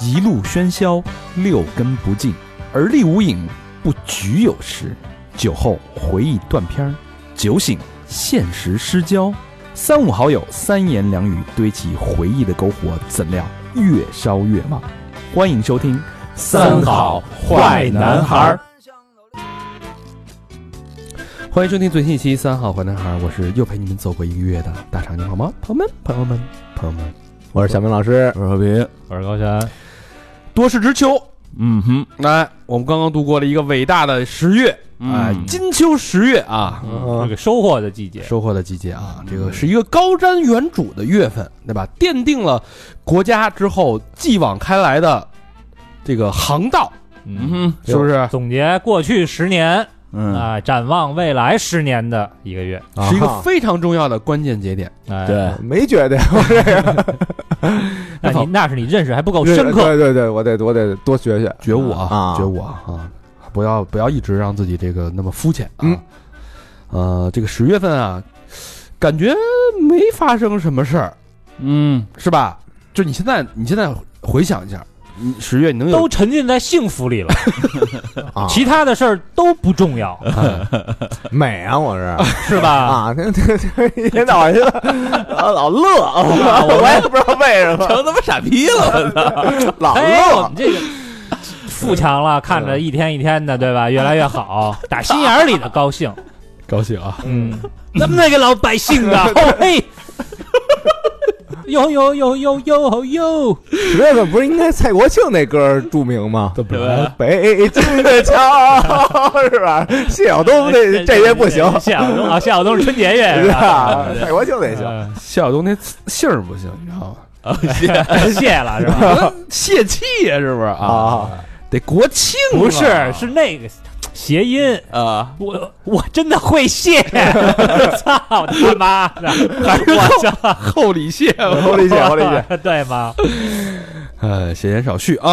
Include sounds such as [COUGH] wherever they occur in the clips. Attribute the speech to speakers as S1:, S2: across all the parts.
S1: 一路喧嚣，六根不净，而立无影，不局有时。酒后回忆断片儿，酒醒现实失焦。三五好友，三言两语堆起回忆的篝火，怎料越烧越旺。欢迎收听《
S2: 三好坏男孩儿》。欢迎收听最新一期《三好坏男孩》，我是又陪你们走过一个月的大长今好吗？朋友们，朋友们，朋友们，
S3: 我是小明老师。
S4: 我是和平，
S5: 我是高璇，
S2: 多事之秋。
S1: 嗯哼，
S2: 哎，我们刚刚度过了一个伟大的十月，
S1: 嗯
S2: 哎，金秋十月啊，
S5: 嗯，这个收获的季节，
S2: 收获的季节啊，这个是一个高瞻远瞩的月份，对吧？奠定了国家之后继往开来的这个航道，
S5: 嗯，
S2: 是不是？
S5: 总结过去十年
S4: 嗯，
S5: 啊，展望未来十年的一个月，
S2: 是一个
S3: 啊
S2: 非常重要的关键节点。
S5: 哎，
S4: 对，
S3: 没觉得
S5: 那你那是你认识还不够深刻，
S3: 对对对，我得我得多学学。
S2: 觉悟啊，
S3: 啊
S2: 觉悟啊啊！不要不要一直让自己这个那么肤浅啊。
S3: 嗯
S2: 呃，这个十月份啊，感觉没发生什么事儿，
S4: 嗯，
S2: 是吧？就你现在你现在回想一下，你十月你能有
S5: 都沉浸在幸福里了，
S3: 啊
S5: 其他的事儿都不重要，
S3: 美啊，我是
S5: 是吧？
S3: 啊， [LAUGHS] 这这这一天到晚就老老乐，哦
S5: 啊
S3: 我也不知道为什么
S4: 成他妈傻逼了，
S3: 老
S5: 哎，我们
S3: 乐。
S5: 这个。富强了，看着一天一天的，对吧？越来越好，打心眼儿里的高兴。
S2: 高兴啊？
S5: 嗯，咱们那个老百姓啊，嘿，呦呦呦呦呦呦，
S3: 十月份不是应该蔡国庆那歌儿著名吗？
S2: 对不
S4: 对吧？
S3: 北京的桥是吧？哎谢晓东这这些不行，
S5: 哎夏晓东啊，夏晓东是春节啊哎乐
S3: 是
S5: 是吧？
S3: 吧？蔡国庆那行。
S5: 嗯
S2: 夏晓东那姓儿不行，你知道吗？
S5: 哎谢了是
S2: [LAUGHS]
S5: 吧？
S2: 泄气呀、是不是啊？
S3: 啊，
S2: 得国庆啊
S5: 不是，是那个谐音。
S4: 啊，
S5: 我我真的会谢，操他妈的！我操，
S2: 厚礼谢。
S3: 哎我理解，我理解。
S5: [LAUGHS] 对吗？
S2: 呃，闲言少叙啊。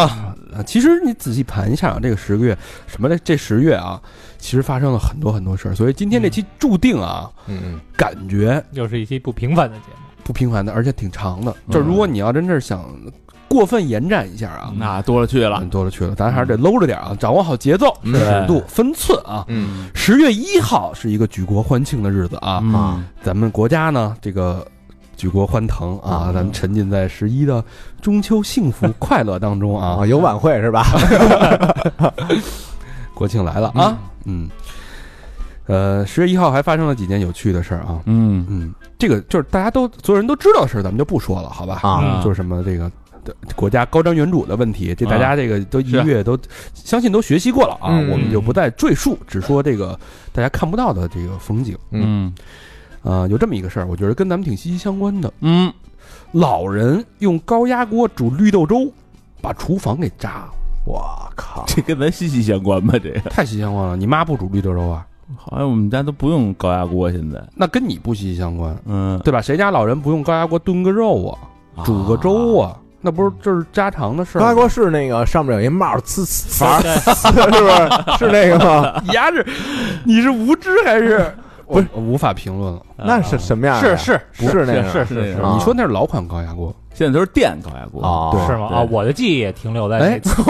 S2: 啊其实你仔细盘一下啊，这个十个月，什么的这十月啊，其实发生了很多很多事儿。所以今天这期注定啊，
S3: 嗯，
S2: 感觉
S5: 又是一期不平凡的节目，
S2: 不平凡的，而且挺长的。就如果你要真是想过分延展一下啊，
S5: 嗯
S4: 那多了去了
S2: 很，多了去了，咱还是得搂着点啊，掌握好节奏、
S3: 嗯
S2: 尺度、分寸啊。
S3: 嗯
S2: 十月一号是一个举国欢庆的日子啊，
S4: 嗯
S2: 咱们国家呢这个举国欢腾啊，
S3: 嗯
S2: 咱们沉浸在十一的中秋幸福快乐当中啊
S3: 啊，，有晚会是吧？
S2: 国庆来了啊，嗯，呃，十月一号还发生了几件有趣的事儿啊，
S4: 嗯
S2: 嗯，这个就是大家都所有人都知道的事儿，咱们就不说了，好吧？
S3: 啊
S2: 就是什么这个。呃国家高瞻远瞩的问题，这大家这个都一
S4: 是
S2: 月都、相信都学习过了啊，
S3: 嗯
S2: 我们就不再赘述，只说这个大家看不到的这个风景。
S4: 嗯
S2: 啊，有这么一个事儿，我觉得跟咱们挺息息相关的。
S4: 嗯，
S2: 老人用高压锅煮绿豆粥，把厨房给炸了，
S3: 我靠！
S4: 这跟咱息息相关吧？这个
S2: 太息息相关了。你妈不煮绿豆粥啊？
S4: 好像我们家都不用高压锅，现在，
S2: 那跟你不息息相关，
S4: 嗯，
S2: 对吧？谁家老人不用高压锅炖个肉啊，煮个粥啊？那不是就是家常的事儿
S3: 高
S2: 吗？
S3: 压锅是那个上面有一帽儿呲呲呲
S5: 对
S3: 是不是？是那个吗？
S2: 你丫是你是无知还 [LAUGHS] 是
S3: 不是
S2: 我无法评论了？
S4: 啊，
S3: 那是什么样的呀？
S2: 是
S3: 不是那个？
S4: 是是是
S3: 啊
S2: 你说那是老款高压锅，
S4: 现在都是电高压锅，
S3: 啊，
S2: 对
S5: 是吗？啊，我的记忆也停留在
S2: 哎
S5: 这次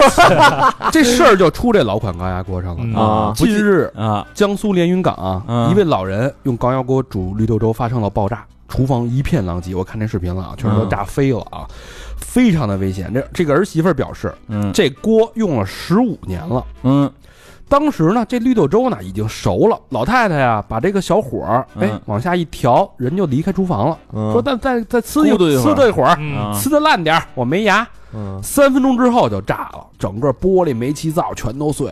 S2: 这事儿就出这老款高压锅上
S5: 嗯
S2: 了。
S3: 啊
S2: 近日，
S4: 啊，
S2: 江苏连云港啊，
S4: 嗯
S2: 一位老人用高压锅煮绿豆粥发生了爆炸，厨房一片狼藉。我看那视频了啊，全是都
S4: 嗯
S2: 炸飞了啊，非常的危险。这这个儿媳妇儿表示，
S4: 嗯
S2: 这锅用了十五年了。
S4: 嗯
S2: 当时呢，这绿豆粥呢已经熟了，老太太呀把这个小火儿哎
S4: 嗯
S2: 往下一调，人就离开厨房了，
S3: 嗯
S2: 说再再再呲一
S4: 咕嘟一会儿
S2: 呲这一会儿，
S5: 嗯，
S4: 啊
S2: 呲的烂点儿，我没牙。
S3: 嗯，
S2: 三分钟之后就炸了，整个玻璃、煤气灶全都碎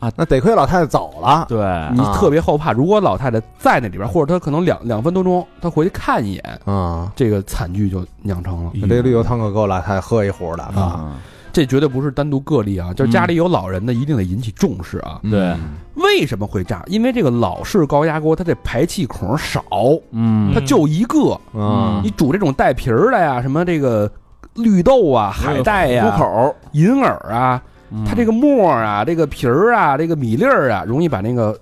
S2: 了。
S3: 那得亏老太太走了。
S4: 对，
S2: 你
S3: 啊
S2: 特别后怕，如果老太太在那里边，或者她可能两两分多钟，她回去看一眼，
S3: 嗯，
S2: 这个惨剧就酿成了。
S3: 那这绿豆汤可够老太太喝一壶的啊。
S4: 啊，
S2: 这绝对不是单独个例啊，就是家里有老人的，一定得引起重视啊。
S3: 嗯
S4: 对，
S2: 为什么会炸？因为这个老式高压锅，它这排气孔少，
S4: 嗯
S2: 它就一个。
S3: 嗯
S2: 你煮这种带皮儿的呀，什么这个绿豆啊、海带呀、
S4: 虎口，
S2: 银耳啊，它这
S4: 个
S2: 个沫儿
S4: 嗯
S2: 啊、这个皮儿啊、这个米粒儿啊，容易把那个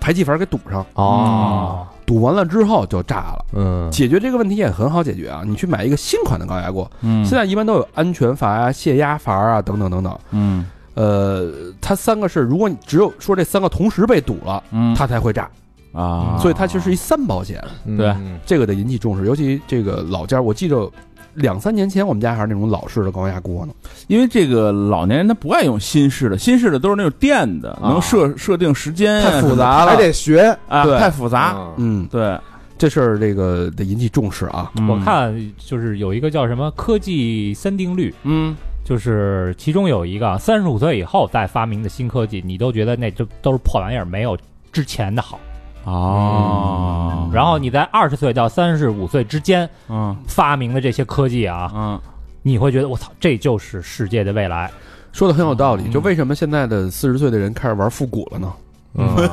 S2: 排气阀给堵上。
S3: 哦，
S5: 哦，
S2: 堵完了之后就炸了。
S1: 嗯
S2: 解决这个问题也很好解决啊，你去买一个新款的高压锅，
S4: 嗯
S2: 现在一般都有安全阀啊、泄压阀啊等等等等。
S4: 嗯
S2: 呃，它三个是，如果你只有说这三个同时被堵了，
S4: 嗯
S2: 它才会炸，
S4: 啊，
S2: 嗯所以它其实是一三保险，
S4: 对
S1: 嗯
S2: 这个得引起重视。尤其这个老家，我记着两三年前我们家还是那种老式的高压锅呢，
S4: 因为这个老年人他不爱用新式的，新式的都是那种电的，
S1: 啊
S4: 能设设定时间啊
S2: 太复
S4: 什么
S2: 杂了哎
S4: 的
S3: 还得学
S4: 啊，
S2: 对
S4: 太复杂。
S1: 嗯
S2: 嗯，
S4: 对，
S2: 这事儿这个得引起重视啊。
S4: 嗯
S5: 我看就是有一个叫什么科技三定律，
S4: 嗯
S5: 就是其中有一个三十五岁以后再发明的新科技，你都觉得那就都是破玩意儿，没有之前的好。
S4: 嗯哦，
S5: 然后你在二十岁到三十五岁之间
S4: 嗯
S5: 发明的这些科技啊，
S4: 嗯
S5: 你会觉得我操，这就是世界的未来。
S2: 说的很有道理，
S4: 嗯
S2: 就为什么现在的四十岁的人开始玩复古了呢？
S5: 嗯
S4: 嗯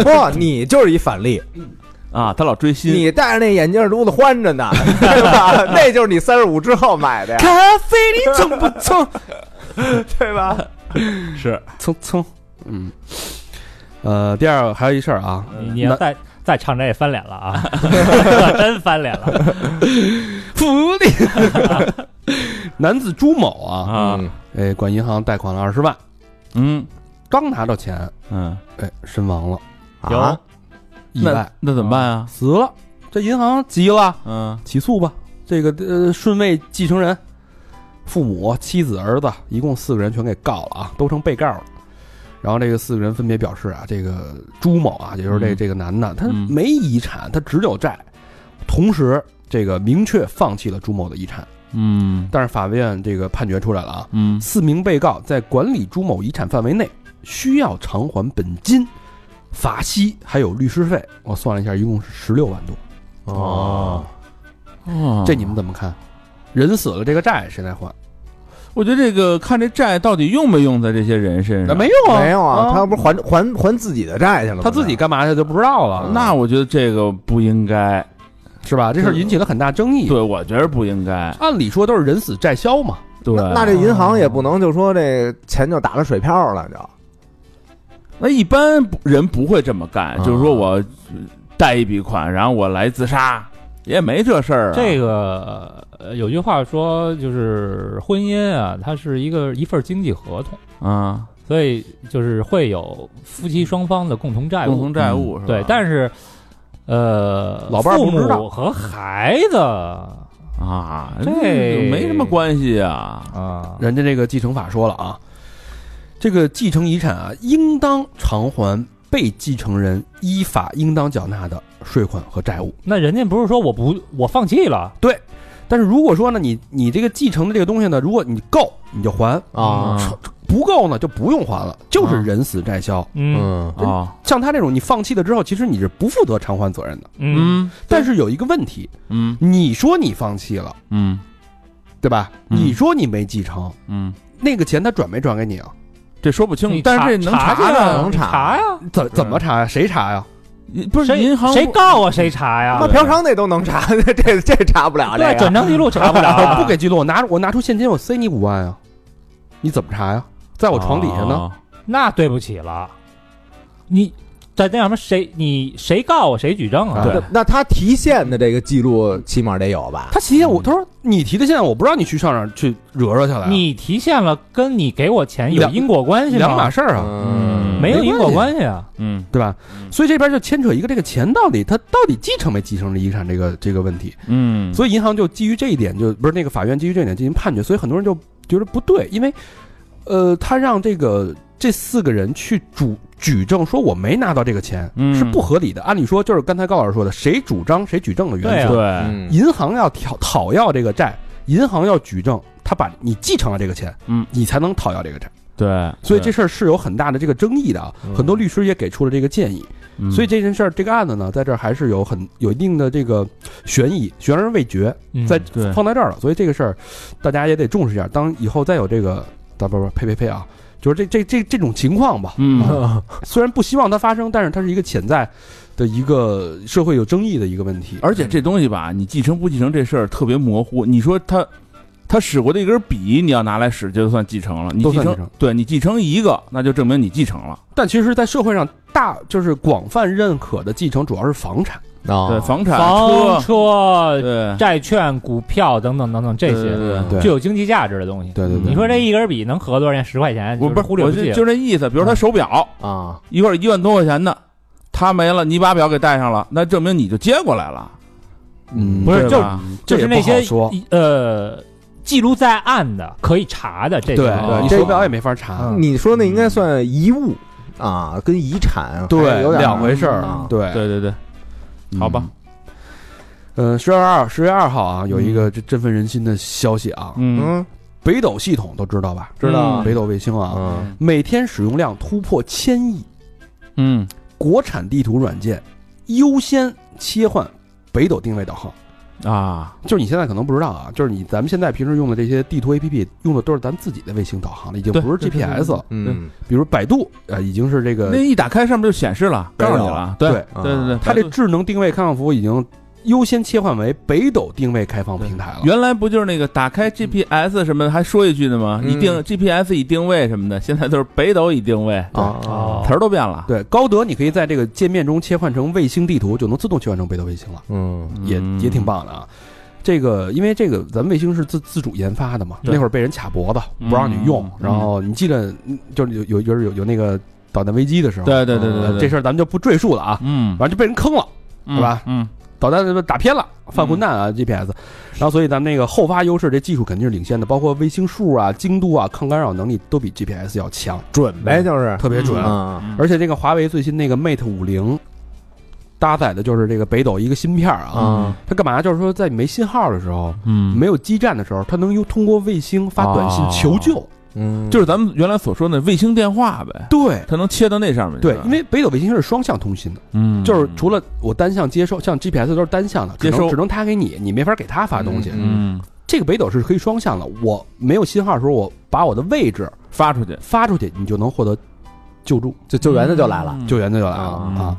S4: [LAUGHS]
S3: 不，嗯你就是一反例，
S4: 啊，他老追新，
S3: 你戴着那眼镜撸的欢着呢，对吧？那就是你三十五之后买的呀，
S2: 咖啡你蹭不蹭？
S3: 对吧？
S4: 是
S2: [LAUGHS] 蹭蹭，嗯。呃，第二还有一事儿啊，
S5: 你你要
S2: 那
S5: 再再唱这也翻脸
S4: [LAUGHS]
S5: 了啊， [LAUGHS] 真翻脸了。
S4: 啊
S2: 服你！ [LAUGHS] 男子朱某啊，
S4: 啊，
S1: 嗯
S2: 哎，管银行贷款了二十万，
S4: 嗯
S2: 刚拿到钱，
S4: 嗯，
S2: 哎，身亡了，
S5: 有、
S3: 啊，
S2: 意外
S4: 那怎么办啊？
S2: 死了。这银行急了，
S4: 嗯
S2: 起诉吧。这个呃，顺位继承人，父母、妻子、儿子，一共四个人全给告了啊，都成被告了。然后这个四个人分别表示啊，这个朱某啊，也就是这
S4: 嗯
S2: 这个男的，他
S4: 嗯
S2: 没遗产，他只有债，同时这个明确放弃了朱某的遗产。
S4: 嗯
S2: 但是法院这个判决出来了啊，
S4: 嗯
S2: 四名被告在管理朱某遗产范围内，需要偿还本金、法息还有律师费。我算了一下，一共是十六万多。
S3: 哦，
S4: 哦
S2: 这你们怎么看？人死了，这个债谁来还？
S4: 我觉得这个看这债到底用没用在这些人身
S2: 那
S4: 上。
S2: 没有啊，
S3: 没有啊，他不是还还还自己的债去了吗？
S2: 他自己干嘛去就不知道了，
S4: 那我觉得这个不应该，
S2: 是吧？这事儿引起了很大争议。
S4: 对，我觉得不应该。
S2: 按理说都是人死债消嘛，
S4: 对，
S3: 那那这银行也不能就说这钱就打了水漂了，就
S4: 那一般不人不会这么干，
S3: 啊
S4: 就是说我贷一笔款，然后我来自杀，也没这事儿、啊。
S5: 这个呃有句话说，就是婚姻啊，它是一个一份经济合同，
S4: 啊，
S5: 所以就是会有夫妻双方的共同债务。
S4: 共同债务是吧？
S5: 对，但是呃，
S2: 老伴儿
S5: 父
S2: 不知道
S5: 母和孩子
S4: 啊，
S5: 这
S4: 就没什么关系啊。
S5: 啊，
S2: 人家这个继承法说了啊，这个继承遗产啊，应当偿还被继承人依法应当缴纳的税款和债务。
S5: 那人家不是说我不我放弃了，
S2: 但是如果说呢，你你这个继承的这个东西呢，如果你够你就还，
S4: 啊
S2: 不够呢就不用还了，就是人死债消。
S5: 嗯
S3: 嗯
S4: 啊，
S2: 像他这种，你放弃了之后，其实你是不负责偿还责任的。
S5: 嗯
S2: 但是有一个问题，
S4: 嗯
S2: 你说你放弃了，
S4: 嗯
S2: 对吧？
S4: 嗯
S2: 你说你没继承，
S4: 嗯，
S2: 那个钱他转没转给你啊？
S4: 这说不清楚
S5: 你，
S4: 嗯但是这
S5: 查
S4: 能
S5: 查
S4: 出
S5: 去
S4: 来
S5: 啊
S4: 啊
S3: 能
S5: 你
S3: 查
S5: 查呀，
S4: 嗯
S2: 怎怎么查呀？谁查呀？
S4: 不是
S5: 谁
S4: 银行
S5: 谁告啊谁查呀
S3: 那？嫖娼那都能查，这这查不了这
S5: 对，
S3: 个
S5: 转账记录查不了
S2: 我
S5: 啊，
S2: [LAUGHS] 不给记录，我拿我拿出现金，我塞你五万呀，啊你怎么查呀？在我床底下呢，
S4: 啊
S5: 那对不起了，你在那什么谁你谁告我谁举证啊？
S2: 对
S3: 那那他提现的这个记录起码得有吧？
S2: 他提
S4: 嗯
S2: 现我，他说你提的现，我不知道你去上哪儿去惹惹去了呀，
S5: 你提现了，跟你给我钱有
S2: 两
S5: 因果关系吗？
S2: 两码事儿啊。
S4: 嗯
S5: 没有因果
S2: 没关
S5: 关系啊。
S4: 嗯
S2: 对吧？所以这边就牵扯一个这个钱到底他到底继承没继承这遗产这个这个问题，
S4: 嗯，
S2: 所以银行就基于这一点就不是那个法院基于这一点进行判决，所以很多人就觉得不对，因为呃，他让这个这四个人去主举证说我没拿到这个钱、
S4: 嗯
S2: 是不合理的，按理说就是刚才高老师说的，谁主张谁举证的原
S5: 对
S2: 则，
S5: 啊
S4: 对，
S3: 嗯
S2: 银行要讨讨要这个债，银行要举证他把你继承了这个钱，
S4: 嗯，
S2: 你才能讨要这个债，
S4: 对，
S2: 所以这事儿是有很大的这个争议的啊，
S3: 嗯
S2: 很多律师也给出了这个建议。
S4: 嗯
S2: 所以这件事儿，这个案子呢，在这儿还是有很有一定的这个悬疑，悬而未决，
S5: 嗯
S2: 在
S4: 对
S2: 放在这儿了。所以这个事儿，大家也得重视一下。当以后再有这个，啊不不呸呸呸啊，就是这这这这种情况吧。
S4: 嗯
S2: 虽然不希望它发生，但是它是一个潜在的一个社会有争议的一个问题。
S4: 而且这东西吧，你继承不继承这事儿特别模糊。你说他他使过的一根笔，你要拿来使就算继承了。你
S2: 都
S4: 继
S2: 算继
S4: 承
S2: 承，
S4: 对你继承一个，那就证明你继承了。
S2: 但其实，在社会上大就是广泛认可的继承主要是房产，
S4: 对
S3: 啊，
S4: 房产、
S5: 房
S4: 车，
S5: 车、
S4: 对
S5: 债券、股票等等等等这
S4: 对对
S5: 些
S4: 对
S2: 对
S5: 具有经济价值的东西。
S2: 对对对，
S5: 你说这一根笔能合多少钱？十块钱，
S4: 我
S5: 就是
S4: 不
S5: 忽略
S4: 我
S5: 不计
S4: 就。就这意思。比如他手表
S3: 啊，
S4: 一块一万多块钱的，他没了，你把表给戴上了，那证明你就接过来了，
S2: 嗯，
S5: 不是
S4: 对吧
S5: 就
S2: 这
S5: 是
S2: 也不
S5: 那些
S2: 好说
S5: 呃记录在案的可以查的这
S2: 对
S5: 些
S2: 对，嗯
S5: 东
S2: 你
S5: 西
S2: 手表也没法查，
S3: 你说那应该算遗物啊，跟遗产还哎是有点
S2: 两回事儿
S3: 啊，
S2: 对
S4: 对对对，好吧，
S2: 嗯，十月二十月二号啊，有一个这振奋人心的消息啊，
S4: 嗯，
S3: 嗯，
S2: 北斗系统都知道吧？
S3: 知道啊
S2: 北斗卫星啊，
S3: 嗯
S2: 每天使用量突破千亿，
S4: 嗯，
S2: 国产地图软件优先切换北斗定位导航。
S4: 啊，
S2: 就是你现在可能不知道啊，就是你咱们现在平时用的这些地图 APP 用的都是咱自己的卫星导航了，已经
S4: 对
S2: 不是
S4: 对对
S2: GPS 了。
S3: 嗯，
S2: 比如百度啊，已经是这
S4: 那
S2: 个
S4: 一打开上面就显示了，告诉你了，对
S2: 对嗯
S4: 对对对，
S2: 它这智能定位开放服务已经优先切换为北斗定位开放平台了。
S4: 原来不就是那个打开 GPS 什么的还说一句呢吗？
S3: 嗯
S4: 你定 GPS 已定位什么的，现在都是北斗已定位，
S3: 啊啊，
S5: 哦
S4: 词儿都变了，
S2: 对，高德你可以在这个界面中切换成卫星地图，就能自动切换成北斗卫星了，
S3: 嗯
S4: 嗯
S2: 也也挺，棒的啊。这个因为这个咱们卫星是自自主研发的嘛，
S4: 对
S2: 那会儿被人卡脖子
S4: 嗯
S2: 不让你用，
S4: 嗯
S2: 然后你记得嗯就是有有有有有那个导弹危机的时候，
S4: 对对对对
S2: 呃
S4: 对，
S2: 这
S4: 是
S2: 事儿咱们就不赘述了啊，
S4: 嗯，
S2: 反正就被人坑了，是吧
S4: 嗯？
S2: 导弹打偏了，犯混蛋啊 GPS，然后所以咱们那个后发优势这技术肯定是领先的，包括卫星数啊、精度啊、抗干扰能力都比 GPS 要强，
S3: 准呗，就是
S2: 特别准。
S4: 嗯
S3: 啊，
S4: 嗯，
S2: 而且这个华为最新那个 Mate 五零，搭载的就是这个北斗一个芯片儿啊。
S3: 啊
S2: 它干嘛？就是说，在你没信号的时候，
S4: 嗯
S2: 没有基站的时候，它能用通过卫星发短信
S4: 哦
S2: 求救。
S3: 嗯，
S4: 就是咱们原来所说的卫星电话呗，
S2: 对
S4: 它能切到那上面去，
S2: 对，因为北斗卫星是双向通信的，
S4: 嗯，
S2: 就是除了我单向接收，像 GPS 都是单向的，只能
S4: 接收
S2: 只能它给你，你没法给它发东西。
S4: 嗯
S2: 这个北斗是可以双向的，我没有信号的时候，我把我的位置
S4: 发出去，
S2: 发出去，你就能获得救助。
S3: 就救援的就来
S4: 嗯
S3: 了，
S2: 救援的就来了
S4: 哦
S3: 啊
S2: 啊。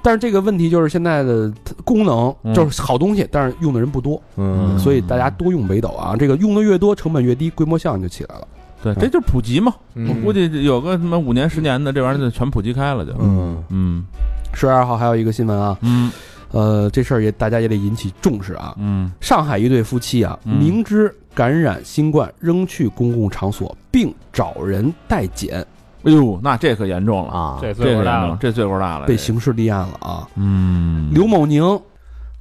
S2: 但是这个问题就是现在的功能
S4: 嗯
S2: 就是好东西，但是用的人不多，
S3: 嗯
S2: 所以大家多用北斗啊。这个用的越多，成本越低，规模效应就起来了。
S4: 对，这就是普及嘛，我
S3: 嗯
S4: 估计有个什么五年十年的，这玩意儿就全普及开了就，
S3: 嗯
S4: 嗯
S2: 十二号还有一个新闻啊，
S4: 嗯
S2: 呃，这事儿也大家也得引起重视啊。
S4: 嗯
S2: 上海一对夫妻啊，
S4: 嗯
S2: 明知感染新冠仍去公共场所，并找人代检，
S4: 哎呦，那这可严重了，
S3: 啊，
S5: 这
S4: 这
S5: 岁数
S4: 个
S5: 大
S4: 严重
S5: 了，
S4: 这岁数大了，这
S2: 被
S4: 个
S2: 刑事立案了啊。
S4: 嗯，
S2: 刘某宁、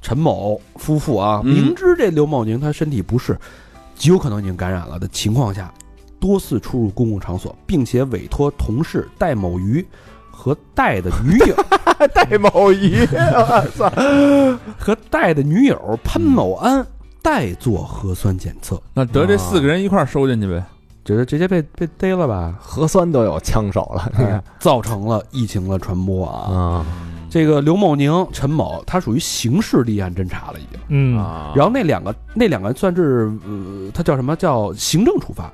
S2: 陈某夫妇啊，
S4: 嗯
S2: 明知这刘某宁他身体不适，极有可能已经感染了的情况下，多次出入公共场所，并且委托同事戴某鱼和戴的女友 [LAUGHS]
S3: 戴某仪，我操，
S2: 和戴的女友潘某安代做核酸检测，
S4: 那得这四个人一块儿收进去呗，
S2: 觉得直接被被逮了吧？
S3: 核酸都有枪手了，这
S2: [LAUGHS]
S3: 个
S2: 哎造成了疫情的传播啊！
S3: 啊，
S2: 这个刘某宁、陈某，他属于刑事立案侦查了已经。
S5: 嗯，
S4: 啊
S2: 然后那两个那两个算是呃，他叫什么叫行政处罚？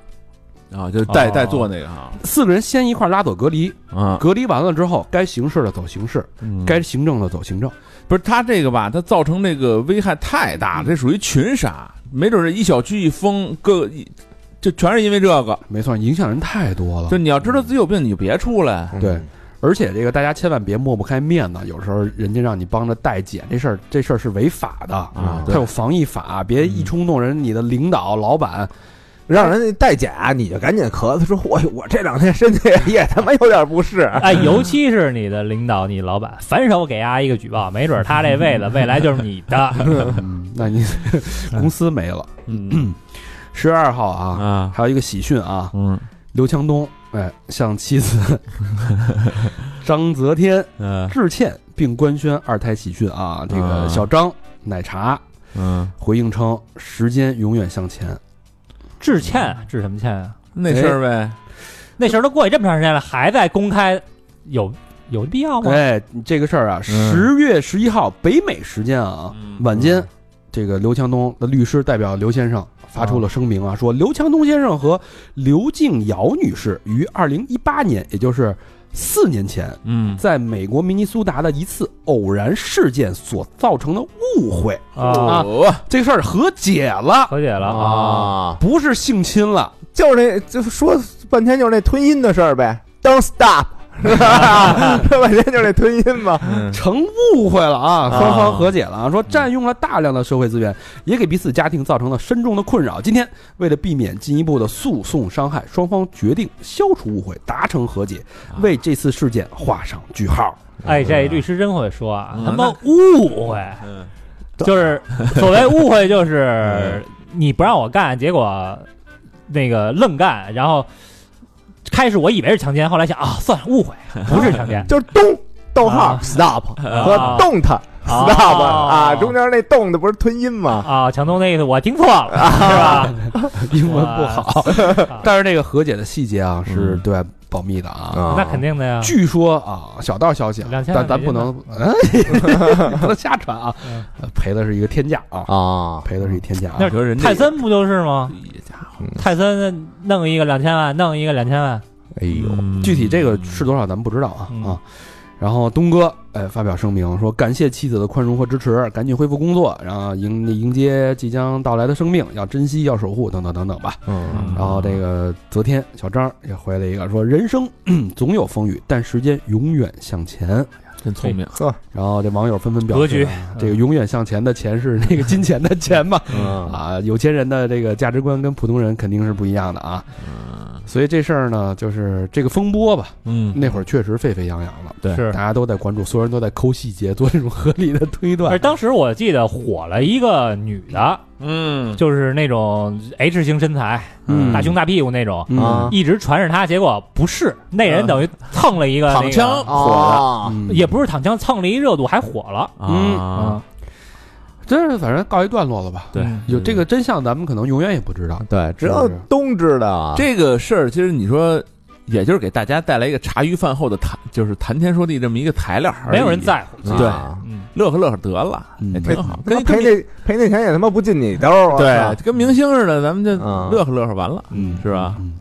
S4: 啊，就是带
S5: 哦
S4: 带做那个啊
S2: 四个人先一块儿拉走隔离，
S4: 啊，嗯
S2: 隔离完了之后，该刑事的走刑事，该行政的走行政。
S4: 不是他这个吧？他造成这个危害太大，这属于群杀，没准这一小区一封，各一就全是因为这个。
S2: 没错，影响人太多了
S4: 就。你要知道自己有病，你就别出来。
S3: 啊
S2: 对而且这个大家千万别抹不开面子，有时候人家让你帮着代检这事儿，这事儿是违法的。
S4: 啊
S2: 它
S4: 对
S2: 有防疫法，别一冲动，人你的领导、老板，
S3: 让人家戴甲，你就赶紧咳嗽说，我我这两天身体也他妈有点不适，
S5: 哎，尤其是你的领导、你老板，反手给丫一个举报，没准他这位子未来就是你的。
S2: 嗯
S4: [LAUGHS]
S2: 那你公司没了。
S4: 嗯
S2: 十二号啊，
S4: 啊，
S2: 还有一个喜讯啊，
S4: 嗯
S2: 刘强东哎向
S4: [LAUGHS]
S2: 妻子张泽天
S4: 嗯
S2: 致歉，并官宣二胎喜讯啊。这个
S4: 啊
S2: 小张奶茶
S4: 嗯，
S2: 回应称，时间永远向前。
S5: 致歉，致什么歉啊？
S4: 那事儿呗，
S5: 那时候都过去这么长时间了，还在公开，有有必要吗？
S2: 哎，这个事儿啊，十月十一号北美时间啊
S4: 嗯
S2: 晚间，这个刘强东的律师代表刘先生发出了声明
S4: 嗯
S2: 啊，说刘强东先生和刘静瑶女士于二零一八年，也就是四年前，
S4: 嗯
S2: 在美国明尼苏达的一次偶然事件所造成的误会，
S5: 啊，
S2: 这事儿和解了，
S5: 和解了啊。
S3: 啊，
S2: 不是性侵了。
S3: 就是那就说半天就是那吞音的事儿呗，Don't stop，是吧？说半天就是那吞音嘛。
S4: 嗯
S2: 成误会了啊，
S3: 啊
S2: 双方和解了啊，说占用了大量的社会资源，也给彼此家庭造成了深重的困扰。今天为了避免进一步的诉讼伤害，双方决定消除误会，达成和解，
S5: 啊
S2: 为这次事件画上句
S5: [LAUGHS]
S2: 号。
S5: 哎，这律师真会说啊，
S4: 嗯
S5: 他妈误会，
S4: 嗯
S5: 就是所谓误会，就是你不让我干，结果那个愣干，然后开始我以为是强奸，后来想啊，算了，误会，不是强奸
S3: 就是咚逗号
S5: 啊
S3: stop 和
S5: 啊
S3: 动它 stop
S5: 哦
S3: 啊，中间那动的不是吞音吗？
S5: 啊，强东那意思我听错了，是
S2: 英文不好，？
S5: 吧
S2: [LAUGHS] 但是这个和解的细节啊是
S4: 嗯
S2: 对外保密的啊。
S5: 那肯定的呀，
S2: 据说啊，小道消息啊，
S5: 两千万
S2: 但咱
S5: 美
S2: 不
S5: 金
S2: 能， [LAUGHS] 哎，不能瞎传啊
S5: 嗯，
S2: 呃赔的是一个天价啊，
S3: 啊，
S2: 赔的是一天价啊。
S5: 那
S4: 你说人家
S5: 泰森不就是吗？
S4: 也家伙，
S5: 泰森弄一个两千万，弄一个两千万，
S3: 哎呦，
S4: 嗯
S2: 具体这个是多少咱们不知道啊、
S5: 嗯
S2: 啊。然后东哥哎发表声明说，感谢妻子的宽容和支持，赶紧恢复工作，然后迎迎接即将到来的生命，要珍惜，要守护，等等等等吧。
S3: 嗯
S2: 然
S4: 哦
S2: 后这个昨天小张也回了一个说，人生 [CLEARS THROAT] 咳总有风雨，但时间永远向前。
S4: 真聪明，
S3: 呵，
S2: 然后这网友纷纷表示，
S5: 格局嗯
S2: 啊这个永远向前的钱是那个金钱的钱嘛？
S3: 嗯
S2: 啊，有钱人的这个价值观跟普通人肯定是不一样的啊。
S5: 嗯
S2: 所以这事儿呢，就是这个风波吧，
S4: 嗯，
S2: 那会儿确实沸沸扬扬了。
S4: 对
S5: 是
S2: 大。家都在关注，所有人都在抠细节，做这种合理的推
S5: 而
S2: 断。
S5: 当时我记得火了一个女的，
S4: 嗯，
S5: 就是那种 H 型身材，
S2: 嗯
S5: 大胸大屁股那种，
S4: 嗯
S3: 啊
S5: 一直传着她，结果不是那人等于蹭了一个、那
S4: 躺
S5: 个
S4: 枪
S3: 火
S5: 啊
S2: 嗯
S5: 也不是躺枪，蹭了一热度还火了。
S2: 嗯
S4: 啊，
S2: 这是反正告一段落了吧？
S4: 对，
S2: 有这个真相，咱们可能永远也不知道。
S3: 对，只有冬知道，
S4: 这个事儿，其实你说，也就是给大家带来一个茶余饭后的谈，就是谈天说地这么一个材料而已，
S5: 没有人在乎，
S4: 啊
S3: 对
S5: 嗯，
S4: 乐呵乐呵得了，
S2: 嗯
S4: 也挺好。跟
S3: 赔
S4: 跟
S3: 那赔那钱也他妈不进你兜儿，哎我
S4: 对
S3: 操，
S4: 跟明星似的，咱们就
S3: 嗯
S4: 乐呵乐呵完了，
S2: 嗯
S4: 是吧？
S2: 嗯，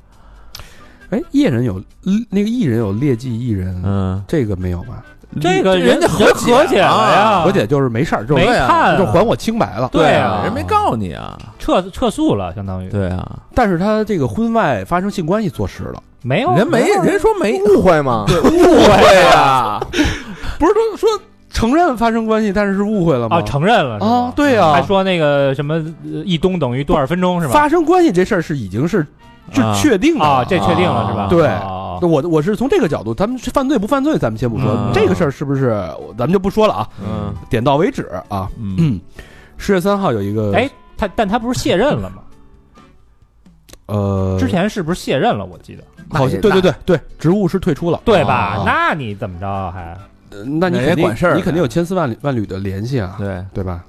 S2: 哎，艺人有那个艺人有劣迹艺人，
S4: 嗯，
S2: 这个没有吧？
S5: 这个
S4: 人家和啊
S5: 人和解了呀，
S2: 而且就是没事儿，就是
S5: 啊没
S4: 对啊
S5: 判啊，
S2: 就还我清白了。
S5: 对
S4: 啊，
S5: 啊
S4: 人没告你啊，
S5: 撤撤诉了，相当于
S4: 对啊，
S2: 但是他这个婚外发生性关系坐实了，
S5: 没有
S4: 人没
S5: 有
S4: 人说没
S3: 误会嘛，
S4: 误会啊，
S2: 不是说说承认发生关系，但是是误会了吗？
S5: 啊，承认了是吧
S2: 啊对啊
S5: 还说那个什么呃一东等于多少分钟是吧？
S2: 发生关系这事儿是已经是就
S4: 啊
S2: 确定的
S5: 啊，
S2: 了
S5: 这确定了
S4: 啊
S5: 是吧？
S2: 对
S5: 哦
S2: 我我是从这个角度，咱们是犯罪不犯罪，咱们先不说、
S4: 嗯
S2: 这个事儿是不是，我咱们就不说了啊，
S4: 嗯
S2: 点到为止啊。
S4: 嗯，
S2: 十月三号有一个，
S5: 哎，，他但他不是卸任了吗？
S2: 呃，
S5: 之前是不是卸任了？我记得
S2: 好像对对对对，职务是退出了，
S5: 对
S2: 啊
S5: 吧？
S2: 啊
S5: 那你怎么着还
S2: 呃那你
S4: 那也
S2: 肯定
S4: 管事儿
S2: 你肯定有千丝万缕万缕的联系啊，
S4: 对，
S2: 对吧？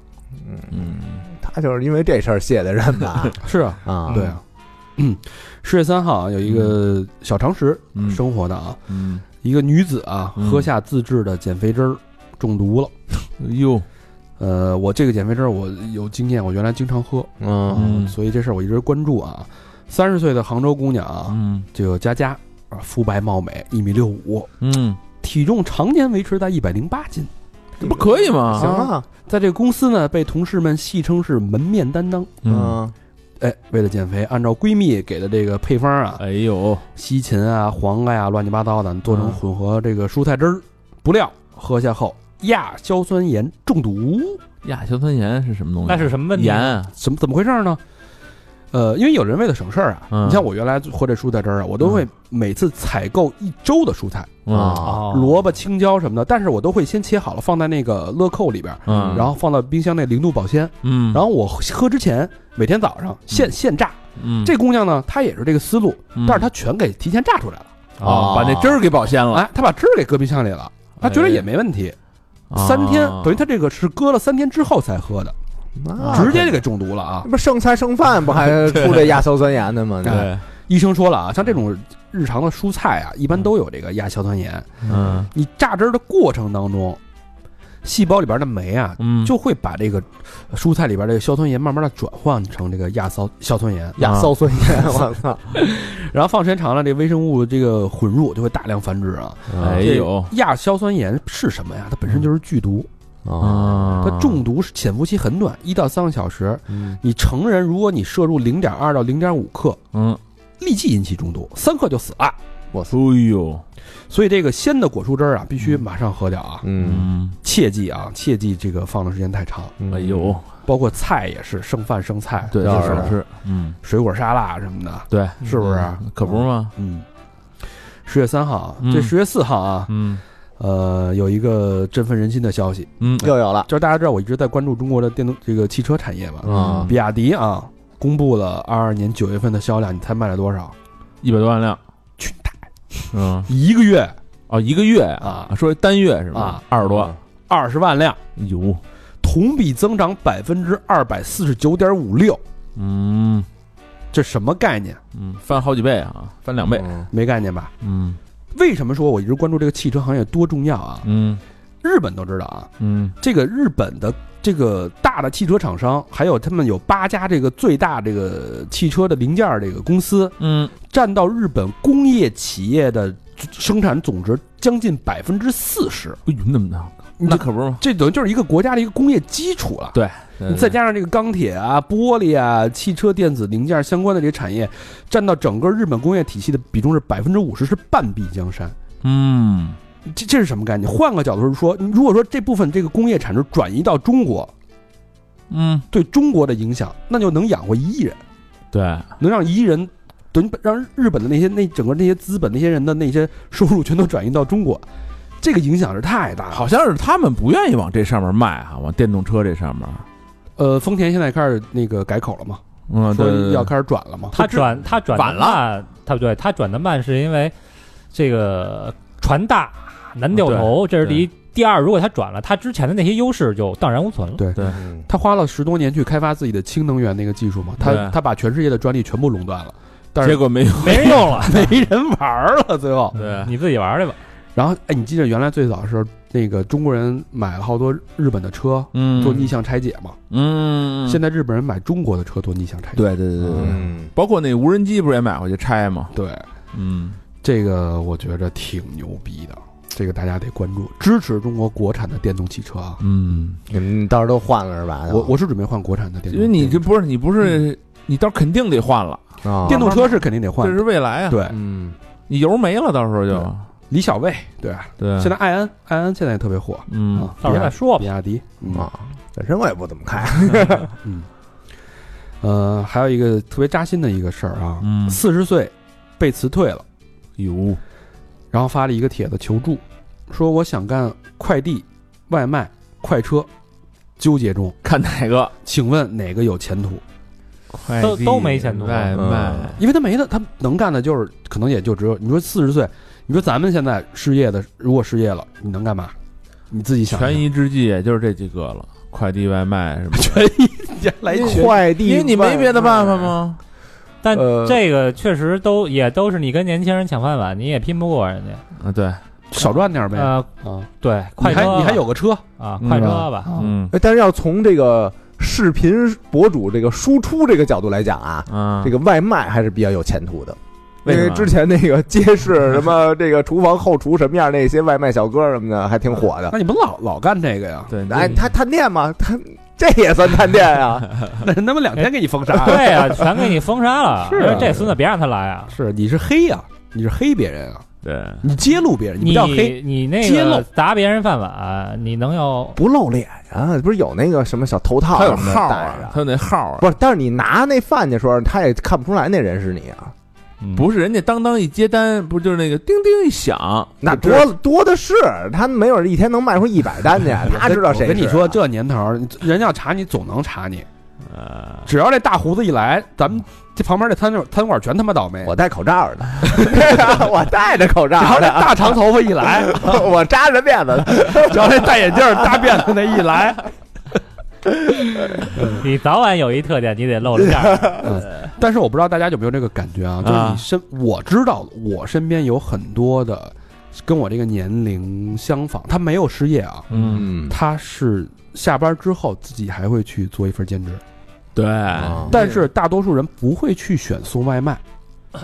S4: 嗯
S3: 他就是因为这事儿卸的任吧，
S2: 是啊，
S3: 啊，
S2: 对啊。嗯，十月三号啊有一个小常识
S4: 嗯
S2: 生活的啊，
S4: 嗯，
S2: 一个女子啊
S4: 嗯
S2: 喝下自制的减肥汁儿中毒了。
S4: 哟，
S2: 呃，我这个减肥汁儿我有经验，我原来经常喝，
S3: 嗯
S4: 嗯
S2: 啊所以这事儿我一直关注啊。三十岁的杭州姑娘啊，
S4: 嗯
S2: 这个佳佳啊，肤白貌美，一米六五，
S4: 嗯，
S2: 体重常年维持在一百零八斤，
S4: 这不可以吗？
S3: 行啊，
S2: 在这个公司呢，被同事们戏称是门面担当。
S4: 嗯，
S3: 嗯
S2: 哎，为了减肥，按照闺蜜给的这个配方啊，
S4: 哎呦，
S2: 西芹啊、黄瓜呀、乱七八糟的，做成
S4: 嗯
S2: 混合这个蔬菜汁儿。不料喝下后，亚硝酸盐中毒，
S4: 亚硝酸盐是什么东西？啊
S5: 那是什么问题？啊
S4: 盐
S2: 怎么怎么回事呢？呃，因为有人为了省事儿啊，
S4: 嗯
S2: 你像我原来喝这蔬菜汁儿啊，我都会每次采购一周的蔬菜，
S4: 啊，
S5: 哦
S2: 萝卜、青椒什么的，但是我都会先切好了放在那个乐扣里边儿，
S4: 嗯，
S2: 然后放到冰箱那零度保鲜。
S4: 嗯，
S2: 然后我喝之前每天早上现现榨。
S4: 嗯，
S2: 这姑娘呢，她也是这个思路，
S4: 嗯
S2: 但是她全给提前榨出来了。
S4: 啊，把那汁儿给保鲜了，
S2: 哎，他把汁儿给搁冰箱里了，他觉得也没问题。
S4: 哎
S2: 三天
S4: 啊
S2: 等于他这个是搁了三天之后才喝的，
S3: 那
S2: 直接就给中毒了啊
S3: 这！不剩菜剩饭不还出这亚硝酸盐的吗？
S2: 哎
S4: 对，
S2: 医生说了啊，像这种日常的蔬菜啊，一般都有这个亚硝酸盐。
S4: 嗯
S2: 你榨汁儿的过程当中，细胞里边的酶啊，
S4: 嗯，
S2: 就会把这个蔬菜里边这个硝酸盐慢慢的转换成这个亚硝硝酸
S4: 嗯
S2: 盐，
S3: 亚硝酸盐，啊 [LAUGHS] 我操！
S2: 然后放时间长了，这微生物这个混入就会大量繁殖啊。
S4: 哎呦，
S2: 亚硝酸盐是什么呀？它本身就是剧毒，
S3: 啊，
S4: 嗯啊，嗯
S2: 它中毒是潜伏期很短，一到三个小时。你成人如果你摄入零点二到零点五克，
S4: 嗯，
S2: 立即引起中毒，三克就死了。果
S4: 哎
S2: 蔬。
S4: 呦，
S2: 所以这个鲜的果蔬汁儿啊，必须马上喝掉啊，
S3: 嗯，
S4: 嗯，
S2: 切记啊，切记这个放的时间太长。
S4: 哎呦，
S2: 包括菜也是，剩饭剩菜，
S4: 对，
S3: 要
S4: 这
S3: 是
S4: 少吃，嗯，
S2: 水果沙拉什么的，
S4: 对，
S2: 是不是？啊
S4: 可不是吗？
S2: 嗯，十月三号啊，
S4: 嗯
S2: 这十月四号啊，
S4: 嗯
S2: 呃，有一个振奋人心的消息，
S4: 嗯，
S3: 又有了
S2: 就是大家知道我一直在关注中国的电动这个汽车产业嘛，
S3: 啊
S4: 嗯
S2: 比亚迪啊公布了二二年九月份的销量，你猜卖了多少？
S4: 一百多万辆，
S2: 去
S4: 大，嗯，
S2: 一个月
S4: 哦，一个月啊，
S2: 啊，
S4: 说单月是吧
S2: 啊？
S4: 二十多万，哎
S2: 二十万辆，
S4: 有，
S2: 同比增长百分之二百四十九点五六，
S4: 嗯
S2: 这什么概念？
S4: 嗯，翻好几倍啊，翻两倍，
S3: 嗯
S2: 没概念吧？
S4: 嗯
S2: 为什么说我一直关注这个汽车行业多重要啊？
S4: 嗯
S2: 日本都知道啊，
S4: 嗯
S2: 这个日本的这个大的汽车厂商，还有他们有八家这个最大这个汽车的零件儿这个公司，
S4: 嗯，
S2: 占到日本工业企业的生产总值将近百分之四十，
S4: 哎呦，那么大，那可不是吗？
S2: 这等于就是一个国家的一个工业基础了。
S4: 对
S3: 嗯
S2: 你再加上这个钢铁啊、玻璃啊、汽车电子零件相关的这些产业，占到整个日本工业体系的比重是百分之五十，是半壁江山。
S4: 嗯，
S2: 这这是什么概念？换个角度说，如果说这部分这个工业产值转移到中国，
S4: 嗯，
S2: 对中国的影响，那就能养活一亿人，
S4: 对，
S2: 能让一亿人等于让日本的那些那整个那些资本那些人的那些收入全都转移到中国，这个影响是太大了。
S4: 好，像是他们不愿意往这上面卖哈，往电动车这上面，
S2: 呃，丰田现在开始那个改口了嘛，
S4: 嗯，
S2: 说
S4: 对，
S2: 要开始转了嘛。
S5: 他转他转
S4: 晚
S5: 的
S4: 了
S5: 慢，他对他转的慢是因为这个船大难
S2: 哦
S5: 掉头，这是第一。第二，如果他转了，他之前的那些优势就荡然无存了。
S2: 对
S3: 嗯
S2: 他花了十多年去开发自己的氢能源那个技术嘛，他
S4: 对
S2: 他把全世界的专利全部垄断了，但
S4: 结
S2: 是
S4: 果没有，
S5: 没人用了， [LAUGHS]
S2: 没人玩儿了，
S4: [LAUGHS]
S2: 最后。
S4: 对
S5: 你自己玩儿去吧。
S2: 然后，哎，你记得原来最早的时候，那个中国人买了好多日本的车
S4: 嗯，
S2: 做逆向拆解嘛，
S4: 嗯，
S2: 现在日本人买中国的车做逆向拆解。
S4: 对对对对对，
S3: 嗯，
S4: 包括那无人机不是也买回去拆吗？
S2: 对
S4: 嗯，
S2: 这个我觉着挺牛逼的，这个大家得关注，支持中国国产的电动汽车啊！
S4: 嗯，
S3: 你们到时候都换了是吧？
S2: 我我是准备换国产的电
S4: 因
S2: 动，
S4: 为你这不是你不是你到时候肯定得换了，
S3: 啊
S2: 电动车是肯定得换
S4: 这
S2: 的，
S4: 是未来啊，
S2: 对，
S3: 嗯
S4: 你油没了到时候就
S2: 李小卫，对吧，
S4: 对，
S2: 现在埃安，埃安现在也特别火
S4: 嗯
S2: 啊，
S5: 到时候再说吧
S2: 比。亚迪，嗯
S3: 啊，本身我也不怎么开，
S2: 嗯，呃，还有一个特别扎心的一个事儿啊，
S4: 嗯
S2: 四十岁被辞退了，
S4: 有
S2: 然后发了一个帖子求助，说我想干快递、外卖、快车，纠结中，
S4: 看哪个
S2: 请问哪个有前途？
S4: 快
S5: 都
S4: 递
S5: 都没啊前途
S4: 外卖
S2: 因为他没的，他能干的就是可能也就只有你说四十岁，你说咱们现在失业的，如果失业了，你能干嘛？你自己想想
S4: 权宜之计也就是这几个了，快递外卖什
S2: [LAUGHS]
S4: 么的，
S2: 权宜人来一句
S3: 快递，
S4: 因为你没别的办法？吗？
S5: 但
S3: 呃
S5: 这个确实都也都是你跟年轻人抢饭碗，你也拼不过人家。
S4: 啊，对，
S2: 少赚点呗。
S5: 呃，
S2: 啊，
S5: 对，
S2: 你
S5: 快车
S2: 还
S5: 吧
S2: 你还有个车，
S5: 啊，
S4: 嗯
S5: 快车吧，
S4: 嗯
S3: 哎但是要从这个视频博主这个输出这个角度来讲啊，
S4: 啊，
S3: 这个外卖还是比较有前途的。
S4: 为
S3: 因
S4: 什么啊
S3: 为之前那个街市什么这个厨房后厨什么样，那些外卖小哥什么的还挺火的。
S2: 那你不老老干这个呀？
S4: 对，你
S3: 哎，他探店吗？他这也算探
S4: [LAUGHS]
S3: 店啊？
S2: 那人他妈两天给你封杀了。
S5: 对啊，全给你封杀了。
S2: 是啊
S5: 这孙子别让他来啊！
S2: 是你是黑呀、你是黑别人啊，
S4: 对，
S3: 嗯
S2: 你揭露别人，
S5: 你
S2: 不叫黑，
S5: 你那
S2: 揭露
S5: 个砸别人饭碗，你能
S2: [LAUGHS]
S5: 有
S3: 不露脸啊？不是有那个什么小头套
S4: 他有
S3: 什么的
S4: 号
S3: 戴
S4: 啊，
S3: 着？
S4: 他有那号啊，
S3: 不是，但是你拿那饭的时候，他也看不出来那人是你啊。
S4: 不是人家当当一接单，不就是那个叮叮一响，
S3: 那
S4: 就知道
S3: 多多的是，他没准一天能卖出一百
S4: [LAUGHS]
S3: 单去，他知道
S2: 我
S3: 谁是啊。
S2: 跟你说，这年头儿人要查你，总能查你。
S3: 啊
S4: 呃，
S2: 只要这大胡子一来，咱们这旁边这摊摊馆全他妈倒霉。
S3: 嗯我戴口罩呢，哎 [LAUGHS] 我戴着口罩
S2: 然后这
S3: 呢，
S2: 大长头发一来，
S3: [LAUGHS] 我扎着辫子。
S2: 只要这戴眼镜儿大辫子那一
S3: [LAUGHS]
S2: 来，
S5: 你早晚有一特点，你得露着馅儿。
S2: 但是我不知道大家有没有这个感觉啊？就是
S4: 啊
S2: 你身，我知道我身边有很多的跟我这个年龄相仿，他没有失业啊，
S4: 嗯，
S3: 嗯，
S2: 他是下班之后自己还会去做一份兼职，
S4: 对，
S2: 哦但是大多数人不会去选送外卖。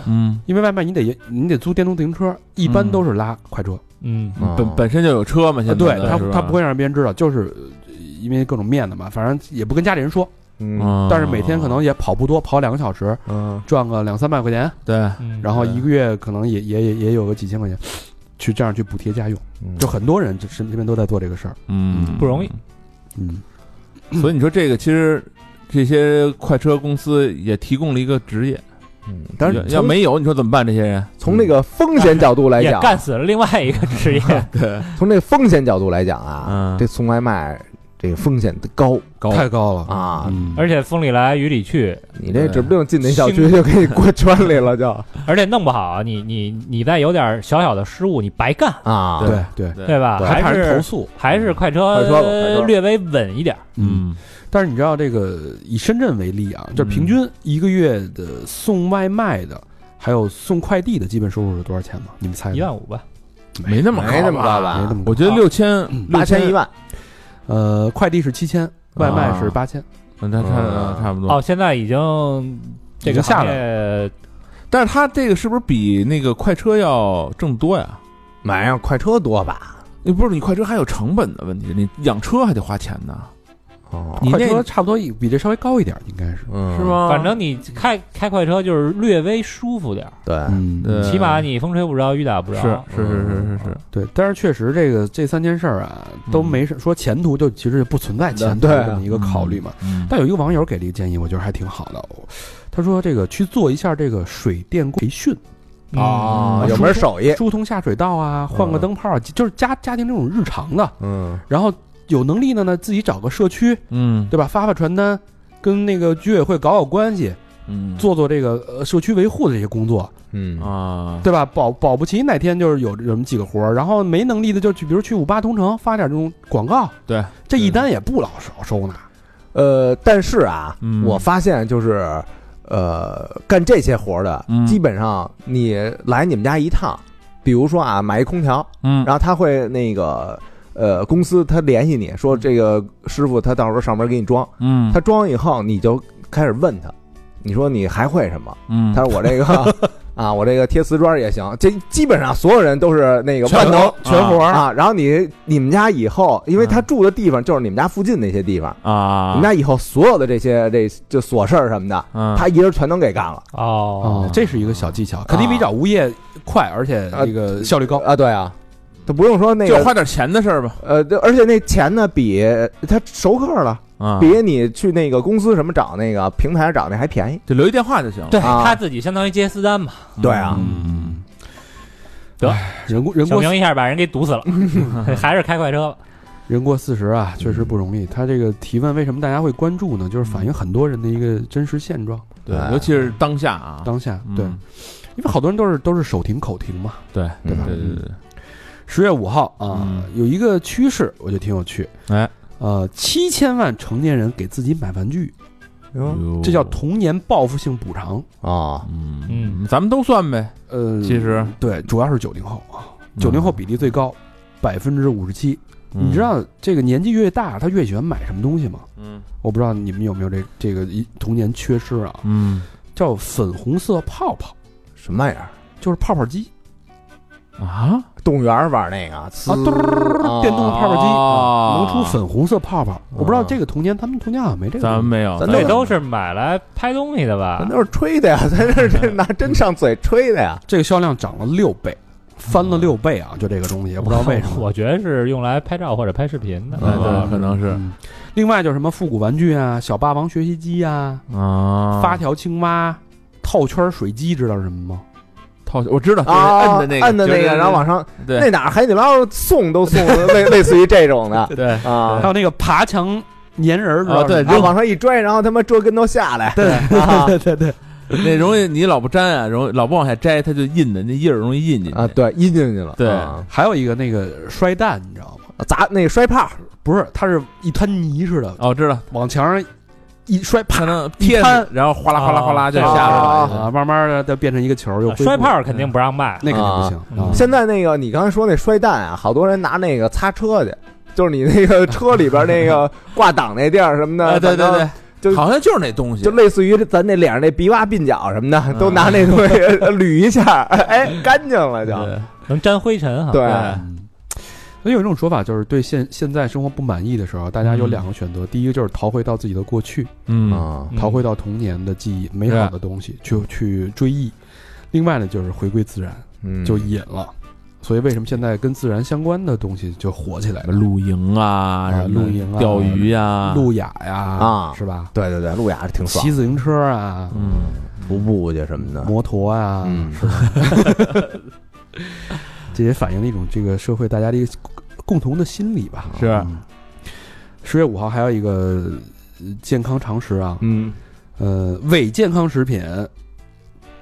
S4: 嗯，
S2: 因为外卖你得你得租电动自行车，一般都是拉快车。啊
S5: 嗯，
S3: 嗯
S4: 本本身就有车嘛，现在
S2: 对
S4: 的
S2: 他
S4: 是吧
S2: 他不会让别人知道，就是呃因为各种面子嘛，反正也不跟家里人说，
S4: 啊
S3: 嗯
S4: 哦
S2: 但是每天可能也跑不多，跑两个小时，
S3: 嗯，
S2: 赚个两三百块钱，
S4: 对，
S5: 嗯
S2: 然后一个月可能也也也也有个几千块钱，去这样去补贴家用。就很多人这身边都在做这个事儿。
S4: 嗯，
S5: 不容易。
S2: 嗯，
S4: 所以你说这个其实这些快车公司也提供了一个职业，
S3: 嗯但是
S4: 要要
S3: 从
S4: 没有，你说怎么办？这些人，
S3: 从这个风险角度来
S5: 也
S3: 讲，
S5: 干死了另外一个职业，
S4: [LAUGHS] 对，
S3: 从这个风险角度来讲啊
S4: 嗯，
S3: 这送外卖这个风险高
S4: 高
S2: 太高了！
S3: 啊，
S2: 嗯，
S5: 而且风里来雨里去，
S3: 你这
S4: 对
S3: 指不定进哪小区就给你过圈里了就
S5: 而且弄不好啊你你你再有点小小的失误，你白干，
S3: 啊，
S2: 对
S4: 嗯
S2: 对，
S5: 对吧？
S2: 还怕
S5: 还
S2: 人
S5: 是
S2: 投诉。
S5: 还是快
S3: 快车吧快车
S5: 车略微稳一点，
S2: 嗯，但是你知道这个以深圳为例啊，就是平均一个月的送外卖的，还有送快递的基本收入是多少钱吗？你们猜？
S5: 一万五吧。
S4: 没那么
S3: 没那么
S4: 高
S3: 高
S4: 吧？
S2: 没那
S3: 吧？
S2: 么高
S4: 我觉得六千
S3: 八千一，万，
S2: 呃，快递是七千，外卖是
S4: 啊
S2: 八千。
S4: 六千嗯那差
S3: 嗯
S4: 差不多。
S5: 哦，现在已经这
S2: 已
S5: 个
S2: 经下来
S5: 来，
S4: 但是他这个是不是比那个快车要挣得多呀？
S3: 买上快车多吧？
S4: 你不是你快车还有成本的问题，你养车还得花钱呢，
S3: 哦
S4: 你
S2: 快
S4: 那
S2: 车差不多比这稍微高一点，应该是。
S3: 嗯，
S4: 是？吗？
S5: 反正你开开快车就是略微舒服点儿，
S3: 啊对，
S2: 嗯，
S4: 呃
S5: 起码你风吹不着，雨打不着。
S4: 是是是是是是，
S2: 对，但是确实这个这三件事儿啊，都没是说前途就其实不存在前途
S3: 对啊
S2: 这么一个考虑嘛。
S4: 嗯
S2: 但有一个网友给了一个建议，我觉得还挺好的。哦他说：“这个去做一下这个水电工培训，
S5: 嗯
S3: 啊，有门手艺，
S2: 疏通下水道啊，换个灯泡啊，就是家家庭这种日常的。
S3: 嗯
S2: 然后有能力的呢，自己找个社区，
S4: 嗯
S2: 对吧？发发传单，跟那个居委会搞搞关系，
S4: 嗯
S2: 做做这个呃社区维护的这些工作，
S3: 嗯
S4: 啊，
S2: 对吧？保保不齐哪天就是有有这么几个活儿，然后没能力的就去，比如去五八同城发点这种广告，
S4: 对，
S2: 这一单也不老少收呢。
S3: 呃，但是啊，
S4: 嗯
S3: 我发现就是，呃，干这些活儿的，
S4: 嗯
S3: 基本上你来你们家一趟，比如说啊，买一空调，
S4: 嗯
S3: 然后他会那个，呃，公司他联系你说这个师傅他到时候上门给你装，
S4: 嗯
S3: 他装以后你就开始问他，你说你还会什么？
S4: 嗯
S3: 他说我
S4: [LAUGHS]
S3: 这个啊，我这个贴瓷砖也行，这基本上所有人都是那个万能。
S4: 全活嗯
S3: 啊，然后你你们家以后，因为他住的地方就是你们家附近那些地方，
S4: 啊
S3: 你，们家以后所有的这些这就琐事儿什么的，
S4: 嗯
S3: 他一人全都给干了
S5: 哦，
S2: 啊这是一个小技巧，肯定比
S3: 啊
S2: 找物业快，而且
S3: 啊
S2: 那个效率高。
S3: 啊！对啊，他不用说那
S4: 就
S3: 个
S4: 花点钱的事儿吧
S3: 呃，对而且那钱呢，比他熟客了，
S4: 啊，
S3: 比你去那个公司什么找那个平台找那还便宜。
S4: 就留一电话就行了。
S5: 对
S3: 啊
S5: 他自己相当于接私单嘛，
S4: 嗯
S3: 对啊
S4: 嗯
S2: 人过人
S5: 小
S2: 过
S5: 明一下把人给堵死了，还是开快车吧。
S2: 人过四十
S4: 嗯
S2: 啊，确实不容易。他这个提问为什么大家会关注呢？就是
S4: 嗯
S2: 反映很多人的一个真实现状，
S4: 对
S3: 哎，
S4: 尤其是当下啊，
S2: 当下
S4: 嗯
S2: 对，因为好多人都是都是手停口停嘛。
S4: 对
S3: 对吧
S4: 对对对，
S2: 十月五号啊
S4: 嗯，
S2: 有一个趋势，我觉得挺有趣。
S4: 哎，
S2: 呃，七千万成年人给自己买玩具，
S4: 哟
S2: 嗯这叫童年报复性补偿。
S3: 啊，
S4: 嗯
S5: 嗯
S4: 咱们都算呗，
S2: 呃，
S4: 其实
S2: 对，主要是九零后啊，九零后比例最高，百分之五十七。
S4: 嗯
S2: 你知道这个年纪越大，他越喜欢买什么东西吗？
S4: 嗯
S2: 我不知道你们有没有这这个一童年缺失啊，
S4: 嗯
S2: 叫粉红色泡泡，
S3: 什么玩意儿？
S2: 就是泡泡机，
S4: 啊，
S3: 动物园玩那个，呲
S2: 啊嘟
S3: 啊
S2: 电动泡泡机啊
S4: 哦
S2: 能出粉红色泡泡。我不知道这个童年，他们童年好像没这个
S4: 咱
S2: 东
S4: 们
S2: 西。
S4: 没有，
S3: 咱
S4: 咱
S5: 这
S4: 也
S5: 都是买来拍东西的吧
S4: 啊
S3: 咱？都是
S4: [LAUGHS]
S3: 吹的呀，咱这是拿针上嘴吹的呀。
S2: 这个销量涨了六倍，翻了六倍啊！就这个东西，也不知道为什 [LAUGHS] 么。
S5: 我觉得是用来拍照或者拍视频的。
S4: 哎对，可能是
S2: 嗯另外就是什么复古玩具啊，小霸王学习机啊，
S4: 啊，
S2: 发条青蛙、套圈水机，知道是什么吗？
S4: 套，我知道，就是
S3: 啊，
S4: 摁的那个，
S3: 摁的
S4: 就
S3: 那
S4: 是
S3: 个，然后往上那
S4: 对
S3: 哪儿海底捞送都送 [LAUGHS] 类类似于这种的
S4: 对 [LAUGHS]
S3: 啊
S2: 还。有那个爬墙粘人儿，知道
S4: 啊
S2: 是
S4: 对
S2: 吗
S3: 啊，往上一拽，然后他妈折跟头下来。对 [LAUGHS] 啊
S4: 那容易你老不粘啊，容易老不往下摘，它就印的那印儿容易印进去
S3: 啊，对，阴进去了。
S4: 对
S3: 啊
S2: 还有一个那个摔蛋，你知道吗？
S3: 砸那个摔炮，
S2: 不是，它是一滩泥似的，
S4: 哦，我知道，
S2: 往墙上一摔，
S4: 可
S2: 啪
S4: 能贴
S2: 一
S4: 上
S2: 摊，
S4: 然后哗啦哗啦哗啦就下来了。
S3: 啊
S2: 啊，慢慢的再变成一个球儿，又
S5: 啊
S2: 恢复
S5: 摔炮肯定不让卖，
S2: 那肯定不行
S5: 啊
S2: 啊
S5: 嗯。
S3: 现在那个你刚才说那摔蛋啊，好多人拿那个擦车去，就是你
S4: [LAUGHS]
S3: 那个车里边那个挂挡那地儿什么的，
S4: 哎，对对
S3: 反
S4: 对
S3: 正，就
S4: 好像就是那东西
S3: 就，类似于咱那脸上那鼻洼鬓角什么
S4: 嗯
S3: 的，都拿那东西捋一下，哎，干净了就。
S4: 对
S2: 啊
S5: 能沾灰尘哈。
S3: 对，
S4: 对
S2: 嗯那有一种说法就是，对现现在生活不满意的时候，大家有
S4: 嗯
S2: 两个选择：第一个就是逃回到自己的过去，
S4: 嗯
S3: 啊，
S5: 嗯
S2: 逃回到童年的记忆、美好的东西，去去追忆；另外呢，就是回归自然，
S3: 嗯
S2: 就瘾了。所以为什么现在跟自然相关的东西就火起来了？
S4: 露营啊，什么的
S2: 露营啊
S4: 钓鱼呀，
S2: 路亚呀，
S3: 啊
S2: 是吧？
S3: 对对对，路亚是挺爽
S2: 骑，自行车啊，
S4: 嗯，
S3: 徒步去什么的，
S2: 摩托啊，
S3: 嗯
S2: 是吧？这也反映了一种这个社会大家的一个共同的心理吧。嗯
S4: 是啊
S2: 十月五号还有一个呃健康常识啊，
S3: 嗯
S2: 呃，伪健康食品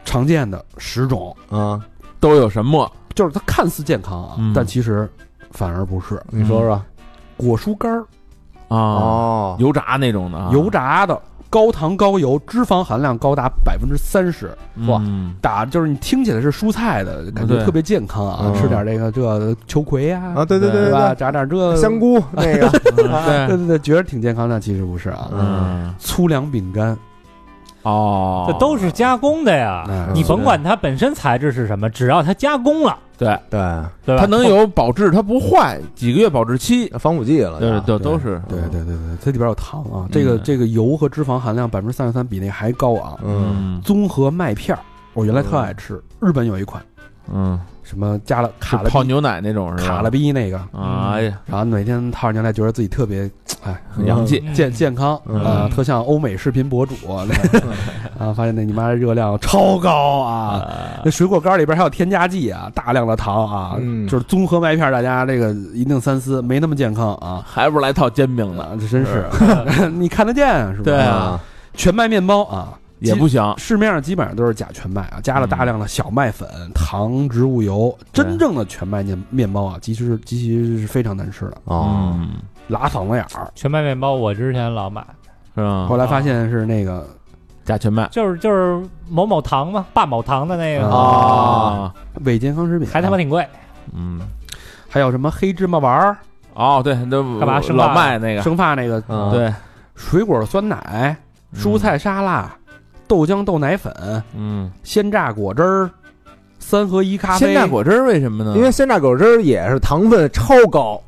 S2: 常见的十种，
S3: 啊，
S4: 都有什么？
S2: 就是它看似健康啊，
S4: 嗯
S2: 但其实反而不是。
S3: 你说说
S2: 果蔬干儿、
S4: 啊，
S3: 哦，
S4: 油炸那种的啊，
S2: 油炸的，高糖高油，脂肪含量高达百分之三十。哇
S4: 嗯
S2: 打就是你听起来是蔬菜的感觉
S4: 对
S2: 特别健康啊，
S3: 嗯
S2: 吃点这个这秋葵呀、
S3: 啊，对对
S4: 对
S3: 对
S2: 吧？
S3: 对，
S2: 炸点这
S3: 香，菇那个， [LAUGHS]
S4: 对
S2: 对对对，觉得挺健康的，其实不是啊。
S4: 嗯，
S2: 粗粮饼干，
S4: 哦，
S5: 这都是加工的
S4: 啊
S5: 呀。
S2: 哎
S5: 你甭管它本身材质是什么，只要它加工了，
S3: 对，
S5: 对吧？
S4: 它能有保质，它不坏，几个月保质期，
S3: 防腐剂了，
S4: 对
S3: 对
S4: 对，都是
S2: 对对对对，它里边有糖啊，这个
S4: 嗯
S2: 这个油和脂肪含量百分之三十三比那个还高啊。
S3: 嗯，
S2: 综合麦片儿，我原来特爱吃，日本有一款
S4: 嗯，
S2: 什么加了
S4: 是
S2: 卡了
S4: 泡牛奶那种是吧？
S2: 卡了逼那个，
S4: 啊，哎呀，
S2: 然后每天泡着牛奶觉得自己特别哎
S4: 很洋气，
S5: 嗯
S2: 健健康
S3: 嗯
S2: 啊，特像欧美视频博主
S4: 嗯
S2: [LAUGHS] 啊，发现那你妈热量超高啊！
S4: 啊，
S2: 那水果干里边还有添加剂啊，大量的糖啊，
S3: 嗯
S2: 就是综合麦片，大家这个一定三思，没那么健康啊。
S4: 还不如来套煎饼呢，
S2: 啊，这真是， [LAUGHS] 你看得见是吧？
S4: 对
S3: 啊，
S2: 全麦面包啊，
S4: 也不行，
S2: 市面上基本上都是假全麦啊，加了大量的小麦粉、糖、植物油。
S4: 对
S2: 真正的全麦面面包啊，其实其实是非常难吃的，
S3: 哦，
S4: 嗯
S2: 拉嗓子眼儿。
S5: 全麦面包，我之前老买，
S4: 是吧
S2: 后？来发现是那个
S4: 加全麦
S5: 就是就是某某糖嘛，霸某糖的那个，
S2: 啊，伪健康食品啊，
S5: 还他妈挺贵。
S4: 嗯，
S2: 还有什么黑芝麻丸儿、
S4: 哦，对，那
S5: 干嘛生
S4: 老
S5: 怕
S4: 麦那个，
S2: 生发那个
S3: 嗯
S4: 对，
S2: 水果酸奶、蔬菜沙拉、豆浆豆奶粉、
S4: 嗯，
S2: 鲜榨果汁儿、三合一咖
S4: 嗯，
S2: 啡。
S4: 鲜榨果汁儿为什么呢？
S3: 因为鲜榨果汁儿也是糖分超高，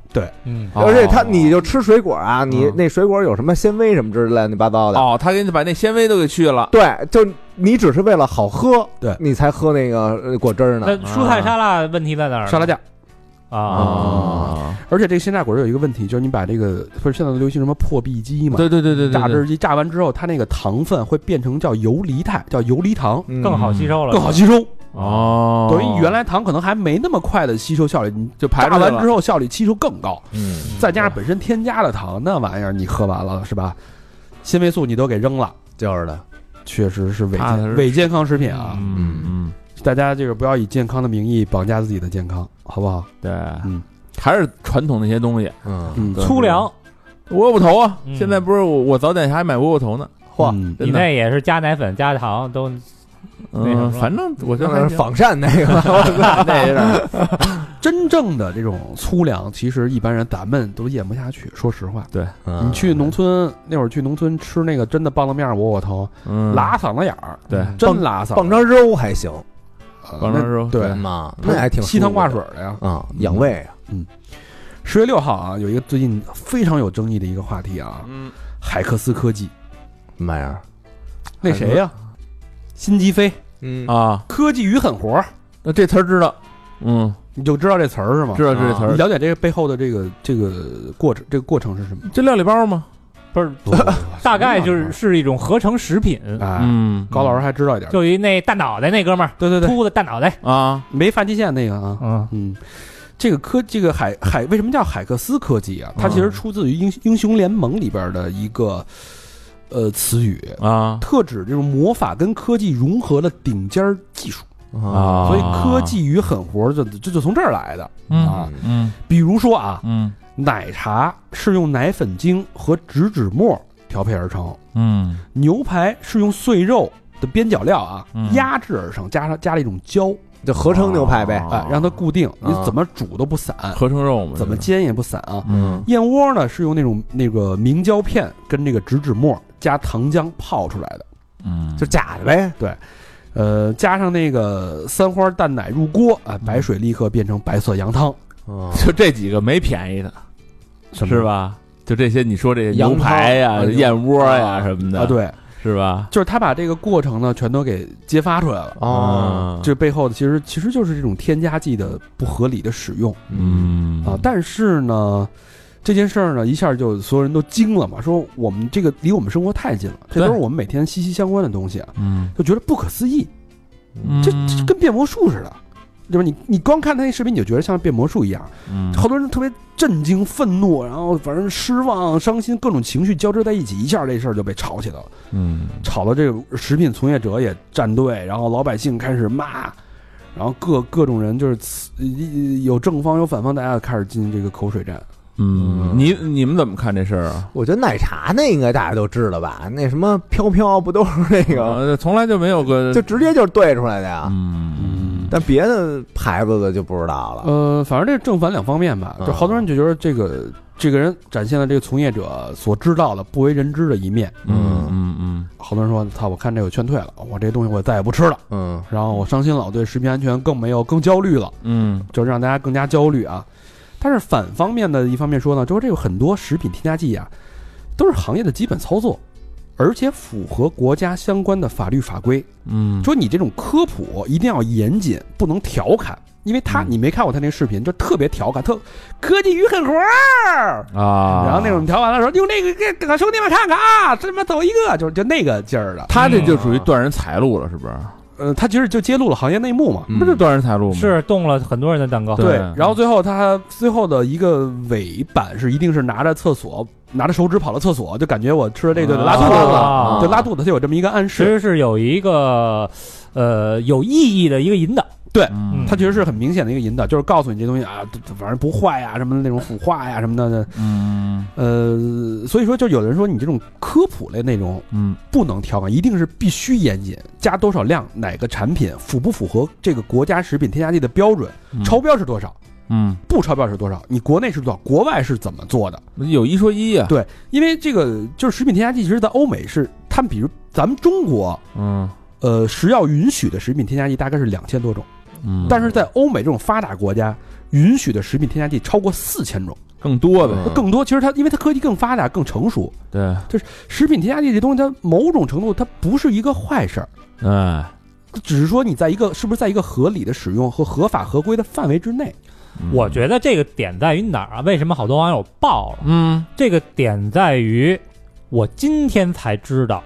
S5: 嗯，
S4: 哦
S3: 而且它你就吃水果啊，你
S4: 嗯
S3: 那水果有什么纤维什么之类乱七八糟的，
S4: 哦，他给你把那纤维都给去了，
S3: 对，就你只是为了好喝，
S2: 对
S3: 你才喝那个呃果汁儿
S5: 那
S3: 呢，
S5: 蔬菜沙拉问题在哪儿呢？
S2: 沙拉酱，
S5: 啊，
S4: 哦，
S2: 而且这个鲜榨果汁有一个问题，就是你把这个不是现在流行什么破壁机嘛，
S4: 对对对对对，
S2: 榨汁机榨完之后，它那个糖分会变成叫游离态，叫游离糖，
S3: 嗯
S5: 更好吸收了，
S2: 更好吸收。
S4: 哦，
S2: 等于原来糖可能还没那么快的吸收效率，你
S4: 就排出
S2: 榨
S4: 来
S2: 完
S4: 了
S2: 之后效率吸收更高，
S3: 嗯，
S2: 再加上本身添加的糖，那玩意儿你喝完了是吧？纤维素你都给扔了，
S3: 就是的，
S2: 确实是伪
S4: 怕的是
S2: 健伪健康食品啊！
S4: 嗯嗯，
S2: 大家这个不要以健康的名义绑架自己的健康，好不好？
S4: 对，
S2: 嗯
S4: 还是传统那些东西，
S3: 嗯，
S2: 嗯，
S4: 对
S5: 粗粮，
S4: 窝窝头啊
S5: 嗯！
S4: 现在不是我我早点还买窝窝头呢，
S3: 嚯
S2: 嗯
S4: 真
S5: 你
S4: 的
S5: 那也是加奶粉加糖都那什么
S4: 嗯，反正我觉
S3: 就
S4: 得
S3: 是
S4: 还行
S3: 仿膳那个，那有点
S2: 真正的这种粗粮，其实一般人咱们都咽不下去。说实话，
S3: 嗯
S2: 你去农村那会儿去农村吃那个真的棒子面窝窝头，
S4: 嗯
S2: 拉嗓子眼儿，
S4: 对
S2: 真拉嗓子。
S3: 棒张肉还行，
S2: 呃
S4: 棒汁肉，
S2: 嗯对
S3: 嘛，
S2: 那
S3: 那还挺
S2: 稀汤挂水
S3: 舒
S2: 的呀
S3: 服。的啊，养胃啊，
S2: 十月六号啊，有一个最近非常有争议的一个话题啊，
S4: 嗯，
S2: 海克斯科技
S3: 什么玩意儿？
S2: 那谁呀、辛吉飞，
S3: 嗯
S4: 啊，
S2: 科技与狠活儿，
S4: 那这词儿知道，嗯，
S2: 你就知道这词儿是吗
S4: 知？道这词
S2: 啊你
S4: 儿，
S2: 了解这个背后的这个这个过程，这个过程是什么？
S4: 这料理包吗？
S5: 不是，大概就是是一种合成食品，
S2: 哎，
S4: 嗯，
S2: 高老师还知道一点。
S5: 就一那大脑袋那哥们儿
S2: 对对对，
S5: 秃子大脑袋，
S4: 啊，
S2: 没发际线那个啊，
S5: 嗯，
S2: 嗯，这个科这个海海为什么叫海克斯科技啊？它
S4: 嗯
S2: 其实出自于英英雄联盟里边的一个呃词语，
S4: 啊
S2: 特指这种魔法跟科技融合的顶尖儿技术。
S3: 嗯
S4: 啊，
S2: 所以科技与狠活儿就这就从这儿来的。
S4: 嗯
S2: 啊
S4: 嗯
S2: 比如说啊，
S4: 嗯
S2: 奶茶是用奶粉精和植脂末调配而成，
S4: 嗯
S2: 牛排是用碎肉。的边角料啊
S4: 嗯，
S2: 压制而成，加上加了一种胶，
S3: 就合成牛排呗
S4: 哦，
S2: 哎，让它固定，你
S3: 啊
S2: 怎么煮都不散，
S4: 合成肉嘛，
S2: 怎么
S4: 这是
S2: 煎也不散啊。
S4: 嗯
S2: 燕窝呢是用那种那个明胶片跟那个植脂末加糖浆泡出来的，
S4: 嗯，
S3: 就假的呗，
S2: 呃，加上那个三花淡奶入锅，啊、白水立刻变成白色羊汤，
S3: 哦
S4: 就这几个没便宜的，
S1: 什么
S4: 是吧？就这些你说这些
S3: 羊
S4: 牛排呀、
S3: 汤
S4: 燕窝呀什么的
S2: 啊，，对，
S4: 是吧？
S2: 就是他把这个过程呢全都给揭发出来了。
S3: 哦，
S4: 嗯
S2: 这背后的其实其实就是这种添加剂的不合理的使用
S4: 嗯
S2: 啊，但是呢，这件事儿呢一下就所有人都惊了嘛，说我们这个离我们生活太近了，这
S4: 对
S2: 都是我们每天息息相关的东西啊，
S4: 嗯，
S2: 就觉得不可思议，
S4: 嗯
S2: 这这跟变魔术似的，就是你你光看他那视频你就觉得像变魔术一样，
S4: 嗯
S2: 好多人特别震惊、愤怒，然后反正失望、伤心，各种情绪交织在一起，一下这事儿就被炒起来了。
S4: 嗯
S2: 炒到这个食品从业者也站队，然后老百姓开始骂，然后各各种人就是呲一有正方有反方，大家开始进行这个口水战。
S4: 嗯，你你们怎么看这事儿啊？
S3: 我觉得奶茶那应该大家都知道吧？那什么飘飘不都是那个，
S4: 呃，从来就没有个
S3: 就直接就是兑出来的呀？
S4: 嗯，
S3: 但别的牌子的就不知道了。
S2: 呃，反正这正反两方面
S4: 嗯
S2: 吧，就好多人就觉得这个这个人展现了这个从业者所知道的不为人知的一面。
S4: 嗯嗯嗯
S2: 好多人说：“操，我看这个劝退了，我这东西我再也不吃了。
S3: 嗯”
S2: 然后我伤心了，我对食品安全更没有更焦虑了。
S4: 嗯
S2: 就是让大家更加焦虑啊。但是反方面的一方面说呢，就是这个很多食品添加剂啊，都是行业的基本操作，而且符合国家相关的法律法规。
S4: 嗯，
S2: 说你这种科普一定要严谨，不能调侃，因为他
S4: 嗯
S2: 你没看过他那视频，就特别调侃，特科技与狠活儿。
S4: 啊，
S2: 然后那种调侃的时候，用那个给给兄弟们看看啊，这他妈走一个，就就那个劲儿的。
S4: 他这就属于断人财路了，是不是？
S2: 呃，他其实就揭露了行业内幕
S5: 嗯
S3: 嗯
S2: 嘛。
S4: 嗯不是断人财路吗？
S5: 是动了很多人的蛋糕。
S2: 对
S4: 对，
S2: 然后最后他最后的一个尾版是一定是拿着厕所拿着手指跑到厕所，就感觉我吃了这
S4: 嗯
S2: 个就拉肚子了，
S5: 啊
S2: 就拉肚子，他有这么一个暗
S5: 其
S2: 示，
S5: 实是有一个呃有意义的一个引导。
S4: 嗯，
S2: 他其实是很明显的一个引导，就是告诉你这东西啊，反正不坏呀、什么的那种腐化呀、什么的，
S4: 嗯
S2: 呃，所以说就有人说你这种科普类内容
S4: 嗯
S2: 不能调侃，一定是必须严谨，加多少量，哪个产品符不符合这个国家食品添加剂的标准，
S4: 嗯
S2: 超标是多少，
S4: 嗯，
S2: 不超标是多少，你国内是多少，国外是怎么做的。
S4: 有一说一啊呀，
S2: 对，因为这个就是食品添加剂，其实在欧美是他们，比如咱们中国，
S4: 嗯
S2: 呃，食药允许的食品添加剂大概是两千多种，
S4: 嗯，
S2: 但是在欧美这种发达国家，允许的食品添加剂超过四千种，
S4: 更多呗，
S2: 更多。其实它因为它科技更发达、更成熟，
S4: 对，
S2: 食品添加剂这东西，它某种程度它不是一个坏事儿，
S4: 哎，
S2: 只是说你在一个是不是在一个合理的使用和合法合规的范围之内。嗯
S5: 我觉得这个点在于哪儿啊？为什么好多网友爆了？
S4: 嗯
S5: 这个点在于我今天才知道。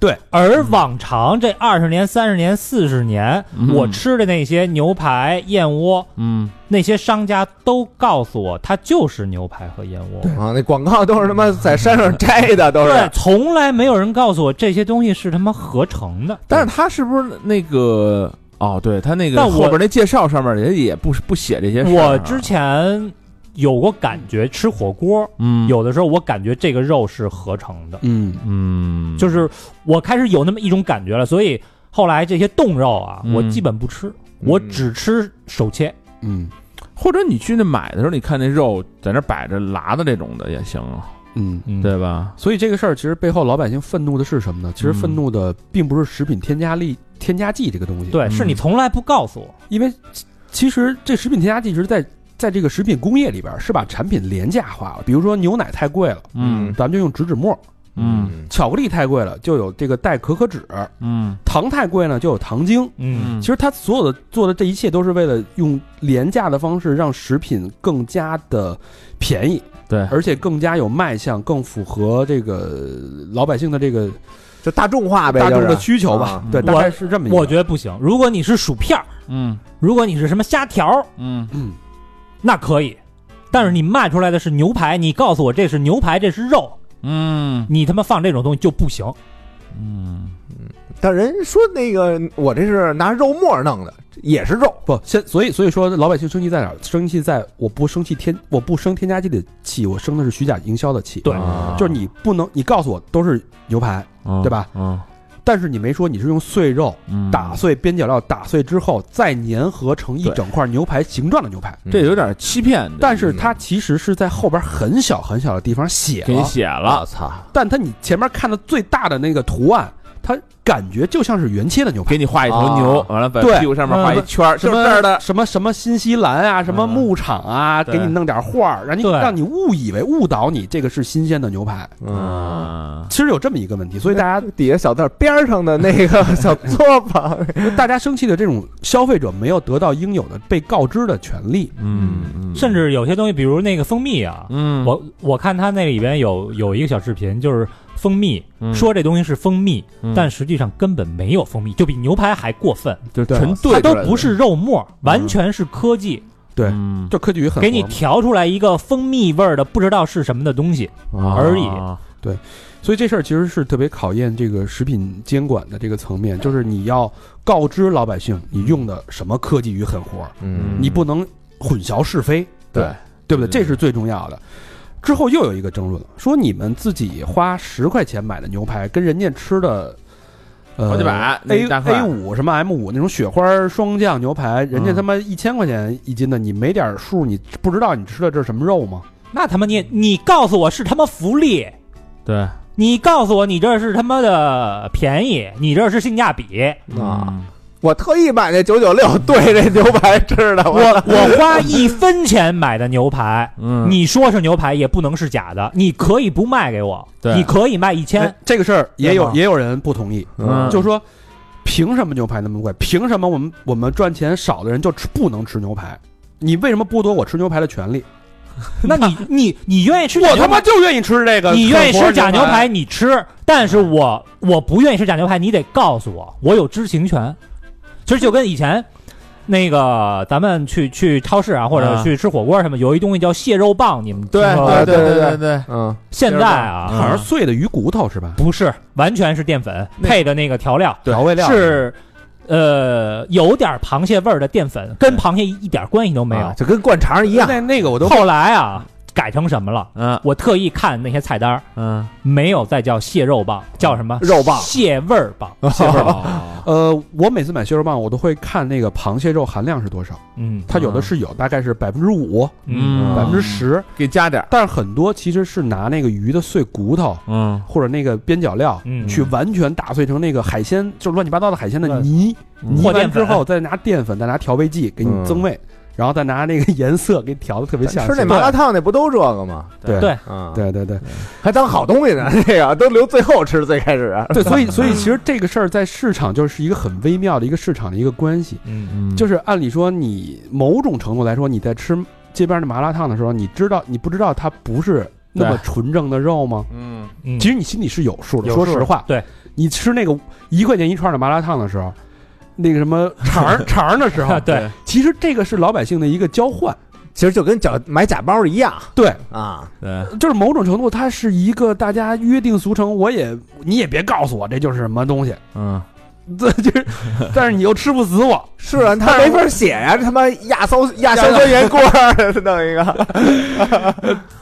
S2: 对，
S5: 而往常这二十年、三十年、四十年，
S4: 嗯
S5: 我吃的那些牛排、燕窝，
S4: 嗯
S5: 那些商家都告诉我，它就是牛排和燕窝。
S3: 啊，那广告都是他妈在山上摘的，都
S5: 对
S3: 是，
S5: 从来没有人告诉我这些东西是他妈合成的。
S4: 但是他是不是那个？哦，对他那个
S5: 但我
S4: 后边那介绍上面也也不不写这些事儿啊。
S5: 我之前有过感觉，吃火锅
S4: 嗯
S5: 有的时候我感觉这个肉是合成的，
S2: 嗯
S4: 嗯，
S5: 就是我开始有那么一种感觉了，所以后来这些冻肉啊，
S4: 嗯
S5: 我基本不吃，我只吃手切。
S2: 嗯
S4: 或者你去那买的时候，你看那肉在那摆着拉的这种的也行，啊
S2: 嗯。
S5: 嗯，
S4: 对吧？
S2: 所以这个事儿其实背后老百姓愤怒的是什么呢？其实愤怒的并不是食品添加力添加剂这个东
S4: 嗯
S2: 西，
S5: 对，是你从来不告诉我。
S2: 因为其其实这食品添加剂是在在这个食品工业里边儿是把产品廉价化了。比如说牛奶太贵了，
S4: 嗯
S2: 咱们就用植脂末；
S4: 嗯
S2: 巧克力太贵了，就有这个代可可脂；
S4: 嗯
S2: 糖太贵呢，就有糖精。
S5: 嗯，
S2: 其实它所有的做的这一切都是为了用廉价的方式让食品更加的便宜，
S4: 对，
S5: 嗯
S2: 而且更加有卖相，更符合这个老百姓的这个
S3: 就大众化呗，
S2: 大众
S3: 就
S2: 的
S3: 是
S2: 需求吧
S3: 啊。
S2: 对，
S5: 嗯
S2: 大概是这么一个。
S5: 我觉得不行。如果你是薯片儿，
S4: 嗯
S5: 如果你是什么虾条儿，
S4: 嗯
S2: 嗯
S5: 那可以。但是你卖出来的是牛排，你告诉我这是牛排，这是肉，
S4: 嗯
S5: 你他妈放这种东西就不行。
S4: 嗯，
S3: 但人说那个我这是拿肉末弄的，也是肉，
S2: 不，现所以所以说，老百姓生气在哪儿？生气在我不生气添，我不生添加剂的气，我生的是虚假营销的气。
S5: 对
S4: 啊
S2: 就是你不能，你告诉我都是牛排，
S4: 嗯
S2: 对吧？
S4: 嗯
S2: 但是你没说你是用碎肉
S4: 嗯
S2: 打碎边角料，打碎之后再粘合成一
S4: 对
S2: 整块牛排形状的牛排。
S4: 嗯
S3: 嗯
S4: 这有点欺骗，
S2: 但是它其实是在后边很小很小的地方写
S4: 嗯给
S2: 了，
S3: 啊
S4: 写了，
S3: 我操，
S2: 但它你前面看的最大的那个图案，它感觉就像是原切的牛排
S4: 给。你画一头牛，
S3: 啊
S4: 完了在
S2: 对
S4: 屁股上面画一圈儿，
S2: 什
S4: 就
S2: 么
S4: 这儿的嗯
S2: 什么什么新西兰啊，什么牧场啊，
S5: 对
S2: 给你弄点画儿，让你
S5: 对
S2: 让你误以为误导你这个是新鲜的牛排。
S3: 嗯，
S4: 啊，
S2: 其实有这么一个问题，所以大家
S3: 底下小字儿边儿上的那个小撮吧，
S2: 大家生气的这种消费者没有得到应有的被告知的权利。
S4: 嗯，嗯
S5: 甚至有些东西，比如那个蜂蜜啊，
S4: 嗯，
S5: 我我看他那里边有有一个小视频，就是蜂蜜，
S4: 嗯
S5: 说这东西是蜂蜜，
S4: 嗯
S5: 但实际上根本没有蜂蜜，就比牛排还过分，
S4: 就纯
S5: 它
S4: 对
S5: 都不是肉末，完全是科技、
S2: 对
S4: 嗯
S2: 就科技与很
S5: 给你
S2: 活嘛
S5: 调出来一个蜂蜜味儿的不知道是什么的东西，而已
S4: 啊
S2: 所以这事儿其实是特别考验这个食品监管的这个层面，就是你要告知老百姓你用的什么科技与狠活，
S4: 嗯
S2: 你不能混淆是非，
S3: 对
S2: 对不对？
S4: 嗯
S2: 这是最重要的。之后又有一个争论，说你们自己花十块钱买的牛排，跟人家吃的，呃，
S4: 好几百那
S2: A
S4: 一大块
S2: A 五什么 M 五那种雪花双酱牛排，人
S4: 嗯
S2: 家他妈一千块钱一斤的，你没点数，你不知道你吃的这是什么肉吗？
S5: 那他妈你你告诉我是他妈福利，
S4: 对
S5: 你告诉我你这是他妈的便宜，你这是性价比，
S3: 啊， [LAUGHS]
S4: 嗯
S3: 我特意买那九九六对这牛排吃的，
S5: 我我花 [LAUGHS] 一分钱买的牛排。
S4: 嗯，
S5: 你说是牛排也不能是假的，你可以不卖给我，
S4: 对
S5: 你可以卖一千
S2: 哎，这个事儿也
S5: 对
S2: 有
S5: 吗
S2: 也有人不同意，
S4: 嗯
S2: 就说凭什么牛排那么贵？凭什么我们我们赚钱少的人就吃不能吃牛排？你为什么剥夺我吃牛排的权利？
S5: 那你你你愿意吃假
S2: 我
S5: 牛
S2: 他妈
S5: 排，
S2: 就愿意吃这个，
S5: 你愿意吃假
S2: 牛
S5: 牛排？你吃，但是我我不愿意吃假牛排，你得告诉我，我有知情权。其实就跟以前那个咱们去去超市啊，或者
S4: 啊
S5: 去吃火锅什么，有一东西叫蟹肉棒，你们
S4: 对
S5: 听说过
S4: 对
S2: 啊
S5: 吗
S4: 对
S3: 对
S4: 对
S3: 对
S4: 对，
S3: 嗯，
S5: 现在啊
S4: 蟹肉棒
S2: 好像是碎的鱼骨头是吧？
S5: 不是完全是淀粉
S4: 那
S5: 配的那个调料，
S2: 调味料
S5: 是。呃，有点螃蟹味儿的淀粉，跟螃蟹一点关系都没有
S3: 啊。就跟灌肠一样，
S2: 那那个我都
S5: 后来啊，改成什么了？
S4: 嗯
S5: 我特意看那些菜单儿，
S4: 嗯，
S5: 没有再叫蟹肉棒，叫什么
S3: 肉棒
S5: 蟹味儿棒。
S2: [LAUGHS]
S4: 哦
S2: 呃，我每次买蟹肉棒，我都会看那个螃蟹肉含量是多少，
S5: 嗯
S2: 它有的
S4: 嗯
S2: 是有，大概是百分之五、
S4: 嗯
S2: 百分之十，
S4: 给加点儿，
S2: 但是很多其实是拿那个鱼的碎骨头
S4: 嗯
S2: 或者那个边角料。
S5: 嗯，
S2: 去完全打碎成那个海鲜，就是乱七八糟的海鲜的
S5: 嗯
S2: 泥，
S4: 嗯
S2: 泥
S5: 或
S2: 完
S5: 淀
S2: 之
S5: 粉
S2: 后再拿淀粉，再拿调味剂给你增味，然后再拿那个颜色给调的特别像。
S3: 吃那麻辣烫那不都这个吗？
S2: 对
S5: 对
S3: 嗯，，
S2: 对对对
S3: 还当好东西呢， [LAUGHS] 这个都留最后吃，最开 [LAUGHS] 始
S2: 对，所以所以其实这个事儿在市场就是一个很微妙的一个市场的一个关系。
S5: 嗯，
S4: 嗯
S2: 就是按理说，你某种程度来说，你在吃街边的麻辣烫的时候，你知道你不知道它不是那么纯正的肉吗？
S4: 嗯
S5: 嗯
S2: 其实你心里是有数的。
S5: 有
S2: 说
S5: 数
S2: 实话，
S5: 对，
S2: 你吃那个一块钱一串的麻辣烫的时候，那个什么肠儿 [LAUGHS] 肠儿的时候，
S5: 对，
S2: 其实这个是老百姓的一个交换。
S3: 其实就跟假买假包一样
S2: 对，
S3: 啊，
S4: 对
S2: 就是某种程度，它是一个大家约定俗成。我也你也别告诉我这就是什么东西， [LAUGHS]
S4: 嗯
S2: 这就是， [LAUGHS] 但是你又吃不死我。
S3: 是啊，他没法写呀，这他妈亚硝亚硝酸盐锅儿弄一个，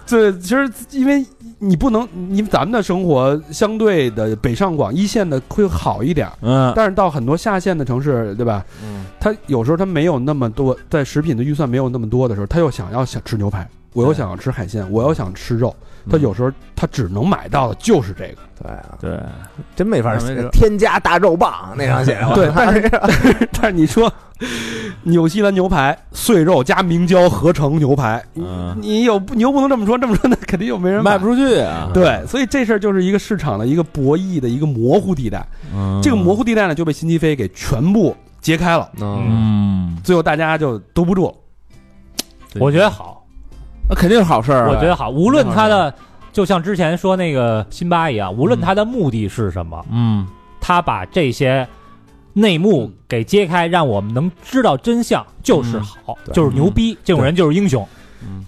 S2: 对，其实因为你不能，你咱们的生活相对的北上广一线的会好一点儿，
S4: 嗯
S2: [LAUGHS] 但是到很多下线的城市，对吧？
S4: 嗯
S2: 他有时候他没有那么多，在食品的预算没有那么多的时候，他又想要想吃牛排，我又
S4: 对
S2: 想要吃海鲜，我又想吃肉，
S4: 嗯
S2: 他有时候他只能买到的就是
S4: [LAUGHS]
S2: 这个。
S3: 对啊，
S4: 对，
S3: 真没法
S4: 没
S3: 写
S4: 辙，
S3: 添加大肉棒那上写的，
S2: 对，但是但是你 [LAUGHS] 说纽西兰牛排碎肉加明胶合成牛排，你
S4: 嗯
S2: 你有你又不能这么说，这么说那肯定又没人
S4: 卖
S2: 买
S4: 不。出去啊，
S2: 对，所以这事儿就是一个市场的一个博弈的一个模糊地带。
S4: 嗯
S2: 这个模糊地带呢，就被辛吉飞给全部揭开了，
S3: 嗯，
S4: 嗯，
S2: 最后大家就兜不住了。
S5: 我觉得好，
S4: 那肯定是好事儿啊，
S5: 我觉得好，无论它的。就像之前说那个辛巴一样，无论它的目的是什么，
S4: 嗯
S5: 他把这些内幕给揭开，让我们能知道真相，就是好，
S3: 对
S5: 就是牛逼，这种人就是英雄。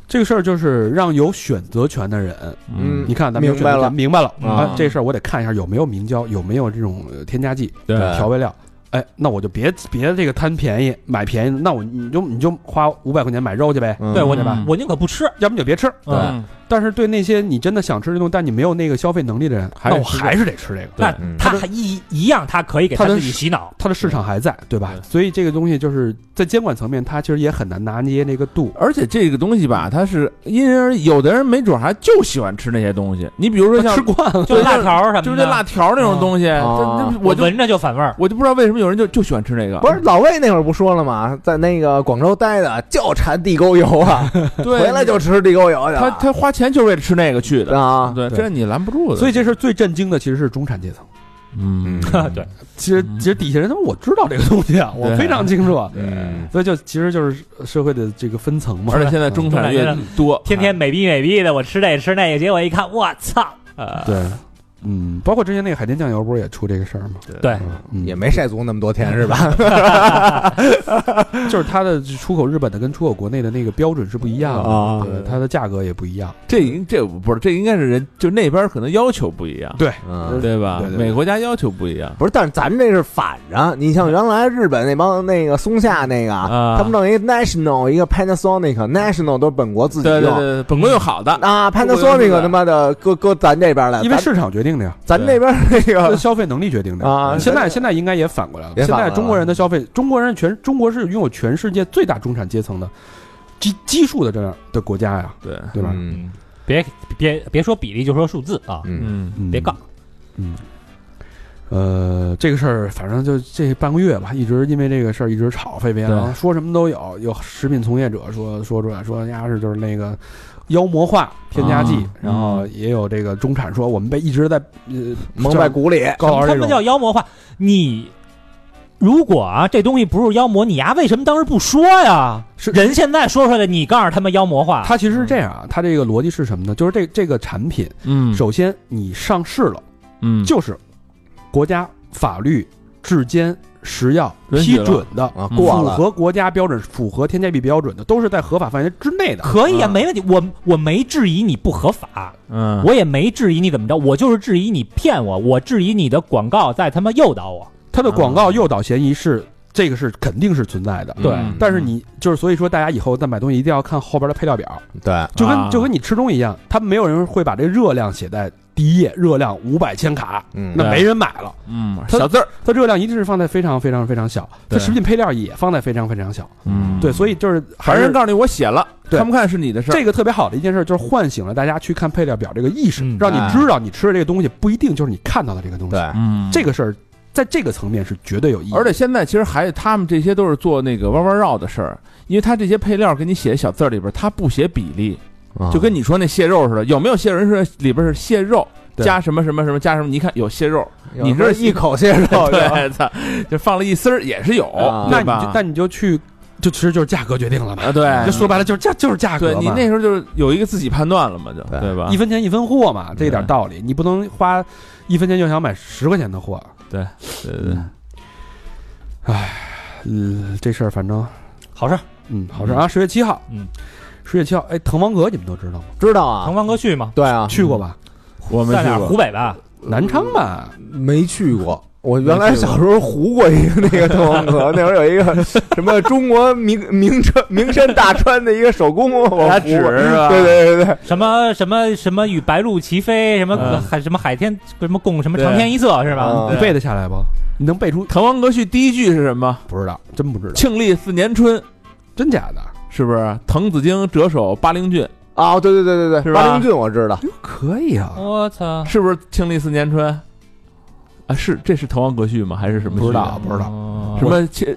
S2: 这个事儿就是让有选择权的人，
S3: 嗯
S2: 你看咱们有
S3: 明白
S2: 选择
S3: 了
S2: 权明白了
S4: 啊
S2: 啊，这事儿我得看一下有没有明胶，有没有这种呃添加剂、
S4: 对
S2: 调味料。哎，那我就别别这个贪便宜买便宜，那我你就你就花五百块钱买肉去呗，
S3: 嗯
S5: 对我
S4: 嗯
S5: 我宁可不吃，
S2: 要不你就别吃。
S4: 对
S5: 嗯，
S2: 但是对那些你真的想吃这东西，但你没有那个消费能力的人，
S4: 还
S2: 那
S4: 是
S2: 我
S4: 吃
S2: 还是得吃这个。
S5: 那
S3: 嗯
S5: 他还一一样，他可以给
S2: 他
S5: 他
S2: 的
S5: 自己洗脑。
S2: 它的市场还在，对吧？
S5: 对
S2: 所以这个东西就是在监管层面，它其实也很难拿捏那个度。
S4: 而且这个东西吧，它是因人而异，有的人没准还就喜欢吃那些东西。你比如说像
S2: 吃惯了，
S5: [LAUGHS] 就辣条什么的，
S4: 就是这辣条那种
S2: 啊
S4: 东西，这
S3: 嗯
S4: 这
S5: 我
S4: 啊我就
S5: 闻着就反味儿。
S4: 我就不知道为什么有人就就喜欢吃那个。
S3: 不是老魏那会儿不说了吗？在那个广州待的就馋地沟油啊，
S2: [LAUGHS]
S4: 对，
S3: 回来就吃地沟油去了。
S4: 他他花钱就是为了吃那个去的。嗯
S3: 啊，
S4: 对，
S2: 对
S4: 这你拦不住的。
S2: 所以这事儿最震惊的其实是中产阶层。
S4: 嗯，
S5: [LAUGHS] 对，
S2: 其实
S4: 嗯
S2: 其实底下人他妈我知道这个东西啊，我
S4: 对
S2: 非常清楚啊。
S3: 嗯，
S2: 所以就其实就是社会的这个分层嘛。
S4: [LAUGHS] 而且现在中产越多，啊
S5: 天天美逼美逼的，我吃这吃那个，结果一看，我操！呃，
S2: 对，嗯，包括之前那个海天酱油不是也出这个事儿吗？
S5: 对，
S2: 嗯，
S3: 也没晒足那么多天是吧？
S2: 就是它的出口日本的跟出口国内的那个标准是不一样的，
S3: 啊
S2: 对，它的价格也不一样。
S4: 这应这不是这应该是人就那边可能要求不一样，
S2: 对
S3: 嗯，
S4: 对吧？
S2: 对对对
S4: 每个国家要求不一样。
S3: 不是，但是咱们这是反着。你像原来日本那帮那个松下那个，
S4: 啊
S3: 他们弄一个 National 一个 Panasonic National 都是本国自己
S4: 对对对
S3: 用
S4: 对，本国有好
S2: 嗯
S4: 的，
S3: 啊
S4: 中国用
S3: ，Panasonic
S4: 的
S3: 他妈的搁搁咱这边来，
S2: 因为
S3: 啊咱
S2: 市场决定的呀，
S3: 咱这边那
S2: 这
S3: 个
S2: 消费能力决定的呀
S3: 啊
S2: 现在
S3: 咱
S2: 现在应该也反过来了，
S3: 也
S2: 现
S3: 反过来
S2: 在
S3: 了
S2: 中国人的消费，中国人全中国是拥有全世界最大中产阶层的基基数的这样的国家呀，
S4: 对，
S2: 对吧？
S3: 嗯
S5: 别别别说比例，就说数字啊，
S3: 嗯，
S4: 嗯，
S2: 嗯
S5: 别杠。。
S2: 呃，这个事儿反正就这半个月吧，一直因为这个事儿一直吵沸沸扬扬，
S4: 对
S2: 说什么都有。有食品从业者说说出来，说人家是就是那个妖魔化添加剂，
S4: 啊
S2: 然后也有这个中产说我们被一直在呃
S3: 蒙在鼓里，
S2: 高老师
S5: 他
S2: 这
S5: 们
S2: 种
S5: 叫妖魔化。你如果啊，这东西不是妖魔，你呀为什么当时不说呀？
S2: 是
S5: 人现在说出来的，你告诉他们妖魔化，
S2: 它其实是这样啊，它这个逻辑是什么呢？就是这这个产品，
S4: 嗯
S2: 首先你上市了，
S4: 嗯
S2: 就是国家法律、质监、食药
S4: 允许
S2: 批
S4: 了
S2: 准的，
S3: 啊，
S4: 嗯
S3: 过
S2: 符
S3: 了，
S2: 合国家标准、符合添加剂标准的，都是在合法范围之内的。
S5: 可以啊，
S4: 嗯
S5: 没问题。我我没质疑你不合法，
S4: 嗯，
S5: 我也没质疑你怎么着，我就是质疑你骗我，我质疑你的广告在他妈诱导我。
S2: 它的广告诱导嫌疑是这个是肯定是存在的。
S5: 对
S4: 嗯
S2: 但是你就是，所以说大家以后在买东西一定要看后边的配料表，
S3: 对，
S2: 就
S4: 啊
S2: 跟就跟你吃东西一样，他们没有人会把这热量写在第一页，热量五百千卡，
S3: 嗯
S2: 那没人买了。
S4: 嗯
S2: 它
S4: 小字儿，
S2: 它热量一定是放在非常非常非常小，它
S4: 对
S2: 食品配料也放在非常非常小，
S4: 嗯
S2: 对，所以就是
S4: 反
S2: 还
S4: 正
S2: 是
S4: 人告诉你我写了，
S2: 对
S4: 看不看是你的事儿。
S2: 这个特别好的一件事，就是唤醒了大家去看配料表这个意识
S5: 嗯，
S2: 让你知
S4: 哎
S2: 道你吃的这个东西不一定就是你看到的这个东西
S3: 对，，
S4: 嗯
S2: 这个事儿在这个层面是绝对有意义的，
S4: 而且现在其实还他们这些都是做那个弯弯绕的事儿，因为他这些配料给你写小字儿里边，他不写比例，就跟你说那蟹肉似的，有没有蟹人是里边是蟹肉
S2: 对
S4: 加什么什么什么加什么？你一看有蟹肉，你这
S3: 这一口蟹
S4: [LAUGHS]
S3: 肉，
S4: 对，操，就放了一丝儿也是有，
S3: 啊
S2: 那
S4: 啊对
S2: 你就
S4: 吧？
S2: 那你就去，就其实就是价格决定了嘛，
S4: 啊，对，
S2: 就说白了就是价就是价
S4: 对
S2: 格嘛，
S4: 你那时候就是有一个自己判断了嘛，就
S3: 对
S4: 对吧
S2: 一？分钱一分货嘛，这一点道理，你不能花一分钱就想买十块钱的货，
S4: 对对对，
S2: 嗯，这事儿反正
S5: 好事儿，
S2: 嗯好事儿啊，十月七号，
S5: 嗯，
S2: 十月七号，哎，滕王阁你们都知道吗？
S3: 知道
S5: 滕
S3: 啊，
S5: 王阁去吗？
S3: 对啊，
S2: 去过吧？
S4: 我没
S5: 在
S4: 去
S5: 哪儿？湖
S4: 过，
S5: 北吧？
S2: 南昌吧，
S3: 没去过。我原来小时候糊过一个那个滕王阁， [LAUGHS] 那会儿有一个什么中国名名山名山大川的一个手工，我
S4: 拿
S3: 糊
S4: 纸
S3: 过。
S4: 是吧？
S3: 对对对对，
S5: 什么什么什么与白鹭齐飞，什么
S4: 嗯
S5: 海什么海天什么共什么
S4: 对
S5: 长天一色是吧？
S3: 啊
S2: 你背得下来不？你能背出？
S4: 滕王阁序第一句是什么？
S2: 不知道，真不知道，
S4: 庆历四年春，
S2: 真假的？
S4: 是不是？滕子京折手巴陵郡，
S3: 啊，对对对对
S4: 是
S3: 对，
S4: 吧
S3: 八陵郡我知道，
S2: 可以啊，
S5: 我操！
S4: 是不是庆历四年春？啊，是这是滕王阁序吗？还是什么序？
S2: 不知道不知道
S5: 道
S4: 什么先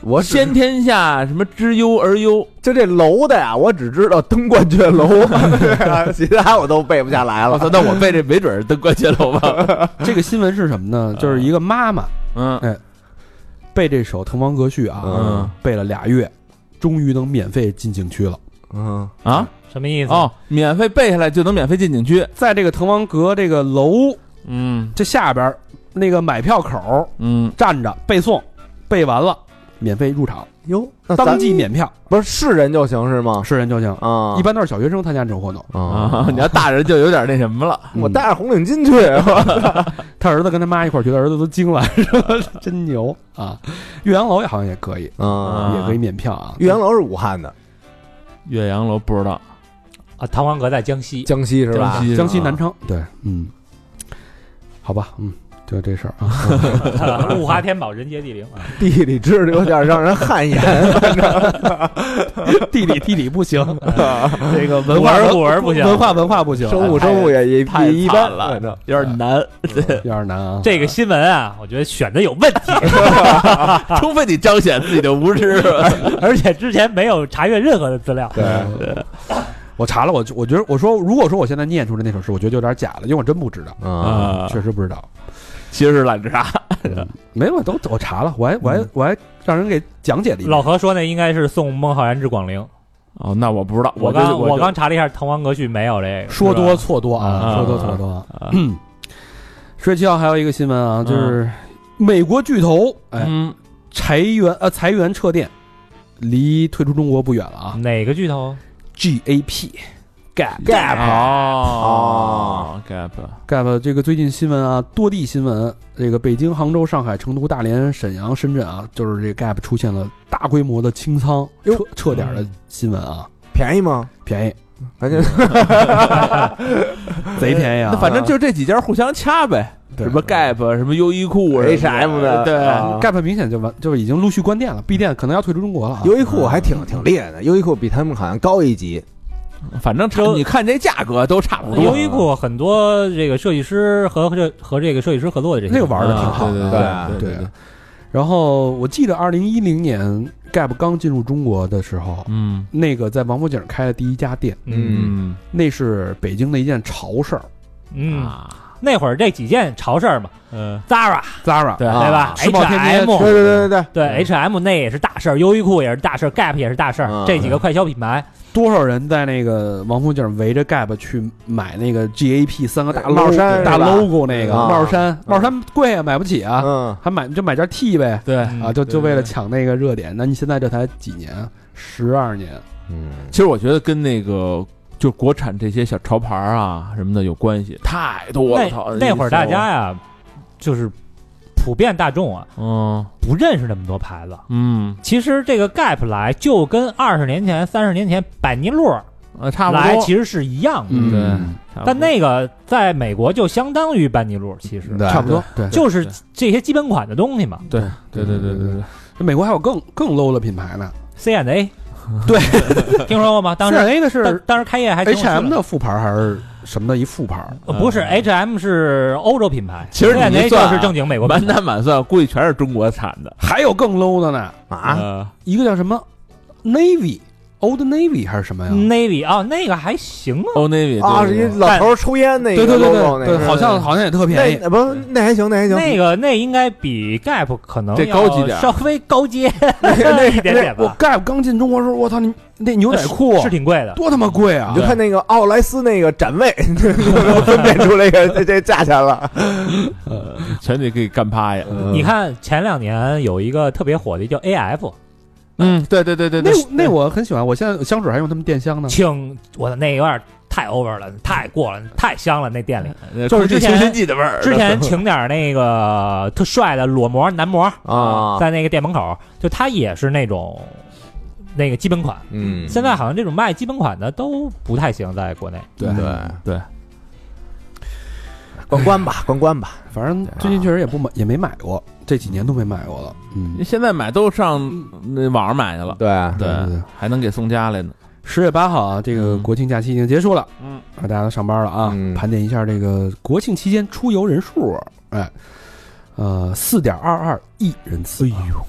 S3: 我只
S4: 先天下什么之忧而 [LAUGHS] 忧？
S3: 就这楼的呀，我只知道登鹳雀楼， [LAUGHS] 对啊其他我都背不下来
S4: 我
S3: 了
S4: 哦操，。那我背这没准儿登官阶楼吧？
S2: 这个新闻是什么呢？就是一个妈妈
S4: [LAUGHS] 嗯
S2: 背这首《滕王阁序》啊，
S4: 嗯
S2: 背了俩月，终于能免费进景区了。
S3: 嗯，
S4: 啊
S5: 什么意思？
S4: 哦，免费背下来就能免费进景区。
S2: 在这个滕王阁这个楼
S4: 嗯
S2: 这下边儿那个买票口儿
S4: 嗯，
S2: 站着背诵，背完了免费入场，
S3: 哟，那咱
S2: 当即免票，
S3: 不是是人就行是吗？
S2: 是人就行。
S3: 啊，
S2: 一般都是小学生参加这种活动。
S3: 啊，
S2: 哦
S4: [LAUGHS] 啊，你要大人就有点那什么 [LAUGHS] 了。
S3: 我
S2: 嗯
S3: 戴着红领巾去，啊
S2: 他儿子跟他妈一块儿去，他儿子都惊了， [LAUGHS] 说真牛啊！岳阳楼也好像也可以，
S3: 啊，
S4: 啊
S2: 也可以免票啊。
S3: 岳阳楼是武汉的，
S4: 岳阳楼不知道，
S5: 啊，滕王阁在江
S2: [LAUGHS]
S5: 西，
S3: 江西是吧？
S4: 西
S2: 江西南昌，对，嗯，好吧，嗯，就这事儿啊，
S5: 物华天宝，人杰地灵啊。
S3: 地理知识有点让人汗颜。
S2: [LAUGHS] 地理地理不行， [LAUGHS] 这个 [LAUGHS] 文
S5: 古
S2: 化
S5: 文古文不行
S2: 文化文化不行，
S3: 生物
S2: 哎
S3: 生物也也
S5: 太
S3: 也一
S5: 惨
S3: 般哎
S5: 了
S3: 反正
S6: 有点难，
S2: 有点难啊。
S5: 这个新闻啊，我觉得选的有问
S2: [LAUGHS]
S5: 题，
S4: 啊 [LAUGHS]
S6: 除非你彰显自己的无知。
S5: 而且之前没有查阅任何的资料。
S3: 对，
S2: 我查了，我我觉得我说，如果说我现在念出来那首诗，我觉得有点假了，因为我真不知道，嗯
S3: 啊，
S6: 啊
S2: 确实不知道。嗯
S6: 其实是懒着啥，
S2: 没有，都我查了，我还我还我还让人给讲解了一
S5: 老
S2: 遍。
S5: 何说那应该是送孟浩然至广陵。
S4: 哦，那我不知道，
S5: 我
S4: 就
S5: 刚
S4: 我
S5: 我
S4: 就
S5: 刚查了一下《滕王阁序》，没有这个。
S2: 说多错多啊，
S5: 啊
S2: 说多错多啊。十月七号还有一个新闻啊，就是美国巨头哎
S4: 嗯，
S2: 裁员呃裁员撤店，离退出中国不远了啊。
S5: 哪个巨头？
S2: GAP Gap
S4: 哎
S3: Gap
S4: 哦，gap，
S2: Gap 这个最近新闻啊，多地新闻，这个北京、杭州、上海、成都、大连、沈阳、深圳啊，就是这 Gap 出现了大规模的清仓撤
S3: 哟嗯
S2: 撤点的新闻啊，
S3: 便宜吗？
S2: 便宜，
S3: 咱就
S2: 贼便宜啊！
S4: 那反正就这几家互相掐呗，
S2: 对哎
S4: 什么 gap，什么优衣库什么呃
S3: H&M 的，
S4: 对，
S3: 啊
S2: Gap 明显就完，就是已经陆续关店了，闭店可能要退出中国了啊。
S3: 优衣库还挺挺厉害的，优衣库比他们好像高一级。
S4: 反正差
S5: 优
S4: 你看这价格都
S2: 啊
S4: 差不多，
S5: 优衣库很多这个设计师和这和这个设计师合作的这些啊
S2: 那个玩儿的挺好的，
S4: 的对
S2: 对
S4: 对，
S2: 然后我记得二零一零年 Gap 刚进入中国的时候，
S4: 嗯
S2: 那个在王府井开的第一家店，
S5: 嗯
S4: 嗯啊
S2: 那是北京的一件潮事儿
S5: 嗯，那会儿这几件潮事儿嘛
S4: 嗯，
S5: ，Zara
S2: ，Zara
S5: 对
S3: 啊
S5: 对吧
S2: 时髦天天
S5: ？H&M
S3: 对对对对对，
S5: 对 H&M 那也是大事儿，优衣库也是大事儿，Gap 也是大事
S3: 嗯
S5: 儿，这几个快消品牌
S2: 多少人在那个王府井围着 Gap 去买那个 GAP 三个大
S3: 帽
S2: logo
S3: 衫是吧
S2: 大 logo 那个
S3: 啊
S2: 帽衫，帽衫贵啊，买不起啊，
S3: 嗯，
S2: 还买就买件 T 呗，
S4: 对
S5: 嗯
S2: 啊，就就为了
S4: 对
S2: 抢那个热点。那你现在这才几年啊？十二年，
S3: 嗯，
S4: 其实我觉得跟那个就国产这些小潮牌啊什么的有关系，太多了。操
S5: 那那会儿大家，呀，就是普遍大众啊，
S4: 嗯
S5: 不认识那么多牌子。
S4: 嗯，
S5: 其实这个 Gap 来就跟二十年前、三十年前百尼洛
S4: 呃，差不
S5: 来
S4: 多。
S5: 其实是一样的，
S4: 对
S2: 嗯，
S4: 差不多
S5: 但那个在美国就相当于百尼洛，其实
S3: 对
S2: 差不多。对，
S5: 就是这些基本款的东西嘛
S4: 对对对对对对，
S2: 就美国还有更更 low 的品牌呢。
S5: ，C and
S4: [LAUGHS]
S5: A，对，听说过吗？当时
S2: A 的
S5: 当
S2: 是
S5: 当时开业还挺有趣
S2: H&M 的副牌还是什么的一副牌？
S5: 呃不是 H&M 是欧洲品牌，
S4: 嗯其实
S5: C
S4: 你
S5: and
S4: 一
S5: A
S4: 算啊
S5: 就是正经美国
S4: 满
S5: 品牌
S4: 打满算估计全是中国产的
S2: 还有更 low 的呢，
S3: 啊，
S4: 呃
S2: 一个叫什么 Navy Old Navy 还是什
S4: 哎
S2: 么呀？
S3: 嗯
S5: Navy 啊，那个还行啊，
S4: ，Old Navy
S3: 啊，是一
S4: 对对对
S3: 老头儿抽烟那
S2: 对
S3: 个
S2: 对对
S3: logo 那
S2: 对
S3: 个，
S2: 对，好像好像也特便宜。
S3: 那不那还行，那还行，
S5: 那个那应该比 Gap 可能
S4: 这高级点儿
S5: 要稍微
S4: [LAUGHS]
S5: 高阶
S3: 那
S5: [LAUGHS] 一点点
S2: 我
S5: 吧，
S2: Gap 刚进中国的时候，我操，你那牛仔裤
S5: 是挺贵的。
S2: 多他妈贵啊
S3: 你！就看那个奥莱斯那个展位， [LAUGHS] 就能分辨出这个这这价钱了。
S4: 呃全得给干趴呀。
S5: 你看前两年有一个特别火的叫 AF，
S4: 嗯，对对对对
S2: 那
S4: 对，
S2: 那我很喜欢，我现在香水还用他们电
S4: 嗯
S2: 香呢。
S5: 请我的那有点太 over 了，太过了，太香了那店里。
S4: 那
S5: 就是
S4: 空气
S5: 之前
S4: 清新剂的味儿。
S5: 之前请点儿那个特帅的裸模男模
S3: 啊
S5: 在那个店门口，就他也是那种那个基本款。
S3: 嗯
S5: 现在好像这种卖基本款的都不太行，在国内。
S2: 对
S3: 对
S4: 对，
S3: 关关吧，关关吧，
S2: 反正最近确实也不买，也没买过，这几年都没买过了。嗯，
S4: 现在买都上那网上买去了，
S3: 对，
S4: 对啊
S2: 对对，
S4: 还能给送家来呢。
S2: 十月八号啊，这个
S4: 嗯
S2: 国庆假期已经结束了，
S4: 嗯，
S2: 啊，大家都上班了啊，
S3: 嗯
S2: 盘点一下这个国庆期间出游人数，哎，呃，四点二二亿人次，哎呦，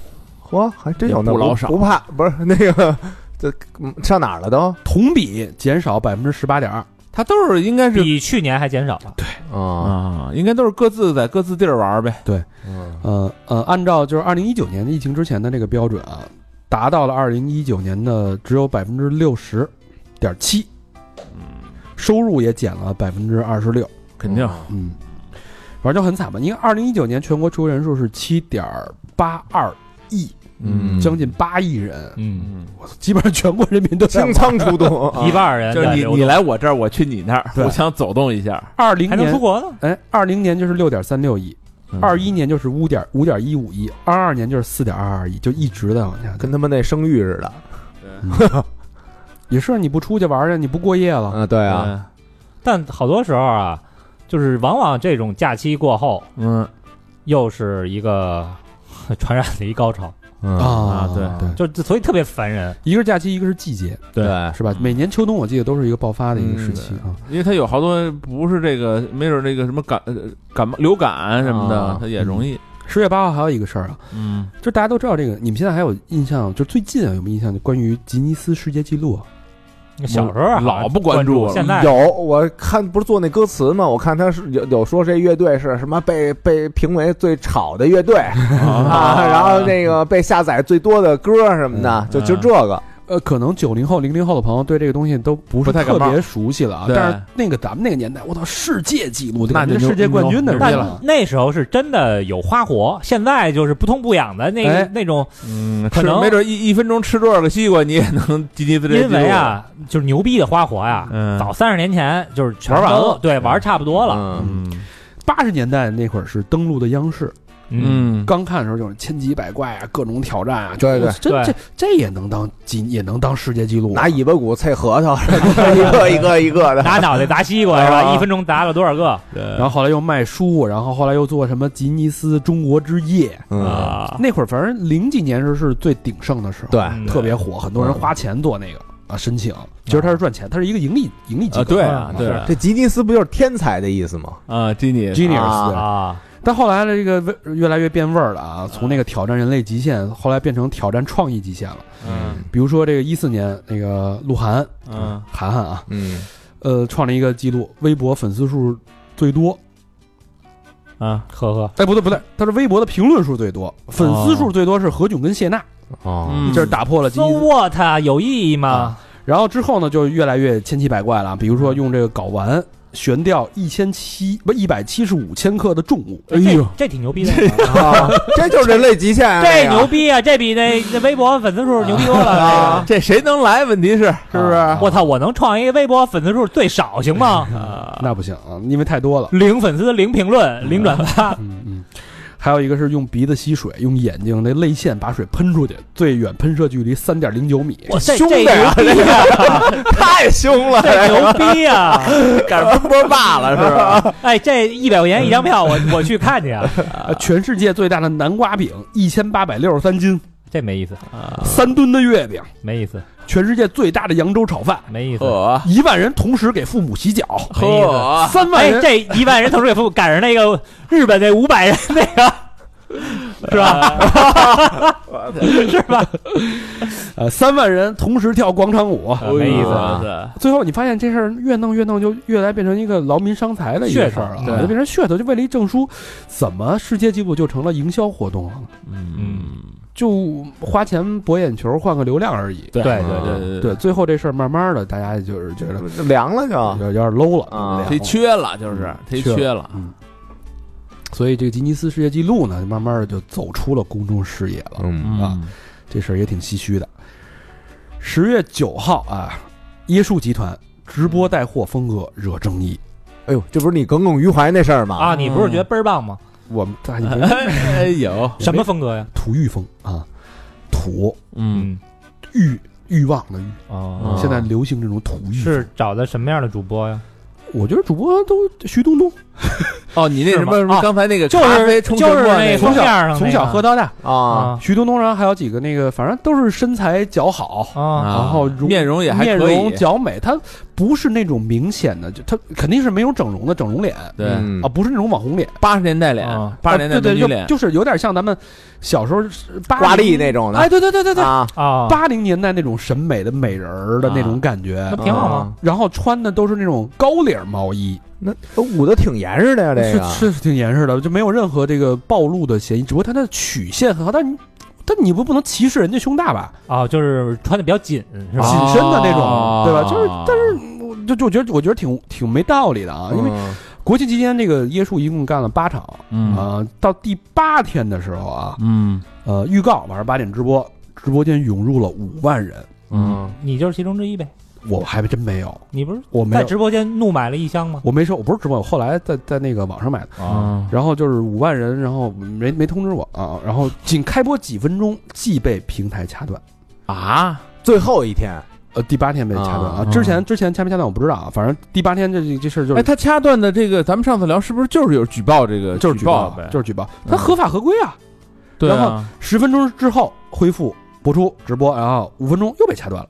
S3: 嚯，还真有
S4: 也
S3: 那
S4: 不
S3: 不
S4: 老少
S3: 不怕不是那个这嗯上哪儿了都
S2: 同比减少百分之十八点二，
S4: 他都是应该是
S5: 比去年还减少了，
S3: 啊
S4: 啊，应该都是各自在各自地儿玩儿呗。
S3: 嗯
S2: 呃呃，按照就是二零一九年的疫情之前的这个标准啊，达到了二零一九年的只有百分之六十点七，收入也减了百分之二十六，
S4: 肯定
S2: 嗯，反正就很惨吧。你看，二零一九年全国出游人数是七点八二亿，
S3: 嗯
S2: 将近八亿人，
S5: 嗯，
S4: 嗯，
S2: 基本上全国人民都在
S3: 清。仓出 [LAUGHS] 动，啊
S5: 一半儿人
S4: 就是
S5: 在
S4: 你
S5: 流
S4: 你
S5: 动
S4: 来我这儿，我去你那儿，
S2: 对
S4: 互相走动一下。
S2: 二零
S5: 还能出
S2: 年，
S5: 国呢？
S2: 哎，二零年就是六点三六亿，
S4: 嗯
S2: 二一年就是五点五点一五亿，二二年就是四点二二亿，就一直在往下。
S3: 啊跟他们那生育似的。
S2: 也是你不出去玩儿去，你不过夜了，
S3: 啊，对啊，
S4: 啊，
S5: 但好多时候啊，就是往往这种假期过后，
S4: 嗯
S5: 又是一个 [LAUGHS] 传染的一高潮，
S2: 啊
S4: 嗯对
S2: 对，
S5: 就所以特别烦人。
S2: 一个是假期，一个是季节，
S4: 对，
S2: 是
S4: 嗯
S2: 吧？每年秋冬我记得都是一个爆发的一个时期啊。
S4: 因为它有好多不是这个，没准那个什么感呃感冒、流感什么的
S5: 啊，
S4: 它也容易。
S2: 十月八号还有一个事儿啊，
S4: 嗯，
S2: 就是大家都知道这个，你们现在还有印象？就最近啊，有没有印象？就关于吉尼斯世界纪录啊，
S5: 小时候啊
S4: 老不
S5: 关
S4: 关注了
S5: 现在
S3: 有我看不是做那歌词吗？我看他是有有说这乐队是什么被被评为最吵的乐队啊， [LAUGHS] 然后那个被下载最多的歌什么的，就就这个
S2: 呃，可能九零后、零零后的朋友对这个东西都不是
S4: 不太
S2: 特
S4: 感冒
S2: 别熟悉了啊。
S4: 对
S2: 但是那个咱们那个年代，我操，世界纪录，
S4: 那
S2: 感
S4: 就
S2: 觉
S4: 牛
S2: 世界冠军的
S4: 牛
S2: 人
S4: 逼
S2: 了。
S5: 但那时候是真的有花活，现在就是不痛不痒的那
S2: 哎
S5: 个那种，
S4: 嗯，
S5: 可
S4: 吃
S5: 能
S4: 没准一一分钟吃多少个西瓜，你也能吉尼斯这
S5: 因
S4: 记
S5: 为
S4: 录，
S5: 啊，就是牛逼的花活呀，
S4: 嗯，
S5: 早三十年前就是全
S4: 玩完
S5: 都
S4: 了
S5: 对，玩差不多了，
S3: 了
S4: 嗯
S2: 八十年代那会儿是登陆的央视，
S4: 嗯，
S2: 刚看的时候就是千奇百怪啊，各种挑战啊，
S3: 对对
S2: 这这
S5: 对
S2: 这也能当吉，也能当世界纪录啊，
S3: 拿尾巴骨脆核桃， [LAUGHS] 一个一个一个
S4: 嗯
S3: 的，
S5: 打脑袋砸
S4: [LAUGHS]
S5: 西瓜是
S3: 啊
S5: 吧？一分钟砸了多少个
S2: 然后后来又卖书，然后后来又做什么吉尼斯中国之夜，
S3: [LAUGHS] 嗯，
S5: 啊？
S2: 那会儿反正零几年时候是最鼎盛的时候，
S3: 对
S4: 哎
S5: 嗯
S2: 特别火，很多人花钱做那个啊申请，其实它是赚钱，它是一个盈利盈利机
S4: 啊，
S2: 构，
S4: 对啊，
S5: 是
S4: 对啊
S3: 这吉尼斯不就是天才的意思吗？
S4: 啊，吉尼
S2: g e n i u
S3: 啊
S2: s 对。
S5: 啊，
S2: 但后来呢，这个味越来越变味儿了啊，从那个挑战人类极限，后来变成挑战创意极限了。
S4: 嗯
S2: 比如说这个一四年，那个鹿晗，
S4: 嗯，
S2: 涵涵啊，
S3: 嗯，
S2: 呃，创了一个记录，微博粉丝数最多。
S5: 啊，呵呵，
S2: 哎，不对不对，他是微博的评论数最多，粉丝数最多是何炅跟谢娜，
S3: 哦
S4: 嗯啊
S2: 这是打破了吉
S5: So
S2: 尼斯。
S5: what 有意义吗？
S2: 然后之后呢，就越来越千奇百怪了，比如
S4: 嗯
S2: 说用这个睾丸悬吊一千七不一百七十五千克的重物，
S4: 哎
S5: 这，这挺
S4: [LAUGHS]
S5: 牛逼的，
S3: 啊， [LAUGHS] 这就是人类极限 [LAUGHS] 啊，
S4: 哎
S5: 这
S3: 个
S5: 牛逼啊！这比那那微博粉丝数牛逼多
S4: [LAUGHS]
S5: 了。
S4: 啊这谁能来？问题是是不是？
S2: 啊
S5: 我操！我能创一个微博粉丝数最少
S4: [LAUGHS]
S5: 行吗？
S2: 那不行啊，因为太多了。
S5: 零粉丝、零评论、零转发，
S2: 嗯嗯。还有一个是用鼻子吸水，用眼睛那泪腺把水喷出去，最远喷射距离三点零九米。
S5: 哇，这
S3: 凶
S5: 这
S3: 的呀
S5: 牛逼啊！ [LAUGHS]
S3: 太凶了，
S5: 这牛逼啊！
S3: 赶上波霸了是吧？
S5: [LAUGHS] 哎，这一百块钱一张票，我我去看去啊！ [LAUGHS]
S2: 呃全世界最大的南瓜饼，一千八百六十三斤，
S5: 这没意思，
S4: 啊
S2: 三吨的月饼，
S5: 没意思，
S2: 全世界最大的扬州炒饭，
S5: 没意思。
S3: 哦
S4: 呵
S2: 一万人同时给父母洗脚，
S3: 哎
S5: 没意思
S4: 呵，
S2: 三万
S5: 哎
S2: 人、，
S5: 这一万人同时给付赶上那个日本那五百人那个，是吧？
S2: 呃三万人同时跳广场舞。
S5: 哎没意思
S3: 啊
S5: 啊，
S2: 最后你发现这事儿越弄越弄，就越来变成一个劳民伤财的一
S5: 噱头
S2: 个事儿了，啊
S5: 对
S2: 就变成噱头，就为了一证书，怎么世界纪录就成了营销活动了？啊
S4: 嗯，
S2: 就花钱博眼球，换个流量而已。
S5: 对对对
S4: 对
S5: 对。
S4: 对
S2: 对，最后这事儿慢慢的，大家就是觉得
S3: 凉了就，
S2: 有有点 low 了
S3: 啊
S2: 凉
S4: 忒
S2: 了
S4: 缺了，就是忒
S2: 缺了
S4: 嗯缺了。
S2: 所以这个吉尼斯世界纪录呢，慢慢的就走出了公众视野了。
S3: 嗯
S2: 啊，这事儿也挺唏嘘的。十月九号啊，椰树集团直播带货风格惹争议。
S3: 哎呦，这不是你耿耿于怀那事儿吗？
S5: 啊，你不是觉得倍儿棒吗？
S2: 我们大家
S4: [LAUGHS] 哎有，
S2: 嗯
S5: 什么风格呀？
S2: 土欲风啊，土
S4: 嗯，
S2: 欲欲望的欲，
S5: 哦
S2: 现在流行这种土欲。
S5: 是，找的什么样的主播呀？
S2: 我觉得主播都徐冬冬，
S4: 哦，你那什么
S5: 是
S4: 什么
S5: 吗啊
S4: 刚才那个
S5: 就
S4: 咖
S5: 是
S4: 啡冲
S5: 就
S4: 直
S5: 是
S4: 播那
S5: 封
S4: 个，
S5: 面上那个
S2: 从小喝到大。
S3: 啊，
S5: 啊
S2: 徐冬冬，然后还有几个那个，反正都是身材姣好，
S5: 啊
S2: 然后容
S4: 面容也还
S2: 面
S4: 可
S2: 容
S4: 以，
S2: 较美，她不是那种明显的，就她肯定是没有整容的整容脸啊，
S4: 对，
S3: 嗯
S2: 不是那种网红脸，
S4: 八十年代脸
S5: 啊，
S4: 八十年代
S2: 啊对
S4: 美女
S2: 对就
S4: 脸，
S2: 就是有点像咱们小时候是八
S3: 挂历
S2: 零
S3: 那种的
S2: 哎，对对对对对，
S3: 啊，
S5: 啊，
S2: 八零年代那种审美的美人儿的那种感觉，
S5: 那不挺好啊吗？
S2: 然后穿的都是那种高领毛衣，
S3: 那都捂得挺严实的呀，这个
S2: 是是挺严实的，就没有任何这个暴露的嫌疑，只不过它的曲线很好，但你但你不不能歧视人家胸大吧？
S5: 啊，就是穿的比较紧，是吧？
S2: 紧身的那种，
S4: 哦
S2: 对吧？就是，但是我就就我觉得，我觉得挺挺没道理的啊，因为
S3: 嗯
S2: 国庆期间这个椰树一共干了八场
S4: 嗯
S2: 啊、到第八天的时候啊，
S4: 嗯
S2: 呃，预告晚上八点直播，直播间涌入了五万人，
S4: 嗯，
S5: 你就是其中之一呗。
S2: 我还真没有，
S5: 你不是
S2: 我没
S5: 在
S2: 有，
S5: 直播间怒买了一箱吗？
S2: 我没收，我不是直播，我后来在在那个网上买的，
S4: 啊
S2: 然后就是五万人，然后没没通知我啊，然后仅开播几分钟即被平台掐断。
S4: 啊，
S3: 最后一天，
S2: 呃，第八天被掐断
S3: 啊
S2: 啊，之前之前掐没掐断我不知道啊，反正第八天这这这事儿就
S4: 哎，
S2: 是呃
S4: 他掐断的这个，咱们上次聊是不是就是有举报这个？
S2: 就是
S4: 举
S2: 报啊
S4: 呗，嗯
S2: 就是举报，他合法合规啊。
S4: 对
S2: 然
S4: 啊，
S2: 十分钟之后恢复播出直播，然后五分钟又被掐断了，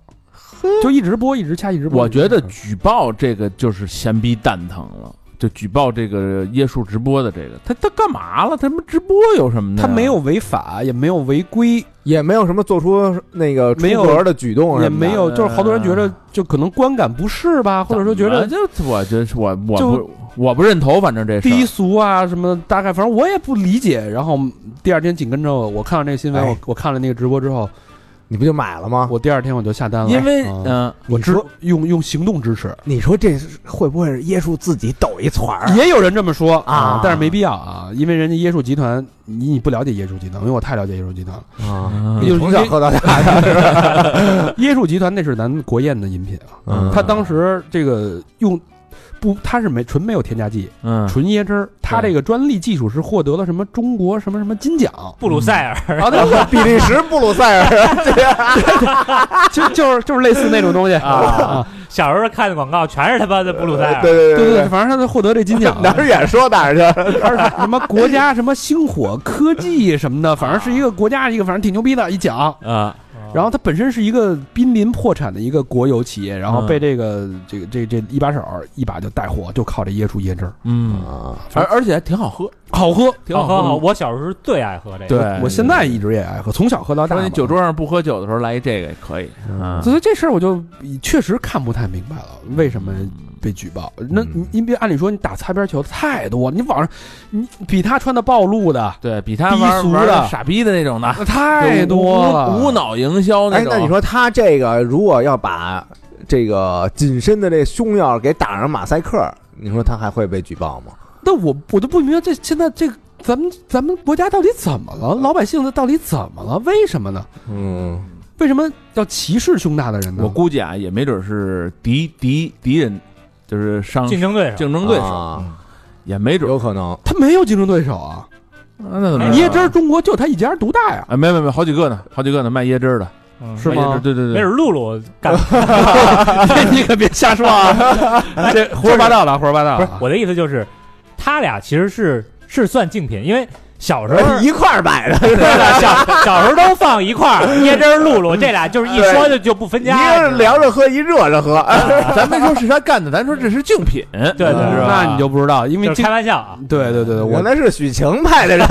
S2: 就一直播一直掐一直播。
S4: 我觉得
S2: 一直掐
S4: 举报这个就是闲逼蛋疼了，就举报这个椰树直播的这个，他他干嘛了？他们直播有什么的呀？
S2: 他没有违法，也没有违规，
S3: 也没有什么做出那个出
S2: 没有
S3: 格的举动，
S2: 也没有，就是好多人觉得就可能观感不适吧，或者说觉得
S4: 哎怎么就我觉得我我
S2: 就
S4: 不我不认同，反正这事儿
S2: 低俗啊什么的，大概反正我也不理解。然后第二天紧跟着我，我看了那个新闻，
S3: 哎啊
S2: 我我看了那个直播之后，
S3: 你不就买了吗？
S2: 我第二天我就下单了，
S4: 因为
S2: 嗯
S4: 嗯，
S2: 我支用用行动支持，
S3: 你说这是会不会是椰树自己抖一团儿？
S2: 也有人这么说
S3: 啊
S2: 但是没必要啊，因为人家椰树集团，你你不了解椰树集团，因为我太了解椰树集团了。
S3: [LAUGHS] 啊，
S2: 就是
S3: 你从小喝到大的，
S2: 椰树集团那是咱国宴的饮品啊，
S3: 嗯
S2: 他当时这个用不，他是没纯没有添加剂，
S4: 嗯，
S2: 纯椰汁儿。他这个专利技术是获得了什么中国什么什么金奖
S5: 布鲁塞尔，
S2: 啊？对，
S3: 比利时布鲁塞尔
S2: 就就是就是类似那种东西 [LAUGHS] 啊，
S5: [LAUGHS] 小时候看的广告全是他妈的布鲁塞尔，
S3: 对对
S2: 呃对对对，，反正他就获得这金奖，啊
S3: [LAUGHS] 哪儿远说哪儿去。
S2: 而且什么国家什么星火科技什么的，反正是一个国家一个反正挺牛逼的一奖。
S4: 啊，
S2: 然后它本身是一个濒临破产的一个国有企业，然后被这个、这个这这一把手一把就带火，就靠这椰树椰汁儿，
S3: 啊
S4: 嗯，而而且还挺好喝，
S2: 好喝。嗯
S4: 挺
S5: 好喝好，
S4: 喝。
S5: 我小时候最爱喝这个。
S4: 对，
S2: 我现在一直也爱喝，从小喝到大
S4: 说
S2: 嘛。
S4: 你酒桌上不喝酒的时候来一这个也可以，嗯
S2: 所以这事儿我就确实看不太明白了，为什么被举报？那
S3: 嗯
S2: 你你别按理说你打擦边球太多，你网上你比他穿的暴露的
S4: 对比他
S2: 低
S4: 玩
S2: 俗
S4: 玩
S2: 的
S4: 傻逼的那种的
S2: 那太多了，
S4: 无无脑营销那
S3: 哎，
S4: 种。
S3: 那你说他这个如果要把这个紧身的这胸要给打上马赛克，你说他还会被举报吗？
S2: 那我我就不明白这现在这个咱们咱们国家到底怎么了？老百姓的到底怎么了？为什么呢？
S3: 嗯，
S2: 为什么要歧视胸大的人呢？
S4: 我估计啊，也没准是敌敌敌人，就是上
S5: 竞争对手，
S4: 竞争对手，
S3: 啊
S4: 也没准。
S3: 有可能。
S2: 他没有竞争对手啊！
S4: 那怎么
S2: 椰汁儿中国就他一家独大呀！
S4: 啊，没没没，好几个呢，好几个呢，卖椰汁儿的，
S5: 嗯
S2: 是
S4: 卖
S2: 吗
S4: 椰汁儿对对
S5: 没
S4: 对，
S5: 准露露
S2: [LAUGHS]
S5: 干。
S2: 你可别瞎说啊！
S4: [LAUGHS]
S2: 这胡说八道了，胡说八道
S5: 不是
S2: 了。
S5: 我的意思就是，他俩其实是是算竞品，因为小时候
S2: 哎
S3: [LAUGHS] 一块儿买的， [LAUGHS]
S5: 对的小小时候都放一块儿，椰汁儿、露露这俩就是一说就就不分
S3: 一
S5: 家。
S3: 个是凉着喝，一热着喝。
S4: 咱没说是他干的，咱说这是竞
S2: [LAUGHS]
S4: 品，啊
S5: 对对对
S4: 是吧
S2: 那你就不知道，因为
S5: 就是
S2: 竞
S5: 开玩笑啊，
S2: 对对对对，
S3: [LAUGHS] 我
S2: 我
S3: 那是许晴派的人，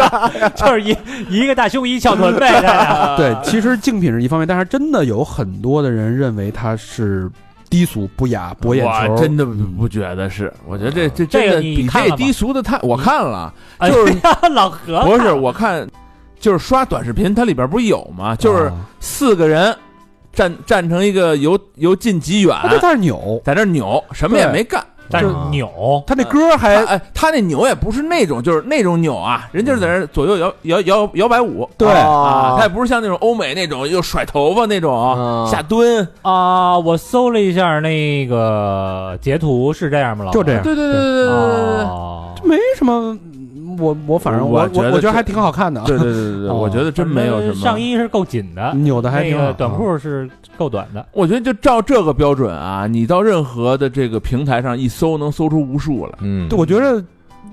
S5: [LAUGHS] 就是一一个大胸一翘臀呗，这俩
S2: [LAUGHS] 对其实竞品是一方面，但是真的有很多的人认为他是低俗、不雅、博眼球
S4: 我。真的不不觉得是，我觉得这这
S5: 这
S4: 真
S5: 个
S4: 的
S5: 你
S4: 比
S5: 看了
S4: 这
S5: 吗
S4: 低俗的太，我看了，
S5: 哎
S4: 就是
S5: 呀 [LAUGHS] 老何
S4: 不是我看，就是刷短视频，它里边不是有吗？就是
S2: 啊
S4: 四个人站站成一个由由近及远，
S2: 啊他就在那儿扭，
S4: 在这儿扭，什么也
S2: 对
S4: 没干。
S5: 但是扭，
S2: 他那歌儿还
S4: 哎哎，他那扭也不是那种，就是那种扭啊，人就是在那儿左右摇摇摇摇摆舞。
S2: 对
S4: 啊，
S3: 啊
S4: 他也不是像那种欧美那种又甩头发那种
S3: [LAUGHS]
S4: 下
S3: 下
S4: 蹲，
S5: 啊，我搜了一下那个截图是这样吗？老
S2: 就这样
S4: 对对对对
S5: 哦
S2: 没什么，嗯我我反正
S4: 我
S2: 我
S4: 觉得
S2: 我觉得
S4: 这
S2: 还挺好看的，
S4: 对对对对对对，
S2: 哦
S4: 我觉得真没有什么。
S5: 上衣是够紧的，
S2: 扭的还
S5: 那
S2: 挺好啊
S5: 个。短裤是够短的。
S4: 我觉得就照这个标准啊，你到任何的这个平台上一搜，能搜出无数来。
S3: 嗯
S2: 对，我觉得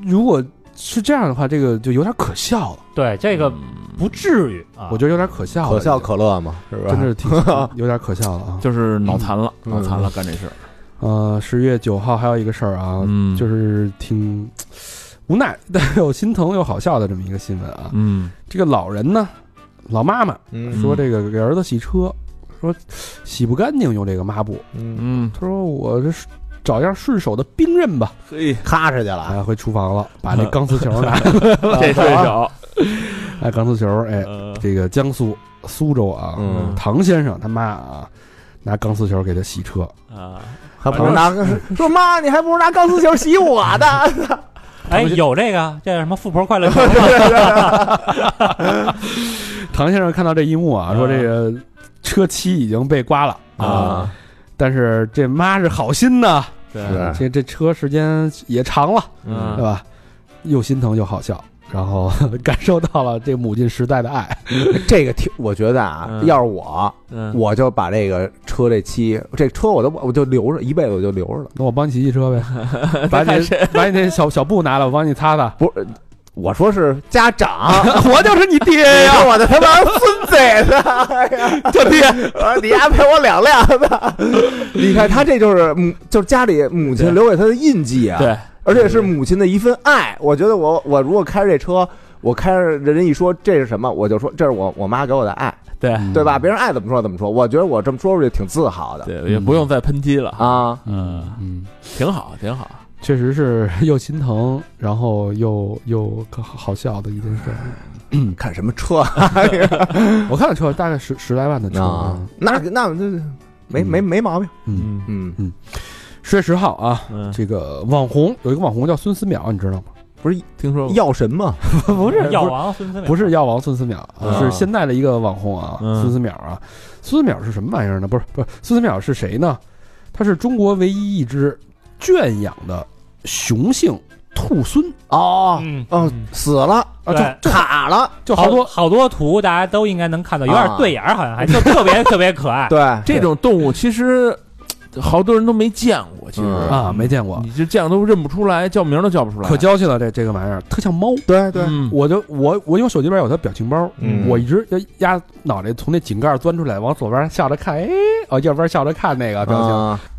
S2: 如果是这样的话，这个就有点可笑了，
S5: 对，这
S4: 嗯
S5: 个不至于啊。
S2: 我觉得有点可笑了，
S3: 可笑可乐嘛，是不
S2: 真
S3: 是？ [LAUGHS]
S2: 是挺有点可笑了啊。
S4: 就是脑残了，
S3: 嗯
S4: 脑残了，干这事儿。
S2: 呃，十月九号还有一个事儿啊，
S4: 嗯
S2: 就是挺无奈 [LAUGHS] 但又心疼又好笑的这么一个新闻啊。
S4: 嗯
S2: 这个老人呢，老妈妈
S3: 嗯
S2: 说这个给儿子洗车，说洗不干净用这个抹布，
S3: 嗯，
S4: 嗯，
S2: 他说我这是找样顺手的冰刃吧。
S4: 可 [LAUGHS] 以，
S3: 咔哧去了啊，
S2: 哎，回厨房了，把那钢丝球拿
S3: [LAUGHS]
S2: 来。
S4: 这顺手。
S2: 哎，钢丝球，哎，
S4: 呃
S2: 这个江苏苏州啊，
S3: 嗯
S2: 唐先生他妈啊，拿钢丝球给他洗车，
S4: 啊，
S3: 还不如拿 [LAUGHS] 说妈，你还不如拿钢丝球洗我 [LAUGHS] 的。
S5: 哎，有这个叫什么“富婆快乐球
S2: 唐先生看到这一幕啊，说这个车漆已经被刮了
S4: 啊，
S2: 但是这妈是好心呐，
S4: 对，
S2: 这这车时间也长了，
S4: 嗯
S2: 对吧？又心疼又好笑，然后 [LAUGHS] 感受到了这母亲时代的爱。
S3: 这个挺，我觉得啊，
S4: 嗯
S3: 要是我，
S4: 嗯，
S3: 我就把这个车这漆，这车我都我就留着，一辈子我就留着了。
S2: 那我帮你洗洗车呗， [LAUGHS] 把你把你那小小布拿来，我帮你擦擦。
S3: 不是，我说是家长，
S2: [LAUGHS] 我就是你爹
S3: 哎
S2: 呀，
S3: 呀，我的他妈孙子 [LAUGHS] 呢哎呀！
S2: 这爹
S3: 我说你还赔我两辆呢。 [LAUGHS] 你看他这就是母，就是家里母亲留给他的印记啊。
S4: 对，
S3: 而且是母亲的一份爱。我觉得我我如果开着这车，我开着人家一说这是什么，我就说这是我我妈给我的爱，
S4: 对
S2: 嗯
S3: 对吧？别人爱怎么说怎么说，我觉得我这么说出去挺自豪的
S4: 对，也不用再喷漆了，
S3: 啊。
S4: 嗯，
S2: 嗯，
S4: 挺好，挺好。
S2: 确实是 [LAUGHS] 又心疼，然后又又可好好笑的一件事。
S3: 看什么车
S2: 我看了车大概十十来万的车
S3: 啊？那那那没没没毛病。
S2: 嗯，
S4: 嗯
S3: 嗯，
S2: 十月十号啊，
S4: 嗯，
S2: 这个网红有一个网红叫孙思邈，你知道吗？呃
S4: 听说过，
S3: 嗯药神嘛，
S5: 不是药王孙思邈，嗯
S2: 不是药王孙思邈，
S4: 啊
S2: 是现在的一个网红啊，
S4: 嗯
S2: 孙思邈啊。孙思邈是什么玩意儿呢？不是不是，孙思邈是谁呢？他是中国唯一一只圈养的雄性兔狲
S3: 哦
S5: 嗯，
S3: 哦，死了，
S2: 啊，
S5: 对
S2: 就就
S3: 卡了，
S2: 就好
S5: 好
S2: 多
S5: 好多图大家都应该能看到，有
S3: 啊
S5: 点对眼儿，好像还特特别 [LAUGHS] 特别可爱。
S3: 对，
S4: 这种动物其实好多人都没见过，其实
S3: 嗯
S2: 啊没见过，
S4: 你就见都认不出来，叫名都叫不出来，
S2: 可娇气了这这个玩意儿，特像猫。
S3: 对对，
S4: 嗯
S2: 我就我我用手机边有它表情包，
S3: 嗯
S2: 我一直就压脑袋从那井盖钻出来，往左边笑着看，哎，哦，右边笑着看那个表情，
S3: 啊嗯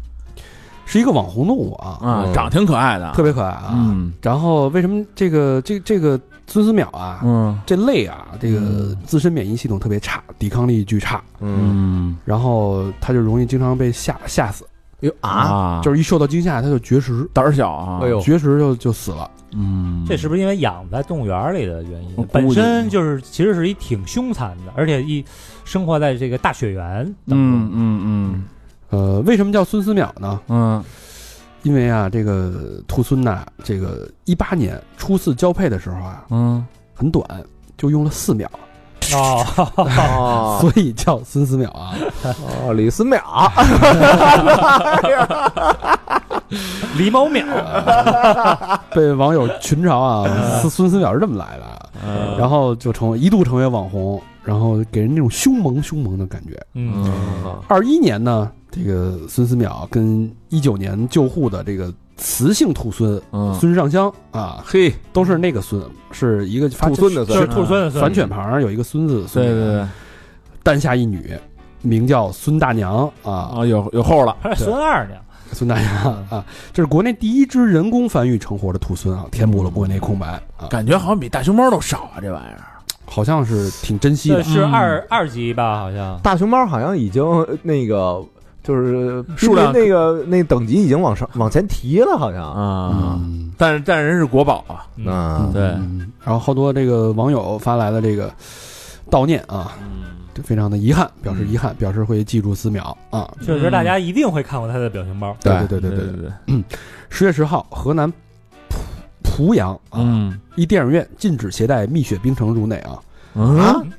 S2: 是一个网红动物啊，
S4: 啊，长挺可爱的，
S2: 特别可爱啊。
S4: 嗯
S2: 然后为什么这个这这个孙思邈啊，
S4: 嗯
S2: 这类啊，这个自身免疫系统特别差，抵抗力巨差，
S3: 嗯
S4: 嗯
S2: 然后他就容易经常被吓吓死，
S3: 哟啊，
S2: 就是是一受到惊吓他就绝食，
S4: 胆儿小啊，
S3: 哎呦
S2: 绝食就就死了。
S4: 嗯，
S5: 这是不是因为养在动物园儿里的原
S4: 我
S5: 因？
S4: 估计
S5: 本身就是其实是一挺凶残的，而且一生活在这个大雪原当
S4: 嗯
S5: 中，
S4: 嗯
S2: 呃，为什么叫孙思邈呢？
S4: 嗯嗯
S2: 因为啊，这个兔狲呐、这个一八年初次交配的时候啊，
S4: 嗯，
S2: 很短，就用了四秒，
S5: [LAUGHS] 哦，
S3: 哦
S2: 所以叫孙思邈啊。
S3: 哦，李思邈，
S5: 狸猫秒，
S2: 被网友群嘲啊，孙孙思邈是这么来的啊，
S5: 嗯
S2: 然后就成为一度成为网红，然后给人那种凶猛凶猛的感觉。
S5: 嗯，
S2: 二一年呢，这个孙思邈跟一九年救护的这个雌性兔狲
S4: 嗯
S2: 孙尚香啊，
S4: 嘿，
S2: 都是那个孙，是一个发
S3: 兔孙的
S5: 就是
S3: 孙，
S5: 兔孙的孙
S2: 反犬旁儿有一个孙啊子，
S4: 对对对，
S2: 单下一女，名叫孙大娘啊，
S4: 啊，有有后了，
S5: 还是 [LAUGHS] 孙二娘，
S2: 孙大娘啊，这是国内第一只人工繁育成活的兔狲啊，填补了国内空白啊，
S4: 感觉好像比大熊猫都少啊，这玩意儿，
S2: 好像是挺珍惜
S5: 这
S2: 的。
S5: 是
S4: 嗯
S5: 二二级吧？好像
S3: 大熊猫好像已经呃那个就是
S4: 数量
S3: 因为那个那等级已经往上往前提了，好像
S4: 啊，
S2: 嗯
S4: 但是但是人是国宝啊，
S5: 嗯
S3: 啊
S4: 对
S2: 嗯然后好多这个网友发来了这个悼念啊，
S4: 嗯，
S2: 就非常的遗憾，表示遗憾，表示会记住思邈啊。
S5: 确实大
S4: 嗯
S5: 家一定会看过他的表情包。
S2: 对对
S4: 对
S2: 对对
S4: 对，
S2: 十月十号，河南濮濮阳啊，
S4: 嗯
S2: 一电影院禁止携带蜜雪冰城入内啊，
S4: 嗯，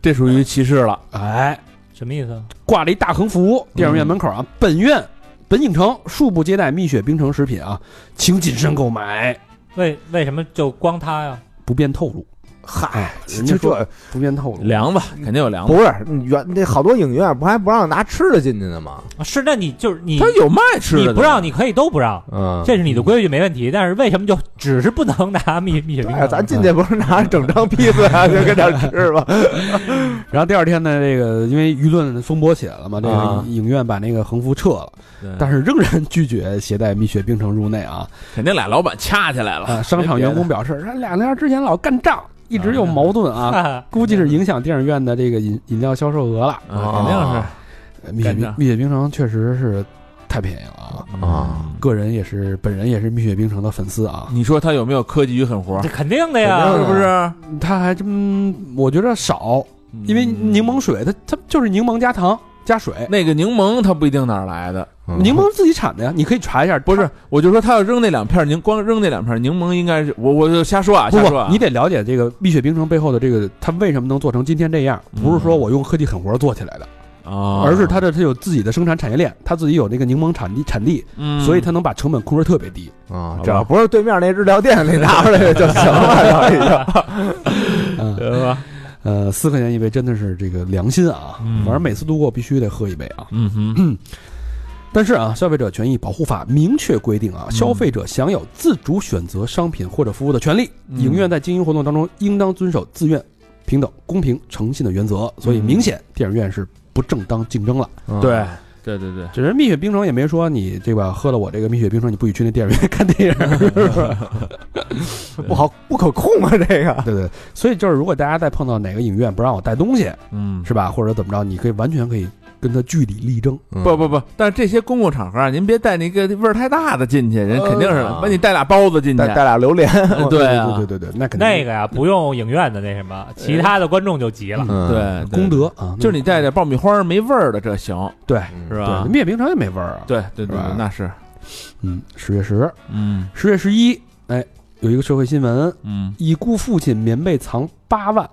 S4: 这属于歧视了，
S2: 哎，
S5: 什么意思？
S2: 挂了一大横幅，电影院门口啊，本院本影城恕不接待蜜雪冰城食品啊，请谨慎购买，
S5: 为为什么就光他呀？
S2: 不便透露。
S3: 嗨，
S2: 哎人家
S3: 就
S2: 说
S3: 这
S2: 啊不嗯便透露，
S4: 凉吧，肯定有凉吧，
S3: 不是原那好多影院不还不让拿吃的进去呢吗？
S5: 啊是，那你就是你
S4: 他，有卖吃
S5: 你
S4: 的，
S5: 不让，你可以都不让，
S3: 嗯，
S5: 这是你的规矩没问题。但是为什么就只是不能拿 [LAUGHS] 蜜蜜雪冰
S3: 哎呀
S5: 城？
S3: 咱进去不是拿整张披萨啊就跟这儿吃吧？
S2: 然后第二天呢，这个因为舆论风波起来了嘛，这个
S3: 啊
S2: 影影院把那个横幅撤了，但
S4: 是
S2: 是仍然拒绝携带蜜雪冰城入内啊。
S4: 肯定俩老板掐起来
S2: 啊，
S4: 了，
S2: 商场员工表示，两家之前老干仗，一直有矛盾啊，估计是影响电影院的这个饮饮料销售额了。
S4: 啊，肯定是。
S2: 呃蜜雪
S4: 干
S2: 冰
S4: 仗
S2: 蜜雪冰城确实是太便宜了啊！
S3: [LAUGHS] 啊，
S2: 个人也是，本人也是蜜雪冰城的粉丝啊。
S4: 你说他有没有科技与狠活？
S5: 这肯定的
S3: 肯
S5: 呀
S3: 定
S4: 是
S3: 的，
S4: 不是？
S2: 他还真，我觉得少，因为柠檬水它它就是柠檬加糖加水，
S4: 嗯那个柠檬，它不一定哪儿来的。
S2: 嗯
S3: 嗯
S2: 柠檬自己产的呀，你可以查一下。
S4: 嗯不是，我就说他要扔那两片柠，光扔那两片柠檬，应该是我我就瞎说啊，
S2: 不
S4: 瞎
S2: 不
S4: 说啊。，
S2: 你得了解这个蜜雪冰城背后的这个，它为什么能做成今天这样？不是说我用科技狠活做起来的，
S4: 嗯啊，
S2: 而是它的它有自己的生产产业链，它自己有那个柠檬产地产地，
S4: 嗯，
S2: 所以它能把成本控制特别低。
S3: 啊
S4: 吧，
S3: 只要不 [LAUGHS] 是对面那日料店里拿出来的就行了，到底
S4: [LAUGHS]
S3: 就
S2: 嗯，
S4: 对吧？
S2: 呃，四块钱一杯真的是这个良心啊，
S4: 嗯
S2: 反正每次路过必须得喝一杯啊。
S4: 嗯哼，
S2: 但是啊，《消费者权益保护法》明确规定
S4: 嗯
S2: 啊，消费者享有自主选择商品或者服务的权利。
S4: 嗯
S2: 影院在经营活动当中，应当遵守自愿、平等、公平、诚信的原则。所以，明显电影院是不正当竞争了。
S3: 嗯，
S4: 对，对对对，
S2: 只是蜜雪冰城也没说你这个喝了我这个蜜雪冰城，你不许去那电影院看电影。
S4: [LAUGHS]
S3: 不好不可控啊，这个
S2: 对对，所以就是如果大家再碰到哪个影院不让我带东西，
S4: 嗯，
S2: 是吧？或者怎么着，你可以完全可以跟他据理力争。
S4: 不不不，但是这些公共场合啊，您别带那个味儿太大的进去，人肯定是
S3: 呃
S4: 把你带俩包子进去啊
S3: 带，带俩榴莲，
S4: [LAUGHS] 对
S2: 对
S4: 啊
S2: 对，对对，那肯定
S5: 那个呀，不用影院的那什么，其他的观众就急了。
S3: [LAUGHS] 嗯，
S4: 对
S2: 功，德啊，
S4: 就是你带点爆米花没味儿的这行，
S2: 对
S3: 嗯
S4: 是吧
S2: 对，？蜜雪冰城也没味儿啊。，
S4: 对对对
S2: 是吧，
S4: 那是，
S2: 嗯，十月十。
S4: 嗯
S2: 十月十一，哎，有一个社会新闻，
S4: 嗯，
S2: 已故父亲棉被藏八万，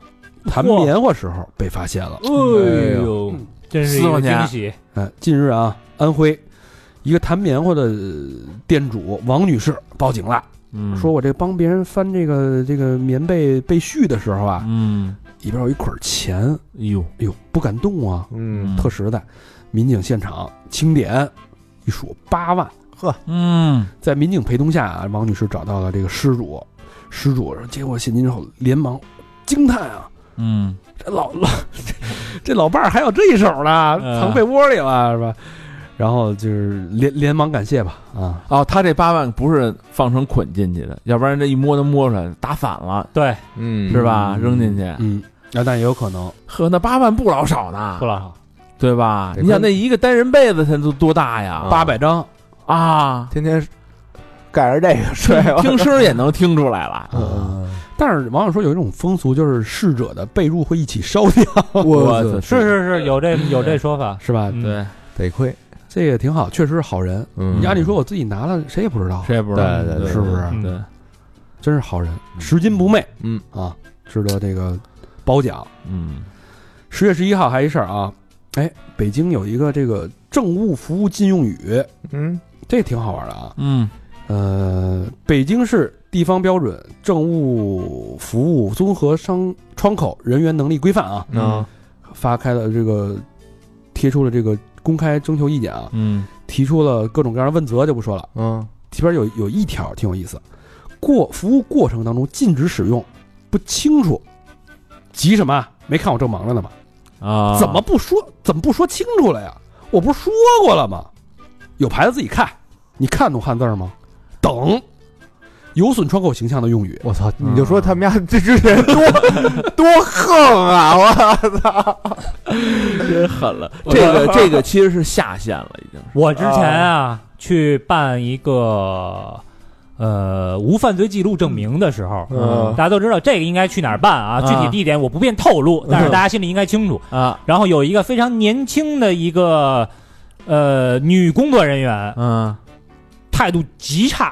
S2: 弹
S5: 嚯
S2: 棉花时候被发现了。
S5: 哎呦，真是一
S4: 四块
S5: 个
S4: 钱
S5: 惊喜！
S2: 哎，近日啊，安徽一个弹棉花的呃店主王女士报警了，
S4: 嗯
S2: 说，我这帮别人翻这个这个棉被被絮的时候啊，
S4: 嗯，
S2: 里边有一捆钱，
S4: 哎呦，
S2: 哎呦不敢动啊，
S3: 嗯，
S2: 特实在。民警现场清点，一数八万。
S4: 嗯，
S2: 在民警陪同下啊，王女士找到了这个失主，失主接过现金之后连忙惊叹啊，
S4: 嗯
S2: 这老老这这老伴儿还有这一手呢，
S4: 嗯
S2: 藏被窝里了是吧？然后就是连连忙感谢吧啊，
S4: 哦，他这八万不是放成捆进去的，要不然这一摸就摸出来，打散了
S5: 对，
S3: 嗯，
S4: 是吧？
S2: 嗯
S4: 扔进去，
S2: 嗯，那、但也有可能，
S4: 呵，那八万不老少
S5: [LAUGHS]
S4: 呢
S5: 不，老少，
S4: 对吧？
S3: 得
S4: 你想
S3: 分
S4: 那一个单人被子才多多大呀？
S2: 八百张，
S3: [LAUGHS]
S4: 啊，
S3: 天天盖着这个睡吧，
S4: 听声儿也能听出来了。
S2: 嗯，但是网友说有一种风俗，就是逝者的被褥会一起烧掉，
S3: [LAUGHS] 我
S4: 操
S5: 是是是，有这有这说法。
S2: 是吧？
S5: 嗯
S4: 对，
S3: 得亏，
S2: 这个挺好，确实是好人。
S3: 嗯
S2: 你按理说我自己拿了，谁也不知道，
S4: 谁也不知道，
S3: 对对对
S2: 是不是？
S5: 嗯
S4: 对，
S2: 真是好人，拾金不昧，
S3: 嗯
S2: 啊，值得这个褒奖。
S4: 嗯
S2: 十月十一号还一事儿啊，哎，北京有一个这个政务服务禁用语，
S3: 嗯
S2: 这挺好玩的啊。
S4: 嗯
S2: 呃，北京市地方标准政务服务综合商窗口人员能力规范
S4: 嗯
S2: 啊，
S3: 啊，
S2: 发开了这个贴出了这个公开征求意见啊，
S4: 嗯
S2: 提出了各种各样的问责就不说了，
S3: 嗯
S2: 里边有有一条挺有意思，过服务过程当中禁止使用不清楚，急什么啊？没看我正忙着呢吗？
S4: 啊，
S2: 怎么不说？怎么不说清楚了呀？我不是说过了吗？有牌子自己看，你看懂汉字儿吗？等，有损窗口形象的用语。
S3: 我操！你就说他们家这这人多多横啊！我
S6: 真狠了，
S4: [LAUGHS] 这个这个其实是下线了，已经
S5: [LAUGHS]
S4: 是。
S5: 我之前啊去办一个呃无犯罪记录证明的时候，
S3: 嗯
S5: 大家都知道这个应该去哪儿办啊，具体地点我不便透露，但是大家心里应该清楚
S4: 啊。
S5: 然后有一个非常年轻的一个呃女工作人员，
S4: 嗯
S5: 态度极差，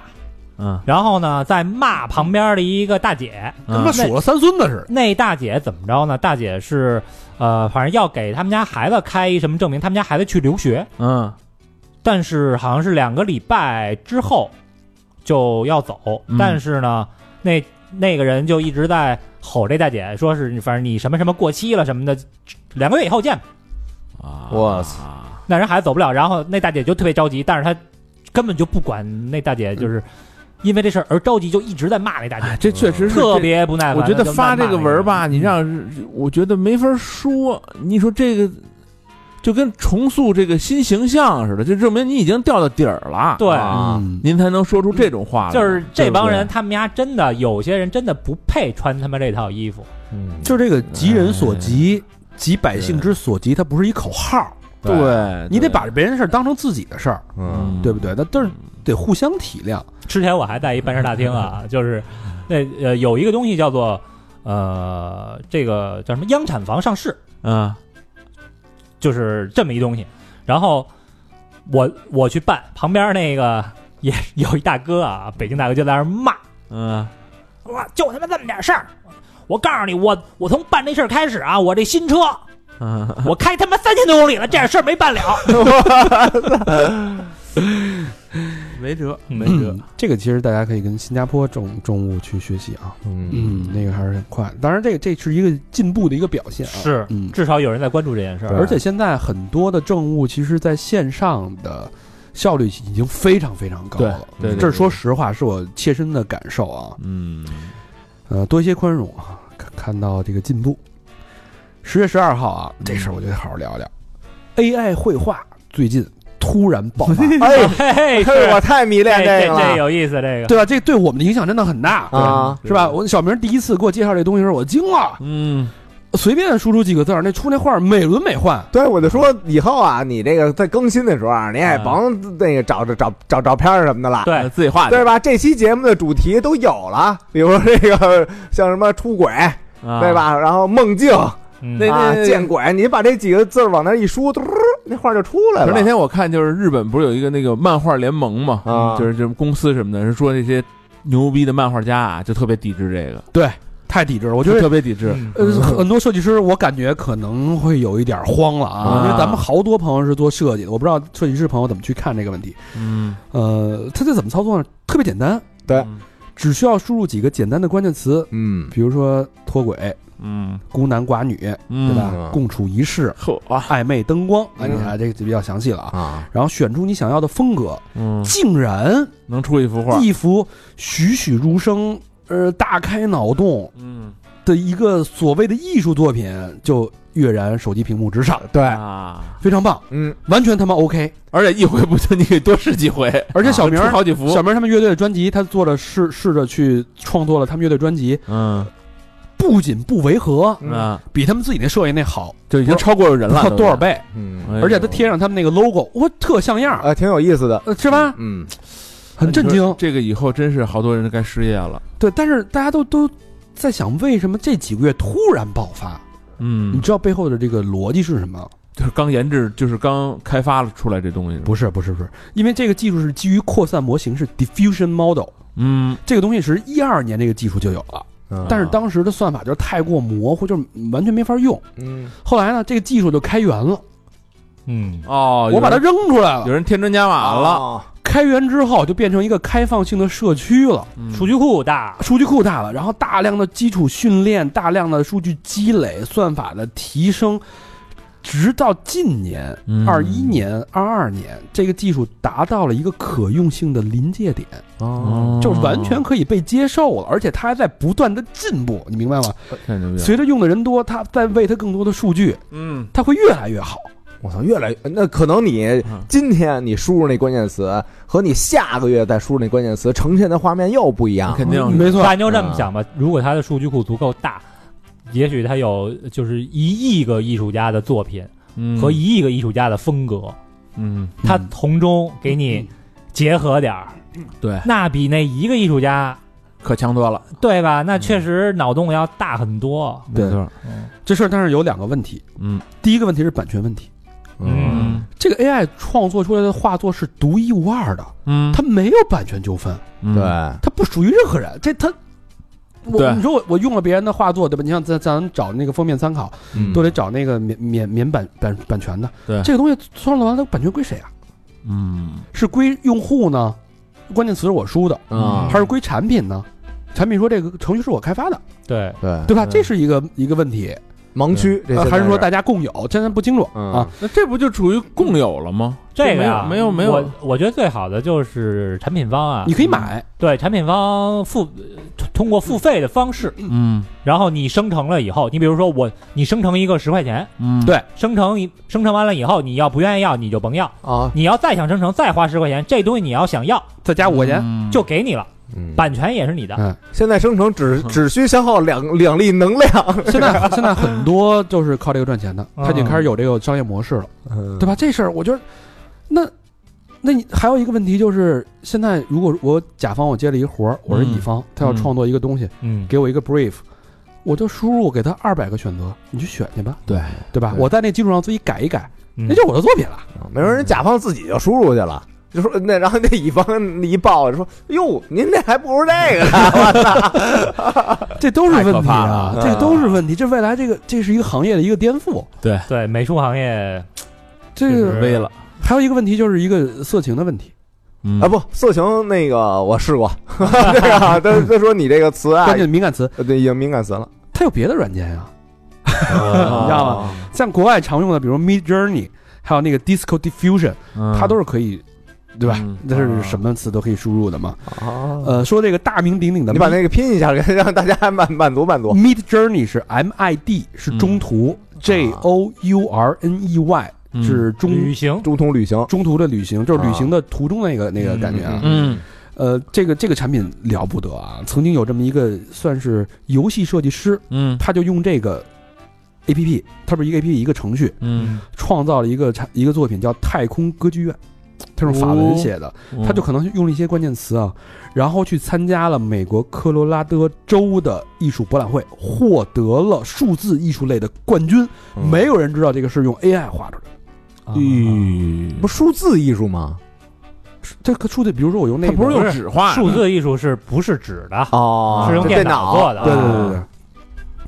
S4: 嗯
S5: 然后呢在骂旁边的一个大姐，
S2: 跟他妈数了三孙子似的。
S5: 那大姐怎么着呢？大姐是呃反正要给他们家孩子开一什么证明，他们家孩子去留学，
S4: 嗯
S5: 但是好像是两个礼拜之后就要走，
S4: 嗯
S5: 但是呢，那那个人就一直在吼这大姐，说是反正你什么什么过期了什么的，两个月以后见吧。
S4: 啊，
S3: 我
S4: 操！
S5: 那人孩子走不了，然后那大姐就特别着急，但是她根本就不管那大姐，就是因为这事儿而着急，就一直在骂那大姐，
S4: 哎，这确实是
S5: 特
S4: 这。
S5: 别不耐烦。
S4: 我觉得
S5: 她就
S4: 发
S5: 骂
S4: 这个文儿吧，
S5: 嗯
S4: 你让我觉得没法说。你说这个就跟重塑这个新形象似的，就证明你已经掉到底儿了。
S5: 对
S4: 啊
S2: 嗯
S4: 您才能说出这种话来。
S5: 就是这
S4: 啊
S5: 帮
S4: 对
S5: 人，
S4: 不
S5: 他们家真的有些人真的不配穿他们这套衣服。
S4: 嗯
S2: 就这个急人
S3: 哎
S2: 所急，急百姓之所急，它不是一口号，
S4: 对，对
S2: 你得把别人事儿当成自己的事儿，
S3: 嗯
S2: 对不对？那都是得互相体谅。
S5: 之前我还在一办事大
S4: [LAUGHS]
S5: 厅啊，就是那呃有一个东西叫做呃这个叫什么央产房上市，
S4: 嗯
S5: 就是这么一东西。然后我我去办，旁边那个也有一大哥啊，北京大哥就在那儿骂，
S4: 嗯
S5: 哇，就他妈这么点事儿。我告诉你，我我从办这事儿开始啊，我这新车
S4: 嗯
S5: 我开他妈三千多公里了，这点事儿没办了。
S4: 没辙， [CLEARS THROAT]
S6: 没辙，
S2: 嗯这个其实大家可以跟新加坡政政务去学习啊，
S3: 嗯，
S2: 嗯，那个还是很快。当然，这个这是一个进步的一个表现啊，
S5: 是，嗯
S2: 嗯，
S5: 至少有人在关注这件事儿。
S2: 而且现在很多的政务其实在线上的效率已经非常非常高
S4: 对
S2: 了，
S4: 对对
S2: 这是说实话，是我切身的感受啊，
S4: 嗯，
S2: 呃，多一些宽容啊，看看到这个进步。十月十二号啊，这事儿我就得好好聊聊。AI 绘画最近突然爆发，
S3: 哎，
S5: 嘿
S4: [LAUGHS]
S5: [LAUGHS] 嘿，
S3: 嘿
S5: 是
S3: 我太迷恋
S5: 这
S3: 这
S5: 这
S3: 个
S5: 这
S3: 了
S5: 有意思，这个
S2: [LAUGHS] 对吧？这对我们的影响真的很大，
S3: 啊！
S2: 是吧？我小明第一次给我介绍这东西的时候，我惊了，
S4: 嗯，
S2: 随便输出几个字儿，那出那画儿美轮美奂。
S3: 对，我就说以后啊，你这个在更新的时候啊，你也
S4: 嗯
S3: 甭那个找找找找照片儿什么的了，
S5: 对
S4: 自己画的
S3: 对吧？这期节目的主题都有了，比如这个像什么出轨，对？
S4: 啊
S3: 吧？然后梦境
S5: 嗯
S4: 那
S3: 啊，
S4: 那
S3: 见鬼！你把这几个字儿往那儿一输，嘟，那画就出来
S4: 可是
S3: 了。
S4: 那天我看，就是日本不是有一个那个漫画联盟嘛，
S3: 啊
S4: 就是这种公司什么的，是说那些牛逼的漫画家啊，就特别抵制这个，
S2: 对，太抵制了。我觉
S4: 就特 [LAUGHS]
S2: 得，
S4: 别抵制。
S5: 嗯
S2: 呃，很多设计师，我感觉可能会有一点儿慌了啊，
S4: 啊
S2: 因为咱们好多朋友是做设计的，我不知道设计师朋友怎么去看这个问题。
S4: 嗯，
S2: 呃，它这怎么操作呢？特别简单，
S3: 对
S2: 只需要输入几个简单的关键词，
S3: 嗯，
S2: 比如说脱轨、
S4: 嗯，
S2: 孤男寡女，
S4: 嗯，
S2: 对吧？
S3: 嗯
S2: 共处一室、
S4: 嚯啊，
S2: 暧昧灯光，啊，
S3: 嗯
S2: 你看这个就比较详细了啊。
S3: 啊，
S2: 然后选出你想要的风格，
S4: 嗯，
S2: 竟然
S4: 能出一幅画，
S2: 一幅栩栩如生、呃大开脑洞
S4: 嗯
S2: 的一个所谓的艺术作品，就跃然手机屏幕之上，
S3: 对，
S4: 啊，
S2: 非常棒，
S3: 嗯，
S2: 完全他
S4: [LAUGHS]
S2: 妈 OK。
S4: 而且一回不行，你可以多试几回，啊
S2: 而且小明
S4: 出
S2: 儿、
S4: 好几幅，
S2: 小明儿他们乐队的专辑，他做了试试着去创作了他们乐队专辑，
S4: 嗯
S2: 不仅不违和，
S3: 嗯
S4: 啊，
S2: 比他们自己那设计那好
S4: 就已经超过人
S2: 不知
S4: 了
S2: 道，多少倍，
S3: 嗯，
S4: 都是？
S2: 而且他贴上他们那个 logo，哇，特像样
S4: 哎
S2: 儿，
S3: 呃，挺有意思的，
S2: 呃，是吧？
S3: 嗯，
S2: 很震
S4: 你说
S2: 惊。
S4: 这个以后真是好多人该失业了。
S2: 对，但是大家都都在想，为什么这几个月突然爆发？你
S4: 嗯，
S2: 知道背后的这个逻辑是什么？
S4: 就是刚研制，就是刚开发了出来这东西，
S2: 不是，不是，不是，因为这个技术是基于扩散模型，是 diffusion model。
S4: 嗯，
S2: 这个东西是一二年这个技术就有了，
S4: 啊
S3: 嗯
S2: 但是当时的算法就是太过模糊，就是完全没法用。
S3: 嗯
S2: 后来呢，这个技术就开源了，
S5: 嗯，
S4: 哦，
S2: 我把它啊
S4: 有人
S2: 扔出来
S4: 有
S2: 了。
S4: 人添砖加瓦了，
S3: 哦
S2: 开源之后就变成一个开放性的社区了，
S4: 嗯
S5: 数据库大，
S2: 数据库大了，然后大量的基础训练，大量的数据积累，算法的提升，直到近年
S4: 嗯
S2: 二一年、二二年，这个技术达到了一个可用性的临界点，
S3: 哦，
S2: 就是完全可以被接受了，而且它还在不断的进步，你明白吗？
S4: 太牛逼了，
S2: 随着用的人多，它在喂它更多的数据，
S4: 嗯
S2: 它会越来越好。
S3: 我操，越来越那可能你
S4: 嗯
S3: 今天你输入那关键词和你下个月再输入那关键词呈现的画面又不一样了，
S4: 肯定
S2: 嗯没错，
S5: 那你就这么想吧，如果它的数据库足够大，也许它有就是一亿个艺术家的作品和一亿个艺术家的风格，
S4: 嗯
S5: 它从中给你结合点儿，
S4: 对，
S5: 那比那一个艺术家
S4: 可强多了，
S5: 对吧？那确实脑洞要大很多。
S2: 对
S4: 没错，
S2: 这事儿，但是有两个问题。
S4: 嗯
S2: 第一个问题是版权问题，
S5: 嗯，
S2: 这个 AI 创作出来的画作是独一无二的，
S4: 嗯，
S2: 它没有版权纠纷，
S4: 嗯
S3: 对，
S2: 它不属于任何人。这它，我
S4: 对
S2: 你说我我用了别人的画作，对吧？你像咱咱找那个封面参考，
S4: 嗯
S2: 都得找那个免免免版版版权的。
S4: 对
S2: 这个东西创作完了，版权归谁啊？
S4: 嗯
S2: 是归用户呢？关键词是我输的，
S3: 啊，
S2: 还是归产品呢？产品说这个程序是我开发的，
S5: 对，
S3: 对，
S2: 对吧？
S4: 对
S2: 这是一个一个问题，
S3: 盲区，这
S2: 呃
S3: 现在
S2: 还是说大家共有？真的不清楚
S3: 嗯
S2: 啊。
S4: 那这不就属于共有了吗？
S5: 这
S4: 就
S5: 个呀
S4: 没有没有没有，
S5: 我我觉得最好的就是产品方啊
S2: 你，可以买，
S5: 对，产品方付通通过付费的方式，
S4: 嗯
S5: 然后你生成了以后，你比如说我，你生成一个十块钱，
S4: 嗯，
S2: 对
S5: 生成一生成完了以后，你要不愿意要你就甭要，
S3: 啊，
S5: 你要再想生成再花十块钱，这东西你要想要
S2: 再加五块钱。
S4: 嗯
S5: 就给你了，
S3: 嗯
S5: 版权也是你的，
S2: 嗯，
S3: 现在生成
S4: 嗯
S3: 只只需消耗两两粒能量，
S2: 现在现在很多就是靠这个赚钱的，
S5: 嗯
S2: 他已经开始有这个商业模式了，对
S3: 对吧？
S2: 吧？这事儿我觉得，那那你还有一个问题就是，现在如果我甲方我接了一活儿，我是乙方，他要
S4: 嗯
S2: 创作一个东西，
S5: 嗯，
S2: 给我一个 brief，我就输入给他二百个选择，你去选去吧，
S4: 对
S2: 对吧？
S4: 对
S2: 我在那基础上自己改一改，
S5: 嗯
S2: 那就是我的作品了。
S3: 啊没准人甲方自己就输入去了。就说那，然后那乙方一报说：“哟，您那还不如这个呢
S2: 这都是问
S4: 太可
S2: 题
S4: 怕
S2: 啊
S4: 了，
S3: 嗯
S2: 这都是问题。这未来这个这是一个行业的一个颠覆。
S5: 对，美术行业
S2: 这
S5: 确
S2: 个
S5: 实
S4: 微了，
S2: 还有一个问题就是一个色情的问题，
S4: 嗯
S3: 啊，不，色情那个我试过， [LAUGHS] 对啊，他他说你这个词
S4: 哎
S3: 啊
S2: 关，键敏感词，
S3: 呃对，已经敏感词了，啊
S2: 它有别的软件呀、
S4: 哦
S2: 你知道吗？像国外常用的，比如 Mid Journey，还有那个 Disco Diffusion，它都是可以，对吧
S4: 嗯？
S2: 这是什么词都可以输入的嘛？
S3: 哦，
S2: 呃，说这个大名鼎鼎的
S3: 你把那个拼一下，给让大家满满足满足，
S2: Mid Journey 是 M I D
S4: 嗯
S2: 是中途，J O U R N E Y
S4: 啊嗯啊
S2: 是中
S5: 旅行
S3: 中通旅行，
S2: 中途的旅行，就是旅行的途中那个那个
S3: 嗯
S2: 感觉啊。
S4: 嗯
S2: 呃，这个这个产品了不得啊！曾经有这么一个算是游戏设计师，
S4: 嗯
S2: 他就用这个 A P P，它不是一个 A P P 一个程序，
S4: 嗯，
S2: 创造了一个产一个作品叫《太空歌剧院》，它是用法
S4: 哦
S2: 文写的，
S4: 嗯
S2: 他就可能用了一些关键词啊，然后去参加了美国科罗拉多州的艺术博览会，获得了数字艺术类的冠军。
S3: 嗯
S2: 没有人知道这个是用 AI 画出来
S5: 嗯
S2: 的，
S4: 嗯
S5: 啊
S4: 咦，
S3: 不数字艺术吗？
S2: 这个数字，比如说我用那
S4: 它
S2: 个，
S4: 不是用纸画的，
S5: 数字艺术是不是纸的？
S3: 哦，
S5: 是用
S3: 这
S5: 电
S3: 电
S5: 脑做的
S2: 对对
S4: 啊
S2: 对对对，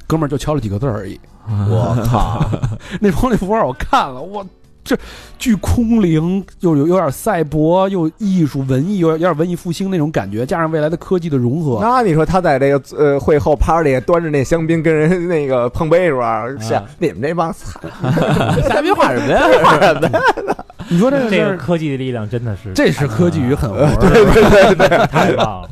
S2: 哥们儿就敲了几个字儿
S4: [LAUGHS]
S2: 而已。
S3: 我靠，
S2: [LAUGHS] 那幅那幅画我看了，我这巨空灵，又有有点赛博，又艺术文艺，有有点文艺复兴那种感觉，加上未来的科技的融合，
S3: 那你说他在这个呃会后 party 端着那香槟跟人那个碰杯是吧？是啊你们这帮操，
S4: 瞎逼画什么
S3: [LAUGHS]
S4: 呀？
S2: 你说这个
S5: 这
S2: 事
S5: 个
S2: 儿，
S5: 科技的力量真的是
S2: 这是科技与狠
S4: [LAUGHS]
S2: 活，
S3: 对
S2: [LAUGHS]
S3: 对对对，
S5: 太棒了，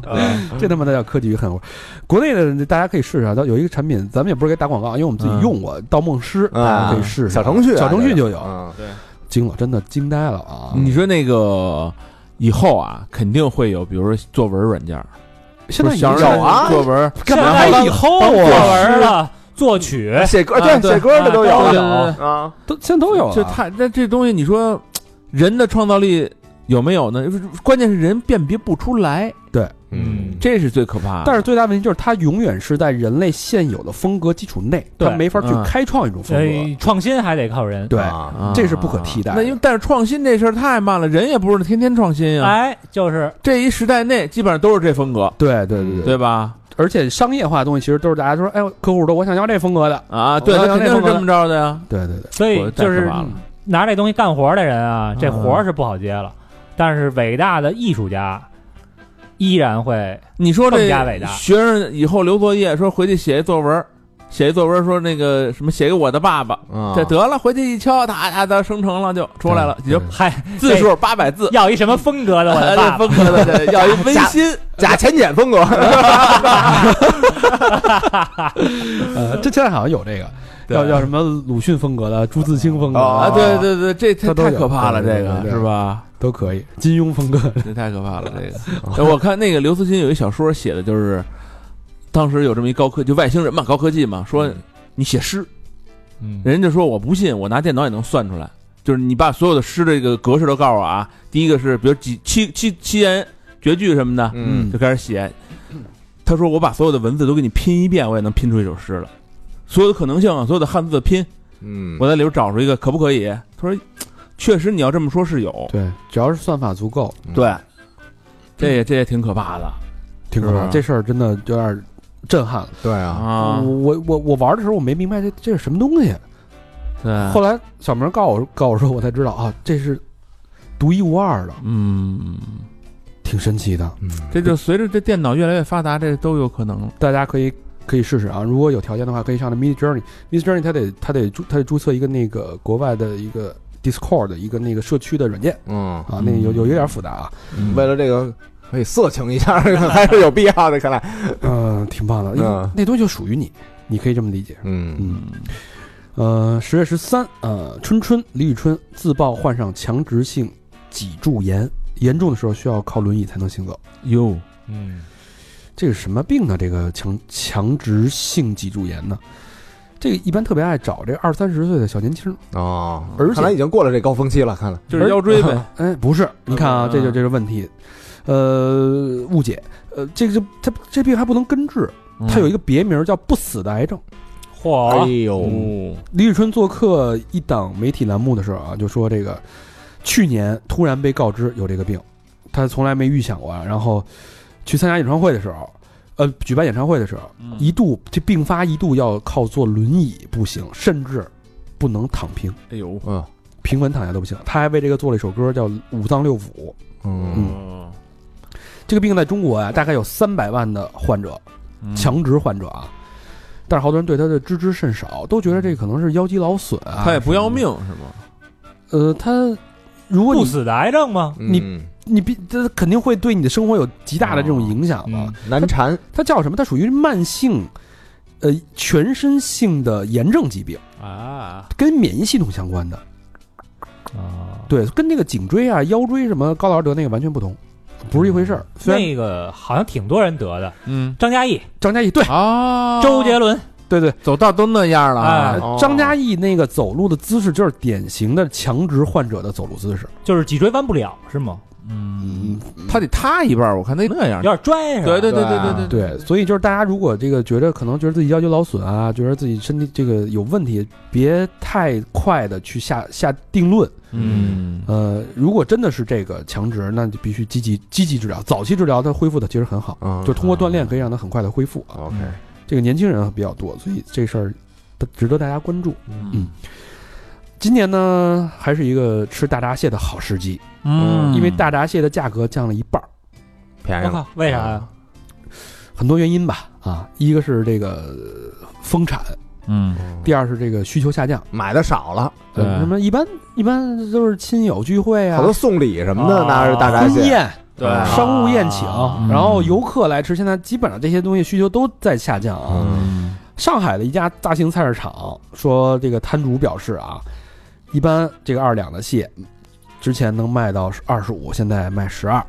S2: 这他妈的叫科技与狠活。国内的大家可以试试啊，有一个产品，咱们也不是给打广告，因为我们自己用过，盗梦师，大家可以试试
S3: 小程序啊，
S2: 小程序就
S3: 这
S2: 有，
S3: 个
S2: 惊了，真的惊呆了啊！
S4: 你说那个以后啊，肯定会有，比如说作文软件儿，
S2: 现在已经
S4: 想
S3: 有啊
S4: 作文，
S2: 干嘛
S5: 现在
S2: 以后
S5: 作
S2: 啊？
S5: 文了，作曲
S3: 嗯，写歌
S4: 啊
S3: 对
S4: 对
S3: 写歌的都有
S5: 啊
S4: 对对
S3: 啊，
S2: 都现在都有
S4: 就
S2: 了。
S4: 他那这东西，你说人的创造力有没有呢？关键是人辨别不出来，
S5: 嗯
S4: 这是最可怕的。
S2: 但是最大问题就是，它永远是在人类现有的风格基础内，它
S5: 对
S2: 没法去
S4: 嗯
S2: 开创一种风格。
S5: 呃，创新还得靠人。
S2: 对，
S3: 啊
S4: 啊
S2: 这是不可替代的
S4: 那因为但是创新这事儿太慢了，人也不是天天创新啊。
S5: 哎，就是
S4: 这一时代内基本上都是这风格，
S2: 对对对对，
S4: 嗯对吧？
S2: 而且商业化的东西其实都是大家说，哎呦，客户说我想要这风格的，
S4: 啊，对，
S2: 我
S4: 他
S2: 要
S4: 肯定
S2: 那
S4: 是
S2: 风格
S4: 这么着的呀。
S2: 对对对，
S5: 所以就
S4: 太可
S5: 是
S4: 怕
S2: 嗯
S4: 了
S5: 拿这东西干活的人啊，这
S4: 嗯
S5: 活儿是不好接了，但是伟大的艺术家依然会
S4: 你说这
S5: 更加伟大
S4: 学生以后留作业说回去写一作文，写一作文说那个什么写给我的爸爸，
S3: 啊
S4: 这得了，回去一敲，哒哒哒生成了就出来了，你
S2: 对
S4: 就
S5: 嗨
S4: 字数八百字，
S5: 要一什么风格
S2: [LAUGHS]
S5: 的我的爸
S4: 这 [LAUGHS]
S5: 爸
S4: 风格的哎对要一温馨，
S3: 假浅浅风格，
S2: [LAUGHS] 呃，这现在好像有这个，
S4: 对
S2: 要要什么鲁迅风格的、朱自清风格的
S4: 啊，
S3: 哦
S4: 对对对，这太
S2: 它都有
S4: 太可怕了，
S2: 对
S4: 这
S2: 对
S4: 个
S2: 对对
S4: 是
S2: [LAUGHS]
S4: 吧？
S2: 都可以，金庸风格的，
S4: 这太可怕了，
S2: [LAUGHS]
S4: 这个。哎我看那个刘慈欣有一小说写的就是，当时有这么一高科，就外星人嘛，高科技嘛，说你写诗，
S5: 嗯
S4: 人家就说我不信，我拿电脑也能算出来。就是你把所有的诗的这个格式都告诉我啊，第一个是比如几七七七言绝句什么的，
S3: [LAUGHS] 嗯
S4: 就开始写。他说我把所有的文字都给你拼一遍，我也能拼出一首诗了。所有的可能性啊，所有的汉字的拼，
S3: 嗯，
S4: 我在里边找出一个，可不可以？他说，确实你要这么说是有，
S2: 对，只要是算法足够，
S4: 对，这也这也挺可怕的
S2: 挺可
S4: 是
S2: 怕。
S4: 吧
S2: 这事儿真的有点震撼了。
S3: 对啊，
S4: 啊
S2: 我，我我我玩的时候我没明白这这是什么东西，
S4: 对，
S2: 后来小明告我告我说，我才知道啊，这是独一无二的，
S4: 嗯，
S2: 挺神奇的。
S3: 嗯，
S4: 这就随着这电脑越来越发达，这都有可能了。
S2: 大家可以可以试试啊，如果有条件的话，可以上那 Mid Journey，Mid Journey 它得它得注它得注册一个那个国外的一个 Discord 的一个那个社区的软件
S3: 嗯，
S2: 啊，那有有有点复杂啊，
S4: 嗯
S3: 为了这个可以色情一下， [LAUGHS] 还是有必要的，看来，
S2: 嗯，挺棒的，
S3: 嗯
S2: 那东西就属于你，你可以这么理解。
S3: 嗯
S2: 嗯，呃，十月十三，呃，春春李宇春自曝患上强直性脊柱炎，严重的时候需要靠轮椅才能行走。
S4: 哟，
S5: 嗯，
S2: 这个什么病呢？这个强强直性脊柱炎呢？这个一般特别爱找这二三十岁的小年轻，
S3: 哦，
S2: 而且
S3: 看来已经过了这高峰期了，看来，
S4: 就是腰椎呗，
S2: 哎，不是，你看啊，这就这是问题，呃，误解，呃，这个就它这病还不能根治，
S4: [LAUGHS]
S2: 它
S4: 嗯
S2: 有一个别名叫不死的癌症。
S5: 嚯，
S3: 呦
S4: 哦，
S2: 李宇春做客一档媒体栏目的时候啊，就说这个去年突然被告知有这个病，她从来没预想过啊。然后去参加演唱会的时候，呃，举办演唱会的时候，
S4: 嗯
S2: 一度这病发一度要靠坐轮椅步行，甚至不能躺平，
S4: 哎呦，
S3: 嗯，
S2: 平稳躺下都不行。他还为这个做了一首歌叫《五脏六腑》。
S3: 嗯
S4: 嗯，
S2: 这个病在中国啊，大概有三百万的患者，
S4: 嗯
S2: 强直患者啊，但是好多人对他的知之甚少，都觉得这可能是腰肌劳损啊。
S4: 他也不要命是吗？
S2: 呃，他如果
S5: 不
S2: 你
S5: 死的癌症吗？
S3: 嗯
S2: 你你必这肯定会对你的生活有极大的这种影响嘛。
S5: 嗯
S3: 难缠，
S2: 它叫什么？它属于慢性，呃，全身性的炎症疾病，
S4: 嗯
S5: 啊
S2: 跟免疫系统相关的。
S5: 啊，
S2: 对，跟那个颈椎啊、腰椎什么高老师得那个完全不同，不是一回事儿。虽
S5: 嗯
S2: 然
S5: 那个好像挺多人得的，
S4: 嗯
S5: 张嘉译、
S2: 张嘉译对
S4: 啊，
S5: 周杰伦，
S2: 对对，
S4: 走道都那样了啊
S5: 哎
S4: 哦
S2: 张嘉译那个走路的姿势就是典型的强直患者的走路姿势。
S5: 就是脊椎弯不了是吗？
S4: 嗯，他得塌一半儿，我看他那样
S5: 有。点拽是吧？
S4: 对对对
S3: 对
S4: 对
S3: 啊
S4: 对，
S2: 对，所以就是大家如果这个觉得可能觉得自己腰肌劳损啊，觉得自己身体这个有问题，别太快的去下下定论。
S4: 嗯
S2: 呃，如果真的是这个强直，那就必须积极积极治疗，早期治疗它恢复的其实很好，
S3: 嗯
S2: 就通过锻炼可以让它很快的恢复啊。
S3: OK，
S2: 这个年轻人啊比较多，所以这事儿值得大家关注。嗯今年呢，还是一个吃大闸蟹的好时机，
S4: 嗯
S2: 因为大闸蟹的价格降了一半儿，
S3: 便宜
S5: 我
S3: 了，
S5: 靠，为啥
S4: 嗯
S5: 呀？
S2: 很多原因吧啊，一个是这个呃丰产，
S4: 嗯
S2: 第二是这个需求下降，
S3: 买的少了，
S2: 呃
S4: 对
S2: 什么一般一般都是亲友聚会啊
S3: 好多，送礼什么的
S5: 啊
S3: 拿着大闸
S2: 婚
S3: 蟹，
S2: 宴、
S4: 对
S3: 啊
S2: 商务宴请，
S5: 啊
S2: 然后游客来吃，现在基本上这些东西需求都在下降啊。
S4: 嗯
S2: 上海的一家大型菜市场说，这个摊主表示啊，一般这个二两的蟹，之前能卖到二十五，现在卖十二，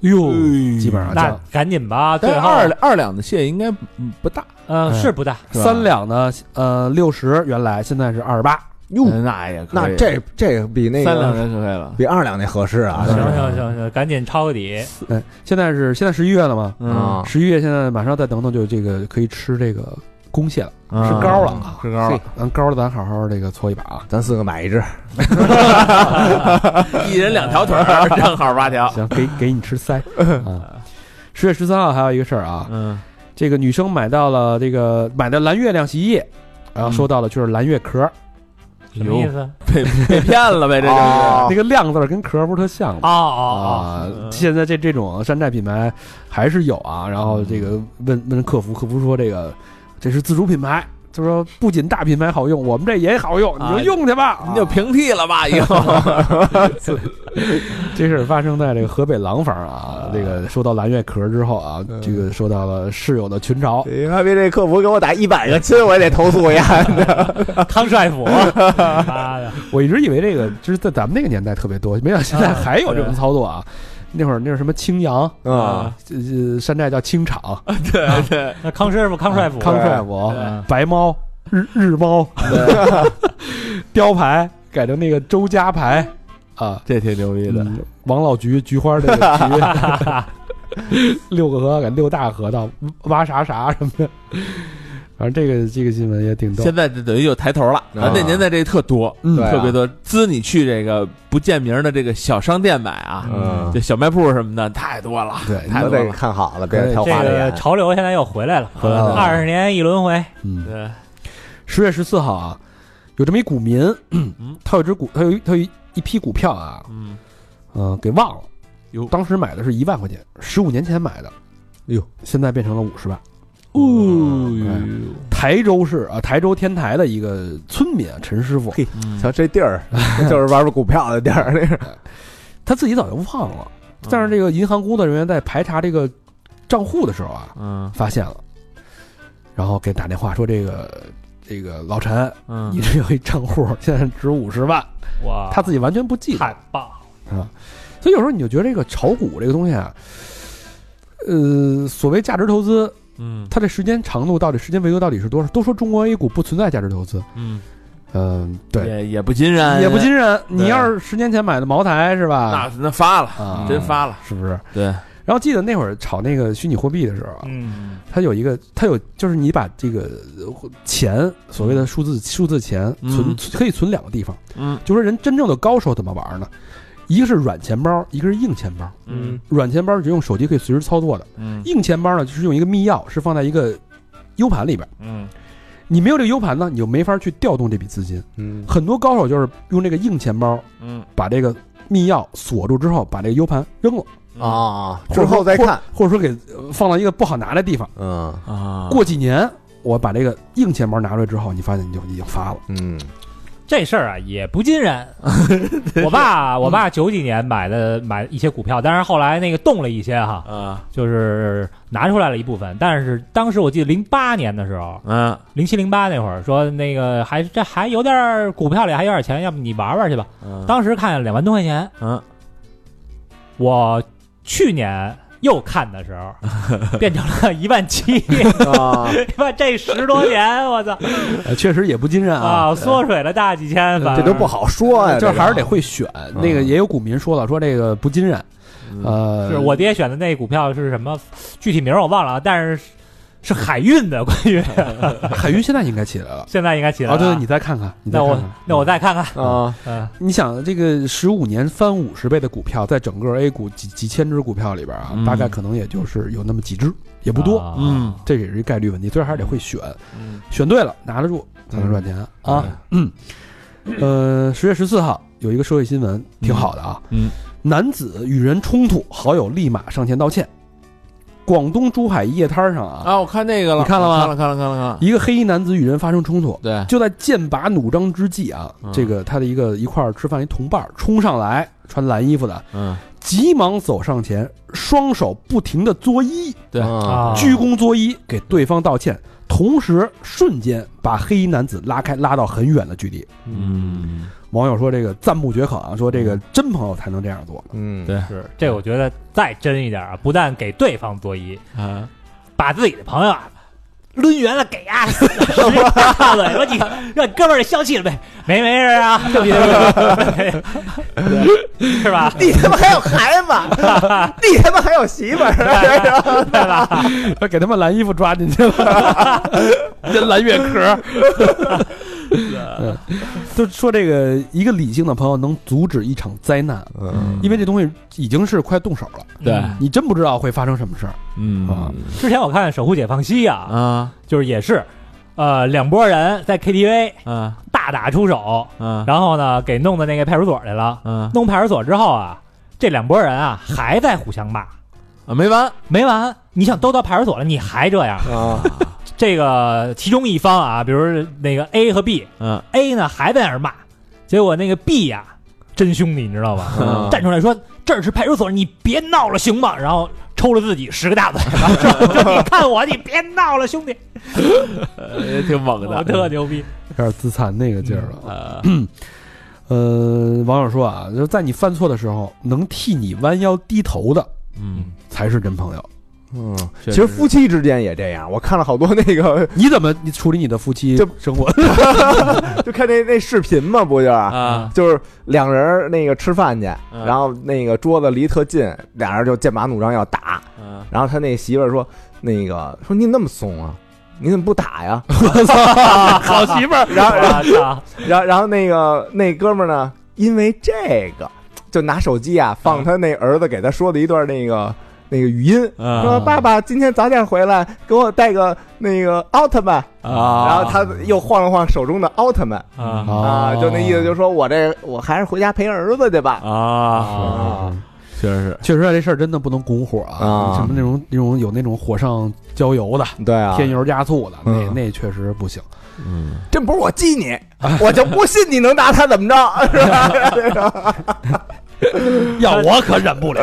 S2: 哟，基本上
S5: 那
S2: 降。
S5: 赶紧吧，最
S4: 嗯但
S5: 后
S4: 二两二两的蟹应该嗯不大，
S5: 呃
S2: 哎
S5: 是不大，
S4: 是吧
S2: 三两呢，呃，六十原来现在是二十八，
S3: 哟，
S4: 那也可以
S3: 那这这个比那
S4: 三两
S3: 个
S4: 就可以了。
S3: 比二两那合适啊，
S4: 嗯
S5: 行行行行，赶紧抄个底，
S2: 嗯，现在是现在十一月了嘛，
S4: 嗯
S3: 啊，
S2: 十一月现在马上再等等就这个可以吃这个公蟹了，
S4: 是
S2: 是膏了啊，
S4: 是膏了，
S2: 咱膏了咱好好这个搓一把啊。
S3: 咱四个买一只，
S6: 一人两条腿儿，正好八条。
S2: 行，给给你吃 [LAUGHS] 腮啊。十月十三号还有一个事儿啊，
S4: 嗯
S2: 这个女生买到了这个买的蓝月亮洗衣液，然后收到了就是蓝月壳儿，
S5: 什么意思？
S6: 被骗了呗，这
S4: 哦
S6: 就是。
S3: 啊哦
S2: 那个亮字儿跟壳儿不是特像吗？
S5: 哦哦
S2: 啊
S4: 嗯，
S2: 现在这这种山寨品牌还是有啊。然后这个问问客服，客服说这个这是自主品牌，他说不仅大品牌好用，我们这也好用，你
S6: 啊
S2: 就用去吧。
S6: 你就平替了吧，以后。
S2: 这事儿发生在这个河北廊坊 [LAUGHS] 啊，这个收到蓝月壳儿之后啊，这个受到了室友的群嘲，
S3: 你还别这客服给我打一百个亲，我也得投诉 [LAUGHS] 呀。
S5: 哦，康帅哎傅，妈的，
S2: [LAUGHS] 我一直以为这个就是在咱们那个年代特别多，没想到现在还有这种操作啊。那会儿那是什么青阳
S3: 啊，
S2: 呃，山寨叫青场、
S6: 对对，
S5: 那康师傅、康帅傅，
S2: 康帅傅、
S5: 嗯
S2: 白猫、日日猫、 [LAUGHS] 雕牌改成那个周家牌啊，
S4: [LAUGHS] 这挺牛逼的，
S2: 嗯王老菊菊花这个菊，六个核改六大核桃，挖啥啥什么的。反正这个这个新闻也挺逗，
S4: 现在就等于有抬头了。咱那年代这特多，
S2: 嗯
S3: 对啊
S4: 特别多，滋你去这个不见名儿的这个小商店买啊，
S3: 嗯，
S4: 这小卖铺什么的太多了，
S2: 对
S4: 太
S3: 都
S4: 多
S3: 得
S4: 了。
S3: 看好了，别
S2: 可以
S3: 挑
S5: 这
S3: 花了
S5: 个
S3: 眼。
S5: 潮流现在又回来了，
S2: 回来了
S5: 二十年一轮回，
S2: 嗯，
S4: 对，
S2: 十月十四号啊，有这么一股民， [CLEARS THROAT] 他有只股，他有一他有一批股票啊，
S4: 嗯，
S2: 嗯、给忘了。
S4: 哟
S2: 当时买的是一万块钱，十五年前买的，
S3: 哟，
S2: 现在变成了五十万。
S4: 嗯哦
S2: 呦台州市啊，台州天台的一个村民啊陈师傅，
S4: 嗯
S3: 瞧这地儿， [LAUGHS] 就是玩玩股票的地儿，那是
S2: 他自己早就忘了，
S4: 嗯
S2: 但是这个银行工作人员在排查这个账户的时候啊，
S4: 嗯
S2: 发现了，然后给打电话说这个这个老陈，
S4: 嗯
S2: 你，这有一账户，现在值五十万，
S5: 哇，
S2: 他自己完全不记得。
S5: 太棒了，
S2: 所以有时候你就觉得这个炒股这个东西啊，呃，所谓价值投资，
S4: 嗯
S2: 它这时间长度到底时间维度到底是多少？都说中国 A 股不存在价值投资，
S4: 嗯，
S2: 嗯，对，
S4: 也也不尽然，
S2: 也不尽然。你
S4: 对
S2: 要是十年前买的茅台是吧？
S4: 那那发了，
S2: 啊，
S4: 真发了，
S2: 是不是？
S4: 对，
S2: 然后记得那会儿炒那个虚拟货币的时候啊，
S5: 嗯，
S2: 它有一个，它有就是你把这个呃钱，所谓的数字数字钱
S4: 嗯
S2: 存可以存两个地方，
S4: 嗯
S2: 就说人真正的高手怎么玩呢？一个是软钱包，一个是硬钱包。
S4: 嗯
S2: 软钱包只用手机可以随时操作的。
S4: 嗯
S2: 硬钱包呢，就是用一个密钥，是放在一个 U 盘里边。
S4: 嗯
S2: 你没有这个 U 盘呢，你就没法去调动这笔资金。
S3: 嗯
S2: 很多高手就是用这个硬钱包
S6: 嗯
S2: 把这个密钥锁住之后，把这个 U 盘扔了，
S4: 嗯
S3: 啊，
S2: 或
S3: 之
S2: 者
S3: 后
S2: 说
S3: 再看，，
S2: 或或者说给呃放到一个不好拿的地方。
S3: 嗯
S6: 啊，
S2: 过几年，我把这个硬钱包拿出来之后，你发现你就已经发了。
S3: 嗯
S5: 这事儿啊也不尽然。我爸，我爸九几年买的买一些股票，但是后来那个动了一些哈，
S6: 啊
S5: 就是拿出来了一部分。但是当时我记得零八年的时候，
S6: 嗯
S5: 零七零八那会儿说那个还这还有点儿股票里还有点钱，要不你玩玩去吧。
S6: 嗯
S5: 当时看两万多块钱，
S6: 嗯，
S5: 我去年又看的时候
S2: [LAUGHS]
S5: 变成了一万七， [LAUGHS]
S3: 啊，
S5: 吧？这十多年我操
S2: 呃确实也不尽然啊，呃
S5: 啊，缩水了大几千，反
S3: 这
S5: 正
S3: 都不好说
S5: 啊
S3: 呀，
S2: 嗯这还是得
S3: 个
S2: 会选。那个也有股民说了，说这个不尽然。呃，
S5: 嗯是我爹选的那股票是什么？具体名儿我忘了啊，但是是海运的，关
S2: [LAUGHS]
S5: 于
S2: 海云现在应该起来了。
S5: 现在应该起来
S2: 啊，
S5: 了。
S2: 对，你再看看，你再
S5: 那
S2: 看
S5: 我
S2: 看。
S5: 那我再看看，
S3: 啊，
S5: 嗯
S2: 你想，这个十五年翻五十倍的股票，在整个 A 股几几千只股票里边啊，
S6: 嗯
S2: 大概可能也就是有那么几只，也不多。
S5: 啊
S6: 嗯
S2: 这也是一概率问题，最后还是得会选，
S6: 嗯
S2: 选对了拿得住才能赚钱啊。嗯，呃，十月十四号有一个社会新闻挺好的啊，
S6: 嗯，
S2: 男子与人冲突，好友立马上前道歉。广东珠海一夜摊上啊，
S4: 啊，我看那个了，
S2: 你看了吗
S4: 看了，看了，看了，看了。
S2: 一个黑衣男子与人发生冲突，
S4: 对，
S2: 就在剑拔弩张之际啊，
S6: 嗯
S2: 这个他的一个一块儿吃饭一同伴儿冲上来，穿蓝衣服的，
S6: 嗯，
S2: 急忙走上前，双手不停的作揖，
S6: 对
S3: 啊
S5: 啊，
S2: 鞠躬作揖，给对方道歉，同时瞬间把黑衣男子拉开，拉到很远的距离。
S6: 嗯，
S2: 网友说这个赞不绝口啊，说这个真朋友才能这样做。 [LAUGHS]
S3: 嗯，
S6: 对
S5: 是这我觉得再真一点啊，不但给对方作揖，
S4: 嗯
S6: 啊，
S5: 把自己的朋友啊抡圆了给啊，十个大嘴巴，你让哥们儿消气了呗，没没事啊， [LAUGHS] 对不起， [LAUGHS] 是吧？
S3: 你他妈还有孩 [LAUGHS] 子，你他妈还有媳妇儿，
S2: 给他们蓝衣服抓进去了，这蓝月壳。嗯就说这个一个理性的朋友能阻止一场灾难，
S3: 嗯
S2: 因为这东西已经是快动手了，
S6: 对，
S2: 你真不知道会发生什么事儿。
S6: 嗯
S2: 啊
S5: 之前我看《守护解放西》啊，
S6: 啊
S5: 就是也是，呃，两拨人在 KTV
S6: 啊
S5: 大打出手，
S6: 啊
S5: 然后呢给弄到那个派出所去了。
S6: 啊
S5: 弄派出所之后啊，这两拨人啊还在互相骂，
S6: 啊，没完，
S5: 没完。你想都到派出所了，你还这样？
S3: 啊，
S5: 这个其中一方啊，比如那个 A 和 B，
S6: 嗯
S5: ，A 呢还在那儿骂，结果那个 B 呀、真兄弟，你知道吗？
S3: 嗯
S5: [LAUGHS] 站出来说这儿是派出所，你别闹了，行吗？然后抽了自己十个大嘴巴， [LAUGHS] 说说你看我，你别闹了，兄弟，
S6: 呃也挺猛
S5: 我
S6: 的，
S5: 特牛逼。
S2: 有点自残那个劲儿了。
S6: 啊，
S5: 嗯
S2: 呃，网友说啊，就是在你犯错的时候，能替你弯腰低头的
S6: 嗯，
S2: 才是真朋友。
S3: 嗯，
S6: 确
S3: 其
S6: 是
S3: 实夫妻之间也这样，我看了好多那个，
S2: 你怎么你处理你的夫妻
S3: 这
S2: 生活？
S3: 就看那那视频嘛，不就是。
S6: 啊，
S3: 就是两人儿那个吃饭去，
S6: 嗯
S3: 然后那个桌子离特近，俩人就剑拔弩张要打，
S4: 啊
S6: 嗯
S3: 然后他那媳妇儿说：“那个说你那么怂啊，你怎么不打呀
S5: 好媳 [LAUGHS] 妇儿，
S3: 然后然
S5: 我操，？”
S3: 然后然后那个那哥们儿呢，因为这个就拿手机啊放他那儿子给他说的一段那个那个语音，
S4: 啊
S3: 说
S6: 嗯
S3: 爸爸今天早点回来，给我带个那个奥特曼。
S6: 啊，
S3: 然后他又晃了晃手中的奥特曼
S6: 啊
S3: [LAUGHS] 啊，就那意思，就是说我这我还是回家陪儿子去吧。
S6: 啊，
S3: 啊，
S6: 确实是，
S2: 确实啊，这事儿真的不能拱火啊！
S3: 啊
S2: 什么那种那种有那种火上浇油的、
S3: 对啊，
S2: 添油加醋的，那
S3: 嗯
S2: 那确实不行。
S6: 嗯，
S3: 这不是我激你，我就不信你能拿他怎么着， [LAUGHS] 是吧？
S2: 要我可忍不了，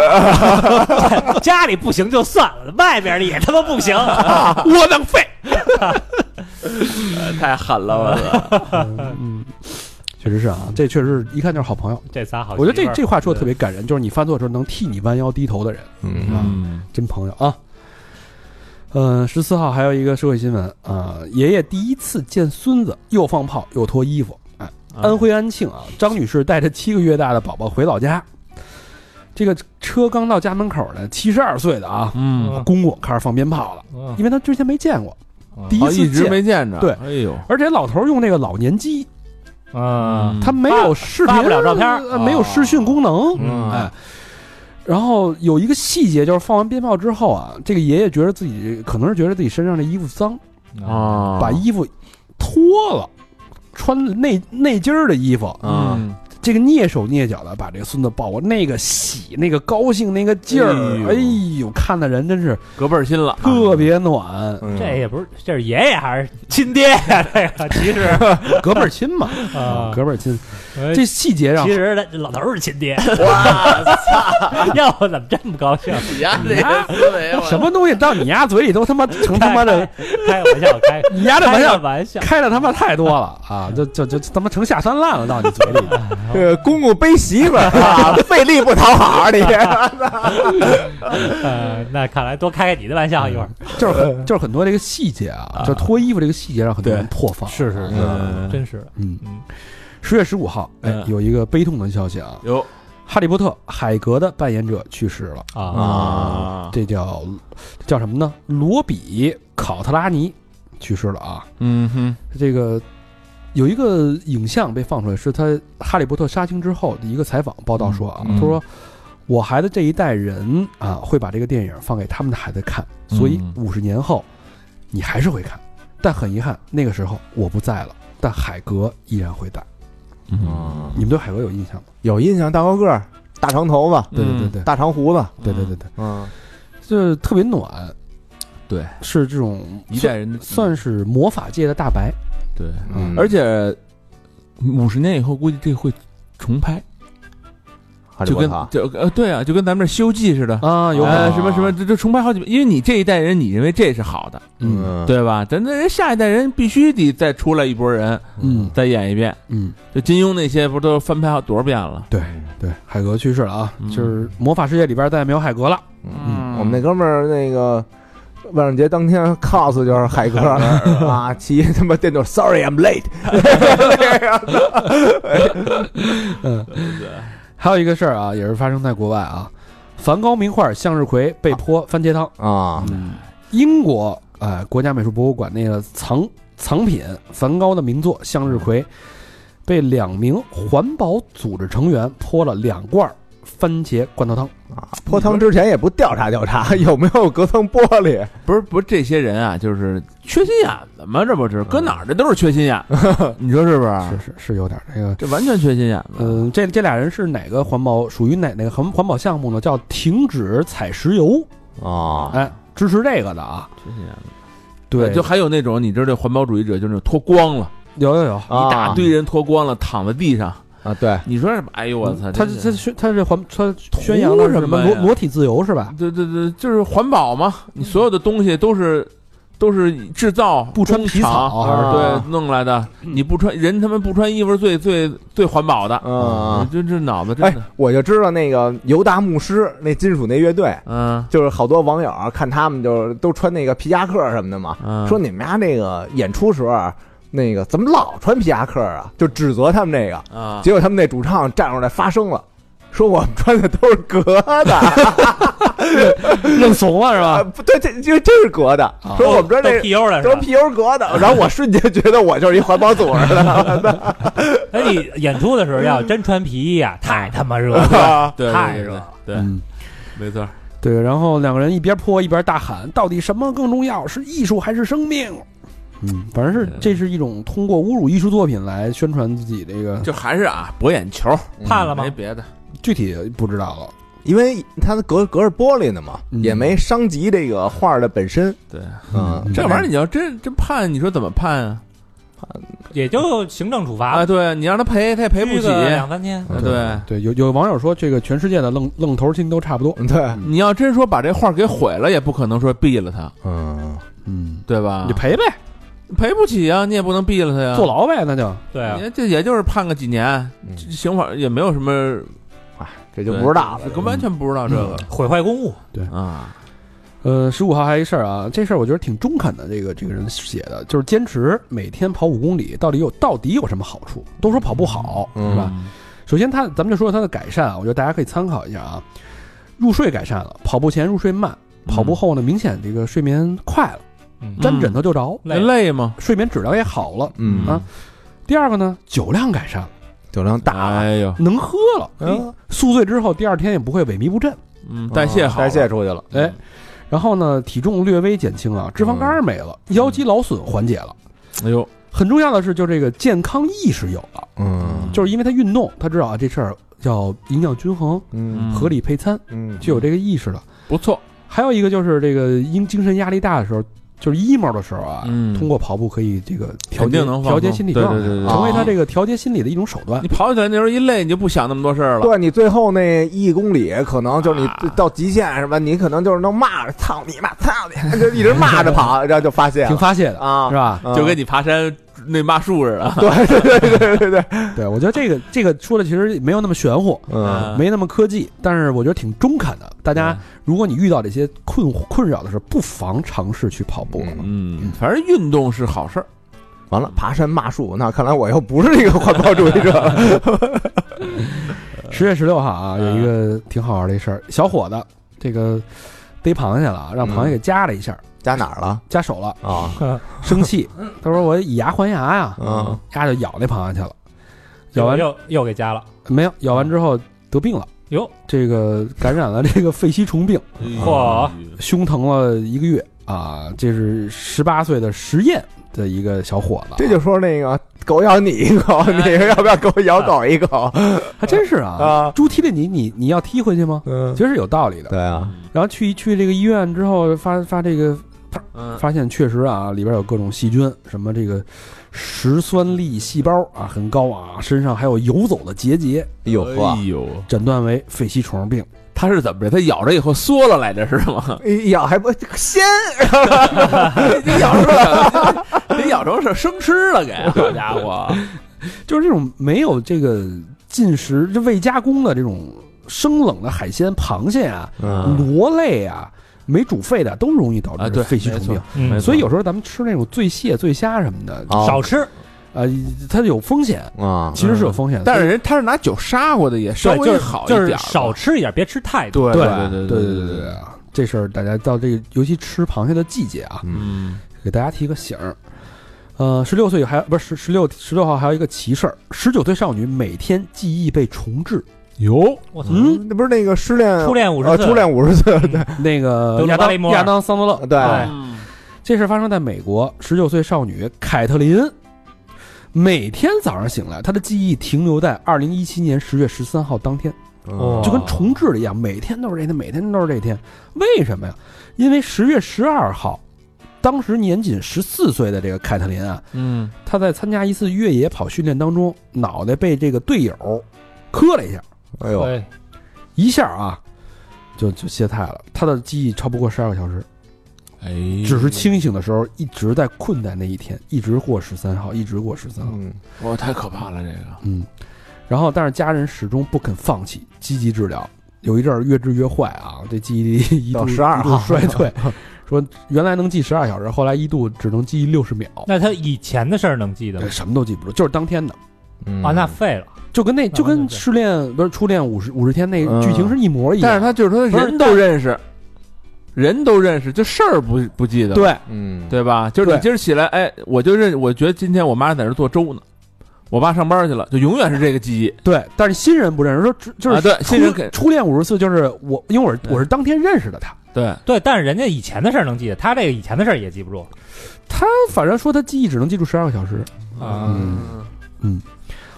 S5: [LAUGHS] 家里不行就算了，外边儿的也他妈不行，
S2: 窝囊废。
S6: [LAUGHS] 太狠了，
S3: 啊
S6: 我操，
S2: 嗯，确实是啊，这确实是一看就是好朋友。
S5: 这仨好媳妇
S2: 我
S5: 儿。
S2: 觉得这这话说的特别感人，就是你犯错的时候能替你弯腰低头的人。
S6: 嗯
S2: 真朋友啊。呃，十四号还有一个社会新闻啊、爷爷第一次见孙子，又放炮又脱衣服。哎，安徽安庆啊，张女士带着七个月大的宝宝回老家，这个车刚到家门口呢，七十二岁的啊
S6: 嗯，
S2: 公公开始放鞭炮了，
S5: 嗯
S2: 因为他之前没见过，第
S4: 哦，
S2: 次
S4: 一直
S2: 见。
S4: 没见着。
S2: 对
S4: 哎呦，
S2: 而且老头儿用那个老年机，
S5: 嗯，
S2: 他没有视频，
S5: 发不了照片儿
S2: 呃没有视讯功能，
S5: 嗯
S2: 哎。然后有一个细节就是放完鞭炮之后
S6: 嗯
S2: 啊，这个爷爷觉得自己可能是觉得自己身上的衣服脏，
S5: 啊
S6: 啊，
S2: 把衣服脱了，穿内内襟儿的衣服，
S4: 嗯
S3: 啊，
S6: 嗯
S2: 这个蹑手蹑脚的把这个孙子抱过，那个喜，那个高兴，那个劲儿，哎
S4: 哎
S2: 呦，看的人真是
S4: 隔辈儿亲了，
S2: 特别暖，
S3: 嗯
S5: 这也不是，这是爷爷还是亲爹呀？这个其实
S2: [LAUGHS] 隔辈儿亲嘛，
S5: 啊，
S2: 隔辈儿亲，
S5: 哎
S2: 这细节让
S5: 其实他老头儿是亲爹。哇 [LAUGHS] 要不怎么这么高兴？
S6: [LAUGHS] 你家这个
S4: 啊
S6: 思维，我
S2: 什么东西到你丫嘴里都他妈成他
S5: [LAUGHS]
S2: 妈的，
S5: 开个玩笑，开
S2: 你丫这玩
S5: 开
S2: 笑
S5: 个玩笑，
S2: 开的他妈太多了啊！就就就他妈成下三滥了，到
S5: [LAUGHS]
S2: 你嘴里。
S3: 这个公公背
S6: [LAUGHS]
S3: 媳妇儿啊，费力不讨好你。
S5: 呃，那看来多开开你的玩笑一会儿。
S2: 就是很就是很多这个细节啊，就脱衣服这个细节让很多人破防。
S5: 是是
S6: 嗯
S5: 真是的
S2: 嗯
S5: 嗯，
S2: 十月十五号，哎，
S6: 嗯
S2: 有一个悲痛的消息啊，
S4: 有
S2: 哈利波特海格的扮演者去世了，
S5: 啊，
S4: 啊，
S2: 这叫叫什么呢？罗比考特拉尼去世了啊。
S4: 嗯哼，
S2: 这个有一个影像被放出来，是他《哈利波特》杀青之后的一个采访报道说啊，
S6: 嗯嗯
S2: 他说我孩子这一代人啊会把这个电影放给他们的孩子看，
S6: 嗯
S2: 所以五十年后你还是会看，但很遗憾那个时候我不在了，但海格依然会在。
S6: 嗯
S2: 你们对海格有印象吗？
S3: 有印象，大高个儿，大长头发，
S2: 对对对对，
S3: 大长胡子，
S2: 对对对对，
S3: 嗯，
S2: 就是特别暖，
S4: 对，
S2: 是这种
S4: 一代人的
S2: 算算是魔法界的大白，
S4: 对，
S3: 嗯
S4: 而且五十年以后估计这会重拍，
S3: 嗯哈利
S4: 就
S3: 波
S4: 跟
S3: 特
S4: 就呃对啊，就跟咱们这《西游记》似的。
S2: 啊，有
S3: 可
S4: 呃，
S3: 能
S4: 什么什么，这这重拍好几遍，因为你这一代人，你认为这是好的，
S2: 嗯
S4: 对吧？咱那人下一代人必须得再出来一波人，
S2: 嗯
S4: 再演一遍。
S2: 嗯，
S4: 就金庸那些不都翻拍好多少遍了？
S2: 对对，海格去世了啊，
S4: 嗯
S2: 就是魔法世界里边再也没有海格了。
S3: 我们那哥们儿那个万圣节当天 cos 就是海哥啊，骑他妈电动，Sorry I'm
S4: [LAUGHS]
S3: late，
S2: 还有一个事儿啊，也是发生在国外啊，梵高名画向日葵被泼番茄汤。
S3: 啊，
S2: 英国呃国家美术博物馆那个藏藏品梵高的名作《向日葵》，被两名环保组织成员泼了两罐儿番茄罐头汤。
S3: 啊泼汤之前也不调查调查有没有隔层玻璃，
S4: 不是不是，这些人啊，就是缺心眼子嘛，这不是搁哪儿这都是缺心眼，你说是不是？
S2: 是是是有点儿这个。
S4: 这完全缺心眼子。
S2: 啊嗯，这这俩人是哪个环保属于哪哪个环环保项目呢？叫停止采石油，
S3: 啊，
S2: 哎，支持这个的啊。
S4: 缺心眼子。
S2: 对，
S4: 就还有那种你知道这环保主义者，就是那种脱光了，
S2: 有有有，
S3: 啊
S4: 一大堆人脱光了躺在地上，
S3: 啊，对，
S4: 你说什么？哎呦我操！
S2: 嗯他
S4: 真
S2: 他
S4: 是
S2: 宣他是环他宣扬的是
S4: 图
S2: 什
S4: 什么
S2: 么
S4: 呀
S2: 裸裸体自由是吧？
S4: 对对对，就是环保嘛，你所有的东西都是都是制造
S2: 不穿皮草
S4: 工厂
S3: 啊
S4: 对弄来的，你不穿人他们不穿衣服是最最最环保的，
S3: 嗯，
S4: 这这脑子真
S3: 哎
S4: 的，，
S3: 我就知道那个犹大牧师那金属那乐队，
S4: 嗯
S3: 就是好多网友啊看他们就是都穿那个皮夹克什么的嘛，
S4: 嗯，
S3: 说你们家那个演出时候啊那个怎么老穿皮夹克啊，就指责他们这个。
S4: 啊，
S3: 结果他们那主唱站出来发声了，说我们穿的都是革的，
S2: [LAUGHS]
S3: [LAUGHS]
S2: 认怂了是
S3: 啊，
S2: 吧？
S3: 不对，这这这是革的，说我们这
S5: 都
S3: 这
S5: PU 了是
S3: 都是
S5: 吧？
S3: PU 革的，然后我瞬间觉得我就是一环保组织的，
S5: 哎，你演出的时候要真穿皮衣啊，太他妈
S4: [LAUGHS]
S5: 热
S4: 嗯
S5: [LAUGHS] 了，
S3: 啊
S4: 对
S5: 太
S4: 对
S5: 热
S4: 对
S5: 了。
S4: 对，
S2: 嗯，
S4: 没错，
S2: 对，然后两个人一边泼一边大喊：“到底什么更重要？是艺术还是生命？”嗯，反正是
S4: 对
S2: 这是一种通过侮辱艺术作品来宣传自己这个，
S4: 就还是啊博眼球，
S5: 判了吗
S4: 没？别的，
S2: 具体不知道了。
S3: 嗯因为它隔隔着玻璃呢嘛，
S2: 嗯
S3: 也没伤及这个画的本身，
S4: 对，
S3: 嗯，
S4: 这玩意儿你要真真判，你说怎么判啊？
S5: 也就行政处罚
S4: 啊，，对你让他赔，他也赔不
S5: 拘
S4: 起，
S5: 个两三天。
S4: 啊对。
S2: 对，有有网友说，这个全世界的愣愣头青都差不多。
S3: 嗯对，
S4: 你要真说把这画给毁了，也不可能说毙了他，
S3: 嗯，
S2: 嗯，
S4: 对吧
S2: 你？赔呗，
S4: 赔不起啊，你也不能毙了他呀。
S2: 坐牢呗，那就
S5: 对啊，
S4: 你这也就是判个几年，
S3: 嗯
S4: 这刑法也没有什么，
S3: 这就不知道了，
S4: 这完全不知道这个
S5: 毁坏公物，
S4: 啊。
S2: 呃，十五号还有一事儿啊，这事儿我觉得挺中肯的。这个这个人写的就是坚持每天跑五公里，到底有到底有什么好处？都说跑步好，
S3: 嗯
S2: 是吧？首先他咱们就说说他的改善啊，我觉得大家可以参考一下啊。入睡改善了，跑步前入睡慢，跑
S3: 嗯
S2: 步后呢，明显这个睡眠快了，
S5: 嗯
S2: 沾枕头就着，
S5: 累了
S4: 累吗？
S2: 睡眠质量也好了。
S3: 嗯
S2: 啊，第二个呢，酒量改善了，
S3: 酒量大了，
S4: 哎呦，
S2: 能喝了，
S3: 嗯
S2: 宿醉之后第二天也不会萎靡不振。
S4: 嗯，代谢好，
S3: 啊代谢，出去了，
S2: 哎，啊
S3: 嗯
S2: 然后呢，体重略微减轻了，脂肪肝没了，腰肌劳损缓解了。
S4: 哎呦，
S2: 很重要的是，就这个健康意识有了，
S3: 嗯
S2: 就是因为他运动，他知道啊这事儿叫营养均衡、
S3: 嗯
S2: 合理配餐，
S3: 嗯
S2: 就有这个意识了。
S4: 不错，
S2: 还有一个就是这个因精神压力大的时候，就是 emo 的时候啊，
S4: 嗯
S2: 通过跑步可以这个调
S4: 肯
S2: 节
S4: 定能放
S2: 调节
S4: 松
S2: 心理
S4: 对
S2: 状态，
S4: 对对对，
S2: 成为他
S3: 啊
S2: 这个调节心理的一种手段
S4: 你。跑起来那时候一累，你就不想那么多事儿了。
S3: 对你最后那一公里，可能就是你到极限是吧？你可能就是能骂着“操你妈，操你”，就一直骂着跑，然后就发泄
S2: 挺
S3: 了
S2: 发泄的，
S3: 啊
S2: [LAUGHS] 是，吧？
S3: 嗯
S4: 就
S3: [LAUGHS]
S4: 跟你爬山那骂树似的，
S3: 对对对对对对，
S2: 对，我觉得这个这个说的其实没有那么玄乎，
S3: 嗯
S2: 没那么科技，但是我觉得挺中肯的。大
S4: 嗯
S2: 家，如果你遇到这些困困扰的时候，不妨尝试去跑步。
S3: 嗯
S4: 嗯，反正运动是好事儿。
S3: 完了，爬山骂树，那看来我又不是一个环保主义者 [LAUGHS] 了。
S2: 十月十六号啊，
S3: 嗯
S2: 有一个挺好玩的一事儿，小伙子这个逮螃蟹了啊，让
S3: 嗯
S2: 螃蟹给夹了一下，
S3: 加哪儿了
S2: 夹手了，
S3: 啊？
S2: 生气，他说我以牙还牙呀，
S3: 嗯
S2: 丫就咬那螃蟹去了，咬
S5: 又
S2: 完
S5: 又又给加了，
S2: 没有？咬完之后得病了，
S5: 哟，
S2: 这个感染了这个肺吸虫病，
S4: 嗯
S5: 嚯
S2: 胸疼了一个月啊，这是十八岁的实验的一个小伙子，啊
S3: 这就说那个狗咬你一口，你要不要狗咬狗一口
S2: 还真是啊，
S3: 啊？
S2: 猪踢了你，你你要踢回去吗？
S3: 嗯
S2: 其，实是有道理的。
S3: 对啊，
S2: 然后去去这个医院之后，发发这个
S4: 嗯，
S2: 发现确实啊，里边有各种细菌，什么这个石酸粒细胞啊很高啊，身上还有游走的结节，
S3: 有
S4: 哎呦，
S2: 诊断为肺吸虫病。
S4: 他是怎么着？他咬着以后缩了来着是 [LAUGHS] 吗？
S3: 一咬还不鲜，
S4: 你咬着，你咬着是生吃 [LAUGHS] 了给，好家伙！
S2: 就是这种没有这个进食这未加工的这种生冷的海鲜、螃蟹啊、
S3: 嗯
S2: 螺类啊、没煮沸的都容易导
S4: 啊
S2: 致
S4: 对
S2: 肺吸虫
S4: 没错
S2: 病。
S5: 嗯
S4: 没，错
S2: 所以有时候咱们吃那种醉蟹、醉虾什么的，
S5: 少吃，
S2: 呃，它有风险，
S3: 啊
S2: 其实是有风险的。
S4: 但是人他是拿酒杀过的，也稍
S5: 对，
S4: 微
S5: 就是
S4: 好一
S5: 就
S4: 点儿
S5: 是
S4: 吧，
S5: 少吃一点，别吃太多。
S4: 对
S2: 对
S4: 对
S2: 对
S4: 对
S2: 对对啊！这事儿大家到这个，尤其吃螃蟹的季节啊，
S4: 嗯，
S2: 给大家提个醒儿。呃，十六岁还不是十十六十六号还有一个奇事儿，十九岁少女每天记忆被重置。
S4: 有
S5: 我操，
S2: 嗯，
S3: 那不是那个失恋
S5: 初恋五
S3: 呃
S5: 十次，
S3: 初恋五十岁，对
S5: [LAUGHS]
S2: 那个
S5: 德鲁
S2: 亚
S5: 巴雷
S2: 当
S5: 摩尔
S2: 亚当桑德勒，
S3: 对，
S5: 哎
S4: 嗯
S2: 这事儿发生在美国，十九岁少女凯特琳，每天早上醒来，她的记忆停留在二零一七年十月十三号当天，
S5: 哦
S3: 嗯
S2: 就跟重置了一样，每天都是这天，每天都是这天。为什么呀？因为十月十二号，当时年仅十四岁的这个凯特琳啊，
S4: 嗯，
S2: 她在参加一次越野跑训练当中，脑袋被这个队友磕了一下，
S3: 哎呦，
S5: 对，
S2: 一下啊，就就歇菜了。她的记忆超不过十二个小时，
S4: 哎，
S3: 嗯
S2: 只是清醒的时候一直在困在那一天，一直过十三号，一直过十三号。
S3: 嗯，
S4: 哇，太可怕了这个，
S2: 嗯，然后但是家人始终不肯放弃，积极治疗。有一阵儿越治越坏啊，这记忆力一度
S3: 到12
S2: 一度
S3: 号
S2: 衰退，说原来能记十二小时，后来一度只能记忆六十秒，
S5: 那他以前的事儿能记得吗
S2: 对，？什么都记不住，就是当天的，
S5: 啊，那废了。
S2: 就跟那就
S5: 那
S2: 跟
S5: 对
S2: 失恋不是初恋五十五十天那
S3: 嗯
S2: 剧情是一模一样。
S4: 但是他就是他人都认识，人都认识，就事儿不不记得，
S2: 对
S3: 嗯，
S4: 对吧？就是你
S2: 对
S4: 今儿起来，哎，我就认，我觉得今天我妈在这儿做粥呢。我爸上班去了，就永远是这个记忆。
S2: 对，但是新人不认识，说只就是
S4: 啊对
S2: 初
S4: 新人给
S2: 初恋五十次就是我，因为我是我是当天认识的他，
S4: 对，
S5: 对，但是人家以前的事儿能记得，他这个以前的事儿也记不住。
S2: 他反正说他记忆只能记住十二个小时。
S4: 嗯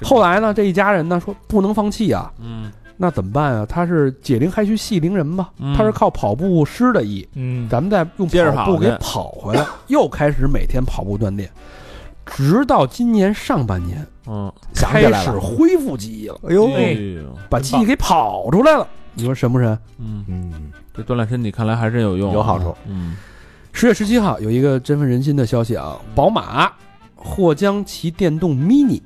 S2: 后来呢，这一家人呢说不能放弃啊，
S4: 嗯
S2: 那怎么办啊？他是解铃还须系铃人吧，
S4: 嗯
S2: 他是靠跑步失的意，
S5: 嗯，
S2: 咱们再用
S4: 接着
S2: 跑步
S4: 跑
S2: 给
S4: 去
S2: 跑回来， [LAUGHS] 又开始每天跑步锻炼，直到今年上半年
S4: 嗯，
S3: 想起
S2: 开
S3: 来
S2: 始
S3: 了，
S2: 恢复记忆了，
S3: 哎呦，
S4: 哎呦，
S2: 把记忆给跑出来了。你说神不神？
S4: 嗯，
S3: 嗯，
S4: 这锻炼身体看来还真有用，
S3: 有好处。
S4: 嗯，
S2: 十月十七号有一个振奋人心的消息啊，宝马或将其电动 Mini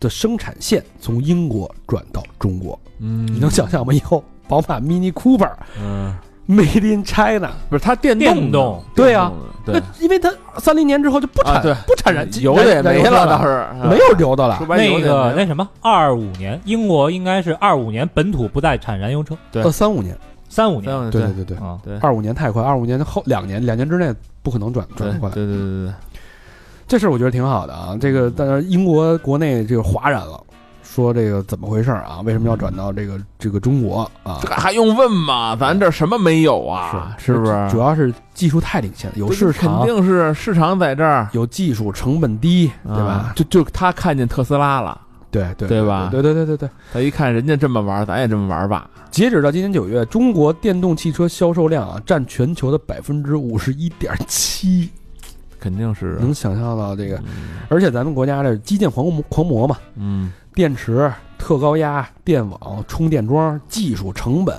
S2: 的生产线从英国转到中国，
S4: 嗯，
S2: 你能想象吗？以后宝马 Mini Cooper
S4: 嗯，
S2: Made in China，
S4: 不是它电
S5: 电
S4: 动的
S5: 动，
S2: 对啊，
S4: 电动
S2: 那
S4: 的
S2: 因为它三零年之后就不
S4: 啊
S2: 产
S4: 对
S2: 不产燃
S4: 对，油的也没了，倒
S2: 了，
S4: 是
S2: 没有油的
S4: 说
S2: 了。
S4: 白了
S5: 那
S4: 油的
S5: 个
S4: 也没
S5: 那什么，二五年英国应该是二五年本土不再产燃油车，
S4: 对
S2: 呃，三五年，
S5: 三五年
S4: 了
S2: 对对对对，
S5: 啊，
S4: 对
S2: 二五年太快，二五年后两年两年之内不可能转
S4: 对
S2: 转过来。
S4: 对对对对，
S2: 这事儿我觉得挺好的啊。这个但是英国国内这个哗然了，说这个怎么回事儿啊？为什么要转到这
S4: 嗯
S2: 个这个中国啊？
S4: 这还用问吗？咱这儿什么没有啊？是不是？
S2: 主要是技术太领先了，有市
S4: 肯
S2: 场，
S4: 定是市场在这儿，
S2: 有技术，成本低，对
S4: 啊
S2: 吧？？
S4: 就就他看见特斯拉了，
S2: 对对
S4: 对吧
S2: 对对对对对。
S4: 他一看人家这么玩，咱也这么玩吧。
S2: 截止到今年九月，中国电动汽车销售量啊，占全球的百分之五十一点七，
S4: 肯定是啊，
S2: 能想象到这个。而且咱们国家这基建狂魔狂魔嘛，
S4: 嗯，
S2: 电池、特高压、电网、充电桩、技术成本、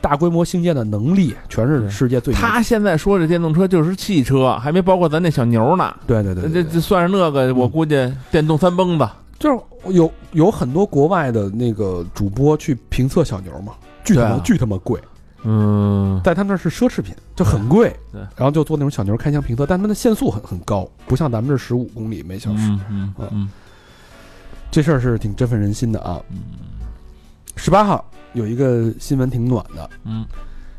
S2: 大规模兴建的能力，全是
S4: 对
S2: 世界最
S4: 嗯
S2: 牛。
S4: 他现在说这电动车就是汽车，还没包括咱那小牛呢。
S2: 对对对
S4: 这
S2: 对对，
S4: 这算是那个，我估计电动三蹦子，
S2: 就是有有很多国外的那个主播去评测小牛嘛，巨他妈、
S4: 对啊
S2: 巨他妈贵，
S4: 嗯，
S2: 在他们那儿是奢侈品，就很贵。
S4: 对
S2: 然后就做那种小牛开箱评测，但他们的限速很很高，不像咱们这十五公里每小时。
S4: 嗯嗯嗯
S2: 这事儿是挺振奋人心的啊。
S4: 嗯
S2: 十八号有一个新闻挺暖的，
S4: 嗯，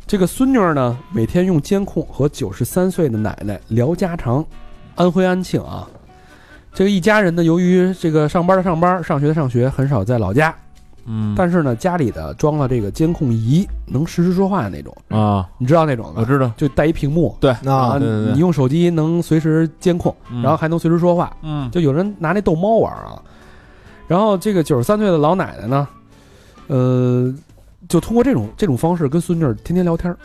S2: 这个孙女儿呢，每天用监控和九十三岁的奶奶聊家常。安徽安庆啊，这个一家人呢，由于这个上班的上班，上学的上学，很少在老家，
S4: 嗯，
S2: 但是呢，家里的装了这个监控仪，能实时说话的那种，
S4: 啊，
S2: 你知道那种
S4: 我
S2: 吧？
S4: 知道，
S2: 就带一屏幕，
S4: 对，
S2: 啊，
S3: 那
S4: 对对对
S2: 你用手机能随时监控，
S4: 嗯
S2: 然后还能随时说话，
S4: 嗯
S2: 就有人拿那逗猫玩儿啊。然后这个九十三岁的老奶奶呢，呃，就通过这种这种方式跟孙女儿天天聊天儿。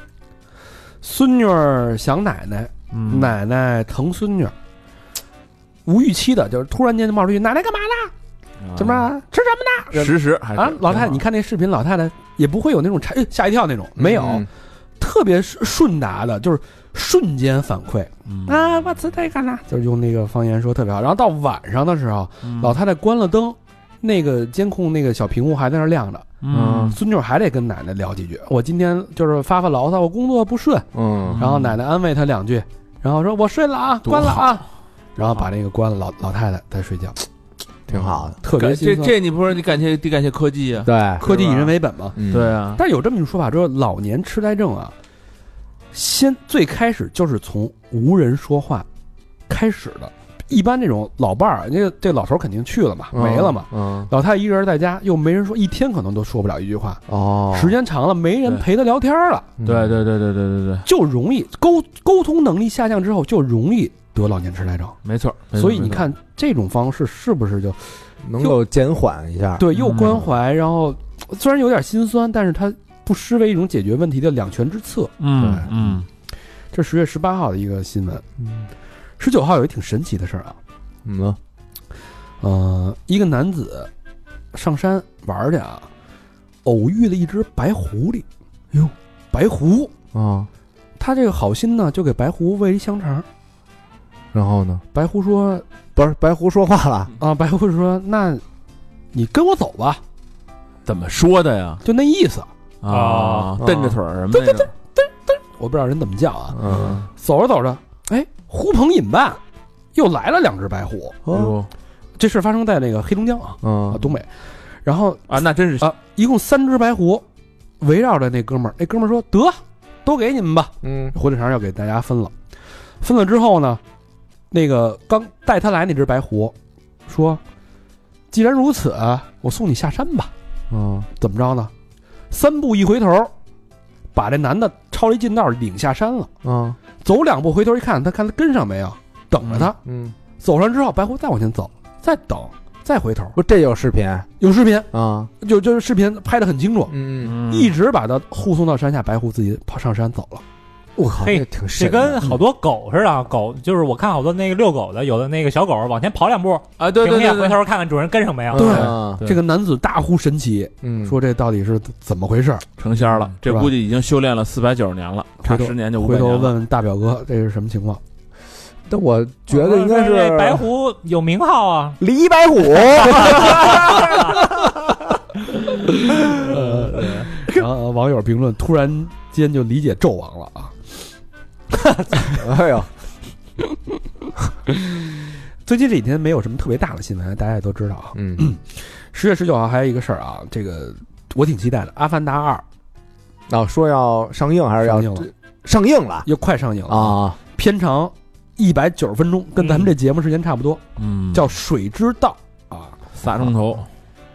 S2: 孙女儿想奶奶，
S4: 嗯
S2: 奶奶疼孙女儿，无预期的，就是突然间就冒出一句：“奶奶干嘛呢？怎么着吃什人
S4: 实时啊还
S2: 么呢？”啊，老太太，你
S4: 看
S2: 看那视频，老太太也不会有那种吓吓一跳那种，没有，
S3: 嗯
S2: 特别顺顺达的，就是瞬间反馈。
S4: 嗯
S2: 啊，我吃这个呢，就是用那个方言说特别好。然后到晚上的时候，
S4: 嗯
S2: 老太太关了灯，那个监控那个小屏幕还在那儿亮着，
S4: 嗯
S2: 孙女还得跟奶奶聊几句。我今天就是发发牢骚，我工作不顺，
S3: 嗯
S2: 然后奶奶安慰她两句，然后说我睡了啊，
S4: 多
S2: 关了
S4: 好
S2: 啊，然后把那个关了，老老太太在睡觉，
S3: 挺好的，
S2: 特别
S4: 感
S2: 心
S4: 嗯这
S2: 酸。哎
S4: 这你不是你感谢得感谢科技啊？
S3: 对
S2: 科技以人为本嘛。
S3: 嗯
S4: 对啊，
S2: 但有这么一种说法，说老年痴呆症啊，先最开始就是从无人说话开始的。一般这种老伴儿，那个这老头儿肯定去了嘛，没了嘛。，
S3: 嗯
S2: 老太太一个人在家，又没人说，一天可能都说不了一句话。
S3: 哦，
S2: 时间长了，没人陪他聊天了，
S4: 对对对对对对对，
S2: 就容易沟沟通能力下降之后，就容易得老年痴呆症。
S4: 没错。没错
S2: 所以你，
S4: 没
S2: 看这种方式是不是就
S3: 能够减缓一下，
S2: 对，又
S4: 嗯
S2: 关怀，然后虽然有点心酸，但是它不失为一种解决问题的两全之策。
S4: 错嗯嗯
S2: 这十月十八号的一个新闻，十九号有一挺神奇的事儿啊，
S3: 嗯呢，
S2: 呃，一个男子上山玩儿去啊，偶遇了一只白狐狸，哟，白狐，
S3: 啊，
S2: 他这个好心呢，就给白狐喂一香肠。
S3: 然后呢，
S2: 白狐说
S3: 不是白狐说话了，
S2: 啊， [LAUGHS] 白狐说那，你跟我走吧，
S4: 怎么说的呀？
S2: 就那意思。
S4: 啊
S5: 啊，
S4: 蹬着腿儿什么哎的，对对
S2: 我不知道人怎么叫啊。
S3: 嗯，
S2: 走着走着，哎，呼朋引伴，又来了两只白狐。
S3: 哦
S2: 这事儿发生在那个黑龙江啊，啊
S3: 嗯，
S2: 东北。然后
S4: 啊，那真是
S2: 啊，一共三只白狐围绕着那哥们儿。那哥们儿说：“得，都给你们吧，
S3: 嗯
S2: 火腿肠要给大家分了。”分了之后呢，那个刚带他来那只白狐说：“既然如此，啊我送你下山吧。
S3: 嗯，”
S2: 怎么着呢？三步一回头，把这男的抄了一近道领下山了。
S3: 嗯
S2: 走两步回头一看，他看他跟上没有，等着他。
S3: 嗯，
S2: 走上之后，白狐再往前走，再等，再回头。
S3: 不，这有视频
S2: 有视频，
S3: 啊，
S2: 就就是视频拍的很清楚。
S3: 嗯，
S2: 一直把他护送到山下，白狐自己跑上山走了。
S3: 我靠，
S5: 嘿
S3: 这挺
S5: 这
S3: 神的，
S5: 跟
S3: 嗯
S5: 好多狗似的啊，狗就是我看好多那个遛狗的，有的那个小狗往前跑两步，
S4: 啊，对对
S5: 停下
S4: 对
S5: 回
S4: 对，
S5: 头看看主人跟上没有。啊
S2: 对
S3: 嗯
S4: 对
S2: 这个男子大呼神奇，
S3: 嗯，
S2: 说这到底是怎么回事儿？
S4: 成仙了，这
S2: 嗯是吧
S4: 估计已经修炼了四百九十年了，差
S2: 回头
S4: 十年就五
S2: 回
S4: 百
S2: 头
S4: 年了。
S2: 问问大表哥，这是什么
S4: [LAUGHS]
S2: 情况？
S3: 但我觉得应该
S5: 我说
S3: 是
S5: 这白狐有名号啊，
S3: 李白虎，
S2: 然后网友评论，突然间就理解纣王了啊！
S3: 哎呦，
S2: 最近这几天没有什么特别大的新闻，大家也都知道啊。
S3: 嗯，
S2: 十月十九号还有一个事儿啊，这个我挺期待的，《阿凡达二
S3: 那说要上映还》是要
S2: 上映了，
S3: 上映了
S2: 又快上映了！
S3: 啊？
S2: 片长一百九十分钟，跟咱们这节目时间差不多，
S4: 嗯，
S2: 叫《水之道》啊。
S4: 仨钟头，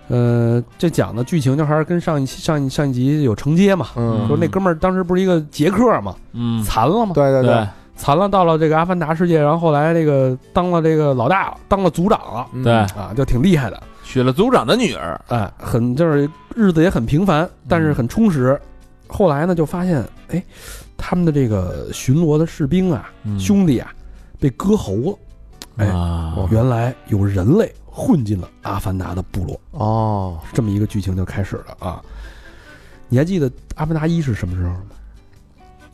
S2: 呃，这讲的剧情就还是跟上一期上一上一集有承接嘛，
S3: 嗯，
S2: 说那哥们儿当时不是一个捷克嘛，
S4: 嗯，
S2: 残了嘛，
S3: 对对
S4: 对
S2: 残了到了这个阿凡达世界，然后后来这个当了这个老大，当了组长了
S3: 嗯
S4: 对，
S2: 啊，就挺厉害的，
S4: 娶了族长的女儿，
S2: 哎，很就是日子也很平凡，但
S3: 嗯
S2: 是很充实。后来呢，就发现哎，他们的这个巡逻的士兵啊，
S3: 嗯
S2: 兄弟啊，被割喉了，哎
S4: 啊，
S2: 原来有人类混进了阿凡达的部落。
S3: 哦，
S2: 这么一个剧情就开始了啊。你还记得《阿凡达一》是什么时候吗？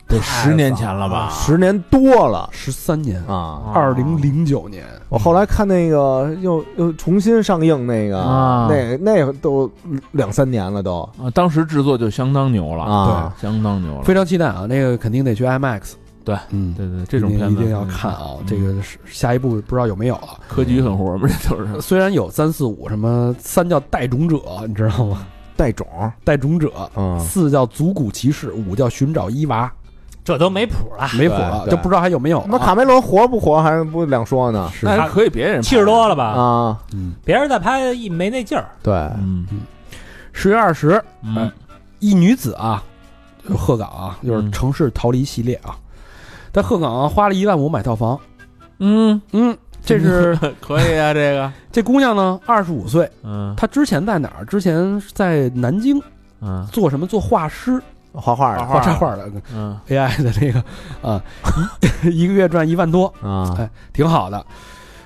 S4: 得十年前了吧？
S3: 十年多了
S2: 十三年，
S3: 啊！
S2: 二零零九年。
S3: 我后来看那个又又重新上映那个，
S4: 啊
S3: 那那都两三年了都
S4: 啊，当时制作就相当牛了，
S3: 啊，
S4: 相当牛了。
S2: 非常期待啊！那个肯定得去 IMAX。
S4: 对，
S2: 嗯，
S4: 对对，这种
S2: 一定
S4: 片
S2: 一
S4: 子
S2: 定要看啊！
S4: 嗯
S2: 这个是下一步不知道有没有了。
S4: 科技与狠活嘛，这都是
S2: 虽然有三四五什么三叫带种者，你知道吗？
S3: 带种
S2: 带种者，
S4: 啊
S3: 嗯
S2: 四叫足骨骑士，五叫寻找伊娃，
S5: 这都没谱
S4: 啊
S5: 了，
S2: 没谱了，
S3: 对对
S2: 就不知道还有没有
S3: 那
S2: 了啊。哎
S3: 卡梅伦活不活还不两说呢
S2: 是
S4: 那是可以别
S3: 嗯
S4: 人拍
S5: 七十多了吧？
S3: 啊？
S2: 嗯，
S5: 别人再拍一没那劲儿，
S3: 对，
S4: 嗯
S2: 十月二十，
S4: 嗯
S2: 一女子啊，就是鹤岗啊，就是城市逃离系列啊，在鹤岗啊花了一万五买套房。
S4: 嗯，
S2: 嗯，这是
S4: 可以啊，这个
S2: 这姑娘呢，二十五岁，
S4: 嗯
S2: 她之前在哪儿？之前是在南京
S4: 嗯
S2: 做什么？做画师，
S3: 画画的
S4: 画
S2: 画插画的
S4: 嗯，
S2: AI 的这个啊，一 [LAUGHS] 个月赚一万多，
S3: 啊
S2: 哎挺好的。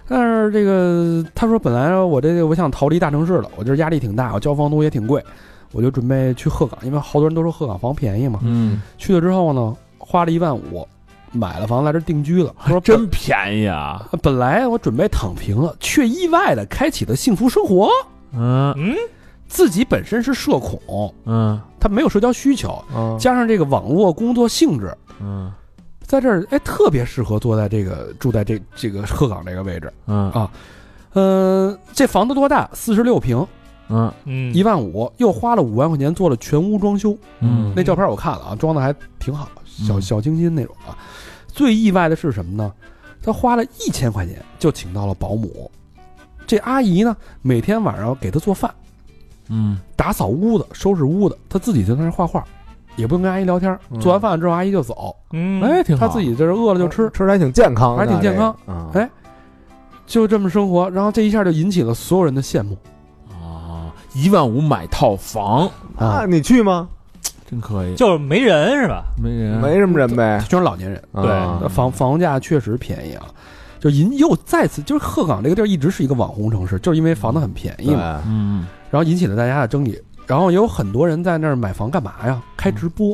S2: 但是这个，她说本来我这我想逃离大城市了，我这压力挺大，我交房租也挺贵，我就准备去鹤岗，因为好多人都说鹤岗房便宜嘛。
S4: 嗯，
S2: 去了之后呢，花了一万五，买了房来这儿定居了。他说本
S4: 真便宜啊，
S2: 本来我准备躺平了，却意外的开启了幸福生活。
S4: 嗯
S5: 嗯，
S2: 自己本身是社恐，
S4: 嗯
S2: 他没有社交需求，
S3: 嗯
S2: 加上这个网络工作性质，
S4: 嗯
S2: 在这儿哎特别适合坐在这个住在这这个鹤岗这个位置。
S4: 嗯
S2: 嗯，这房子多大？四十六平，
S4: 嗯
S5: 嗯，
S2: 一万五，又花了五万块钱做了全屋装修。
S4: 嗯
S2: 那照片我看了啊，装的还挺好，小
S4: 嗯
S2: 小清新那种啊。最意外的是什么呢？他花了一千块钱就请到了保姆，这阿姨呢每天晚上给他做饭、
S4: 嗯
S2: 打扫屋子、收拾屋子，他自己就在那儿画画，也不用跟阿姨聊天。
S3: 嗯
S2: 做完饭之后，阿姨就走，
S5: 嗯，
S4: 哎，挺好，
S2: 他自己就是饿了就吃，
S3: 吃的还挺健康的，
S2: 还挺健康
S3: 这个。啊
S2: 哎就这么生活。然后这一下就引起了所有人的羡慕
S4: 啊，一万五买套房，
S3: 啊，
S2: 啊，
S3: 你去吗？
S4: 真可以，
S5: 就是没人是吧？
S4: 没人
S3: 没什么人呗。
S2: 全是老年人。
S5: 对
S3: 啊
S2: 那房房价确实便宜啊，就引又再次就是鹤岗这个地儿一直是一个网红城市，就是因为房子很便宜
S3: 对
S2: 嘛，
S4: 嗯
S2: 然后引起了大家的争议。然后也有很多人在那儿买房干嘛呀？开直播，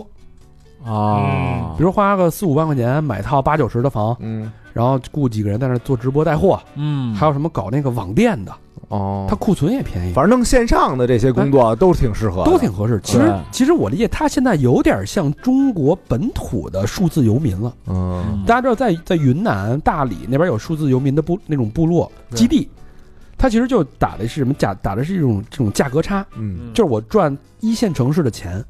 S4: 啊，
S2: 比如花个四五万块钱买套八九十的房，
S3: 嗯
S2: 然后雇几个人在那儿做直播带货，
S4: 嗯，
S2: 还有什么搞那个网店的，
S3: 哦
S2: 他库存也便宜，
S3: 反正弄线上的这些工作都挺适合的，
S2: 都挺合适。其实
S4: 对
S2: 其实我理解，他现在有点像中国本土的数字游民了。
S3: 嗯
S2: 大家知道在，在云南大理那边有数字游民的部那种部落
S4: 对
S2: 基地，它其实就打的是什么价？打的是一种这种价格差，
S3: 嗯
S2: 就是我赚一线城市的钱，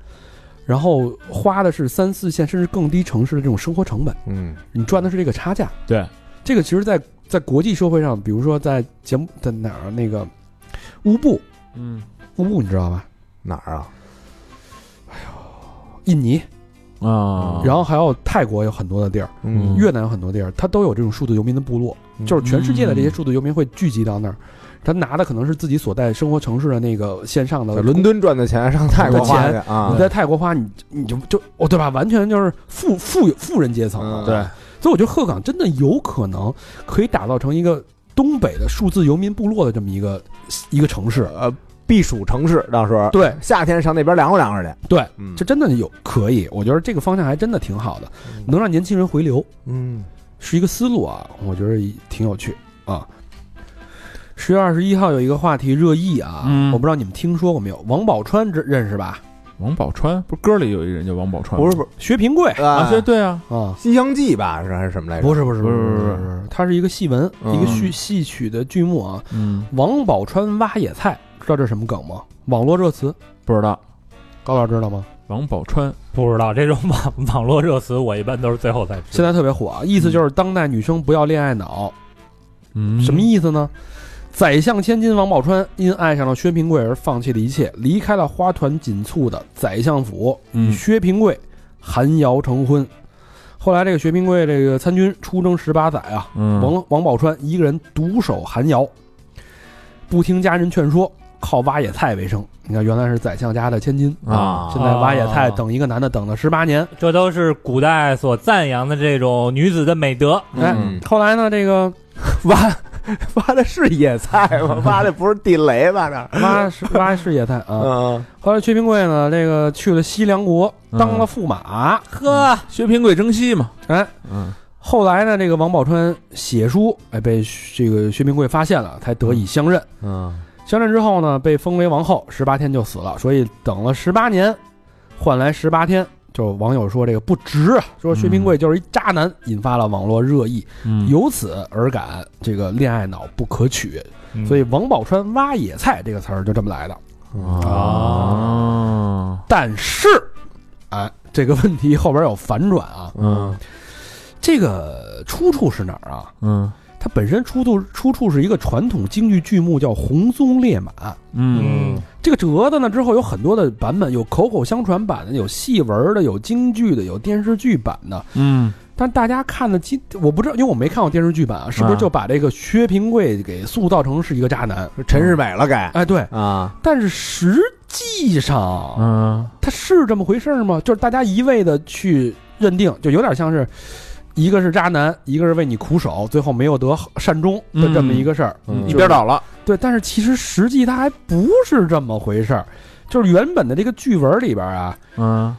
S2: 然后花的是三四线甚至更低城市的这种生活成本，
S3: 嗯
S2: 你赚的是这个差价。
S4: 对，
S2: 这个其实在，在国际社会上，比如说在节目在哪儿那个乌布，
S4: 嗯
S2: 乌布你知道吧？
S3: 哪儿啊？
S2: 印尼，
S4: 啊，
S2: 然后还有泰国有很多的地儿，
S4: 嗯
S2: 越南有很多地儿，它都有这种数字游民的部落，
S3: 嗯
S2: 就是全世界的这些数字游民会聚集到那儿。他拿的可能是自己所在生活城市的那个线上的
S3: 在伦。敦哦赚的钱上泰国花去啊
S2: 你？在泰国花，你你就就哦，对吧？完全就是富富有富人阶层了
S3: 嗯。
S4: 对，
S2: 所以我觉得鹤岗真的有可能可以打造成一个东北的数字游民部落的这么一个一个城市。
S3: 呃，避暑城市，到时候
S2: 对
S3: 夏天上那边凉快凉快去。
S2: 对，
S3: 嗯
S2: 这真的有可以，我觉得这个方向还真的挺好的，能让年轻人回流。
S3: 嗯
S2: 是一个思路啊，我觉得挺有趣啊。十月二十一号有一个话题热议啊，
S4: 嗯
S2: 我不知道你们听说过没有？王宝钏这认识吧？
S4: 王宝钏不是歌里有一人叫王宝钏吗，
S3: 不是不
S2: 薛平贵
S3: 是
S4: 啊，
S3: 啊，
S4: 对
S3: 《
S4: 对啊，
S2: 啊，
S3: 西厢记》吧是还是什么来着？
S2: 不是不是
S4: 不是不是不
S2: 是，它是一个戏文，
S3: 嗯
S2: 一个剧戏曲的剧目啊。
S4: 嗯，
S2: 王宝钏挖野菜，知道这是什么梗吗？网络热词，
S4: 不知道
S2: 高老师知道吗？
S4: 王宝钏，
S5: 不知道这种网 [LAUGHS] 网络热词，我一般都是最后才知
S2: 现
S5: 道。
S4: 嗯
S2: 在特别火啊，意思就是当代女生不要恋爱脑，
S4: 嗯
S2: 什么意思呢？宰相千金王宝钏因爱上了薛平贵而放弃了一切，离开了花团锦簇的宰相府，与
S4: 嗯
S2: 薛平贵含窑成婚。后来这个薛平贵这个参军出征十八载啊，
S4: 嗯，
S2: 王王宝钏一个人独守寒窑，不听家人劝说，靠挖野菜为生。你看，原来是宰相家的千金
S4: 啊
S2: 现在挖野菜
S5: 哦
S2: 等一个男的等了十八年。
S5: 这都是古代所赞扬的这种女子的美德。
S2: 哎
S4: 嗯，
S2: 后来呢，
S4: [LAUGHS]
S2: 这个
S3: 挖挖哎的是野菜 [LAUGHS] 吗？挖的不是地雷吧？那儿
S2: 挖是挖是野菜啊。
S3: 嗯，
S2: 后来薛平贵呢，这个去了西凉国
S4: 嗯
S2: 当了驸马。
S5: 呵，
S4: 薛平贵征西嘛，
S2: 哎，
S4: 嗯
S2: 后来呢，这个王宝钏写书，哎，被这个薛平贵发现了，才得以相认。
S3: 嗯，
S2: 相认之后呢，被封为王后，十八天就死了，所以等了十八年，换来十八天。就网友说这个不值啊，说薛平贵就是一渣男，引发了网络热议，
S4: 嗯
S2: 由此而感这个恋爱脑不可取，
S5: 嗯
S2: 所以王宝钏挖野菜这个词儿就这么来的。
S4: 哦，
S2: 但是，哎，这个问题后边有反转啊，
S4: 嗯
S2: 这个出处是哪儿啊？
S4: 嗯
S2: 它本身出处出处是一个传统京剧剧目叫《红鬃烈马》，
S4: 嗯
S5: 嗯，
S2: 这个折子呢，之后有很多的版本，有口口相传版的，有戏文的，有京剧的，有电视剧版的。
S4: 嗯
S2: 但大家看的基，我不知道，因为我没看过电视剧版啊，是不是
S4: 啊
S2: 就把这个薛平贵给塑造成是一个渣男？
S3: 陈世美了该
S2: 哎，对，
S3: 啊，
S2: 但是实际上，
S4: 嗯
S2: 他是这么回事儿吗？就是大家一味的去认定，就有点像是一个是渣男，一个是为你苦守，最后没有得善终的这么一个事儿。
S3: 嗯
S4: 一边倒了，
S2: 对，但是其实实际它还不是这么回事儿，就是原本的这个剧文里边啊，
S4: 嗯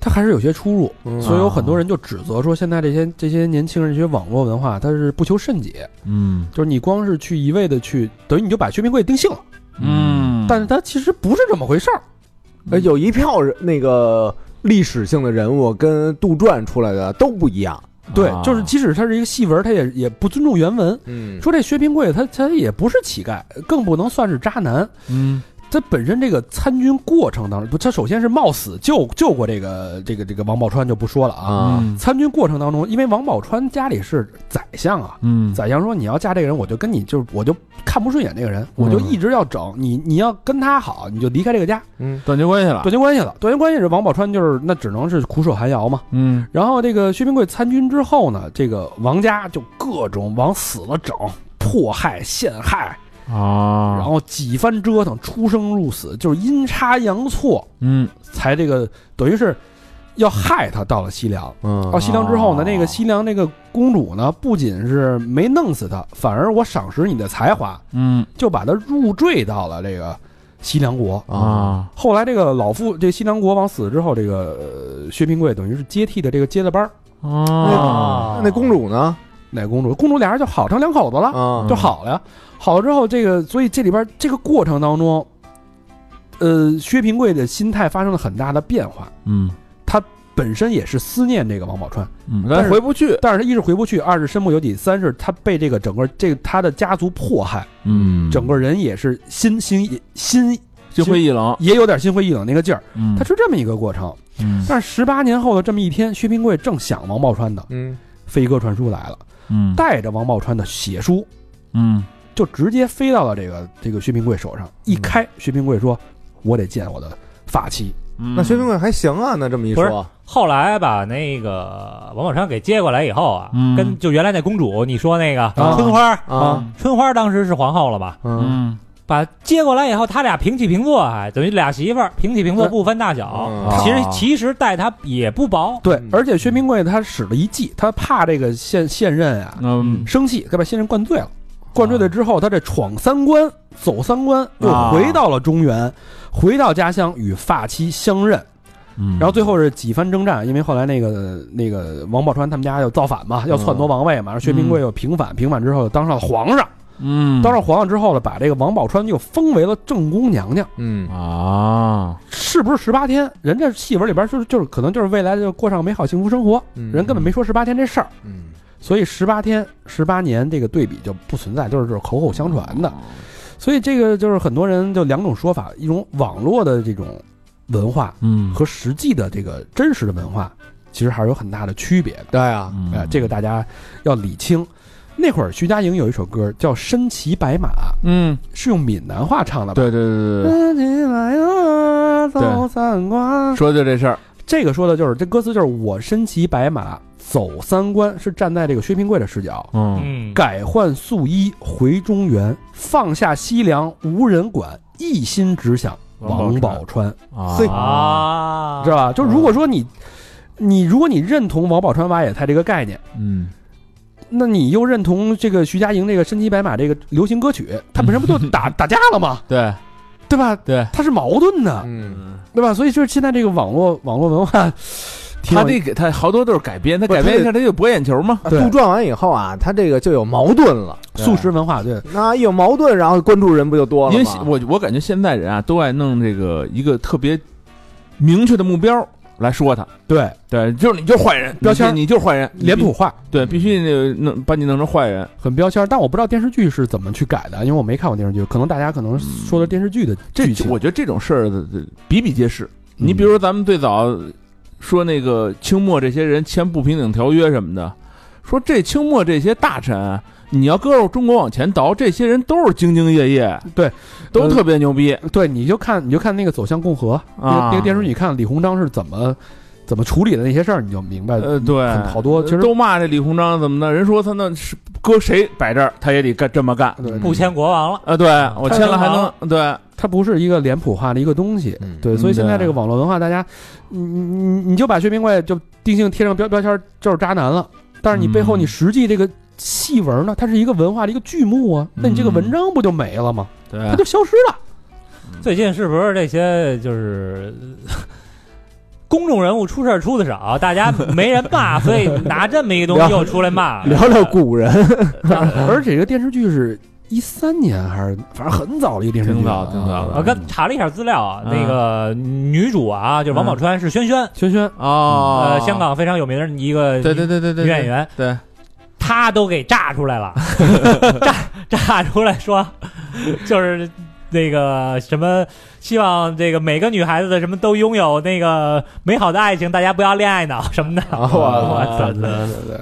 S2: 它还是有些出入，
S3: 嗯
S2: 所以有很多人就指责说，现在这些这些年轻人这些网络文化，它是不求甚解，
S4: 嗯
S2: 就是你光是去一味的去，等于你就把薛平贵定性了，
S4: 嗯，
S2: 但是它其实不是这么回事儿。
S3: 呃有一票人那个历史性的人物跟杜撰出来的都不一样，
S2: 对
S4: 啊，
S2: 就是即使它是一个戏文，它也也不尊重原文。
S3: 嗯
S2: 说这薛平贵他他也不是乞丐，更不能算是渣男。
S4: 嗯
S2: 他本身这个参军过程当中，不，他首先是冒死救救过这个这个这个王宝钏就不说了啊。
S3: 啊
S4: 嗯
S2: 参军过程当中，因为王宝钏家里是宰相啊，
S4: 嗯
S2: 宰相说你要嫁这个人，我就跟你就是我就看不顺眼这个人，我就一直要整你，你要跟他好，你就离开这个家，
S3: 嗯
S4: 断绝关系了，
S2: 断绝关系了。断绝关系是王宝钏就是那只能是苦守寒窑嘛。
S4: 嗯
S2: 然后这个薛平贵参军之后呢，这个王家就各种往死了整，迫害、陷害，
S4: 啊，
S2: 然后几番折腾，出生入死，就是阴差阳错
S4: 嗯
S2: 才这个等于是要害他到了西凉。到
S3: 嗯
S2: 西凉之后呢，
S4: 哦
S2: 那个西凉那个公主呢，不仅是没弄死他，反而我赏识你的才华，
S4: 嗯
S2: 就把他入赘到了这个西凉国。
S4: 啊
S2: 后来这个老父这西凉国王死了之后，这个呃薛平贵等于是接替的这个接的班儿。
S4: 啊，
S3: 那公主呢？
S2: 哪公主？公主俩人就好成两口子了，
S3: 啊
S2: 就好了呀。好了之后，这个所以这里边这个过程当中，呃，薛平贵的心态发生了很大的变化。
S4: 嗯
S2: 本身也是思念这个王宝钏，
S4: 嗯，但回不去，
S2: 但是他一是回不去，二是身不由己，三是他被这个整个这个他的家族迫害，
S4: 嗯
S2: 整个人也是心心心
S4: 心灰意冷，
S2: 也有点心灰意冷那个劲儿。
S4: 嗯
S2: 他是这么一个过程。
S4: 嗯
S2: 但是十八年后的这么一天，薛平贵正想王宝钏呢，
S3: 嗯
S2: 飞鸽传书来了，
S4: 嗯
S2: 带着王宝钏的血书
S4: 嗯
S2: 就直接飞到了这个这个薛平贵手上。一开，薛平贵说：“我得见我的发妻。
S4: 嗯
S3: 那薛平贵还行啊，那这么一
S5: 不
S3: 说，
S5: 后来把那个王宝钏给接过来以后啊，
S4: 嗯
S5: 跟就原来那公主你说那个、
S3: 啊
S5: 春花，
S3: 啊，
S5: 春花当时是皇后了吧？
S3: 嗯
S4: 嗯
S5: 把接过来以后，他俩平起平坐，还等于俩媳妇儿平起平坐，
S2: 嗯
S5: 不分大小。
S3: 嗯
S5: 其实
S4: 啊
S5: 其实待他也不薄”，
S2: 对
S3: 嗯，
S2: 而且薛平贵他使了一计，他怕这个现现任啊
S4: 嗯
S2: 生气，他把现任灌醉了。灌醉了之后，他这闯三关、走三关，又
S4: 啊
S2: 回到了中原，回到家乡与发妻相认。
S4: 嗯，
S2: 然后最后是几番征战，因为后来那个那个王宝钏他们家要造反
S4: 嗯
S2: 嘛，要篡夺王位嘛，然后薛平贵又平反，平反之后又当上了皇上。
S4: 嗯
S2: 当上皇上之后呢，把这个王宝钏又封为了正宫娘娘，
S3: 嗯
S4: 啊，
S2: 是不是十八天？人家戏文里边就是就是可能就是未来就过上美好幸福生活，
S3: 嗯
S2: 人根本没说十八天这事儿，
S3: 嗯
S2: 所以十八天、十八年这个对比就不存在，就是就是口口相传的。所以这个就是很多人就两种说法，一种网络的这种文化
S4: 嗯
S2: 和实际的这个真实的文化，其实还是有很大的区别的。
S4: 嗯
S3: 对啊，
S2: 哎，这个大家要理清。那会儿徐佳莹有一首歌叫《身骑白马》，
S4: 嗯，
S2: 是用闽南话唱的吧？
S4: 对对对对
S2: 身骑白马走三关
S4: 对，，说的就这事儿，
S2: 这个说的就是这歌词就是我身骑白马走三关，是站在这个薛平贵的视角，
S4: 嗯
S5: 嗯，
S2: 改换素衣回中原，放下西凉无人管，一心只想王宝钏，
S4: 啊
S3: 嘿
S5: 啊，
S2: 知道吧？就如果说你，你如果你认同王宝钏挖野菜这个概念，
S4: 嗯，
S2: 那你又认同这个徐佳莹这个身骑白马这个流行歌曲，它本身不就打 [LAUGHS] 打架了吗？
S4: 对
S2: 对吧？
S4: 对，
S2: 它是矛盾的，
S3: 嗯，
S2: 对吧？所以就是现在这个网络网络文化，挺有
S4: 他得给他好多都是改编，他
S3: 不是
S4: 改
S3: 他
S4: 编
S3: 得
S4: 一下他就博眼球嘛，
S2: 对
S3: 杜撰完以后啊，他这个就有矛盾了。
S2: 素食文化，对，
S3: 那一有矛盾，然后关注人不就多了
S4: 因为
S3: 吗？
S4: 我我感觉现在人啊都爱弄这个一个特别明确的目标来说他，
S2: 对，
S4: 对，就是你就是坏人，
S2: 标签
S4: 你你就是坏人，
S2: 脸谱
S4: 你必，
S2: 化
S4: 对，必须那个弄把你弄成坏人，
S2: 很标签，但我不知道电视剧是怎么去改的，因为我没看过电视剧，可能大家可能说的电视剧的
S4: 这
S2: 剧情，
S4: 我觉得这种事儿的的比比皆是。
S2: 嗯
S4: 你比如说咱们最早说那个清末这些人签不平等条约什么的，说这清末这些大臣，你要搁着中国往前倒，这些人都是兢兢业业，
S2: 对，呃
S4: 都特别牛逼。
S2: 对，你就看你就看那个走向共和那个
S4: 啊
S2: 那个电视剧，你看李鸿章是怎么怎么处理的那些事儿，你就明白
S4: 呃，
S2: 了。
S4: 对
S2: 很，好多其实
S4: 都骂这李鸿章怎么的，人说他那是搁谁摆这儿，他也得干这么干。
S2: 对，
S5: 不签国王了，
S4: 啊，对我签了还能对，
S2: 它不是一个脸谱化的一个东西。
S3: 嗯
S2: 对，所以
S4: 嗯
S2: 现在
S4: 对
S2: 这个网络文化，大家，你你你就把薛平贵就定性贴上标标签儿，就是渣男了。但是你背后
S4: 嗯
S2: 你实际这个戏文呢，它是一个文化的一个剧目啊，那你这个
S4: 嗯
S2: 文章不就没了吗？它
S4: 对，
S2: 就消失了。
S5: 最近是不是这些就是呃公众人物出事儿出的少，大家没人骂，所以拿这么一东西又出来骂，
S3: 聊聊古人，
S4: [LAUGHS]
S2: 而且这个电视剧是一三年还是反正很早的一个电视剧了，
S4: 挺早挺早的
S5: 我刚查了一下资料啊，
S4: 嗯
S5: 那个女主啊，就是王宝钏是萱萱，
S2: 轩轩
S4: 哦
S5: 呃，，香港非常有名的一个
S4: 对对对对对
S5: 女演，员，
S4: 对，
S5: 她都给炸出
S4: [LAUGHS]
S5: 来了，炸炸出来说，就是那个什么，希望这个每个女孩子的什么都拥有那个美好的爱情，大家不要恋爱脑什么的。
S4: 啊
S3: 我
S5: 我操！
S2: 啊对对对，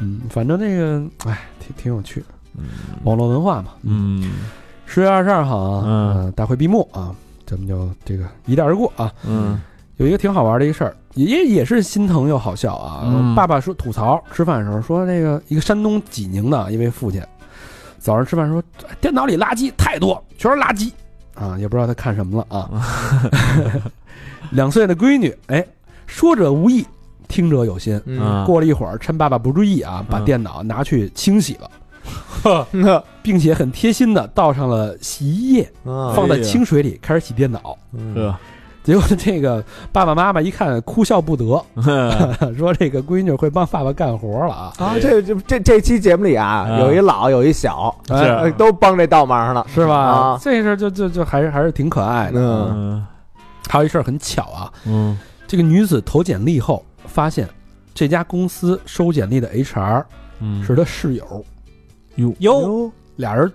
S2: 嗯，反正那个哎，挺挺有趣，网络文化嘛。
S4: 嗯
S2: 十月二十二号啊，
S4: 嗯
S2: 呃，大会闭幕啊，咱们就这个一带而过啊。
S4: 嗯
S2: 有一个挺好玩的一个事儿，也也是心疼又好笑啊。
S4: 嗯
S2: 爸爸说吐槽吃饭的时候说，那个一个山东济宁的啊一位父亲，早上吃饭说哎电脑里垃圾太多，全是垃圾啊，也不知道他看什么了啊。
S4: [LAUGHS]
S2: 两岁的闺女，哎，说者无意，听者有心。
S3: [LAUGHS]
S4: 嗯，
S3: 啊
S2: 过了一会儿，趁爸爸不注意啊，把
S4: 嗯
S2: 电脑拿去清洗了，
S3: 嗯
S2: 并且很贴心的倒上了洗衣液，
S3: 啊嗯
S2: 放在清水里开始洗电脑。
S4: 呵，
S2: 结果这个爸爸妈妈一看，哭笑不得，说这个闺女会帮爸爸干活了啊，
S3: 啊，这这这这期节目里啊，
S4: 嗯
S3: 有一老有一小，
S4: 是
S3: 哎都帮这倒忙了。
S2: 是吧？
S3: 啊
S2: 这事儿就就就还是还是挺可爱的。
S3: 嗯，
S4: 嗯
S2: 还有一事儿很巧啊，
S4: 嗯
S2: 这个女子投简历后发现，这家公司收简历的 HR
S4: 嗯
S2: 是她室友，
S5: 哟，
S2: 俩人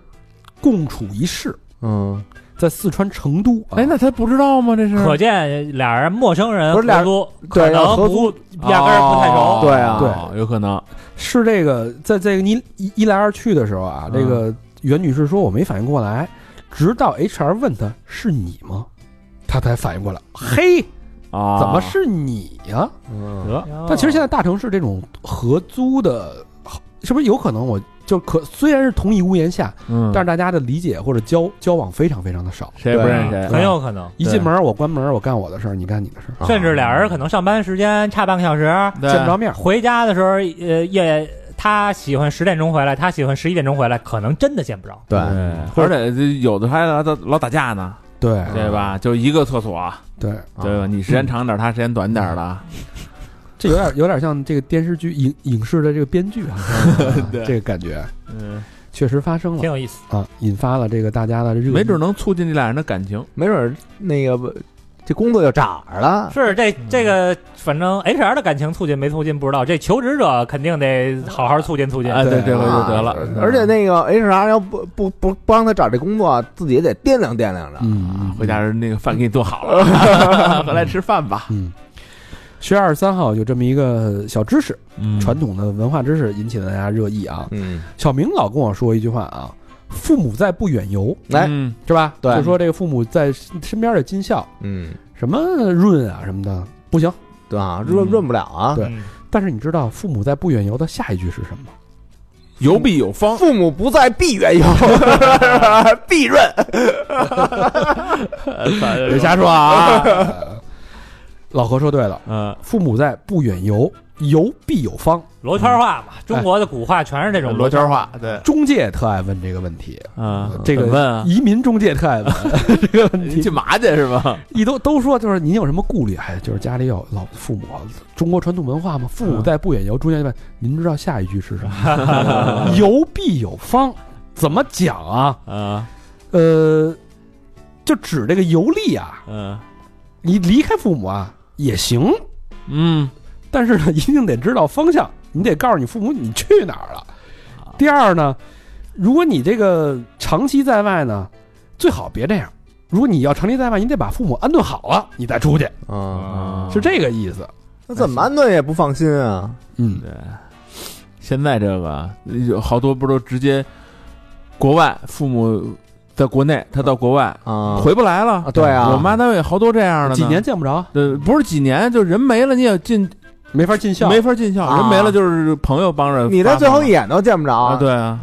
S2: 共处一室，
S3: 嗯，
S2: 在四川成都啊。
S4: 哎，那他不知道吗？这是
S5: 可见俩人陌生人
S3: 不是俩人
S5: 合租
S3: 对
S5: 可能
S3: 要合
S5: 不压根儿不太熟。
S3: 对啊
S4: 哦对，有可能
S2: 是这个，在这个你一一来二去的时候啊，
S4: 嗯
S2: 这个袁女士说我没反应过来，直到 HR 问她是你吗，她才反应过来，嘿，
S4: 啊，
S2: 怎么是你呀、
S3: 嗯
S4: 得
S5: 哦
S2: 但其实现在大城市这种合租的，是不是有可能我就可虽然是同一屋檐下，
S4: 嗯
S2: 但是大家的理解或者交交往非常非常的少。
S4: 谁也不认识谁，
S5: 很有可能，
S2: 一进门我关门，我干我的事儿，你干你的事儿，
S5: 甚至俩人可能上班时间差半个小时，
S4: 啊对
S2: 见不着面儿。
S5: 回家的时候，呃，夜他喜欢十点钟回来，他喜欢十一点钟回来，可能真的见不着。嗯
S3: 对，
S4: 对，而且这有的还老老打架呢，
S2: 对
S4: 对吧？就一个厕所，
S2: 对，
S4: 对吧？
S3: 啊
S4: 你时间长点儿，他时间短点儿的，
S2: 这有点有点像这个电视剧影影视的这个编剧啊，
S4: [LAUGHS] 对
S2: 这个感觉
S4: 嗯，
S2: 确实发生了
S5: 挺。有意思，
S2: 啊，引发了这个大家的热议，
S4: 没准能促进这俩人的感情。
S3: 没准儿那个这工作就涨了。
S5: 是这这个，反正 HR 的感情促进没促进不知道，这求职者肯定得好好促进促进。
S4: 哎，对，啊
S2: 对
S4: 这回就得了。
S3: 而且那个 HR 要不不不不让他找这工作，自己也得掂量掂量着。
S4: 啊
S2: 嗯，嗯
S4: [LAUGHS] 回家，那个饭给你做好了，回来吃饭吧。
S2: 嗯。十月二十三号有这么一个小知识，
S4: 嗯
S2: 传统的文化知识引起了大家热议啊。
S3: 嗯，
S2: 小明老跟我说一句话啊：“父母在，不远游”，
S3: 来，
S4: 嗯
S2: 是吧？
S3: 对
S2: 就说这个父母在身边的尽孝，
S3: 嗯，
S2: 什么润啊什么的不行。
S3: 对啊，润润不了啊
S2: 对。
S5: 嗯
S2: 但是你知道父母在不远游的下一句是什么吗？
S4: 有必有 [LAUGHS] 方，
S3: 父母不在，必远游，必润。
S4: [LAUGHS] 别瞎说啊！
S2: 老何说对了，
S4: 嗯，
S2: 父母在，不远游，游必有方。
S5: 罗圈话嘛，中国的古话全是这种
S6: 罗
S5: 圈
S6: 圈话，
S3: 啊
S6: 对，
S2: 中介特爱问这个问题，
S4: 啊，
S2: 这个
S4: 怎么问啊，
S2: 移民中介特爱问这个问
S4: 你
S2: 题，
S4: 干嘛去是吧？
S2: 一都都说就是您有什么顾虑？哎，就是家里有老父母，啊中国传统文化嘛，父母在不远游，中间就问您知道下一句是什么吗？游必有方，怎么讲啊？
S4: 啊，
S2: 呃，就指这个游历啊，
S4: 嗯
S2: 你离开父母啊也行，
S4: 嗯，
S2: 但是呢，一定得知道方向，你得告诉你父母你去哪儿了。第二呢，如果你这个长期在外呢，最好别这样。如果你要长期在外，你得把父母安顿好了，你再出去，
S3: 啊，
S2: 是这个意思。
S3: 那怎么安顿也不放心啊？
S2: 嗯，
S4: 现在这个有好多不都直接国外父母在国内，他到国外
S3: 啊，
S4: 回不来了
S3: 啊对啊
S4: 我妈单位好多这样的，
S2: 几年。见不着，
S4: 呃，不是几年，就人没了，你也尽
S2: 没法尽孝。
S4: 没法尽孝，
S3: 啊
S4: 人没了就是朋友帮着。
S3: 你连最后一眼都见不着
S4: 啊，
S3: 啊？
S4: 对啊，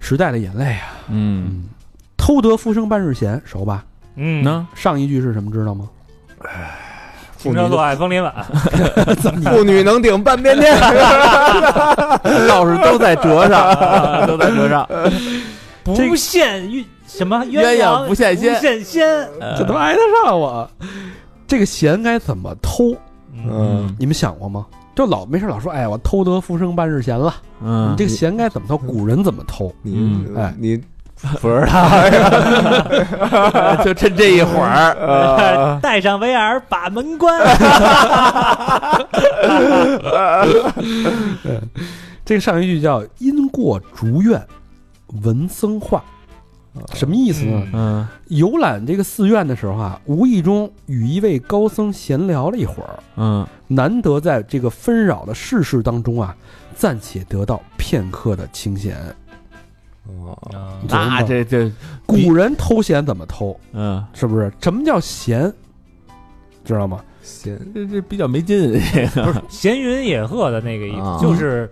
S2: 时代的眼泪啊，
S4: 嗯，
S2: 嗯，偷得浮生半日闲，熟吧？
S5: 嗯，
S4: 呢，
S2: 上一句是什么知道吗？
S5: 轻车作爱枫林晚，
S3: 妇女能顶半边天，
S4: 道士都在折上，啊都在折上。
S5: 不羡鸳什么
S4: 鸳鸯不羡仙
S5: 不羡仙。
S2: 这都挨得上我？这个闲该怎么偷？
S4: 嗯
S2: 你们想过吗？就老没事老说，哎，我偷得浮生半日闲了。
S4: 嗯
S2: 你，这个闲该怎么偷？古人怎么偷？
S3: 你
S4: 嗯
S2: 哎
S3: 你不知道
S4: 就趁这一会儿，
S5: [LAUGHS]
S3: 呃
S5: [LAUGHS] 戴上 VR 把门
S2: [LAUGHS]
S5: 关，
S2: 这个上一句叫“因过竹院，闻僧话”，什么意思呢？
S4: 嗯
S2: 游览这个寺院的时候啊，无意中与一位高僧闲聊了一会儿，
S4: 嗯
S2: 难得在这个纷扰的世事当中啊，暂且得到片刻的清闲。
S3: 哦
S2: 你琢磨吧
S4: 那这这，
S2: 古人偷闲怎么偷？
S4: 嗯，
S2: 是不是？什么叫闲？知道吗？
S3: 闲
S4: 这这比较没劲，这个
S5: 闲云野鹤的那个意
S3: 啊
S5: 思，就是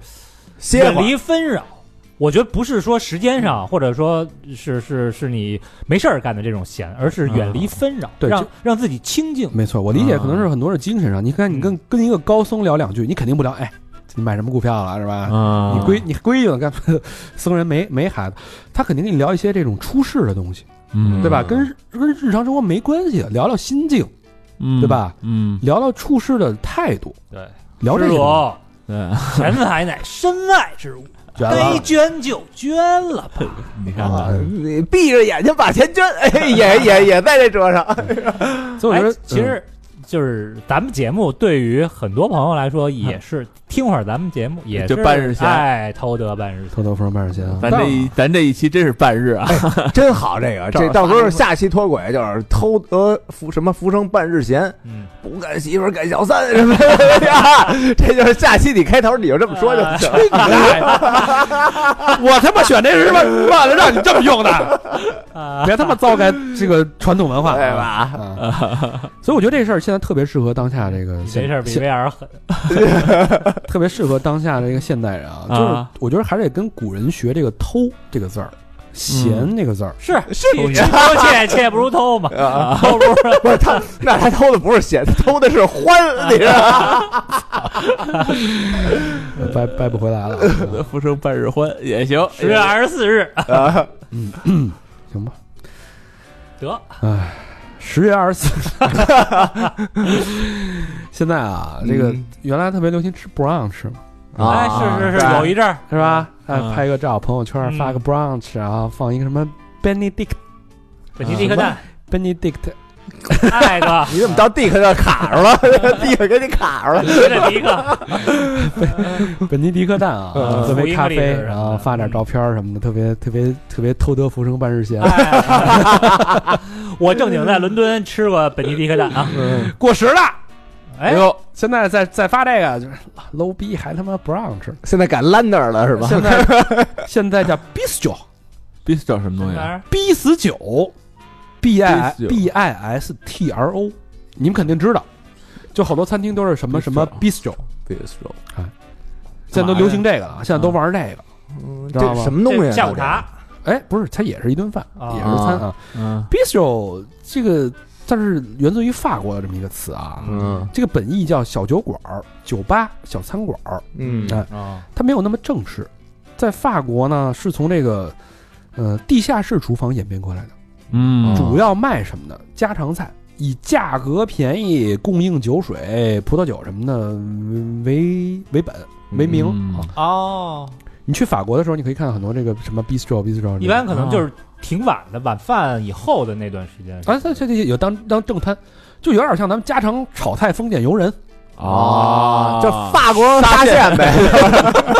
S3: 歇
S5: 远
S3: 会儿
S5: 离纷扰。我觉得不是说时间上，或者说是是是你没事儿干的这种闲，而是远离纷扰，
S2: 对
S5: 让
S2: 就
S5: 让自己清静。
S2: 没错，我理解可能是很多是精神上。你看，你跟跟一个高僧聊两句，你肯定不聊，哎，你买什么股票了是吧？
S4: 啊
S2: 你规你规矩了，干僧人没没孩子，他肯定跟你聊一些这种出世的东西，
S4: 嗯
S2: 对吧？
S3: 嗯
S2: 跟跟日常生活没关系的，聊聊心境，
S4: 嗯
S2: 对吧？
S4: 嗯，
S2: 聊聊处世的态度，
S5: 对，
S2: 聊这
S5: 施
S2: 个东
S5: 主，
S4: 对，
S5: 钱财乃身外之物，
S2: 西绝
S5: 该
S2: 了。
S5: 捐就捐了吧。
S4: 你看
S3: 啊
S4: 看，！
S3: 你闭着眼睛把钱捐， [LAUGHS] 哎，也也也在这桌上。
S2: 所以我觉嗯
S5: 哎
S2: 得，
S5: 其实就是咱们节目对于很多朋友来说也是听会儿咱们节目也
S4: 就是半日闲
S5: 哎，偷得半日闲。
S2: 偷偷风半日闲啊，
S4: 咱这一咱这一期真是半日啊，
S3: [LAUGHS] 真好，这个这到时候下期脱轨就是偷得浮什么浮生半日闲，
S5: 嗯，
S3: 不干媳妇儿干小三什么的呀， [LAUGHS] 这就是下期你开头你就这么说就行。
S2: [LAUGHS]
S3: [LAUGHS]
S2: 我他妈选这是为了让你这么
S4: [LAUGHS]
S2: 用的，
S5: 啊，
S2: 别他妈糟改这个传统文化，
S3: 对吧
S2: 啊？所以我觉得这事儿现在特别适合当下这个
S5: 你
S2: 现，
S5: 这事儿比
S2: 现
S5: VR 狠。
S2: 特别适合当下这个现代人啊。就是
S4: 啊
S2: 我觉得还是得跟古人学这个“偷”这个字儿，“闲”这个字儿。
S5: 是是，妻不如妾，妾不如偷嘛， [LAUGHS] 偷不如
S3: 不是他，那他偷的不是闲，他偷的是欢，你知道吗？
S2: 呃掰掰不回来了，
S4: [LAUGHS]
S2: 啊
S4: 浮生半日欢也行，
S5: 十月二十四日
S2: 行吧？
S5: [LAUGHS] 得
S2: 十月二十四，现在啊，这个
S3: 嗯
S2: 原来特别流行吃 brunch 嘛，
S3: 啊
S5: 哎，是是是，有一阵儿
S2: 是吧？哎
S4: 嗯，
S2: 拍个照，朋友圈
S5: 嗯
S2: 发个 brunch，然后放一个什么 Benedict
S5: 本尼迪克蛋
S2: Benedict
S5: 艾哥，
S3: 你怎么到 Dick 这儿卡 [LAUGHS] 着了？Dick 给你卡着了。
S5: 学着迪克，
S2: 本尼迪克蛋啊，
S5: 嗯
S2: 喝杯咖啡，
S5: 福音里是
S2: 然后发点照片什么的，特别特别特别偷得浮生半日闲。
S5: 哎我正经在伦敦吃过本尼迪克蛋啊，
S2: 过时了，
S5: 哎，
S2: 呦，现在再再发这个，就是，low 逼还他妈不让吃，
S3: 现在改 Lander 了是吧？
S2: 现在现在叫 b i s 酒，
S4: 必须叫什么东西
S5: 哪
S4: 啊？
S5: 儿？
S2: 逼死酒，b i
S4: Bis 酒
S2: b i s t r o，你们肯定知道，就好多餐厅都是什么
S4: Bis
S2: 什么 b i s 酒，
S4: 必须肉，
S2: 现在都流行这个了，啊现在都玩这个。知道
S3: [LAUGHS] 这
S2: 吗
S3: 什么东西啊？
S5: 这下午茶
S2: 哎，不是，它也是一顿饭，
S5: 啊
S2: 也是餐啊。
S4: 嗯
S2: bistro 这个，它是源自于法国的这么一个词啊。
S3: 嗯
S2: 这个本意叫小酒馆儿、酒吧、小餐馆儿，
S3: 嗯
S2: 哎
S5: 啊，
S2: 它没有那么正式。在法国呢，是从这个呃地下室厨房演变过来的，
S4: 嗯，
S2: 主要卖什么呢？家常菜，以价格便宜、供应酒水、葡萄酒什么的为为本为名。
S4: 嗯
S5: 哦，
S2: 你去法国的时候，你可以看到很多这个什么 bistro、bistro，
S5: 一般可能就是挺晚的，晚饭以后的那段时间。
S2: 啊，它它这有当当正餐，就有点像咱们家常炒菜封建游人。
S3: 啊，
S4: 啊，
S3: 这法国沙县呗。
S2: [LAUGHS]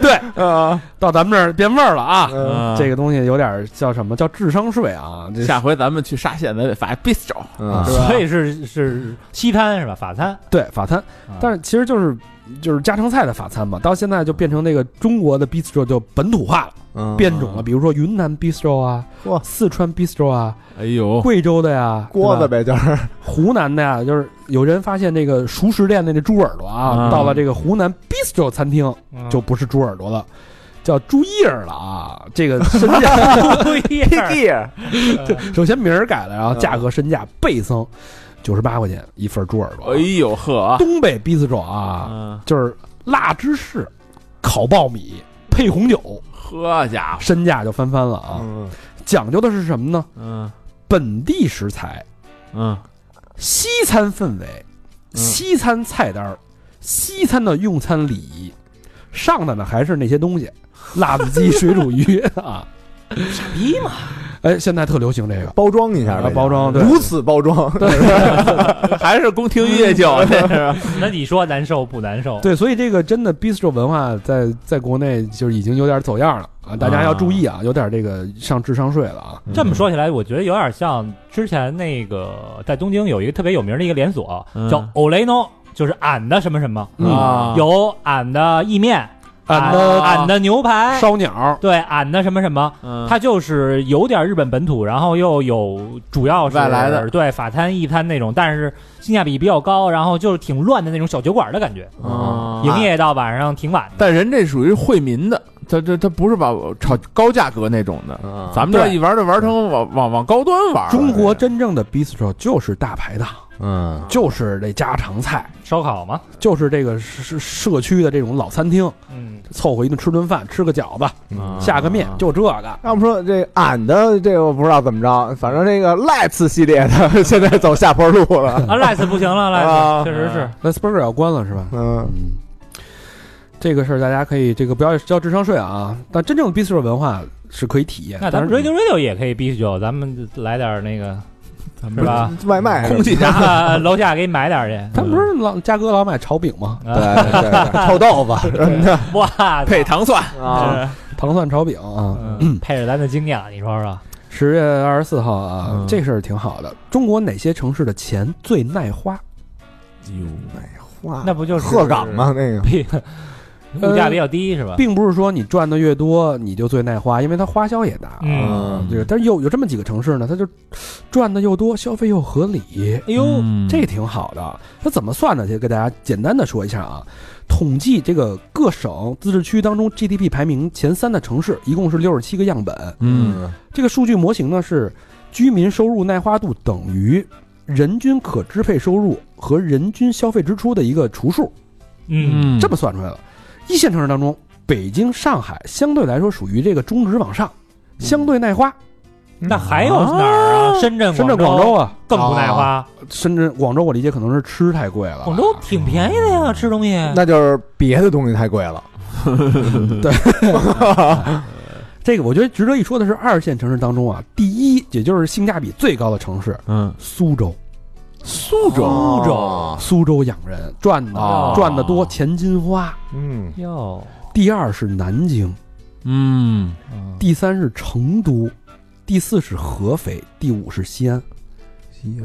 S2: 对，
S4: 嗯
S3: 啊，
S2: 到咱们这儿变味儿了啊！
S3: 嗯
S2: 呃这个东西有点叫什么叫智商税啊？这
S4: 下回咱们去沙县，咱得发必须找。
S3: 嗯
S2: 是吧
S5: 所以是是西餐是吧？法餐，
S2: 对法餐，
S5: 啊
S2: 但是其实就是就是家常菜的法餐嘛，到现在就变成那个中国的 bistro 就本土化了，
S3: 嗯
S2: 变种了，比如说云南 bistro 啊
S3: 哇，
S2: 四川 bistro 啊，
S4: 哎呦，
S2: 贵州的呀，
S3: 锅子
S2: 对吧，
S3: 呗，就是
S2: 湖南的呀，就是有人发现这个熟食店的那猪耳朵啊，
S4: 嗯
S2: 到了这个湖南 bistro 餐厅
S5: 嗯
S2: 就不是猪耳朵了。叫猪叶儿了啊！这个身价
S3: [LAUGHS]
S5: 不一样嗯
S2: [LAUGHS]
S3: Piggy
S2: 首先名儿改了，然
S3: 嗯
S2: 后价格身价倍增，九十八块钱一份猪耳朵。
S4: 哎呦呵啊，
S2: 东北逼死种啊，
S4: 嗯
S2: 就是辣芝士、烤爆米配红酒，
S4: 呵家伙，
S2: 身价就翻番了啊！
S3: 嗯
S2: 讲究的是什么呢？
S4: 嗯
S2: 本地食材、
S4: 嗯
S2: 西餐氛围、
S4: 嗯
S2: 西餐菜单儿、西餐的用餐礼仪，上的呢还是那些
S5: [LAUGHS]
S2: 东西，辣子鸡、水煮鱼啊。
S5: 傻逼嘛，
S2: 哎，现在特流行这个，
S3: 包装一下
S2: 啊
S3: 呗，
S2: 包装对
S3: 如此包装，
S4: 还是宫廷
S2: 嗯
S4: 乐酒，
S2: [LAUGHS]
S4: 这是
S5: 那你说难受不难受？
S2: 对，所以这个真的 bistro 文化在在国内就是已经有点走样了啊，大家要注意啊，有点这个上智商税了啊。
S5: 这么说起来，我觉得有点像之前那个在东京有一个特别有名的一个连锁，
S4: 嗯
S5: 叫 Oleno，就是俺的什么什么，
S2: 嗯
S4: 啊，
S5: 有俺的意面，
S2: 俺
S5: 的
S2: 的
S5: 俺的牛排，
S2: 烧鸟，
S5: 对，俺的什么什么，
S4: 嗯
S5: 它就是有点日本本土，然后又有主要是
S3: 外来的
S5: 对法餐、意餐那种，但是性价比比较高，然后就是挺乱的那种小酒馆的感觉，
S4: 啊
S5: 营业到晚上挺晚的。
S4: 但人这属于惠民的，他这他不是把炒高价格那种的，
S3: 咱
S4: 咱们这一玩就玩成往往往高端
S5: 哎
S4: 玩了。
S2: 中国真正的 bistro 就是大排档，
S3: 嗯
S2: 就是这家常菜，
S5: 烧烤嘛，
S2: 就是这个社社区的这种老餐厅，
S5: 嗯，
S2: 凑合一顿吃顿饭，吃个饺子，
S4: 啊
S2: 下个面，就这个。
S3: 要不说这个俺的这个我不知道怎么着，反正这个 Let's 系列的 [LAUGHS] 现在走下坡路
S5: [LAUGHS]
S3: 了。
S5: 啊赖死不行了，赖
S3: 啊
S5: 死确实是，
S2: 那 Burger 要关了是吧？嗯，
S3: 嗯
S2: 这个事儿大家可以这个不要交智商税啊，但真正的 bistro 文化是可以体验。
S5: 那咱们
S2: 但是
S5: Radio Radio 也可以必须酒，咱们来点那个，是吧？
S3: 外卖是吧
S4: 空气炸，
S5: 啊，楼下给你买点儿去。嗯啊
S2: 他们不是老嘉哥老买炒饼吗？
S3: 对对对，对臭豆腐什么的
S5: 哇，
S4: 配糖蒜，
S3: [LAUGHS]
S5: [LAUGHS]
S3: 啊，
S2: 糖蒜炒饼啊，
S5: 嗯，配着咱的精酿，你说说，
S2: 十月二十四号啊，
S4: 嗯
S2: 这事儿挺好的。中国哪些城市的钱最耐花？
S5: 嗯
S3: 哇
S5: 那不就是
S3: 鹤岗吗？那个
S5: 物价比较低是吧？
S2: 并不是说你赚的越多你就最耐花，因为它花销也大。
S5: 嗯，
S2: 这个，但是有有这么几个城市呢，它就赚的又多，消费又合理，
S5: 哎呦，
S4: 嗯
S2: 这个挺好的。它怎么算的？就给大家简单的说一下啊。统计这个各省自治区当中 GDP 排名前三的城市，一共是六十七个样本。
S4: 嗯
S2: 这个数据模型呢是居民收入耐花度等于人均可支配收入和人均消费支出的一个除数，
S5: 嗯，
S2: 这么算出来了。一线城市当中，北京、上海相对来说属于这个中值往上，相对耐花。
S5: 那还有哪儿啊？深圳、
S2: 嗯深圳、广州啊，
S5: 更不耐花，
S2: 深圳、广州，我理解可能是吃太贵了吧。
S5: 广州挺便宜的呀，吃东西。
S3: 那就是别的东西太贵了。
S2: 这个我觉得值得一说的是，二线城市当中啊，第一也就是性价比最高的城市
S4: 嗯，
S2: 苏州，
S4: 苏州，
S3: 苏
S5: 州，
S2: 苏州养人赚的、
S4: 哦
S2: 赚的多，钱金花。
S3: 嗯，
S5: 哟，
S2: 第二是南京，
S4: 嗯，
S2: 第三是成都，第四是合肥，第五是西安。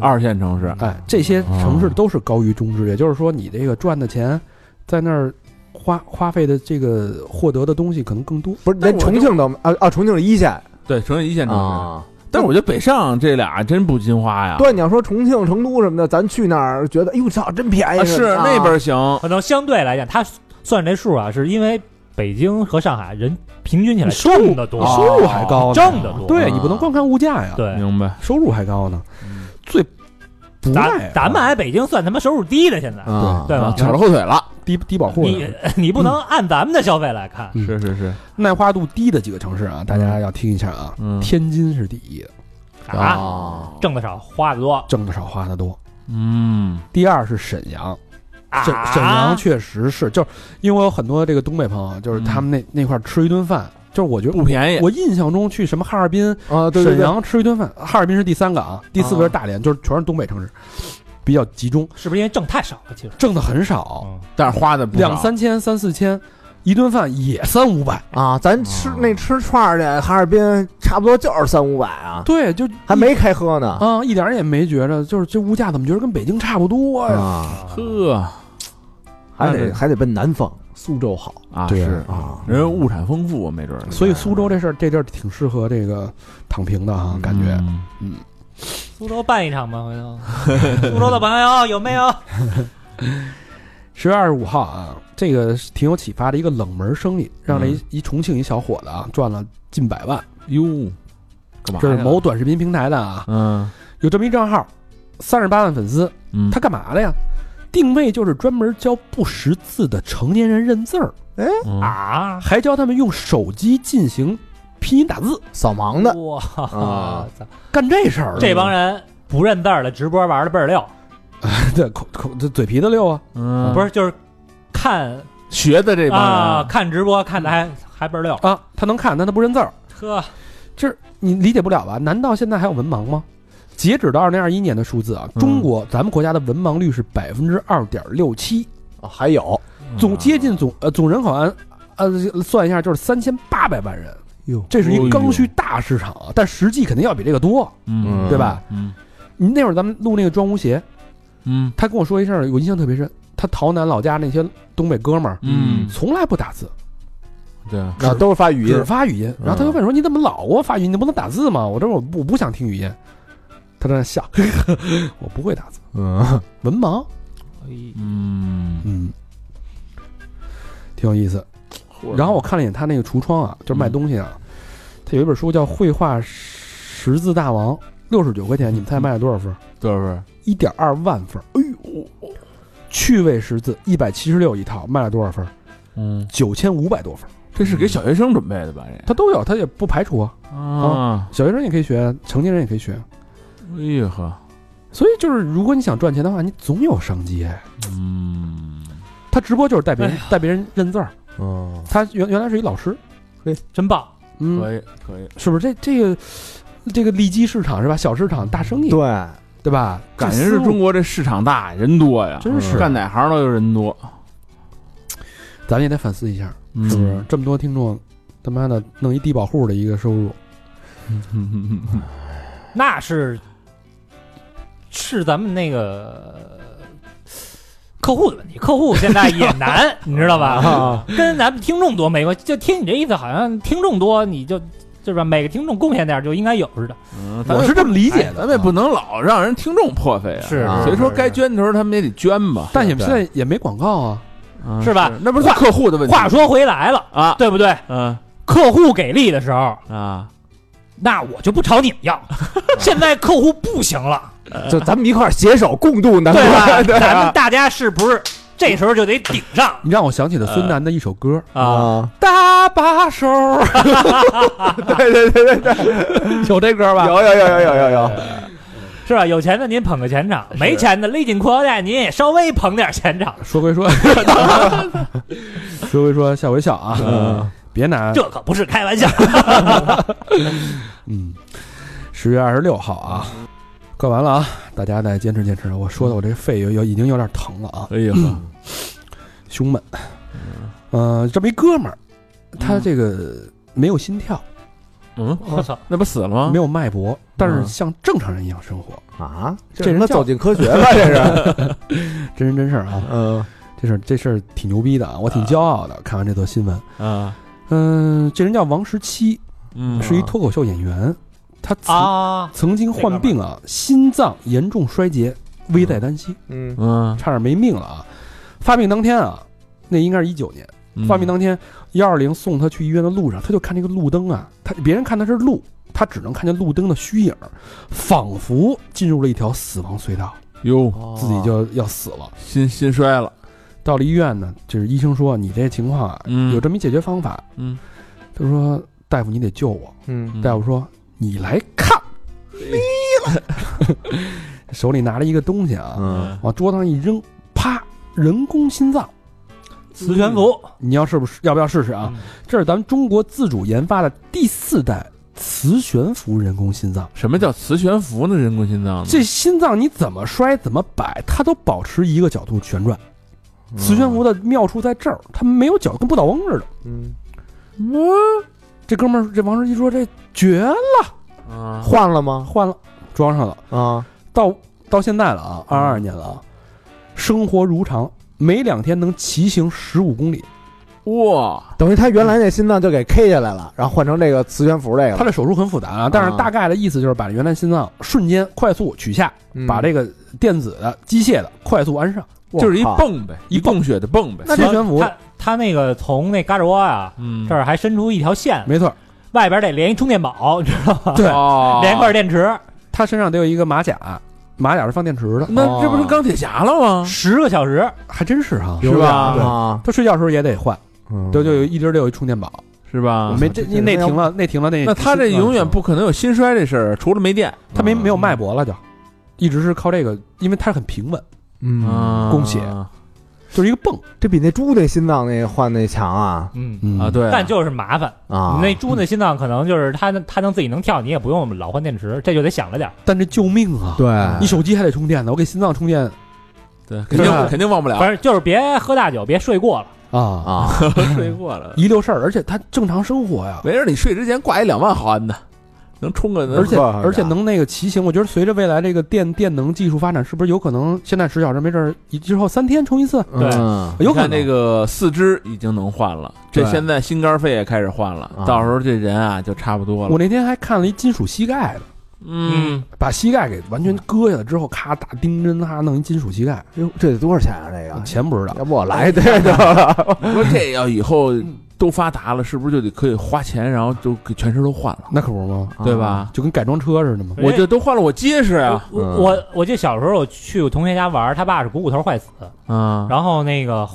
S4: 二线城市，
S2: 哎，这些城市都是高于中值，也就是说，你这个赚的钱，在那儿花花费的这个获得的东西可能更多。
S3: 不是连重庆都啊啊，重庆是一线
S4: 对，成为一线城市。
S3: 啊。
S4: 但是我觉得北上这俩真不金花呀，
S3: 对，你要说重庆、成都什么的，咱去那儿觉得，哎呦操，真便宜
S4: 啊，是那边行，
S5: 可能相对来讲，他算这数啊，是因为北京和上海人平均起来
S2: 收
S5: 挣的多，
S2: 收入还高呢
S5: 挣得多，
S2: 对你不能光看物价呀，
S5: 对。
S4: 明白？
S2: 收入还高呢，最不啊赖
S5: 咱咱们来北京算他妈收入低的，现
S2: 嗯
S5: 在
S3: 啊，
S5: 对吧
S4: 啊？扯着后腿了，
S2: 低低保户
S5: 你
S2: 呢。
S5: [LAUGHS] 你不能按咱们的消费来看，
S2: 嗯
S4: 是是是，
S2: 耐花度低的几个城市啊，大家要听一下啊。
S4: 嗯
S2: 天津是第一的，嗯
S5: 啊，
S3: 啊，
S5: 挣的少，花的多
S2: 挣的少花的多。
S4: 嗯，
S2: 第二是沈阳，
S5: 啊。
S2: 沈沈阳确实是，就是因为我有很多这个东北朋友，啊就是他们那那块儿吃一顿饭，就是我觉得
S4: 不便宜，
S2: 我印象中去什么哈尔滨、
S3: 啊，对对
S2: 沈
S3: 对，
S2: 阳吃一顿饭，哈尔滨是第三个啊，第四个是大连，就是全是东北城市，比较集中，
S5: 是不是因为挣太少了？其实
S2: 挣的很少，
S5: 嗯
S4: 但是花的不少
S2: 两三千、三四千，一顿饭也三五百。
S3: 啊，咱吃那吃串儿去，哈尔滨差不多就是三五百啊，
S2: 对，就
S3: 还没开喝呢
S2: 啊，一点儿也没觉着，就是这物价怎么觉得跟北京差不多呀？
S3: 啊，
S4: 呵
S3: 还
S4: 那
S3: 得
S4: 是
S3: 还得奔南方，苏州好
S4: 啊，
S2: 对
S4: 是
S3: 啊，
S4: 人物产丰富，没准儿
S2: 所以苏州这事儿，这地儿挺适合这个躺平的啊，感觉。
S4: 嗯
S5: 苏州办一场吧，回头苏州的朋友有没有？
S2: 十月二十五号啊，这个是挺有启发的一个冷门生意，让这一、一重庆一小伙子啊赚了近百万，
S4: 哟，干嘛？
S2: 这是某短视频平台的啊，
S4: 嗯
S2: 有这么一账号，三十八万粉丝，
S4: 嗯，
S2: 他干嘛的呀？定位就是专门教不识字的成年人认字儿，
S4: 嗯
S5: 啊，
S2: 还教他们用手机进行拼音打字，
S3: 扫盲的
S5: 哇
S3: 啊
S5: 操
S2: 干这事儿呢。
S5: 这帮人不认字儿的直播玩的倍儿溜，
S2: [LAUGHS] 这口口这嘴皮子溜啊，
S4: 嗯，
S5: 不是就是看
S4: 学的这
S5: 啊
S4: 帮人，
S5: 看直播看的还还倍儿溜，哎
S2: 啊，他能看，但他不认字儿，
S5: 呵，
S2: 这你理解不了吧？难道现在还有文盲吗？截止到二零二一年的数字啊，
S4: 嗯
S2: 中国、咱们国家的文盲率是百分之二点六七，
S3: 啊还有
S4: 嗯
S2: 总接近总呃总人口按呃算一下就是三千八百万人，
S3: 哟
S2: 这是一
S4: 哎呦
S2: 刚需大市场啊，但实际肯定要比这个多。
S4: 嗯，
S2: 对吧？
S4: 嗯
S2: 你那会儿咱们录那个庄无邪，
S4: 嗯
S2: 他跟我说一事儿，我印象特别深。他逃南老家那些东北哥们儿，
S4: 嗯，
S2: 从来不打字，
S4: 对，
S3: 啊，都是发语
S2: 只
S3: 音
S2: 发语音。然后他就问说：“你怎么老给啊我发语音？你不能打字吗？”我这我不我不想听语音。他在那笑， [LAUGHS] 我不会打字，
S3: 嗯，
S2: 文盲，
S4: 嗯，
S2: 嗯，挺有意思。然后我看了一眼他那个橱窗啊，就是卖东西啊，他有一本书叫《绘画识字大王》，六十九块钱，你们猜卖了多少份？
S4: 对不是？
S2: 一点二万份。哎呦，趣味识字一百七十六一套，卖了多少份？
S4: 嗯，
S2: 九千五百多份，
S4: 这是给小学生准备的吧？这
S2: 他都有，他也不排除啊，
S4: 啊，
S2: 小学生也可以学，成年人也可以学。
S4: 哎呀呵，
S2: 所以就是，如果你想赚钱的话，你总有商机。哎
S4: 嗯，
S2: 他直播就是带别人、带别人认字儿，
S3: 嗯，
S2: 他原原来是一老师，
S5: 真棒，
S2: 嗯，
S4: 可以可以，
S2: 是不是？这这个这个利基市场是吧？小市场大生意，
S3: 对，
S2: 对吧？
S4: 感觉
S2: 这思
S4: 是
S2: 路
S4: 中国嗯这市场大，人多呀，
S2: 真是
S4: 干哪行都有人多，
S2: 咱们也得反思一下，
S4: 是
S2: 是不是？？这么多听众，他妈的弄一低保户的一个收入，嗯
S5: 那是是咱们那个。客户的问题，客户现在也
S4: [LAUGHS]
S5: 难，你知道
S4: 啊
S5: 吧？跟咱们听众多没关系，就听你这意思，好像听众多你就就是吧，每个听众贡献点儿就应该有似的。
S4: 嗯，咱
S2: 我
S4: 们
S2: 是这么理
S4: 理
S2: 解
S4: 解，
S2: 的。啊
S4: 咱们也不能老让人听众破费啊。
S5: 是
S3: 啊
S4: 所以说该捐的时候他们也得捐吧，
S2: 但也
S4: 对
S2: 现在也没广告啊，
S4: 嗯
S5: 是吧
S4: 那不是客户的问题。
S5: 话说回来了，
S4: 啊，
S5: 对不对？
S4: 嗯
S5: 客户给力的时候，
S4: 啊，
S5: 那我就不朝你们
S4: [LAUGHS]
S5: 要。现在客户不行了，
S3: 就咱们一块儿携手共度
S5: [LAUGHS]
S3: 南
S5: 对吧？
S3: 关， [LAUGHS] 对
S5: 咱们大家是不是这时候就得顶上
S2: 你让我想起了孙楠的一首歌
S5: 啊？，
S2: 搭把手》，
S3: 对对对对对，
S2: 有这歌吧？
S3: 有有有有有有有，
S5: 是吧？有钱的您捧个钱场，没钱的勒紧裤腰带，您也稍微
S2: [LAUGHS]
S5: 捧点钱场。
S2: 说归说，说归说，笑归笑啊，
S4: 嗯
S2: 别拿
S5: 这可不是开玩笑。
S2: 嗯，十月二十六号啊，快完了啊，大家再坚持坚持。我说的我这肺有有已经有点疼了啊，
S4: 哎呀，
S2: 胸闷。呃，这么一哥们儿，他这个没有心跳，
S4: 嗯，
S5: 我操，
S4: 那不死了吗？
S2: 没有脉搏，但是
S4: 啊嗯
S2: 像正常人一样生活，
S3: 啊，
S2: 这
S3: 他
S2: 人
S3: 妈
S2: 叫
S3: 走进科学吧，这是，
S2: 真人真事儿啊。
S3: [LAUGHS] 嗯
S2: 这事儿这事儿挺牛逼的啊，我挺骄傲的。看完这则新闻，
S4: 啊，
S2: 嗯、这人叫王十七，
S4: 嗯
S2: 是一脱口秀演员，他曾、
S5: 啊，
S2: 曾经患病啊，心脏严重衰竭，危在旦夕，
S3: 嗯
S4: 嗯，
S2: 差点没命了啊。发病当天啊，那应该是一九年。
S4: 嗯
S2: 发病当天，幺二零送他去医院的路上，他就看这个路灯啊，他别人看的是路，他只能看见路灯的虚影，仿佛进入了一条死亡隧道，
S4: 哟，
S2: 自己就要死了。
S4: 心心衰了，
S2: 到了医院呢，就是医生说你这情况啊，
S4: 嗯
S2: 有这么一解决方法。
S4: 嗯，
S2: 他说大夫你得救我。
S3: 嗯
S4: 嗯哎
S2: 大夫说你来看， [LAUGHS] 手里拿着一个东西啊，
S3: 嗯，
S2: 往桌子上一扔，啪，人工心脏。
S5: 磁悬浮
S2: 你要是不是要不要试试啊？，这是咱们中国自主研发的第四代磁悬浮人工心脏。
S4: 什么叫磁悬浮呢？人工心脏呢？
S2: 这心脏你怎么摔怎么摆，它都保持一个角度旋转。
S4: 嗯
S2: 磁悬浮的妙处在这儿，它没有角，跟不倒翁似的。
S3: 嗯，
S2: 这哥们儿，这王十七说这绝了，
S4: 啊，
S3: 换了吗？
S2: 换了，装上了，
S3: 啊，
S2: 到到现在了啊，二二年了啊，生活如常，每两天能骑行十五公里。
S4: 哇，
S3: 等于他原来那心脏就给 K 下来了，然后换成这个磁悬浮这个
S2: 他
S3: 了，
S2: 这手术很复杂啊，但是大概的意思就是把原来心脏瞬间快速取下，
S3: 嗯
S2: 把这个电子的、机械的快速安上。
S3: 我
S4: 就是一
S3: 靠
S4: 泵呗，一泵血的泵呗。
S2: 那这悬浮，
S5: 他他那个从那胳肢窝啊
S4: 嗯，
S5: 这儿还伸出一条线，
S2: 没错，
S5: 外边得连一充电宝，知道
S2: [LAUGHS]
S5: 吧？
S2: 对
S4: 哦
S5: [LAUGHS] 连一块电池，
S2: 他身上得有一个马甲，马甲是放电池的，哦
S4: 那这不是钢铁侠了吗？
S5: 十个小时，
S2: 还真是哈。
S3: 是吧？
S2: 对
S3: 啊，
S2: 他睡觉的时候也得换，
S3: 嗯
S2: 对，就有一直得有一充电宝，
S4: 是吧？
S2: 没这那停了，那停了那
S4: 那他这永远不可能有心衰这事儿，除了没电。
S2: 他没没有脉搏了就，一直是靠这个，因为它很平稳，
S3: 嗯，
S2: 供血
S4: 啊
S2: 就是一个泵
S3: 这比那猪那心脏那换那强啊
S5: 嗯，
S4: 啊，
S2: 啊
S4: 对啊，
S5: 但就是麻烦。
S3: 啊！
S5: 你那猪那心脏可能就是它它能自己能跳，你也不用老换电池，这就得想着点儿。
S2: 但这救命啊！
S3: 对，
S2: 你手机还得充电呢，我给心脏充电
S4: 对肯定
S2: 对
S4: 肯定忘不
S2: [LAUGHS]
S4: 了，
S5: 反正就是别喝大酒，别睡过了。
S2: 啊，
S3: 啊，
S4: 睡过了。
S2: 一溜事儿，而且他正常生活呀，
S4: 没事，你睡之前挂一两万毫安的，能充个能
S2: 而且
S3: 呵呵
S2: 而且能那个骑行，我觉得随着未来这个电电能技术发展，是不是有可能现在十小时没准儿一之后三天充一次，
S5: 对
S3: 嗯
S2: 有
S4: 你
S2: 可
S4: 看
S2: 能
S4: 那个四肢已经能换了，这
S3: 对
S4: 现在心肝肺也开始换了
S3: 啊，
S4: 到时候这人啊就差不多
S2: 我
S4: 了。
S2: 那天还看了一金属膝盖的，
S4: 嗯，
S2: 把膝盖给完全割下来之后，咔打钉针，哈弄一金属膝盖，
S3: 哟，这得多少钱啊？
S4: 哎
S3: 这个，
S2: 钱不知道。
S3: 要不我来这
S5: 嗯
S3: [LAUGHS] 个？
S4: 你嗯说这要以后都发达了，是不是就得可以花钱，然后就给全身都换了，
S2: 那可不嘛，
S4: 对？吧？
S2: 就跟改装车似的嘛。
S5: 对
S4: 我这都换了，我结实啊！
S5: 我
S3: 嗯
S5: 我我记得小时候我去我同学家玩，他爸是股骨头坏死，
S4: 嗯
S5: 然后那个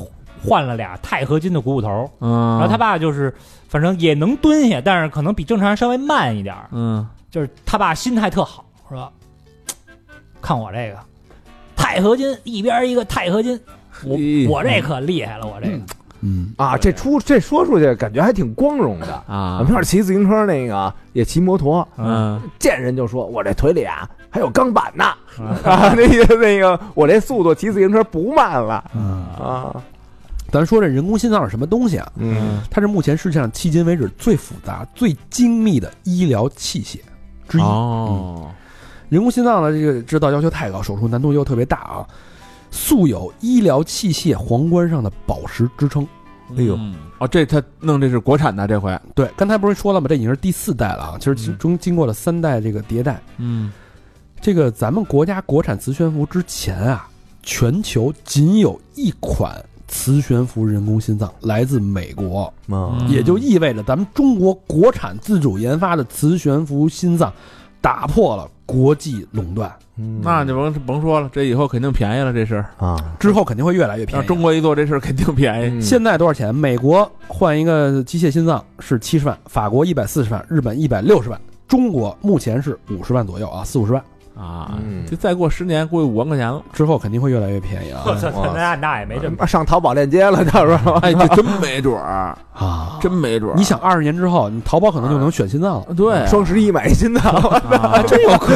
S5: 换了俩钛合金的股骨头，
S4: 嗯，
S5: 然后他爸就是反正也能蹲下，但是可能比正常人稍微慢一点儿，
S4: 嗯
S5: 就是他爸心态特好，说看我这个钛合金一边一个钛合金，我
S4: 嘿嗯
S5: 我这可厉害了，我这个
S2: 嗯，
S3: 啊，这出这说出去感觉还挺光荣的。
S4: 啊
S3: 我们要是骑自行车那个也骑摩托，
S4: 嗯
S3: 见人就说我这腿里啊还有钢板呢
S4: 嗯 [LAUGHS]
S3: 啊， [LAUGHS] 那个那个我这速度骑自行车不慢了
S4: 嗯
S3: 啊，
S2: 嗯咱说这人工心脏是什么东西啊？
S3: 嗯
S2: 它是目前世界上迄今为止最复杂、最精密的医疗器械之一。
S4: 哦，
S2: 人工心脏的这个制造要求太高，手术难度又特别大啊，素有“医疗器械皇冠上的宝石”之称。
S4: 哎呦，哦，这他弄这是国产的这回，
S2: 对，刚才不是说了吗？这已经是第四代了啊，其实经
S4: 嗯
S2: 中经过了三代这个迭代，
S4: 嗯
S2: 这个咱们国家国产磁悬浮之前啊，全球仅有一款磁悬浮人工心脏来自美国，
S4: 嗯
S2: 也就意味着咱们中国国产自主研发的磁悬浮心脏打破了国际垄断，
S4: 那就甭甭说了，这以后肯定便宜了，这事儿
S3: 嗯啊，
S2: 之后肯定会越来越便
S4: 让
S2: 宜。
S4: 中国一做这事儿肯定便
S3: 嗯
S5: 嗯
S4: 宜。
S2: 哎现在多少钱？美国换一个机械心脏是七十万，法国一百四十万，日本一百六十万，中国目前是五十万左右啊，四五十万。
S4: 啊
S3: 嗯，
S4: 这再过十年估计五万块钱了。
S2: 之后肯定会越来越便宜
S5: [LAUGHS]
S2: 啊
S5: 我操，
S4: 嗯
S3: 哇
S5: 那那也没这么
S3: 妈啊上淘宝链接了，到
S2: [LAUGHS]
S3: 时候
S4: [LAUGHS] 哎，这真没准儿，
S2: 啊！
S4: 真没准儿。
S2: 你想二十年之后，你淘宝可能就能选心脏了，
S4: 对啊，
S3: 双十一买一新的 [LAUGHS]
S4: 嗯
S2: 啊，真有可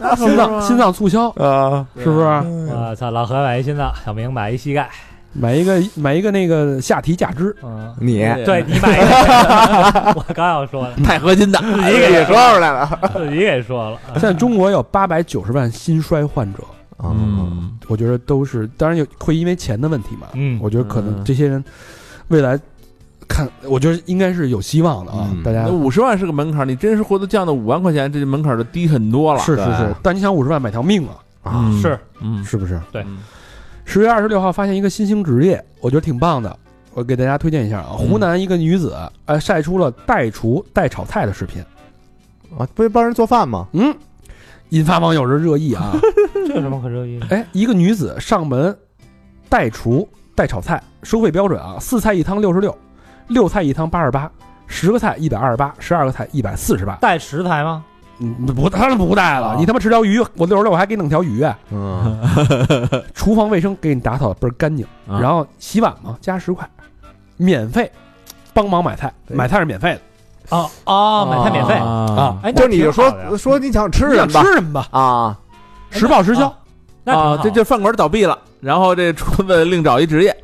S2: 能。心脏心脏促销
S3: 啊，
S2: 是不是？
S5: 我操，老何买一心脏，小明买一膝盖，
S2: 买一个买一个那个下体假肢，
S5: 嗯，
S3: 你
S5: 对你买一个，
S4: [LAUGHS]
S5: 我刚要说的，
S4: 嗯钛合金的，
S2: 哎
S5: 自己
S3: 你给
S5: 给
S3: 说出来了，
S5: 自己给说了，啊
S2: 现在中国有八百九十万心衰患者，
S4: 嗯，
S2: 我觉得都是，当然有会因为钱的问题嘛。
S5: 嗯
S2: 我觉得可能
S4: 嗯
S2: 这些人未来看，我觉得应该是有希望的啊。
S3: 嗯
S2: 大家
S4: 那五十万是个门槛儿，你真是获得降到五万块钱，这门槛儿就低很多了。
S2: 是是是，但你想五十万买条命啊，
S3: 啊
S4: 嗯
S5: 是，
S4: 嗯，
S2: 是不是？
S5: 对
S4: 嗯
S2: 十月二十六号发现一个新兴职业，我觉得挺棒的，我给大家推荐一下啊。湖南一个女子呃晒出了代厨代炒菜的视频，
S3: 啊，不是帮人做饭吗？
S2: 嗯，引发网友的热议 [LAUGHS] 啊。
S5: 这有什么可热议的？
S2: 哎，一个女子上门代厨代炒菜，收费标准啊，四菜一汤六十六，六菜一汤八十八，十个菜一百二十八，十二个菜一百四十八。
S5: 带食材吗？
S2: 嗯，不，当然不带了，
S5: 啊
S2: 你他妈吃条鱼，我六十六我还给你弄条鱼，啊
S3: 嗯，
S2: 厨房卫生给你打扫得倍儿干净，
S4: 啊
S2: 然后洗碗嘛加十块，免费，帮忙买菜，
S3: 对
S2: 买菜是免费的，
S5: 哦哦，买菜免费。
S4: 啊
S5: 哎，那
S3: 就是你就
S5: 挺好的呀
S3: 说说你想吃
S2: 你
S3: 什
S2: 想
S3: 么吧
S2: 吃什么吧，
S3: 啊，
S2: 实报实销，
S5: 啊那挺好
S4: 这这饭馆倒闭了，然后这厨子另找一职业，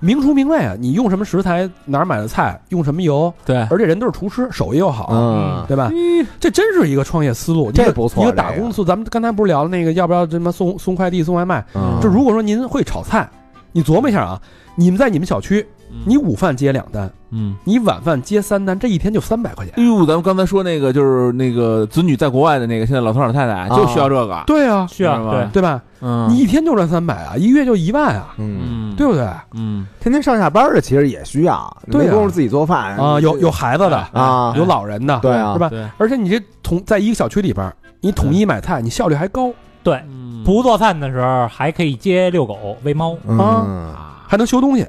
S2: 明厨明位啊，你用什么食材，哪儿买的菜，用什么油，
S4: 对，
S2: 而且人都是厨师，手艺又好，啊
S3: 啊嗯，
S2: 对吧？这真是一个创业思路，
S3: 这
S2: 一个
S3: 不错
S2: 一个
S3: 这
S2: 打
S3: 个
S2: 工思路。咱们刚才不是聊那个要不要什么送送快递、送外卖？
S3: 嗯
S2: 就如果说您会炒菜，你琢磨一下啊，你们在你们小
S3: 嗯
S2: 区，你午饭接两单，
S4: 嗯，
S2: 你晚饭接三单，这一天就三百块钱。
S4: 哎
S3: 嗯
S4: 呦，咱们刚才说那个就是那个子女在国外的那个，现在老头老太太就需要这个，
S2: 对啊，
S5: 需要
S4: 是吧
S5: 对，
S2: 对吧？
S4: 嗯，
S2: 你一天就赚三百啊，一月就一万啊，
S3: 嗯，
S4: 嗯，
S2: 对不对？
S4: 嗯，
S3: 天天上下班的其实也需要，
S2: 对啊
S3: 没工夫自己做饭
S2: 啊，有有孩子的，
S3: 啊，
S2: 有老人的，
S3: 哎对啊
S2: 是吧？
S4: 对，
S2: 而且你这同在一个小区里边，你统一买菜，你效率还高，
S4: 嗯
S5: 不做饭的时候还可以接遛狗、喂猫，
S3: 嗯，
S4: 啊，
S2: 还能修东西，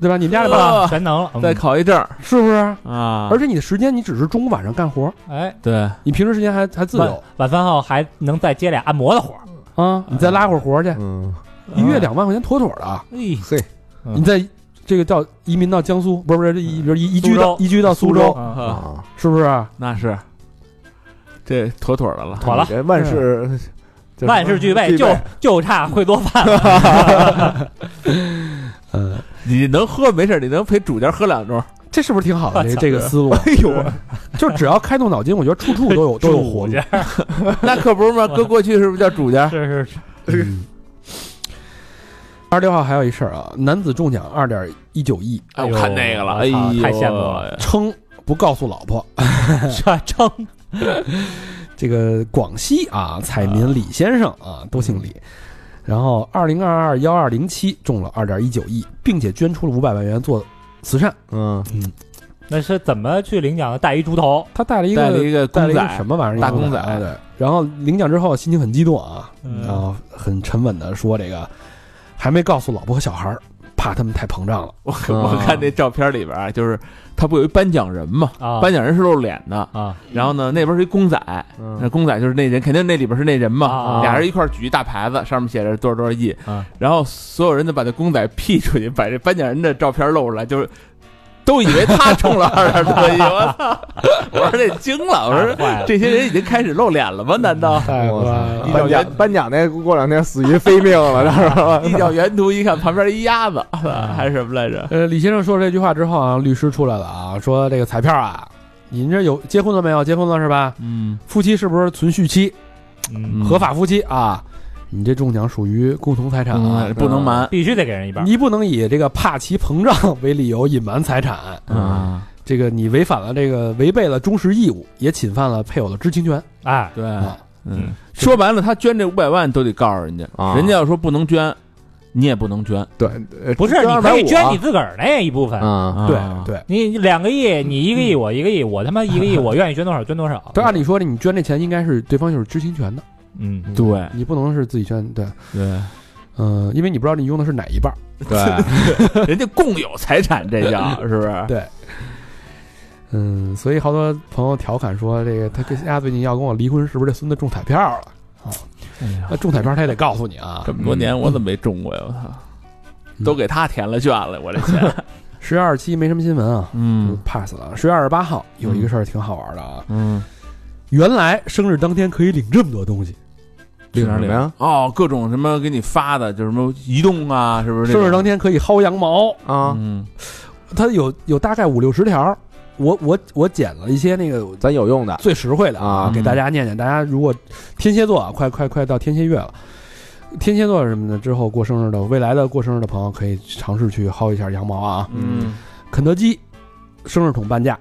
S2: 对吧？你们家
S5: 是
S2: 里边
S5: 吧？全能了。嗯
S4: 再考一证
S2: 是不是？
S4: 啊，
S2: 而且你的时间，你只是中午晚上干活，
S5: 哎，
S4: 对，
S2: 你平时时间还还自
S5: 晚
S2: 由
S5: 晚饭后还能再接俩按摩的活儿。
S2: 啊，你再拉会儿活去，
S3: 嗯，
S2: 一月两万块钱妥妥的啊！
S5: 哎，嗯
S2: 你再这个叫移民到江苏，不是不是，移比如移移居
S5: 苏
S2: 到
S5: 州
S2: 移居到苏州，
S5: 嗯
S4: [LAUGHS] 啊
S3: 啊，
S2: 是不是？
S4: 那是，这妥妥的了，
S5: 妥了
S3: 你，这万
S2: 嗯
S3: 事就是
S5: 万事俱备，就就差会做饭了。
S2: 呃，
S4: 你能喝没事儿，你能陪主家喝两盅，
S2: 这是不是挺好的？这
S5: 我操
S2: 这个思路，
S3: 哎呦，
S2: [LAUGHS] 就只要开动脑筋，我觉得处处都有都有活路
S5: 是。
S4: 那可不是吗？搁过去是不是叫主家？
S5: 是是，
S2: 二十六号还有一事儿啊，男子中奖二点一九亿，
S4: 哎，我看那个了，哎呦，
S5: 太羡慕了。 [LAUGHS]
S2: 称不告诉老婆。
S5: 这称
S2: 这个广西啊，彩民李先生啊，都姓
S4: 嗯
S2: 李。然后二零二二幺二零七中了二点一九亿，并且捐出了五百万元做慈善。
S3: 嗯，
S5: [LAUGHS] 那是怎么去领奖的？带一猪头，
S2: 他带了一个
S4: 带了一个
S2: 带了
S4: 公
S2: 一个
S4: 仔
S2: 什，么玩意儿？哎
S4: 大公仔
S2: 对。然后领奖之后心情很激动啊，
S5: 嗯
S2: 然后很沉稳的说：“这个还没告诉老婆和小孩儿，怕他们太膨胀了。
S4: 我我看那照片里边啊，就是他不有一颁奖人嘛，
S5: 啊
S4: 颁奖人是露脸的，
S5: 啊
S4: 然后呢那边是一公仔，那
S3: 嗯
S4: 公仔就是那人，肯定那里边是那人嘛，
S5: 啊
S4: 俩人一块儿举一大牌子，上面写着多少多少亿
S5: 啊，
S4: 然后所有人都把那公仔 P 出去，把这颁奖人的照片露出来，就是都以为他中了二点多亿，我操！我说 [LAUGHS] 这惊了，嗯我说
S5: 坏了
S4: 这些人已经开始露脸了吗？难 [LAUGHS] 道”？
S2: 太
S3: 我
S2: 乖
S3: 操！
S2: 了
S3: 嗯颁奖颁奖那过两天死于非命了，到时候
S4: 一脚原图一看，旁边一鸭子
S5: 啊
S4: 还是什么来着？
S2: 呃，李先生说了这句话之后啊，律师出来了啊，说这个彩票啊，您这有结婚了没有？结婚了是吧？
S4: 嗯，
S2: 夫妻是不是存续期？
S5: 嗯，
S2: 合法夫妻啊，你这中奖属于共同财产啊
S4: 嗯，不能瞒
S5: 必须得给人一半。
S2: 你不能以这个怕其膨胀 [LAUGHS] 为理由隐瞒财产，
S4: 啊，
S2: 这个你违反了这个违背了忠实义务，也侵犯了配偶的知情权
S5: 哎，
S4: 对，
S2: 啊。
S4: 嗯，说白了，他捐这五百万都得告诉人家，
S3: 啊
S4: 人家要说不能捐，你也不能捐，
S3: 对，呃
S5: 不是，
S3: 这
S5: 你
S3: 250
S5: 可以捐你自个儿那一部分。
S4: 啊
S3: 啊，
S2: 对对，
S5: 你你两个亿，你一个亿，我一个亿，我他妈一个亿，我愿意捐多少捐多少。
S2: 但按理说啊你捐这钱应该是对方有知情权的，
S5: 嗯，
S4: 对
S2: 你不能是自己捐。对，
S4: 对。
S2: 嗯，因为你不知道你用的是哪一半儿。
S4: 对， [LAUGHS] 人家共有财产，这叫是不是？
S2: 对，嗯，所以好多朋友调侃说，这个他跟丫最近要跟我离婚，是不是这孙子中彩票了？啊。
S4: 哎呀，
S2: [LAUGHS] 那中彩票他也得告诉你啊
S4: 这，么多年我怎么没中过呀？我操，都给他填了卷了，我这钱。
S2: 十月二十七没什么新闻啊，就
S4: 嗯
S2: pass 了。十月二十八号有一个事儿挺好玩的啊，
S4: 嗯，
S2: 原来生日当天可以领这么多东西，
S4: 领哪
S3: 什么呀？
S4: 哦，各种什么给你发的，就是什么移动啊，是不是这
S2: 生
S4: 种？
S2: 日当天可以薅羊毛，
S3: 啊，
S4: 嗯，
S2: 它有有大概五六十条，我我我捡了一些那个
S3: 咱有用的
S2: 最实惠的啊
S3: 啊，
S2: 给大家念念。大家如果天蝎座啊，快快快到天蝎月了，天蝎座什么的之后过生日的，未来的过生日的朋友可以尝试去薅一下羊毛啊。
S4: 嗯
S2: 肯德基生日桶半价，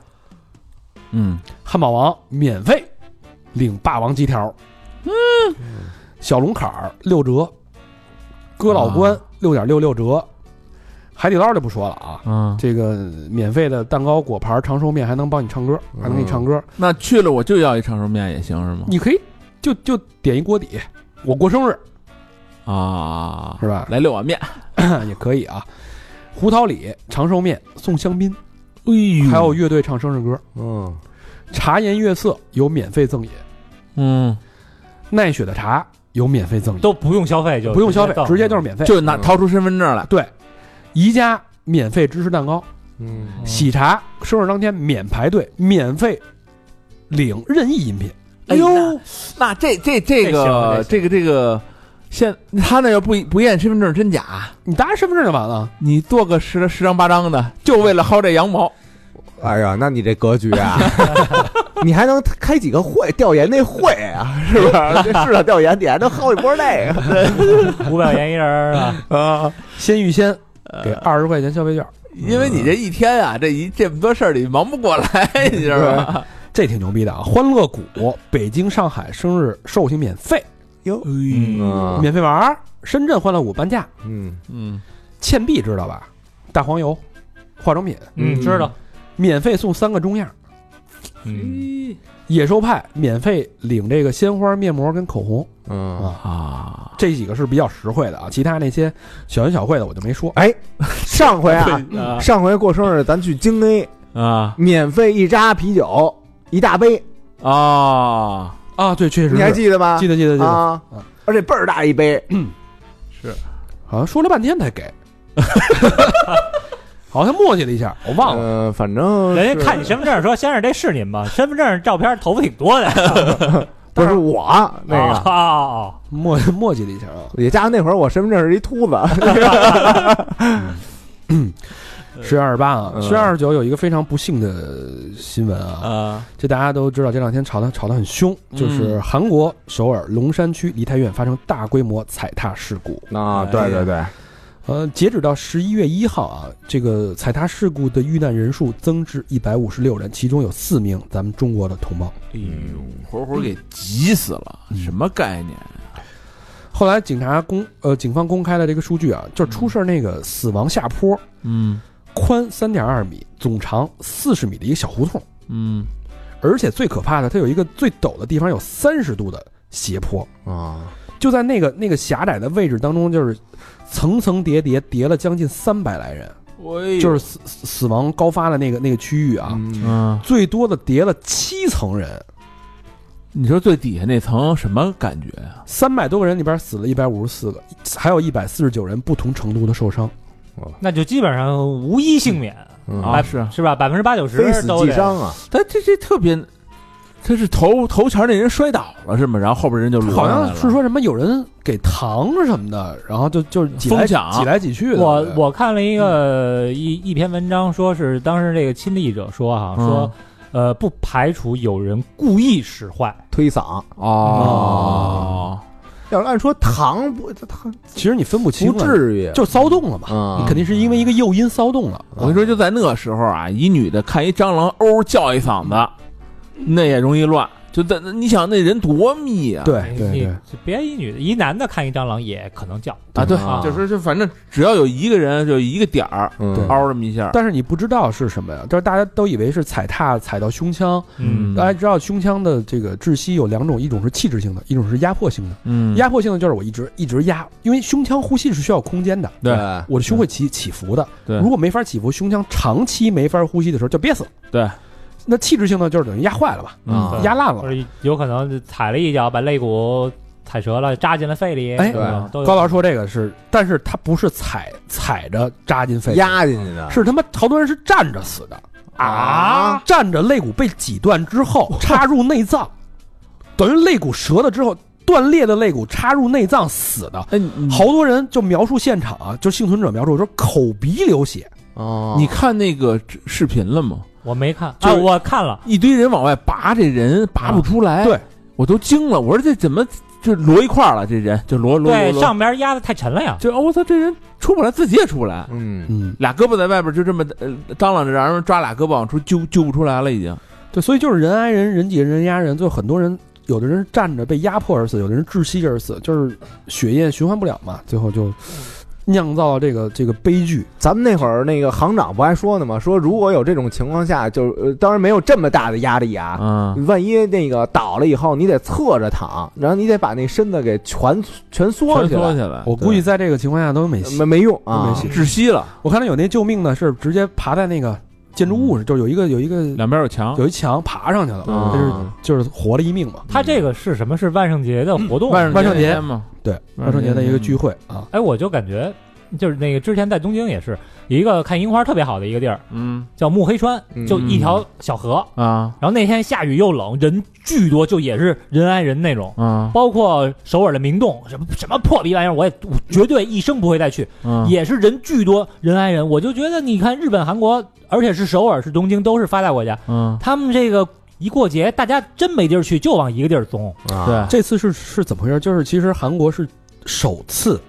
S4: 嗯
S2: 汉堡王免费领霸王鸡条，嗯，小龙坎儿六折，哥老关
S4: 啊
S2: 六点六六折，海底捞就不说了啊。
S4: 嗯，
S2: 这个免费的蛋糕、果盘、长寿面还能帮你唱歌，还能给你唱歌。
S4: 那去了我就要一长寿面也行是吗？
S2: 你可以就就点一锅底，我过生日
S4: 啊，
S2: 是吧？
S4: 来六碗面，
S2: [COUGHS] 也可以啊。胡桃里、长寿面送香槟，
S4: 哎呦
S2: 还有乐队唱生日歌。
S3: 嗯，
S2: 茶颜悦色有免费赠饮，
S4: 嗯，
S2: 奈雪的茶有免费赠饮，
S5: 都不用消费就
S2: 不用消费，直接就是是免费。
S4: 就拿掏出身份证来，
S2: 对，宜家免费芝士蛋糕，
S3: 嗯，
S2: 喜茶生日当天免排队，免费领任意饮品。
S4: 哎呦，那这这这个
S5: 这
S4: 这个这个，现他那要不不验身份证真假，
S2: 你答身份证就完了。
S4: 你剁个十十张八张的，就为了薅这羊毛，
S3: 哎呀，那你这格局啊， [LAUGHS] 你还能开几个会调研那会啊，是不是？ [LAUGHS] 这市场调研你还能薅一波那个，
S5: 五百元一人儿啊，
S4: 啊，
S2: 先预先给
S4: 呃
S2: 二十块钱消费券，
S4: 因为你这一天啊，这一这么多事儿，你忙不过来， [LAUGHS] 你知道吧？
S2: 这挺牛逼的啊！欢乐谷、北京、上海生日寿星免费，
S3: 嗯
S2: 免费玩儿。深圳欢乐谷半价，
S3: 嗯
S4: 嗯，
S2: 倩碧知道吧？大黄油，化妆品
S5: 嗯，知道，
S2: 免费送三个中样。
S6: 嗯
S2: 野兽派免费领这个鲜花、面膜跟口红，
S3: 嗯，
S2: 啊
S4: 啊，
S2: 这几个是比较实惠的啊。其他那些小恩小惠的我就没说。
S3: 哎，上回啊，
S4: 啊
S3: 上回过生日咱去京 A，
S4: [LAUGHS] 啊
S3: 免费一扎啤酒一大杯，
S4: 啊，
S2: 啊，对，确实
S3: 你还
S2: 是
S3: 记得吧？
S2: 记得记得记得，
S3: 啊，而且倍儿大一杯，
S5: 嗯
S2: 好像说了半天才给，好像磨叽了一下，我忘了。
S3: 嗯，反正
S5: 人家
S3: 是
S5: 看你身份证说：“先生，这是您吧？”身份证照片头发挺多的，
S3: 不是我那
S5: 哦
S3: 个。
S5: 哦
S2: 磨磨叽了一下啊。
S3: 也加上那会儿我身份证是一秃子，
S2: 十月二十八啊，
S3: 嗯
S2: 十月二十九有一个非常不幸的新闻
S5: 哦
S2: 啊，
S5: 嗯
S4: 啊，
S2: 这大家都知道，这两天吵得吵得很凶，
S4: 嗯
S2: 就是韩国首尔龙山区梨泰院发生大规模踩踏事故。
S3: 啊
S4: 对对
S3: 对，
S2: 呃，截止到十一月一号啊，这个踩踏事故的遇难人数增至一百五十六人，其中有四名咱们中国的同胞。
S4: 哎呦，活活给急死了，什么概念？
S2: 后来警察公呃警方公开了这个数据啊，就是出事儿那个死亡下坡
S4: 嗯
S2: 宽三点二米，总长四十米的一个小胡同，
S4: 嗯，
S2: 而且最可怕的，它有一个最陡的地方有三十度的斜坡，
S3: 啊，
S2: 就在那个那个狭窄的位置当中，就是层层叠叠叠了将近三百来人，
S4: 哎我
S2: 就是死死死亡高发的那个那个区域啊，
S3: 嗯
S4: 嗯，
S2: 最多的叠了七层人，
S4: 你说最底下那层什么感觉啊呀？
S2: 三百多个人里边死了一百五十四个，还有一百四十九人不同程度的受伤。
S5: 哦，那就基本上无一幸免，
S3: 嗯，
S4: 啊，是啊，
S5: 是吧？百分之八九
S3: 非
S5: 十
S3: 死
S5: 都
S3: 即
S5: 得
S3: 伤啊，
S4: 他这这特别，他是头头前那人摔倒了是吗？然后后边人就摞
S2: 好
S4: 上来
S2: 像
S4: 了
S2: 是说什么有人给糖什么的，然后就就是挤
S4: 疯
S2: 来
S4: 抢
S2: 挤来挤去的。
S5: 我
S2: 对
S5: 我看了一个一一篇文章，说是当时这个亲历者说哈、
S4: 嗯
S5: 说呃不排除有人故意使坏，
S3: 推搡。
S4: 哦，
S3: 要是按说糖不，糖
S2: 其实你分不清
S3: 不
S2: 了，
S3: 至于，
S2: 就骚动了嘛，
S3: 啊
S2: 你肯定是因为一个诱因骚动了。
S4: 我跟你说，就在那时候啊，一女的看一蟑螂，嗷叫一嗓子，那也容易乱。就在那你想那人多密啊！
S5: 你
S2: 对哎对对，
S5: 你别一女的，一男的看一蟑螂也可能叫，
S4: 啊，对，
S3: 啊
S4: 就是就反正只要有一个人，就一个点儿，
S3: 嗯
S4: 嗷这么一下，
S2: 但是你不知道是什么呀，就是大家都以为是踩踏踩到胸腔，
S4: 嗯
S2: 大家知道胸腔的这个窒息有两种，一种是器质性的，一种是压迫性的。
S4: 嗯，
S2: 压迫性的就是我一直一直压，因为胸腔呼吸是需要空间的，
S4: 对
S2: 我的胸会起起伏的。
S4: 嗯对
S2: 如果没法起伏，胸腔长期没法呼吸的时候就憋死了。
S4: 对，
S2: 那器质性呢，就是等于压坏了吧，
S4: 嗯
S3: 啊
S2: 压烂了
S5: 或。者有可能踩了一脚把肋骨踩折了，扎进了肺里，
S2: 哎
S5: 对吧都有
S2: 高老师说这个是，但是他不是踩踩着扎进肺里，
S3: 压进去的，
S2: 是他妈好多人是站着死的
S3: 啊，哦
S2: 站着肋骨被挤断之后插入内脏，等于肋骨折了之后断裂的肋骨插入内脏死的。
S4: 哎，
S3: 嗯
S4: 你
S2: 好多人就描述现场啊，就幸存者描述说口鼻流血，
S3: 哦，
S4: 你看那个视频了吗？
S5: 我没看啊，
S4: 就是
S5: 我看了，
S4: 一堆人往外拔这人，拔不出来，
S2: 啊对
S4: 我都惊了，我说这怎么就摞一块儿了？这人就摞摞摞
S5: 对，
S4: 摞，
S5: 上边压的太沉了呀，
S4: 就哦我操，这人出不来，自己也出不来，
S3: 嗯，
S2: 嗯，
S4: 俩胳膊在外边就这么呃当啷着，让人抓俩胳膊往出揪，揪不出来了，已经。
S2: 对，所以就是人挨人，人挤人，人压人，就很多人。有的人是站着被压迫而死，有的人窒息而死，就是血液循环不了嘛，最后就酿造了这个这个悲剧。
S3: 咱们那会儿那个行长不还说呢吗？说如果有这种情况下，就是呃当然没有这么大的压力啊，
S4: 嗯，
S3: 万一那个倒了以后，你得侧着躺，然后你得把那身子给蜷蜷缩
S4: 蜷
S3: 起
S4: 缩
S3: 来，
S4: 起来，
S2: 我估计在这个情况下都没戏
S3: 没。没用啊
S2: 没，戏
S4: 窒息了，
S2: 我看到有那救命的是直接爬在那个建筑物上，就是有一个有一个
S4: 嗯两啊边有墙，
S2: 有一墙爬上去了，
S3: 嗯
S2: 这是就是活了一命嘛。
S5: 他这个是什么？是万圣节的活动？
S4: 万
S2: 万圣节
S4: 节嘛，
S2: 对，万圣节的一个聚会啊，
S5: 哎，我就感觉就是那个之前在东京也是一个看樱花特别好的一个地儿，
S4: 嗯
S5: 叫木黑川，
S3: 嗯
S5: 就一条小河。
S4: 啊
S5: 然后那天下雨又冷，人巨多，就也是人挨人那种。
S4: 啊
S5: 包括首尔的明洞，什么什么破逼玩意儿，我也我绝对一生不会再去。
S4: 啊，
S5: 也是人巨多，人挨人。我就觉得，你看日本、韩国，而且是首尔、是东京，都是发达国家，
S4: 嗯，
S5: 他们这个一过节，大家真没地儿去，就往一个地儿怂。
S3: 啊
S4: 对，
S2: 这次是是怎么回事？就是其实韩国是首次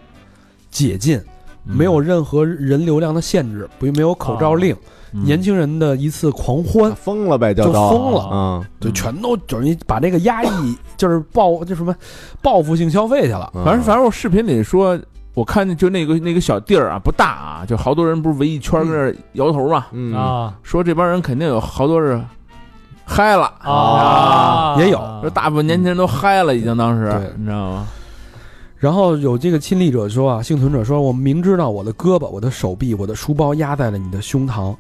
S2: 解禁，
S4: 嗯
S2: 没有任何人流量的限制，不没有口罩令，
S4: 嗯
S2: 年轻人的一次狂欢。
S3: 疯了呗，
S2: 就
S3: 都
S4: 嗯
S2: 疯了
S3: 啊，
S2: 就全都等于把这个压抑，就是报就什么报复性消费去了。
S3: 嗯
S4: 反正反正我视频里说，我看见就那个那个小地儿啊，不大啊，就好多人不是围一圈儿跟那儿摇头嘛，
S3: 嗯
S5: 啊
S4: 说这帮人肯定有好多是嗨了，
S5: 啊
S2: 啊也有
S4: 说大部分年轻人都嗨了，已经当时
S2: 对，
S4: 你知道吗？
S2: 然后有这个亲历者说啊，幸存者说，我明知道我的胳膊、我的手臂、我的书包压在了你的胸膛，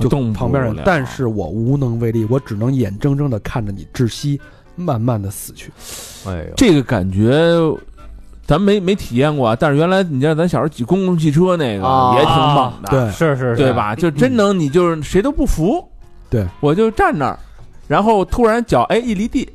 S2: 就
S4: 动嗯不
S2: 旁边人
S4: 了，
S2: 但是我无能为力，我只能眼睁睁的看着你窒息，慢慢的死去。
S3: 哎呦，
S4: 这个感觉。咱没没体验过啊，但是原来你知道咱小时候挤公共汽车那个、
S3: 啊
S4: 也挺猛的，
S2: 对
S5: 是是是，
S4: 对？
S2: 嗯
S4: 吧？就真能你就是谁都不服，
S2: 对
S4: 我就站那儿，然后突然脚哎一离地，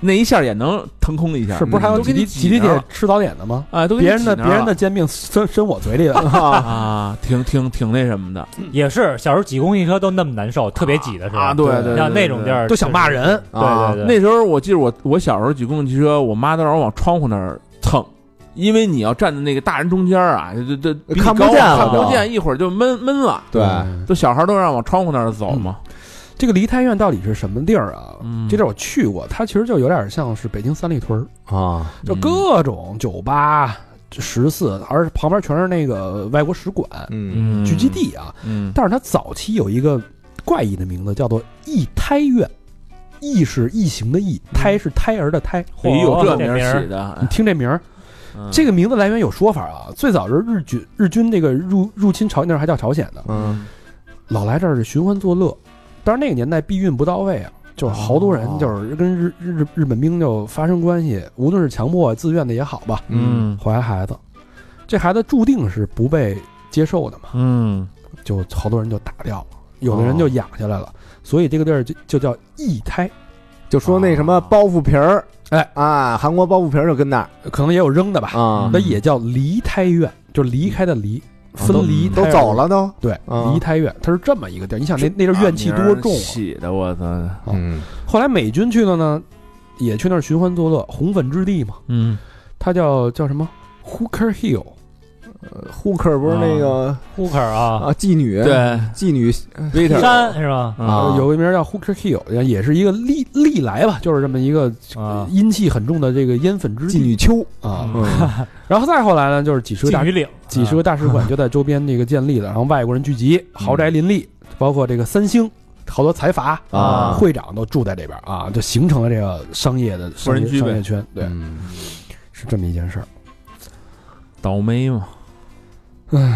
S4: 那一下也能腾空一下，
S2: 是不是还有
S4: 都
S2: 挤
S4: 给
S2: 地
S4: 你
S2: 挤地
S4: 那儿
S2: 铁
S4: 了
S2: 吃早点的吗？
S4: 啊？都给你
S2: 别人的
S4: 挤
S2: 别
S4: 那儿
S2: 人
S4: 了
S2: 的煎饼伸伸我嘴里了，
S4: [LAUGHS] 啊，挺挺挺那什么的，
S5: 也是小时候挤公共汽车都那么难受，特别挤的时候
S4: 啊，对
S3: 对
S4: 对，
S5: 像
S4: 对
S5: 那种地。儿
S2: 都想骂。人。
S5: 对对
S3: 啊
S5: 对，
S4: 对那时候我记得我我小时候挤公共汽车，我妈都让我往窗户那儿蹭。因为你要站在那个大人中间啊，这这比你
S3: 看不
S4: 高
S3: 见了
S4: 看不
S3: 都
S4: 见，一会儿就闷闷了。
S3: 对，
S4: 都小孩都让往窗户那儿走嘛。
S2: [LAUGHS] 这个梨泰院到底是什么地儿啊？
S4: 嗯
S2: 这地儿我去过，它其实就有点像是北京三里屯儿，
S3: 啊，
S2: 就各种酒吧、十四，而旁边全是那个外国使馆、
S4: 嗯
S3: 嗯
S2: 聚集，地啊。
S4: 嗯
S2: 但是它早期有一个怪异的名字，叫做异胎院，异是异形的异，胎是胎儿的胎。
S4: 嗯
S2: 哦
S4: 哎呦，
S5: 嚯
S4: 这
S5: 这
S4: 名儿
S5: 名儿
S4: 起的，哎
S2: 你听这名儿，
S4: 嗯
S2: 这个名字来源有说法啊。最早是日军，日军这个入入侵朝鲜那时候还叫朝鲜呢，
S3: 嗯，
S2: 老来这儿是寻欢作乐。但是那个年代避孕不到位啊，就是好多
S3: 哦
S2: 人就是跟日日日本兵就发生关系，无论是强迫自愿的也好吧，
S4: 嗯
S2: 怀孩子，这孩子注定是不被接受的嘛，
S4: 嗯
S2: 就好多人就打掉了，有的人
S3: 哦
S2: 就养下来了，所以这个地儿就就叫异胎，
S3: 就说那什么包袱皮儿，
S2: 哎
S3: 啊，韩国包袱皮儿就跟那儿
S2: 可能也有扔的吧，
S3: 啊
S2: 那、，也叫离胎院，就是离开的离，分离
S3: 嗯哦都
S2: 胎儿
S3: 走。了都，
S2: 对，
S3: 啊
S2: 离胎院，它是这么一个地儿。你想那那地儿怨气
S4: 大
S2: 多
S4: 名儿
S2: 重啊！
S4: 起的我操，
S3: 嗯
S2: 后来美军去了呢，也去那儿寻欢作乐，红粉之地嘛，
S4: 嗯，
S2: 它叫叫什么 Hooker Hill，
S3: 呃，Hooker 不是那个
S5: Hooker 啊，
S3: 啊妓女，
S4: 对
S3: 妓女
S4: ，Waiter
S5: 山是吧？
S3: 啊
S2: 有个名儿叫 Hooker Hill，也是一个历历来吧，就是这么一个
S5: 啊，
S2: 阴气很重的这个烟粉之
S3: [LAUGHS] 妓
S2: 地
S3: 女秋，
S2: 啊。
S3: 嗯
S2: 然后再后来呢，就是几十个
S5: 鲫
S2: 大
S5: 鱼岭，啊
S2: 几十个大使馆就在周边那个建立了，然后外国人聚集，豪宅林立，包括这个三星。好多财阀
S3: 啊
S2: 会长都住在这边啊，就形成了这个商业的商
S4: 人
S2: 业
S4: 区呗
S2: 商业圈，对，
S3: 嗯
S2: 是这么一件事儿。
S4: 倒霉嘛，
S2: 嗯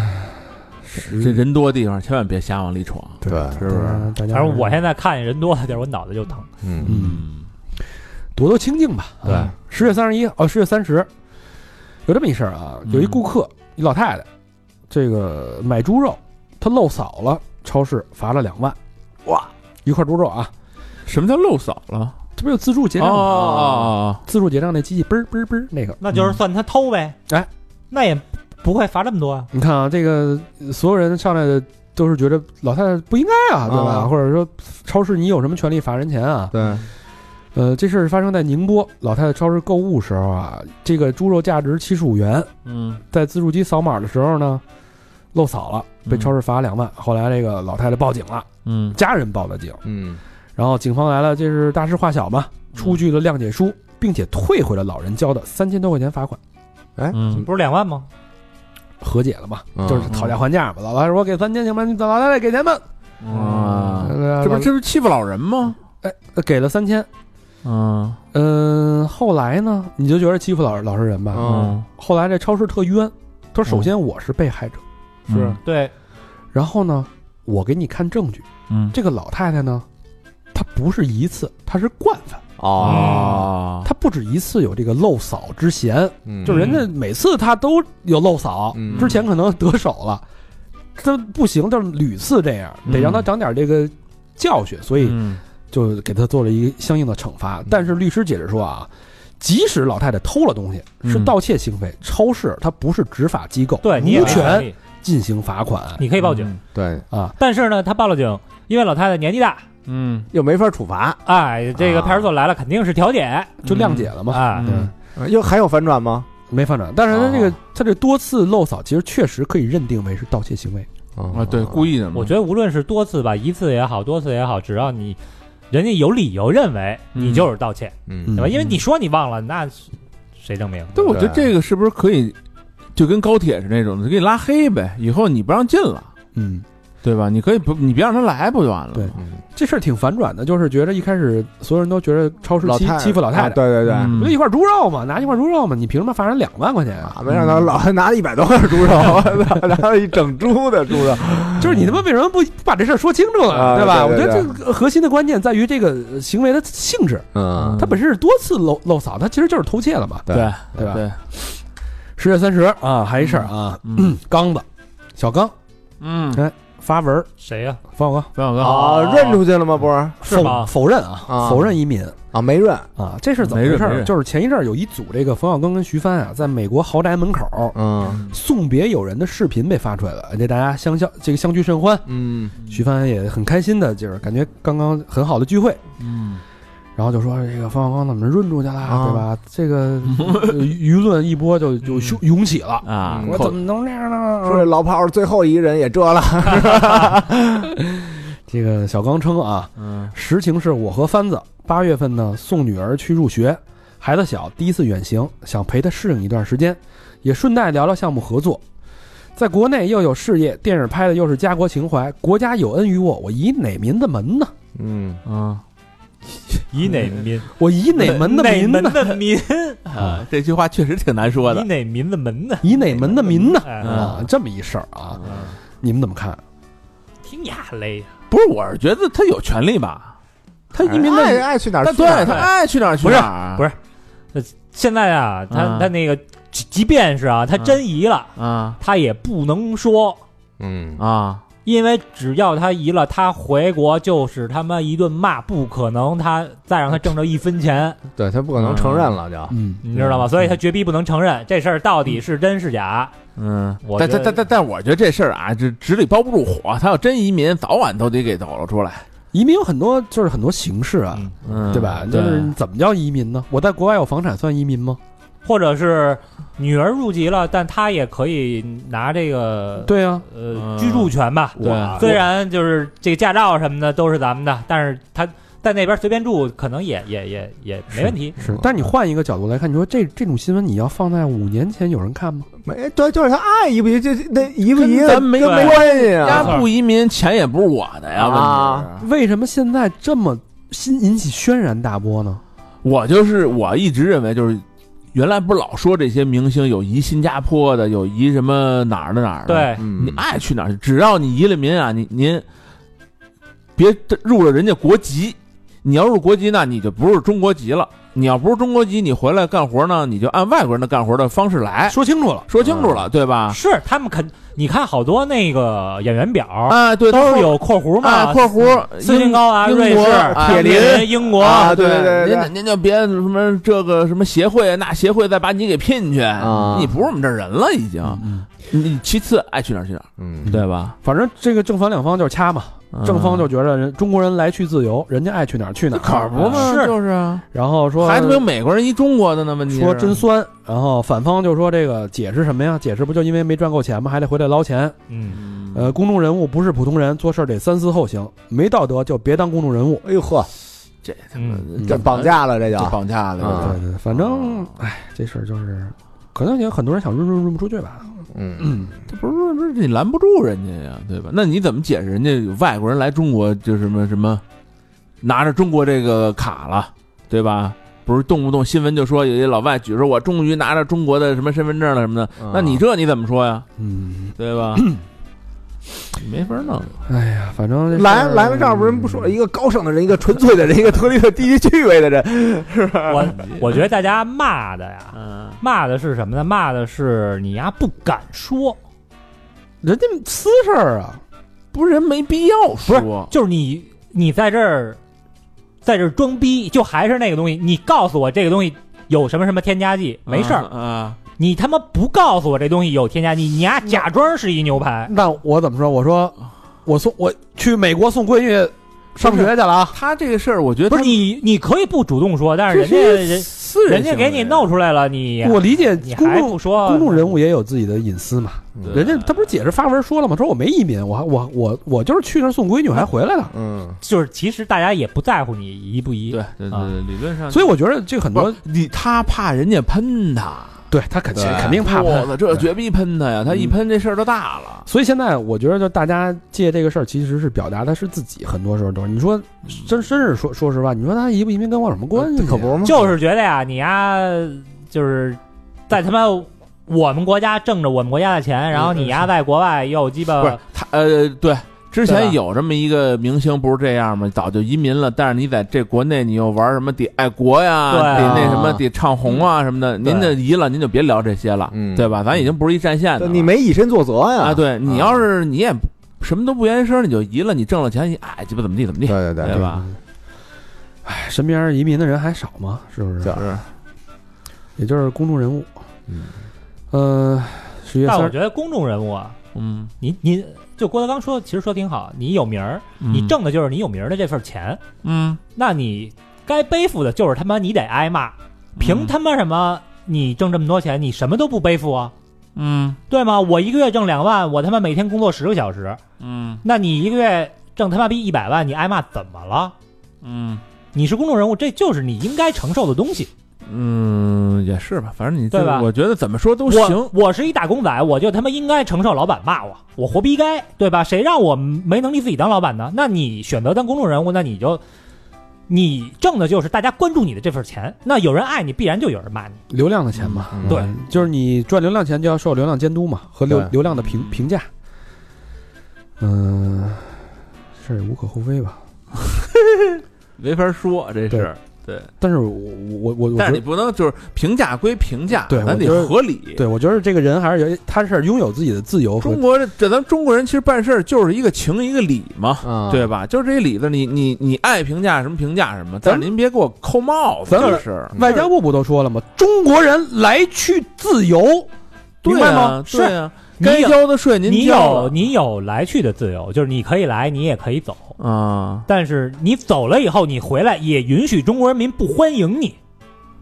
S4: 这人多地方千万别瞎往里闯，
S3: 对
S4: 是不是？
S2: 大家
S5: 反正我现在看见人多的地儿，我脑袋就疼。
S3: 嗯
S2: 嗯，躲躲清静吧。
S5: 对，
S2: 十月三十一哦，十月三十，有这么一事儿啊，有一
S4: 嗯
S2: 顾客，一老太太，这个买猪肉，她漏扫了，超市罚了两万，哇，一块猪肉啊，
S4: 嗯什么叫漏扫了？
S2: 这不是有自助结
S4: 哦
S2: 账吗？
S4: 哦
S2: 自助结账那机器嘣儿嘣儿嘣儿那个，
S5: 那就是算他偷呗。
S2: 哎，
S5: 那也不会罚这么多啊。
S2: 你看啊，这个呃所有人上来的都是觉得老太太不应该啊，对吧？
S3: 啊
S2: 或者说超市你有什么权利罚人钱啊？
S3: 对，
S2: 呃，这事儿发生在宁波老太太超市购物时候啊，这个猪肉价值七十五元，
S4: 哦，嗯
S2: 在自助机扫码的时候呢，漏扫了，被
S4: 嗯
S2: 超市罚两万。后来这个老太太报警了，
S4: 嗯
S2: 家人报的警，
S3: 嗯
S2: 然后警方来了，这是大事化小嘛，
S4: 嗯
S2: 出具了谅解书，并且退回了老人交的三千多块钱罚款，
S3: 哎
S4: 嗯
S5: 不是两万吗？
S2: 和解了嘛，
S3: 嗯
S2: 就是讨价还价嘛。老太太说我给三千行吗？你老太太给钱吧。
S4: 啊，
S2: 呃
S4: 这不这不是欺负老人吗？
S2: 呃给了三千。
S4: 嗯
S2: 嗯，后来呢，你就觉得欺负老老实人吧？
S3: 嗯，
S2: 后来这超市特冤，他说首先我是被害者，
S4: 嗯是
S5: 对，
S2: 然后呢，我给你看证据。
S4: 嗯
S2: 这个老太太呢，她不是一次，她是惯犯，
S3: 哦，
S4: 啊，
S2: 她不止一次有这个漏扫之嫌，
S3: 嗯
S2: 就是人家每次她都有漏扫，
S3: 嗯
S2: 之前可能得手了，这不行，就是屡次这样，得让她长点这个教训，所以
S4: 嗯
S2: 就给她做了一个相应的惩罚。但是律师解释说啊。即使老太太偷了东西，是
S4: 嗯
S2: 盗窃行为，超市它不是执法机构，
S5: 对你也
S2: 无
S5: 没权
S2: 权
S5: 利，
S2: 进行罚款。
S5: 你可以报警。，
S3: 对，
S2: 啊，
S5: 但是呢，他报了警，因为老太太年纪大，
S4: 嗯
S3: 又没法处罚，
S5: 哎，这个
S3: 啊
S5: 派出所来了肯定是调解，
S2: 就谅解了嘛。
S5: 哎，
S2: 对
S4: 嗯
S3: 呃又还有反转吗？
S2: 没反转，但是他这个、
S3: 哦
S2: 他这多次漏扫，其实确实可以认定为是盗窃行为。
S3: 嗯
S4: 啊，对，故意的嘛，
S5: 我觉得无论是多次吧，一次也好，多次也好，只要你人家有理由认为你就是盗窃，
S3: 嗯
S5: 对吧？因为
S4: 嗯
S5: 你说你忘了，那谁证明？
S4: 但我觉得
S3: 对
S4: 这个是不是可以，就跟高铁是那种的，给你拉黑呗，以后你不让进了，
S2: 嗯，
S4: 对吧？你可以不，你别让他来不就完了？
S2: 对
S3: 嗯
S2: 这事儿挺反转的，就是觉得一开始所有人都觉得超市
S3: 老
S2: 欺
S3: 太
S2: 欺负老太太，
S3: 啊对对对，
S4: 嗯
S2: 不就一块猪肉嘛，拿一块猪肉嘛，你凭什么罚人两万块钱啊？
S3: 啊，没想到老还拿了一百多块猪肉， [LAUGHS] 拿了一整猪的猪肉，
S2: 就是你他妈为什么不不把这事儿说清楚
S3: 啊
S2: 了，吧？
S3: 对对
S2: 我
S3: 对
S2: 觉得这个核心的关键在于这个呃行为的性质，
S3: [LAUGHS] 嗯
S2: 它本身是多次漏漏扫，它其实就是偷窃了嘛，
S3: 对
S4: 对
S2: 对吧？
S4: 对，
S2: 十月三十啊，还一事儿啊，
S4: 嗯
S2: 刚子小刚
S4: 嗯，
S2: 发文儿
S5: 谁呀？
S2: 冯小刚
S4: 冯小刚
S3: 啊，认出去了吗？不是
S5: 是吗
S2: 否否认啊，
S3: 啊
S2: 否认移民。
S3: 啊，没认，
S2: 啊，这是怎么回事
S4: 没事
S2: 儿？
S4: 没事
S2: 就是前一阵儿有一组这个冯小刚跟徐帆啊，在美国豪宅门口
S3: 嗯
S2: 送别友人的视频被发出来了，这大家相相这个相聚甚欢，
S3: 嗯
S2: 徐帆也很开心的，就是感觉刚刚很好的聚会，
S4: 嗯
S2: 然后就说这个冯小刚怎么润出去了，
S3: 啊
S2: 对吧？这个 [LAUGHS] 呃舆论一波就就汹涌起了，
S4: 啊，
S2: 嗯我
S4: 扣
S2: 怎么能这样
S3: 说这
S2: 呢？
S3: 老炮儿最后一人也这了，
S2: 这个小刚称啊，
S4: 嗯
S2: 实情是我和帆子八月份呢送女儿去入学，孩子小，第一次远行，想陪她适应一段时间，也顺带聊聊项目合作。在国内又有事业，电影拍的又是家国情怀，国家有恩于我，我以哪民的门呢？
S3: 嗯
S4: 嗯
S5: 以哪民？
S2: 我以哪门
S5: [LAUGHS]
S2: 的
S5: 哪
S2: 民
S5: 门
S2: 呢？
S5: 的 [LAUGHS] 民？
S4: 啊，这句话确实挺难说
S5: 以
S4: 的，
S5: 哪民的门呢？
S2: 以哪门的民呢？
S5: 哎
S4: 嗯
S2: 啊，这么一事儿啊，你们怎么看？
S5: 听啊呀嘞，
S4: 不是，我是觉得他有权利吧，他移民
S3: 爱
S4: 的，
S3: 哎爱去哪儿啊
S4: 他
S3: 去
S4: 对
S3: 哪儿，
S4: 他爱去哪儿去哪儿，
S5: 不是现在啊，他
S4: 嗯
S5: 他那个，即即便是啊，他真移了，
S4: 啊
S5: 他也不能说，
S3: 嗯
S4: 啊，
S5: 因为只要他移了，他回国就是他妈一顿骂，不可能他再让他挣着一分钱，
S3: 对他不可能承认了就，
S2: 嗯，
S5: 你知道吗？所以他绝逼不能承认这事儿到底是真是假。
S4: 嗯
S5: 我，
S4: 但
S5: 觉
S4: 但
S5: 得
S4: 但但但我觉得这事儿啊，这纸里包不住火，他要真移民，早晚都得给抖了出来，
S2: 移民有很多就是很多形式啊，
S5: 嗯
S4: 嗯，
S2: 对吧？就
S4: 对
S2: 是怎么叫移民呢？我在国外有房产算移民吗？
S5: 或者是女儿入籍了，但他也可以拿这个
S2: 对啊，
S5: 呃
S4: 嗯
S5: 居住权吧。
S4: 对
S5: 虽然就是这个驾照什么的都是咱们的，但是他在那边随便住，可能也也也也没问题。
S2: 是。啊但你换一个角度来看，你说这这种新闻你要放在五年前有人看吗？
S3: 没嗯哎对，就是他爱移不移，这那移不移
S4: 跟咱没
S3: 跟
S5: 关
S3: 关系
S4: 家
S3: 啊，
S4: 不移民，钱也不是我的呀，
S3: 啊
S4: 问题是
S2: 为什么现在这么新引起轩然大波呢？
S4: 我就是我一直认为就是。原来不是老说这些明星有移新加坡的，有移什么哪儿的哪儿的？，
S5: 对，
S3: 嗯
S4: 你爱去哪儿，只要你移了民啊，你您别入了人家国籍。你要入国籍，那你就不是中国籍了，你要不是中国籍，你回来干活呢，你就按外国人的干活的方式来，
S2: 说清楚了，
S4: 说清楚了，对吧？
S5: 是他们肯，你看好多那个演员表
S4: 啊，对，
S5: 都是
S4: 有
S5: 有括弧嘛，
S4: 啊，括弧
S5: 斯琴
S4: 英
S5: 高娃、
S4: 英
S5: 瑞
S4: 国
S5: 士、
S4: 啊
S5: 铁
S4: 铁
S5: 林、英国，
S3: 啊对对对对
S4: 您您就别什么这个什么协会那协会再把你给聘去，
S3: 啊
S4: 你不是我们这儿人了已经。
S2: 嗯
S4: 你其次爱去哪儿去哪儿，
S3: 嗯，
S4: 对吧？
S2: 啊反正这个正反两方就是掐嘛，嗯
S4: 嗯
S2: 正方就觉得人中国人来去自由，人家爱去哪儿去哪儿，
S4: 可不嘛，
S2: 是
S4: 就是啊，
S2: 然后说
S4: 还他妈有美国人一中国的呢？问题是
S2: 说真酸，然后反方就说这个解释什么呀？解释不就因为没赚够钱吗？还得回来捞钱？
S5: 嗯，
S2: 呃，公众人物不是普通人，做事儿得三思后行，没道德就别当公众人物。
S3: 哎呦呵，
S4: 这他妈
S5: 嗯
S3: 这绑架了，这就
S4: 就绑架了
S3: 啊，
S2: 对对，反正哎，这事儿就是，可能也很多人想润润润不出去吧。
S3: 嗯
S4: 这不是不是你拦不住人家呀，对吧？那你怎么解释人家有外国人来中国就什么什么，拿着中国这个卡了，对吧？不是动不动新闻就说有一老外举着我终于拿着中国的什么身份证了什么的，
S3: 啊
S4: 嗯那你这你怎么说呀？
S2: 嗯，
S4: 对吧？没法弄，
S2: 哎呀，反正这事儿嗯
S3: 嗯来来了这儿不是不说了一个高尚的人，一个纯粹的人，一个脱离了低级趣味的人，
S5: 我我觉得大家骂的呀，
S4: 嗯，
S5: 骂的是什么呢？骂的是你呀不敢说，
S2: 人家私事儿啊，
S4: 不是人没必要
S5: 是
S4: 说，
S5: 就是你你在这儿在这儿装逼，就还是那个东西，你告诉我这个东西。有什么什么添加剂？没事儿，
S4: 啊
S5: 你他妈不告诉我这东西有添加剂，你丫假装是一牛排，
S2: 那我怎么说？我说我送我去美国送闺女上学去了啊。
S4: 他这个事儿，我觉得
S5: 不是
S4: 他
S5: 你，你可以不主动说，但是人家
S4: 这
S5: 人
S4: 私人
S5: 人家给你
S4: 行为
S5: 弄出来了，你
S2: 我理解
S5: 你
S2: 公
S5: 还
S2: 众
S5: 不说，
S2: 公众人物也有自己的隐私嘛，
S4: 对
S2: 人家他不是解释发文说了吗？说我没移民，我还我我我就是去那儿送闺女，我还回来了。
S3: 嗯
S5: 就是其实大家也不在乎你一不一，
S4: 对对
S5: 啊
S4: 对，理论上
S2: 所以我觉得这个很
S4: 不
S2: 多
S4: 是你，他怕人家喷他，
S2: 对他肯定
S4: 对嗯
S2: 肯定怕
S4: 我
S2: 喷。
S4: 操，这绝逼喷他呀！他一喷这事儿就大了。
S2: 所以现在我觉得，就大家借这个事儿，其实是表达的是自己，很多时候都是你说，真真是说说实话，你说他移不移民跟我有什么关
S4: 啊
S2: 系？啊
S3: 可不是吗？
S5: 就是觉得呀，你呀就是在他妈我们国家挣着我们国家的钱，然后你呀在国外又鸡
S4: 嗯不是
S5: 巴
S4: 他呃，对，之
S5: 对吧
S4: 前有这么一个明星，不是这样吗？早就移民了，但是你在这国内你又玩什么得爱国呀，
S5: 对啊
S4: 得那什么得唱红啊什么的，您这移了，您就别聊这些了，
S3: 嗯
S4: 对吧？咱已经不是一战线的
S3: 对
S4: 了，
S3: 你没以身作则呀
S4: 啊？对你要是你也什么都不言声，你就移了，你挣了钱，你哎鸡巴怎么地怎么地
S3: 对，对对
S4: 对吧？
S2: 哎，身边移民的人还少吗？是不是
S3: 对？啊
S4: 是
S2: 也就是公众人物。
S3: 嗯，
S2: 呃，十月
S5: 但
S2: 三
S5: 我
S2: 日，
S5: 觉得公众人物啊，
S4: 嗯，
S5: 你你就郭德纲说，其实说挺好，你有名儿，
S4: 嗯
S5: 你挣的就是你有名儿的这份钱，
S4: 嗯，
S5: 那你该背负的就是他妈你得挨骂，
S4: 嗯
S5: 凭他妈什么你挣这么多钱，你什么都不背负啊？
S4: 嗯
S5: 对吗？我一个月挣两万，我他妈每天工作十个小时，
S4: 嗯
S5: 那你一个月挣他妈逼一百万，你挨骂怎么了？
S4: 嗯
S5: 你是公众人物，这就是你应该承受的东西，
S4: 嗯，也是吧，反正你
S5: 对吧
S4: 这我觉得怎么说都行
S5: 我，我是一打工仔，我就他妈应该承受老板骂我，我活逼该，对吧？谁让我没能力自己当老板呢？那你选择当公众人物，那你就你挣的就是大家关注你的这份钱，那有人爱你，必然就有人骂你。
S2: 流量的钱嘛，
S5: 对
S2: 嗯，就是你赚流量钱就要受流量监督嘛，和流
S3: 对
S2: 流量的评评价。嗯、这也无可厚非吧。
S4: 没法说这事儿。对，
S2: 但是我我我我
S4: 但
S2: 觉
S4: 是你
S2: 得，
S4: 不能就是评价归评价，
S2: 对
S4: 咱
S2: 我觉得
S4: 得合理。
S2: 对我觉得这个人还是有，他是拥有自己的自由和
S4: 中国这这咱中国人其实办事儿就是一个情一个理嘛，
S3: 啊，
S4: 对吧？就是这理子，你你你爱评价什么评价什么，但
S2: 咱
S4: 是您别给我扣帽子，
S2: 咱们
S4: 这是
S2: 外交部不都说了吗？中国人来去自由，明
S4: 对
S2: 白吗
S4: 啊？
S2: 是
S4: 对啊，
S5: 你
S4: 该
S5: 有
S4: 交的税您
S5: 你
S4: 交
S5: 有
S4: 了
S5: 你有来去的自由，就是你可以来，你也可以走，
S4: 啊，
S5: 但是你走了以后，你回来也允许中国人民不欢迎你，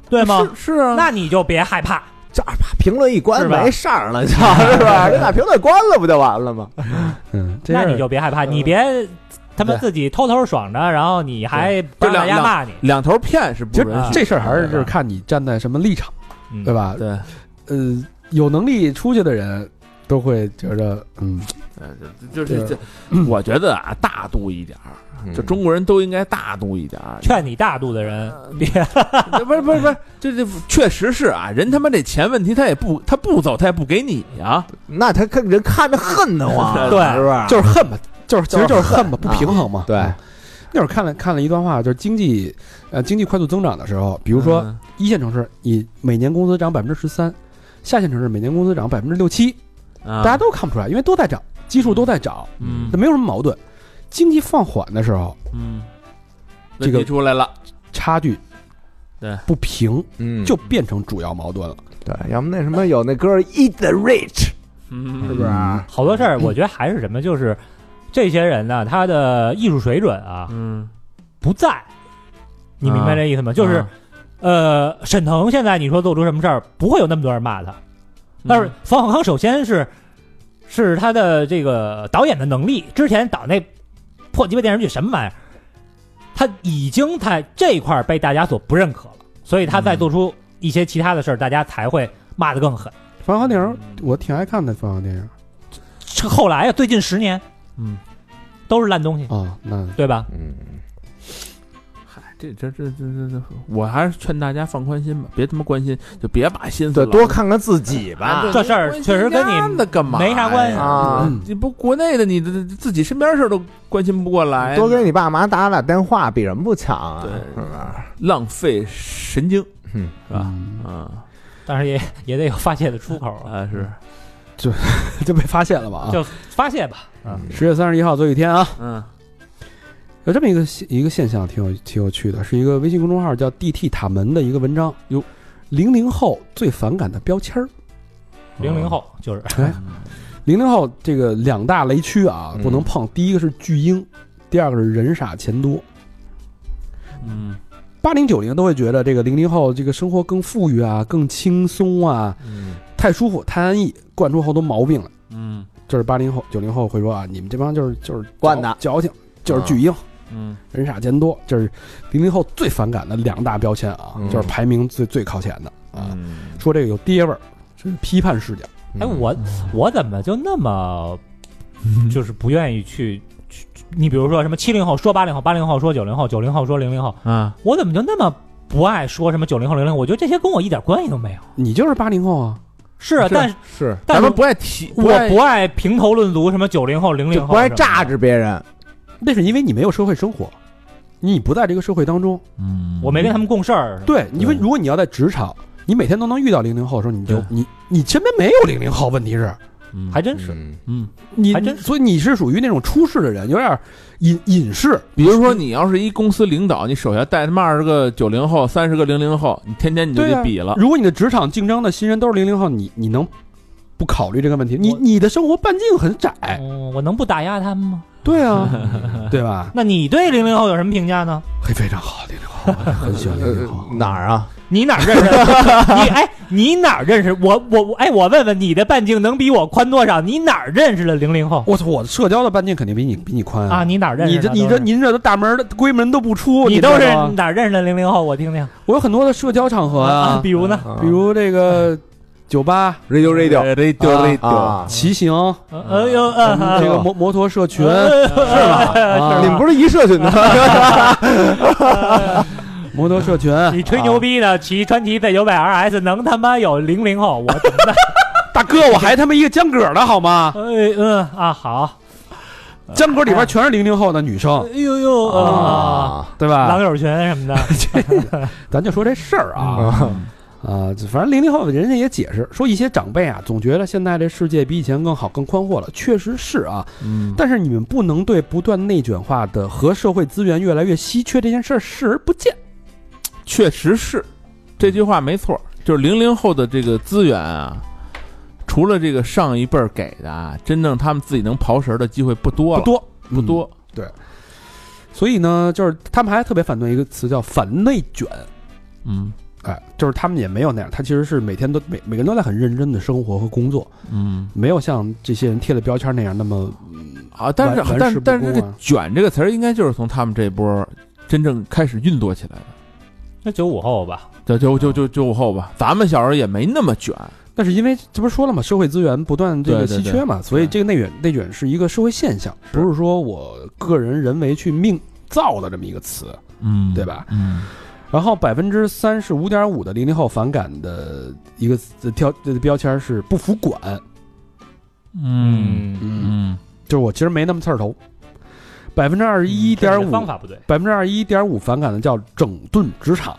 S5: 对吗？
S4: 是是啊，
S5: 那你就别害怕。
S3: 这把评论一关
S5: 是吧
S3: 没事儿了，就是 [LAUGHS]
S5: [LAUGHS]
S3: 吧？人把评论关了不就完了吗？
S2: 嗯，这
S5: 那
S2: 事儿
S5: 你就别害怕，你别他妈
S2: 对
S5: 自己偷偷爽着，然后你还不
S4: 就
S5: 让大
S4: 两
S5: 家骂你，
S4: 两头骗是不
S2: 其
S4: 允
S2: 实
S4: 许。
S2: 这事儿还是就是看你站在什么立场，
S5: 嗯
S2: 对？吧？
S4: 对，
S2: 呃，有能力出去的人都会觉着，嗯，
S4: 对呃就是这，我觉得啊，大度一点儿，
S2: 嗯
S5: 嗯
S4: 就中国人都应该大度一点
S2: [LAUGHS]
S4: 儿。
S5: 劝你大度的人别
S4: [LAUGHS] 不是不是不是，这这确实是啊，人他妈这钱问题他也不他不走他也不给你啊，
S3: 那他看人看着恨得慌，
S5: [LAUGHS] 对
S3: 是吧？
S2: 就是恨吧，就是其实就是恨吧，不
S3: 啊
S2: 平衡嘛。嗯
S3: 对，
S2: 那会儿看了看了一段话，就是经济呃经济快速增长的时候，
S4: 比
S2: 比如说一线城市，你每年工资涨百分之十三，下线城市每年工资涨百分之六七，
S4: 大
S2: 大家都看不出来，因为都在涨，基数都在涨，
S4: 啊嗯
S2: 那没有什么矛盾。经济放缓的时候，
S4: 嗯，
S2: 这个
S4: 问题出来了，
S2: 差距
S4: 对
S2: 不平
S3: 嗯
S2: 就变成主要矛盾了。
S3: 对，要么那什么有那歌儿 Eat the Rich，
S4: 嗯
S3: 是不是？
S5: 好多事儿，我觉得还是什么，就是这些人呢，他的艺术水准啊
S4: 嗯，
S5: 不在，你明白这意思吗？就是
S4: 啊
S5: 呃，沈腾现在你说做出什么事儿，不会有那么多人骂他。但
S4: 嗯
S5: 是冯小刚首先是是他的这个导演的能力，之前导那破鸡巴电视剧什么玩意儿，他已经在这一块儿被大家所不认可了，所以他再做出一些其他的事儿，大家才会骂得更狠。
S2: 冯小刚电影我挺爱看的，冯小刚电影
S5: 这后来啊，最近十年
S4: 嗯，
S5: 都是烂东西，
S2: 啊，那
S5: 对吧？
S3: 嗯，
S4: 嗨，这这这这这这，我还是劝大家放宽心吧，别他妈关心，就别把心思
S3: 对，
S4: 老
S3: 多看看自己吧。
S4: 啊
S5: 这事儿确实跟你
S4: 关心那干嘛
S5: 没啥关系
S4: 呀
S3: 啊
S2: 嗯
S4: 你不国内的，你的自己身边事儿都关心不过来，
S3: 多给你爸妈打打电话，比人不强啊，
S4: 对
S3: 是吧？
S4: 浪费神经，
S3: 嗯
S4: 是吧？啊
S5: 但是也 [LAUGHS] 也得有发泄的出口啊，
S4: 啊是，
S2: 就被发现了吧？啊，
S5: 就发泄吧。
S2: 十月三十一号最后一天啊，
S4: 嗯
S2: 有这么一个现一个现象，挺有挺有趣的，是一个微信公众号叫 “DT 塔门”的一个文章。
S4: 哟，
S2: 零零后最反感的标签儿。
S5: 零零后就是
S2: 哎
S4: 嗯
S2: 零零后这个两大雷区啊
S3: 嗯，
S2: 不能碰。第一个是巨婴，第二个是人傻钱多。
S4: 嗯
S2: 八零九零都会觉得这个零零后这个生活更富裕啊，更轻松啊，
S3: 嗯
S2: 太舒服、太安逸，惯出好多毛病来。
S4: 嗯
S2: 这是八零后、九零后会说啊，你们这帮就是就是
S3: 惯的啊
S2: 矫情，就是巨婴，
S4: 嗯
S2: 人傻钱多，这是零零后最反感的两大标签啊，
S3: 嗯
S2: 就是排名最最靠前的啊。
S4: 嗯
S2: 说这个有爹味儿，这是批判视角。
S5: 哎，
S3: 嗯
S5: 我我怎么就那么就是不愿意去去？去你比如说什么七零后说八零后，八零后说九零后，九零后说零零后，
S4: 啊
S5: 我怎么就那么不爱说什么九零后零零？我觉得这些跟我一点关系都没有。
S2: 你就是八零后啊，
S5: 是啊，
S4: 是
S5: 但是
S3: 是
S4: 咱
S5: 但是
S4: 们不爱提，
S5: 我
S4: 爱
S5: 不爱评头论足，什么九零后零零
S3: 就
S5: 后，
S3: 不爱榨。着别人，
S2: 那是因为你没有社会生活，你不在这个社会当中。
S4: 嗯
S5: 我没跟他们共事儿，
S2: 对，因为
S3: 嗯
S2: 如果你要在职场，你每天都能遇到零零后的时候，你就你你身边没有零零后，问题是，
S4: 嗯
S5: 还真是。
S3: 嗯
S4: 嗯，
S2: 你
S5: 还真是
S2: 所以你是属于那种出世的人，有点隐隐士。
S4: 比如说你要是一公司领导，你手下带他妈二十个九零后、三十个零零后，你天天你就
S2: 对
S4: 得
S2: 啊
S4: 比了，
S2: 如果你的职场竞争的新人都是零零后，你你能不考虑这个问题？你
S5: 我
S2: 你的生活半径很窄，
S5: 嗯，我能不打压他们吗？[LAUGHS]
S2: 对啊，对吧？
S5: 那你对零零后有什么评价呢？
S2: 嘿，非常好，零零 [LAUGHS] 后，我很喜欢零零后
S3: 呃。哪儿啊？
S5: 你哪儿认识？你哎，你哪儿认识？我我我哎，我问问你的半径能比我宽多少？你哪儿认识了零零后
S2: 我操，我社交的半径肯定比你比你宽
S5: 啊？！你哪儿认识
S2: 你
S5: 的
S2: 这
S5: 都是？
S2: 你这您这都大门的闺门都不出，
S5: 你
S2: 你
S5: 都
S2: 知
S5: 是
S2: 道吗
S5: 哪儿认识的零零后？我听听
S2: 我有很多的社交场合啊，
S5: 比如呢？
S3: 啊
S2: 比如这个酒吧、
S3: radio
S4: 对对对
S3: 啊，
S2: 骑行，
S5: 呃呃呦呃，
S2: 这个摩摩托社群，
S5: 呃
S2: 啊
S3: 你们不是一社群的吗？
S2: 摩托社群，
S5: 你吹牛逼的，骑川崎 Z 九百 RS 能他妈有零零后？我怎么的？
S2: 大哥，我还他妈一个江歌呢，好吗？
S5: 呃嗯啊好，
S2: 江歌里边全是零零后的女生，
S5: 哎呦呦啊，
S3: 啊，
S2: 对
S5: 狼
S2: [LAUGHS] 吧？
S5: 友群什么的，
S2: 咱就说这事儿啊。
S4: 嗯
S2: 啊，反正零零后人家也解释说，一些长辈啊，总觉得现在这世界比以前更好、更宽阔了，确实是啊。
S4: 嗯，
S2: 但是你们不能对不断内卷化的和社会资源越来越稀缺这件事儿视而不见。
S4: 确实是，这句话没错，就是零零后的这个资源啊，除了这个上一辈儿给的啊，真正他们自己能刨食儿的机会不多
S2: 不
S4: 了，
S2: 多嗯
S4: 不多，
S2: 所以呢，就是他们还特别反对一个词叫“反内卷
S4: 嗯”，
S2: 哎，就是他们也没有那样，他其实是每天都每每个人都在很认真的生活和工作，
S4: 嗯
S2: 没有像这些人贴的标签那样那么
S4: 啊，但是
S2: 玩玩
S4: 但
S2: 世
S4: 是
S2: 不
S4: 但是这
S2: 恭
S4: 个
S2: 啊
S4: “卷”这个词儿，应该就是从他们这波儿真正开始运作起来的。
S5: 那九五后吧，
S4: 就就就就九五后吧，咱们小时候也没那么卷，
S2: 但是因为这不是说了嘛，社会资源不断这个
S4: 对对
S2: 稀缺嘛，所以这个内卷内卷是一个社会现象，不是说我个人人为去命造的这么一个词。
S4: 嗯
S2: 对吧？
S4: 嗯
S2: 然后百分之三十五点五的零零后反感的一个呃挑呃标签是不服管，
S4: 嗯嗯嗯
S5: 嗯
S2: 就是我其实没那么刺儿头。百分之二十一点五，
S5: 方法不对
S2: 百分之二十一点五反感的叫整顿职场。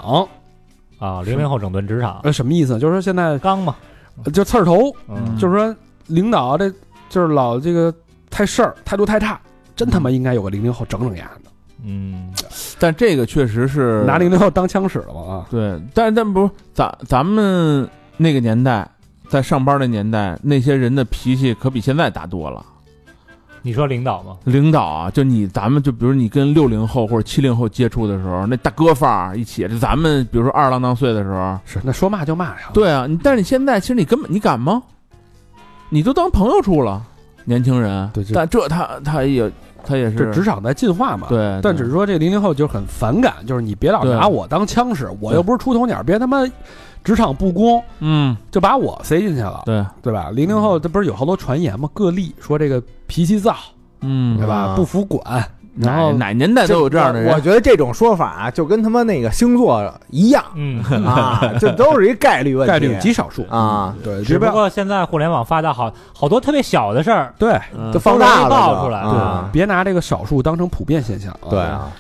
S5: 啊。零零后整顿职场，
S2: 呃，什么意思呢？就是说现在
S5: 刚嘛，
S2: 呃就刺儿头，
S5: 嗯，
S2: 就是说领导这就是老这个太事儿，态度太差，真
S4: 嗯
S2: 他妈应该有个零零后整整丫的，
S5: 嗯，
S4: 但这个确实是啊
S2: 拿零零后当枪使了嘛啊！
S4: 对，但但不是咱咱们那个年代，在上班的年代，那些人的脾气可比现在大多了。
S5: 你说领导吗？
S4: 领导啊，就你咱们就比如你跟六零后或者七零后接触的时候，那大哥范儿一起，就咱们比如说二十郎当岁的时候，
S2: 是，那说骂就骂呀。，
S4: 对啊，你但是你现在其实你根本你敢吗？你都当朋友处了，年轻人，
S2: 对这
S4: 但这他他也他也
S2: 这
S4: 是
S2: 职场在进化嘛。。
S4: 对，
S2: 但只是说这零零后就是很反感，就是你别老
S4: 对
S2: 拿我当枪使，我又不是出头鸟，别他妈职场不公
S4: 嗯，
S2: 就把我塞进去了，
S4: 对，
S2: 对吧？零零后这不是有好多传言吗？个例说这个脾气躁，
S4: 嗯
S2: 对，吧？
S3: 啊
S2: 不服管，
S4: 哪
S2: 然后
S4: 哪年代都有这样的
S3: 我我
S4: 人，
S3: 觉得这种说法啊就跟他妈那个星座一样
S4: [LAUGHS]
S5: 嗯，
S3: 啊，这都是一概率问题，
S2: 概率极少数。
S3: 啊，
S2: 对，
S5: 只
S2: 不
S5: 不
S2: 要
S5: 过现在互联网发达，好好多特别小的事儿，
S2: 对
S4: 嗯
S3: 就放大了就
S5: 爆出来
S2: 对
S3: 啊，
S2: 别拿这个少数当成普遍现象。
S3: 对。啊，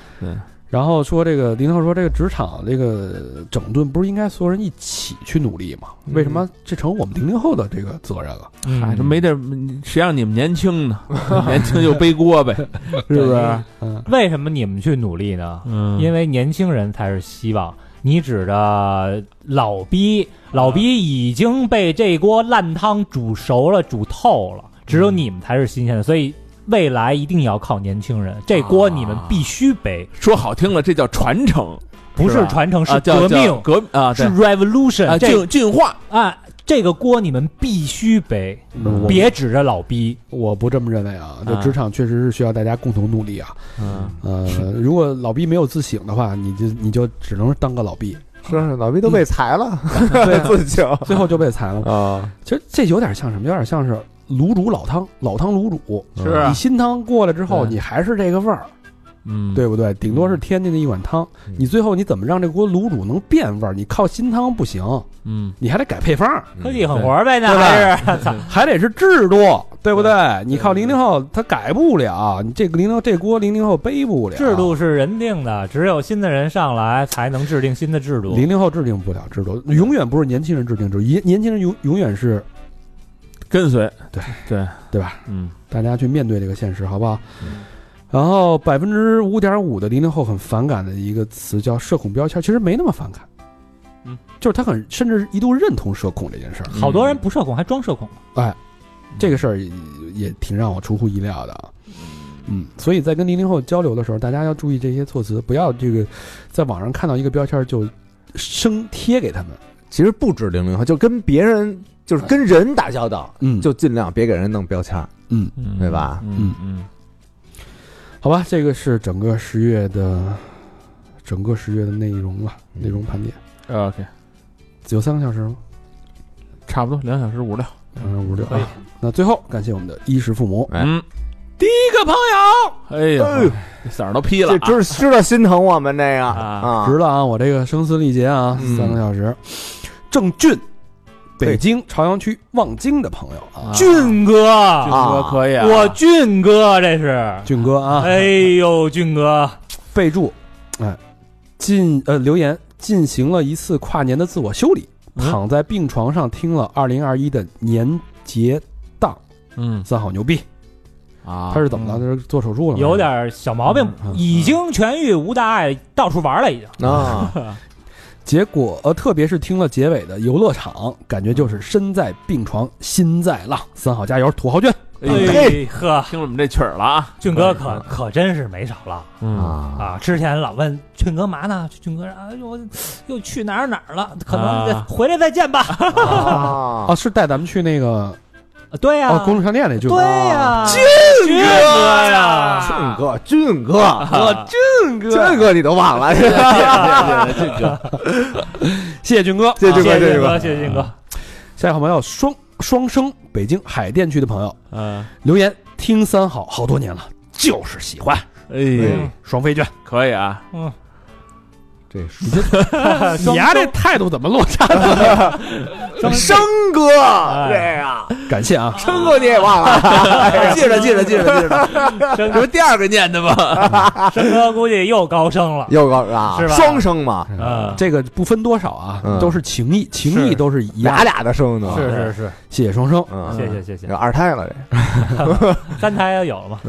S2: 然后说这个林浩说这个职场这个整顿不是应该所有人一起去努力吗？
S4: 嗯
S2: 为什么这成我们零零后的这个责任
S4: [LAUGHS]
S2: 了？
S4: 哎，
S5: 嗯
S4: 这没这，谁让你们年轻呢？年轻就背锅呗，是不是？
S2: 嗯，
S5: 为什么你们去努力呢？
S4: 嗯
S5: 因
S4: 为
S5: 为年轻人才是希望。你指着老逼，老
S4: 嗯
S5: 逼已经被这锅烂汤煮熟了、煮透了，只
S4: 嗯
S5: 有你们才是新鲜的，所以未来一定要靠年轻人，这
S4: 啊
S5: 锅你们必须背，
S4: 说好听了，这叫传承，
S5: 不
S4: 是吧
S5: 是传承，
S4: 啊，
S5: 是
S4: 叫
S5: 革
S4: 叫
S5: 命，
S4: 革啊，
S5: 是
S4: 对
S5: revolution，、
S4: 啊，
S5: 这
S4: 进进化，
S5: 啊，这个锅你们必须背，
S2: 我
S5: 别指着老逼。
S2: 我不这么认为啊，这
S4: 啊
S2: 职场确实是需要大家共同努力啊。
S4: 嗯， [LAUGHS]
S2: 呃，如果老毕没有自省的话，你就你就只能当个老
S4: [LAUGHS]
S2: 毕，
S3: 说是老毕都被裁了，对自己
S2: 最后就被裁了。
S3: 啊，
S2: 其实这有点像什么？有点像是卤煮老汤，老汤卤煮。呃
S4: 是啊
S2: 你新汤过来之后，
S4: 对
S2: 你还是这个味儿，
S4: 嗯，
S2: 对不对？顶多是添进去一碗汤，
S5: 嗯
S2: 你最后你怎么让这锅卤煮能变味儿？你靠新汤不行，
S4: 嗯，
S2: 你还得改配方，
S5: 科技狠活儿呗，那
S2: 对吧
S5: 还是操
S2: 还得是制度，对不对？你靠零零后他改不了，你这个零零这锅零零后背不了。
S5: 制度是人定的，只有新的人上来才能制定新的制度。
S2: 零零后制定不了制度，永远不是年轻人制定制度，年年轻人永永远是
S4: 跟随，
S2: 对
S4: 对
S2: 对吧？
S4: 嗯，
S2: 大家去面对这个现实，好不好？然后百分之五点五的零零后很反感的一个词叫社恐标签，其实没那么反感，
S4: 嗯，
S2: 就是他很甚至一度认同社恐这件事儿，
S5: 好多人不社恐，还装社恐。
S2: 这个事儿也也挺让我出乎意料的啊。嗯，所以在跟零零后交流的时候，大家要注意这些措辞，不要这个在网上看到一个标签就生贴给他们。
S3: 其实不止零零后，就跟别人就是跟人打交道，
S2: 嗯
S3: 就尽量别给人弄标签儿。
S2: 嗯，
S4: 嗯，
S3: 对吧
S4: 嗯嗯，
S2: 好吧，这个是整个十月的整个十月的内容了，内容盘点
S4: 嗯，OK，
S2: 有三个小时吗？
S4: 差不多两小时五六，
S2: 两百五十六
S5: 可以
S2: 啊。那最后感谢我们的衣食父母，
S3: 哎
S4: 嗯，
S2: 第一个朋友
S4: 哎呀，这嗓儿都劈了
S3: 这
S4: 啊，
S3: 知知道心疼我们这个
S4: 啊
S3: 啊，
S2: 值了啊！我这个声嘶力竭啊，
S3: 嗯
S2: 三个小时。郑俊，
S3: 对
S2: 北京朝阳区望京的朋友啊，
S5: 俊哥，
S4: 俊
S3: 啊
S4: 哥可以嗯啊，
S5: 我俊哥这是，
S2: 俊哥啊，
S5: 哎呦，俊哥，
S2: 备注，哎，进呃留言进行了一次跨年的自我修理，
S4: 嗯
S2: 躺在病床上听了二零二一的年节档，
S4: 嗯
S2: 三好牛逼。
S4: 啊，
S2: 他是怎么了？
S5: 嗯
S2: 他是做手术了吗？
S5: 有点小毛病
S4: 嗯嗯，
S5: 已经痊愈，无大碍，到处玩了已经。
S3: 啊，
S2: 结果呃，特别是听了结尾的游乐场，感觉
S5: 嗯
S2: 就是身在病床心在浪。三好加油，土豪捐！
S4: 哎呦
S5: 哎呵，
S4: 听了我们这曲儿了啊，
S5: 俊哥可可真是没少了。
S4: 嗯，
S3: 啊，
S5: 啊，之前老问俊哥嘛呢？俊哥说啊，我又去哪儿哪儿了？可能得
S4: 啊
S5: 回来再见吧。
S2: 啊，是带咱们去那个
S5: 对呀
S2: 哦，，公路商店那就
S5: 啊对呀，俊
S4: 哥
S5: 哥呀，
S3: 俊哥，俊哥，
S5: 我俊
S3: 俊哥你都忘了，谢
S4: 这个
S2: 谢谢俊哥。
S3: 谢
S5: 谢
S3: 俊哥，谢
S5: 谢
S3: 俊
S5: 俊
S3: 哥
S5: 啊哥，，谢谢俊哥。
S2: 下一个好朋友双双生，北京海淀区的朋友
S4: 嗯，
S2: 留言听三好好多年了，就是喜欢
S4: 哎呀，
S2: 双飞卷。
S4: 可以啊，
S5: 嗯，
S3: 这是啊
S5: [LAUGHS]
S2: 你丫这态度怎么落差？
S3: 生哥，
S5: 哎
S3: 这个
S2: 感谢啊，
S3: 称呼你也
S5: [LAUGHS]
S3: 忘了，记着记着记着记着，
S5: 生
S4: 这不第二个念的吗？
S5: 生哥估计又高升了，
S3: [LAUGHS] 又高啊，
S5: 是吧
S3: 双声嘛，
S5: 嗯，
S2: 这个不分多少啊，
S3: 嗯
S2: 都是情谊，情谊
S3: 是
S2: 都是一样
S3: 俩。俩的声呢，
S5: 是是是，
S2: 谢谢双生，
S3: 嗯，
S5: 啊谢谢谢谢
S3: 有，二胎了，这
S5: 三胎也有了嘛，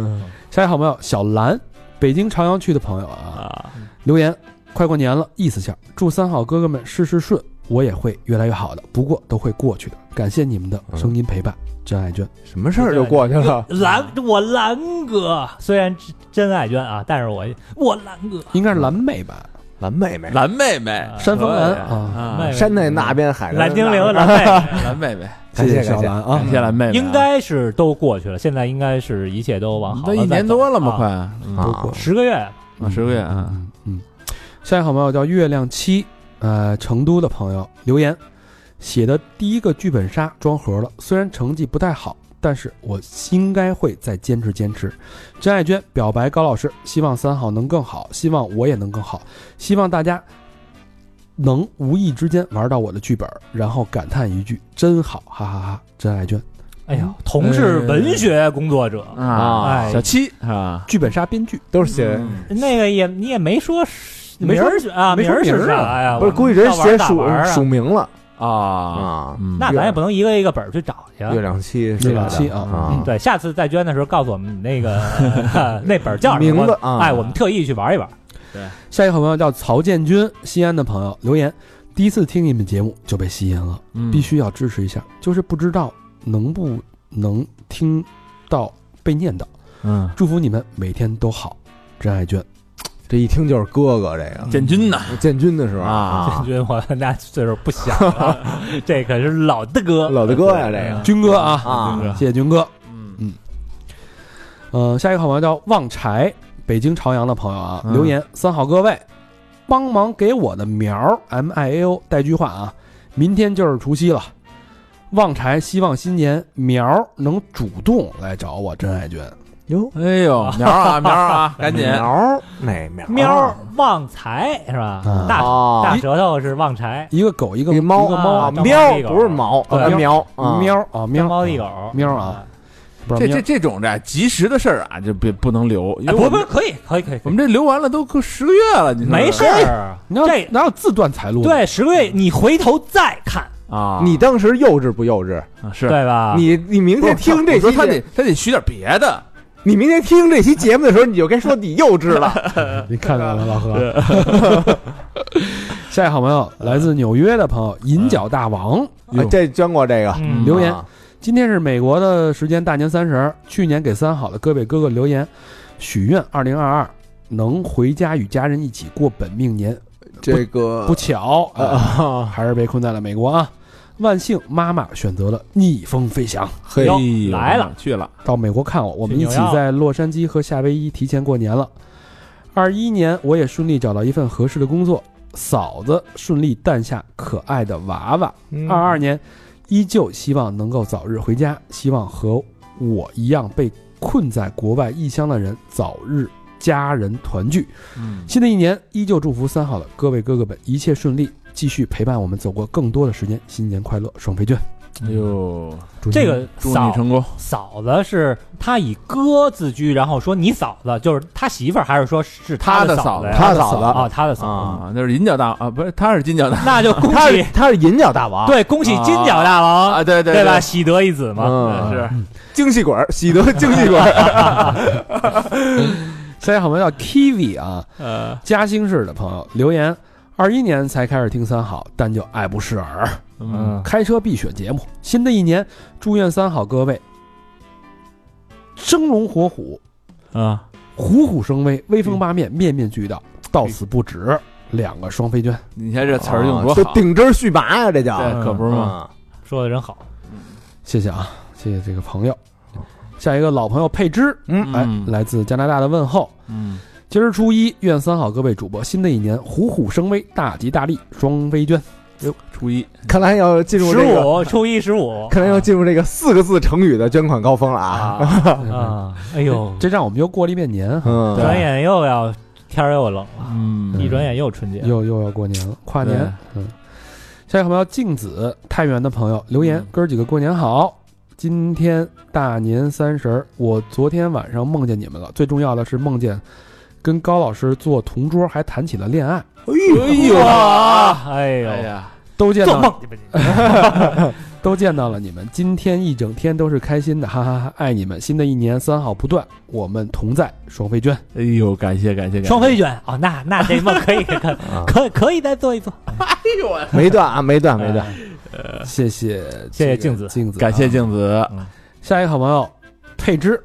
S2: 下一个好朋友小兰，北京朝阳区的朋友啊，
S5: 啊，
S2: 留言快过年了，意思下，祝三好哥哥们事事顺，我也会越来越好的，不过都会过去的。感谢你们
S3: 嗯
S2: 的声音陪伴，真爱娟。
S3: 什么事儿就过去了，
S5: 蓝我蓝哥虽然真真爱娟啊，但是我我蓝哥，
S2: 应该是蓝妹吧？
S3: 蓝妹妹，
S4: 蓝妹妹，
S2: 山峰蓝
S4: 可以
S2: 啊，
S5: 妹
S4: 啊，
S5: 妹
S3: 山内哎那边海南
S5: 蓝精灵
S3: 那边
S5: 蓝妹，
S4: 蓝妹妹，
S2: 感
S3: 谢谢
S2: 小兰啊
S4: 感，谢蓝妹 [LAUGHS] 妹啊，
S5: 应该是都过去了，现在应该是一切都往好
S4: 都
S5: 了
S4: 一年多了嘛，
S5: 啊
S4: 快嗯
S3: 啊，
S5: 十个月，
S4: 啊十个月啊，
S2: 嗯嗯，下一个好朋友叫月亮七，呃，成都的朋友留言写的第一个剧本杀装盒了，虽然成绩不太好，但是我应该会再坚持坚持。真爱娟表白高老师，希望三好能更好，希望我也能更好，希望大家。能无意之间玩到我的剧本，然后感叹一句“真好”，哈哈哈真爱娟，
S5: 哎呀，同是文学工作者，
S4: 啊，
S5: 哎
S4: 小七啊，
S2: 剧本杀编剧
S3: 都是写，
S5: 那个也你也没说是
S2: 没
S5: 名
S2: 说
S5: 儿是啊，
S2: 没说
S5: 儿是
S2: 名儿啊
S5: 啥呀？
S3: 不是
S5: 我
S3: 估计人
S5: 要玩
S3: 写
S5: 儿打
S3: 署
S5: 玩儿啊
S3: 署名了
S4: 啊，
S3: 啊，
S4: 嗯
S5: 那咱也不能一个一个本儿去找去啊。
S3: 月亮七
S2: 月
S3: 是吧
S2: 亮七啊，
S3: 啊，
S5: 嗯对，下次再捐的时候告诉我们你那个那本儿叫什么
S3: 名字啊
S5: 哎，我们特意去玩一玩。
S2: 下一个好朋友叫曹建军，西安的朋友留言，第一次听你们节目就被吸引了，
S4: 嗯
S2: 必须要支持一下。就是不知道能不能听到被念叨，
S4: 嗯，
S2: 祝福你们每天都好，真爱娟。
S3: 这一听就是哥哥，这个
S4: 建军呐，
S5: 嗯
S3: 建军的时候
S4: 啊
S5: 建军，我那岁数不小了，这可是老的哥，嗯
S3: 老的哥呀，这个
S2: 军哥
S3: [LAUGHS]
S2: 啊，
S3: 啊
S4: 军哥
S2: 谢谢军哥。
S4: 嗯
S2: 呃，下一个好朋友叫旺柴，北京朝阳的朋友啊，
S4: 嗯
S2: 留言、三好各位，帮忙给我的苗 M I A O 带句话啊，明天就是除夕了。旺柴希望新年苗能主动来找我真爱娟，
S3: 哟，
S4: 哎 [LAUGHS] 呦，苗儿啊苗儿啊，赶紧
S3: 苗儿哪苗儿
S5: 喵旺财是吧
S2: 啊？
S5: 大大
S3: 啊，
S5: 舌头是旺财，
S2: 一个狗一个
S3: 一个猫
S2: 一个
S5: 啊
S2: 猫
S3: 啊，
S5: 张猫
S3: 喵
S5: 一个
S3: 不是毛，
S5: 对
S3: 啊喵啊
S2: 喵啊
S5: 张
S2: 喵
S5: 猫地狗，
S2: 喵啊，不知
S4: 这
S2: 道
S4: 这这种这及时的事儿啊，就别不能留，因
S5: 哎，
S4: 为
S5: 不
S4: 我
S5: 不
S4: 们
S5: 可以可以可以，
S4: 我们这留完了都快十个月了，你说
S5: 没事儿，
S2: 喵哪有
S5: 这
S2: 哪有自断财路？，
S5: 对十个月你回头再看，
S4: 啊，
S3: 你当时幼稚不幼稚？
S4: 啊是
S5: 对吧？
S3: 你你明
S4: 不是
S3: 天听
S4: 我
S3: 这
S4: 说
S3: 期
S4: 他得
S3: 节，
S4: 他得许点别的，
S3: 你明天听这期节目的时候，你就该说你幼稚了。啊
S2: 你看到了老何。 [LAUGHS] 下一个好朋友来自纽约的朋友银角大王，
S3: 哎这捐过这个
S5: 嗯
S2: 留言
S3: 啊
S2: 今天是美国的时间，大年三十儿。去年给三好的各位哥哥留言，许愿二零二二能回家与家人一起过本命年。
S3: 这
S5: 呃
S3: 个
S2: 不巧，啊，
S3: 啊，
S2: 还是被困在了美国啊！万幸，妈妈选择了逆风飞翔，
S3: 嘿
S5: 哟
S4: 哎呦
S5: 来了
S4: 去了，
S2: 到美国看我。我们一起在洛杉矶和夏威夷提前过年了。二一年，我也顺利找到一份合适的工作，嫂子顺利诞下可爱的娃娃。二二年，依旧希望能够早日回家，希望和我一样被困在国外异乡的人早日家人团聚。
S4: 嗯
S2: 新的一年，依旧祝福三好的各位哥哥们一切顺利，继续陪伴我们走过更多的时间。新年快乐，双飞卷！
S4: 哎呦，
S2: 嗯祝
S5: 这个
S4: 祝你
S5: 嫂
S4: 成功，
S5: 嫂子是他以哥自居，然后说你嫂子就是他媳妇儿，还是说是
S4: 他的
S5: 的
S4: 嫂
S5: 嫂
S4: 子
S5: 呀？
S3: 他嫂子
S5: 啊，他的嫂
S3: 啊，
S4: 啊，那是银角大啊，不是他是金角大
S5: [LAUGHS] 子，那就恭
S3: 他是
S5: 喜，
S3: 他是银角大王，
S5: 对，恭喜金角大王，
S4: 啊，对对
S5: 对吧？喜得一子嘛，
S3: 嗯，
S4: 是
S3: 精细管儿喜得精细管儿，
S2: 下一个好朋友叫 Kiwi 啊，
S4: 呃
S2: 嘉兴市的朋友留言：二一年才开始听三好，但就爱不释耳。
S4: 嗯
S2: 开车必选节目。新的一年，祝愿三好各位生龙活虎，
S5: 嗯
S4: 啊，
S2: 虎虎生威，威风八面，面面俱到，到此不止。两个双飞娟，
S4: 你看这词儿用
S3: 啊
S4: 多
S3: 就
S4: 好，
S3: 顶针续麻呀，这叫
S4: 对，可不是吗？
S3: 啊
S5: 说的真好。
S2: 谢谢啊，谢谢这个朋友。下一个老朋友佩芝，
S3: 嗯
S2: 哎，
S4: 嗯
S2: 来自加拿大的问候。
S4: 嗯，
S2: 今儿初一，愿三好各位主播新的一年虎虎生威，大吉大利，双飞娟。
S4: 初一
S3: 看来要进入
S5: 十
S3: 这
S5: [LAUGHS]
S3: 个，
S5: 五，初一十五
S3: 看来要进入这个四个字成语的捐款高峰了啊！
S4: 啊，
S5: 啊！哎 [LAUGHS] 呦，
S2: 这让我们又过了一遍年，
S3: 嗯，
S5: 转眼又要天儿又冷了，
S4: 嗯
S5: 一转眼又春节了。
S2: 又又要过年了，跨年
S4: 对。
S2: 嗯，下一个朋友静子，太原的朋友留言
S4: 嗯：
S2: 哥儿几个过年好。今天大年三十儿，我昨天晚上梦见你们了。最重要的是梦见跟高老师做同桌，还谈起了恋爱，
S4: 哎
S5: 哇，哎呦，
S4: 哎呀，
S2: 都见
S5: 做
S2: 到
S5: 梦去吧你！
S2: [LAUGHS] 都见到了你们。今天一整天都是开心的，哈哈哈！爱你们，新的一年三好不断，我们同在，双飞娟。
S4: 哎呦，感谢感谢感谢，
S5: 双飞卷哦，那那这梦可以可可可可以再做一做，哎
S6: 哎呦我，
S3: 没断啊，没断，没断。
S2: 谢谢
S5: 谢谢
S2: 这个
S5: 镜子
S2: 镜子啊
S4: 感谢镜子，
S2: 下一个好朋友佩芝，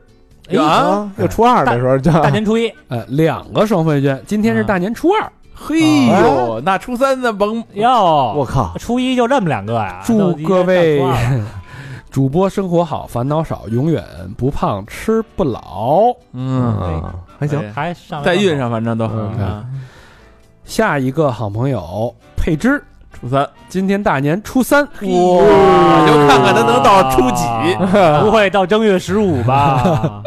S5: 哎
S4: 啊，
S3: 啊，又初二的时候就
S5: 大年初一，
S2: 呃，两个双飞娟，今天是大年初二，
S4: 嘿呦，那初三的甭
S3: 我
S5: 哟，
S3: 靠，
S5: 初一就这么两个呀！
S2: 祝各位
S5: 都已经到初二了
S2: 主播生活好，烦恼少，永远不胖，吃不老。
S4: 嗯，
S3: 啊，还行，
S4: 哎
S5: 还上了
S4: 在
S5: 上
S4: 运
S5: 榜
S4: 上，反正都
S3: 嗯
S4: 啊
S2: 下一个好朋友佩芝，
S4: 初三，
S2: 今天大年初三，
S5: 哎
S4: 哇就看看他能到初
S3: [LAUGHS]
S4: 几，
S5: 啊不会到正月十五吧？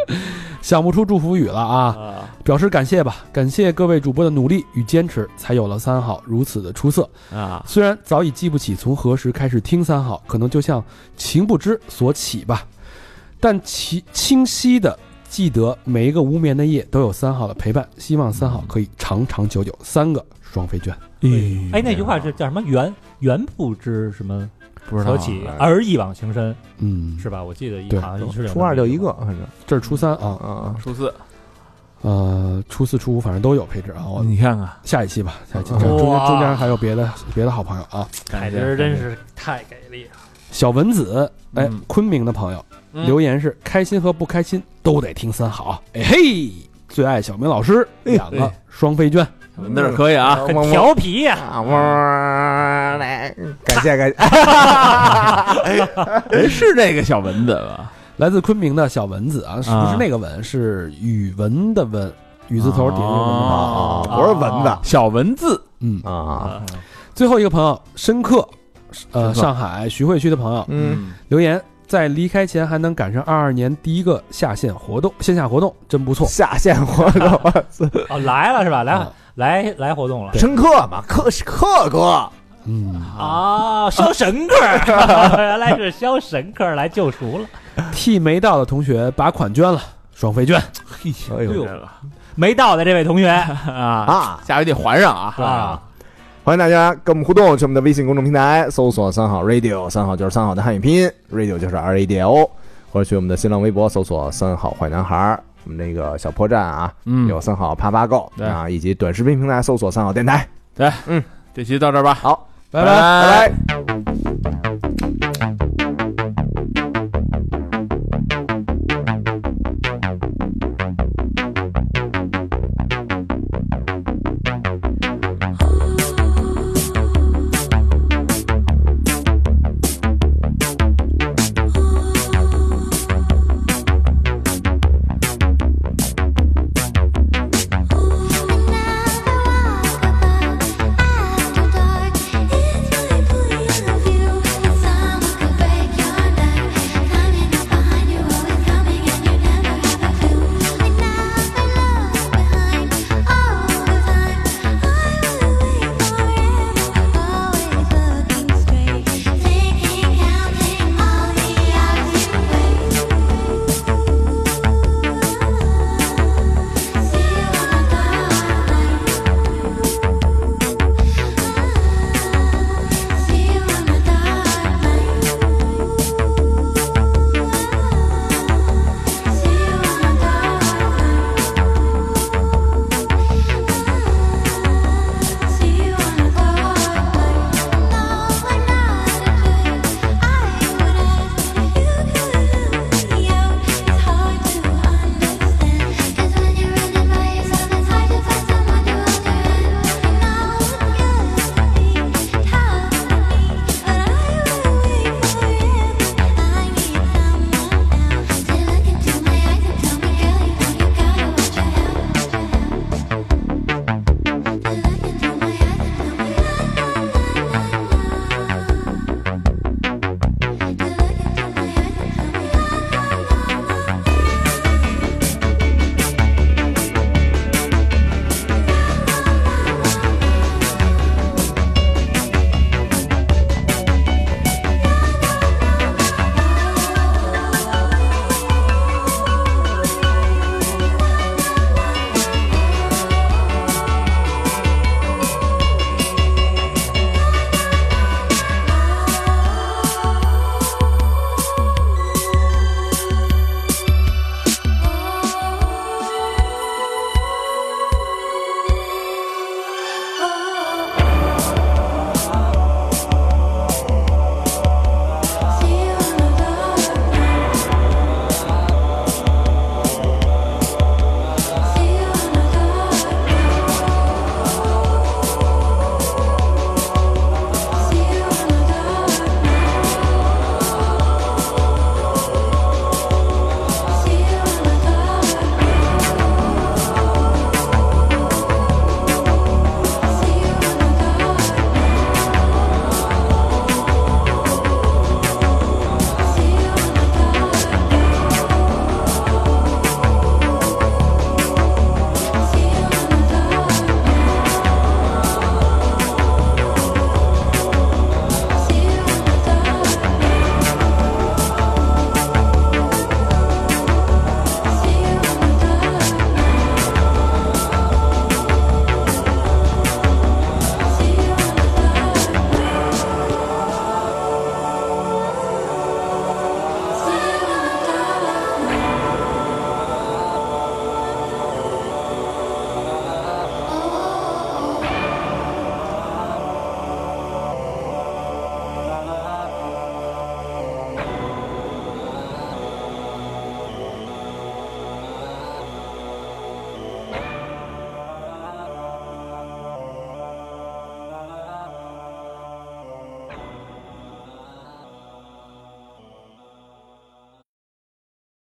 S2: 想不出祝福语了啊，
S5: 啊
S2: 表示感谢吧，感谢各位主播的努力与坚持，才有了三好如此的出色。
S4: 啊，
S2: 虽然早已记不起从何时开始听三好，可能就像情不知所起吧，但其清晰的记得每一个无眠的夜都有三好的陪伴，希望三好可以长长久久。三个双飞卷，
S5: 哎，那句话是叫什么？缘缘不知什么
S4: 不知道
S5: 所起，而一往情深，
S2: 嗯，
S5: 是吧？我记得一
S2: 对
S5: 好像是有
S3: 嗯初二就一个，反正
S2: 这是初三啊，
S3: 啊，
S4: 初四，
S2: 呃，初四、初五反正都有配置啊。
S4: 哦
S2: 我
S5: 嗯
S4: 你看看，
S2: 下一期吧，下一期
S3: 哇
S2: 中间中间还有别的别的好朋友啊，
S5: 哎这么多。海德真是太给力了，
S2: 小蚊子，哎
S4: 嗯，
S2: 昆明的朋友
S4: 嗯
S2: 留言是开心和不开心都得听三好，哎嘿，最爱小明老师两个
S4: 哎
S2: 双飞娟，
S4: 那是可以啊，
S5: 很调皮呀！
S3: 啊，嗡来，感谢感谢，
S4: 啊人是那个小蚊子吧？
S2: 来自昆明的小蚊子啊，是不
S4: 啊
S2: 是那个蚊？是语文的文，雨字头底下一个文字旁。
S4: 哦
S3: 啊，我是蚊子
S4: 小蚊子，
S2: 嗯，
S3: 啊，
S2: 最后一个朋友深刻，呃，
S4: 深刻
S2: 上海徐汇区的朋友
S3: 嗯，，
S2: 留言，在离开前还能赶上二二年第一个下线活动，线下活动真不错。
S3: 嗯下线活
S4: 啊
S3: 动，
S5: 哦，来了是吧？来
S2: 啊
S5: 来来活动了
S3: [LAUGHS] 深刻嘛，克克哥，
S2: 嗯，
S5: 啊！肖神客儿， [LAUGHS] 原来是肖神客儿来救赎了。
S2: 替没到的同学把款捐了，双飞捐。
S4: 嘿，
S3: 哎呦
S5: 没到的这位同学
S4: 啊，
S3: 啊，
S4: 下回得还上啊，
S5: 啊，
S3: 欢迎大家跟我们互动，去我们的微信公众平台搜索“三好 radio”，三好就是三好的汉语拼音，radio 就是 R A D I O，或者去我们的新浪微博搜索“三好坏男孩儿”，我们那个小破站啊，
S4: 嗯
S3: 有三好啪啪购
S4: 对
S3: 啊，以及短视频平台搜索“三好电台
S4: 这期到这儿吧。”，
S3: 好，
S4: 拜
S3: 拜拜。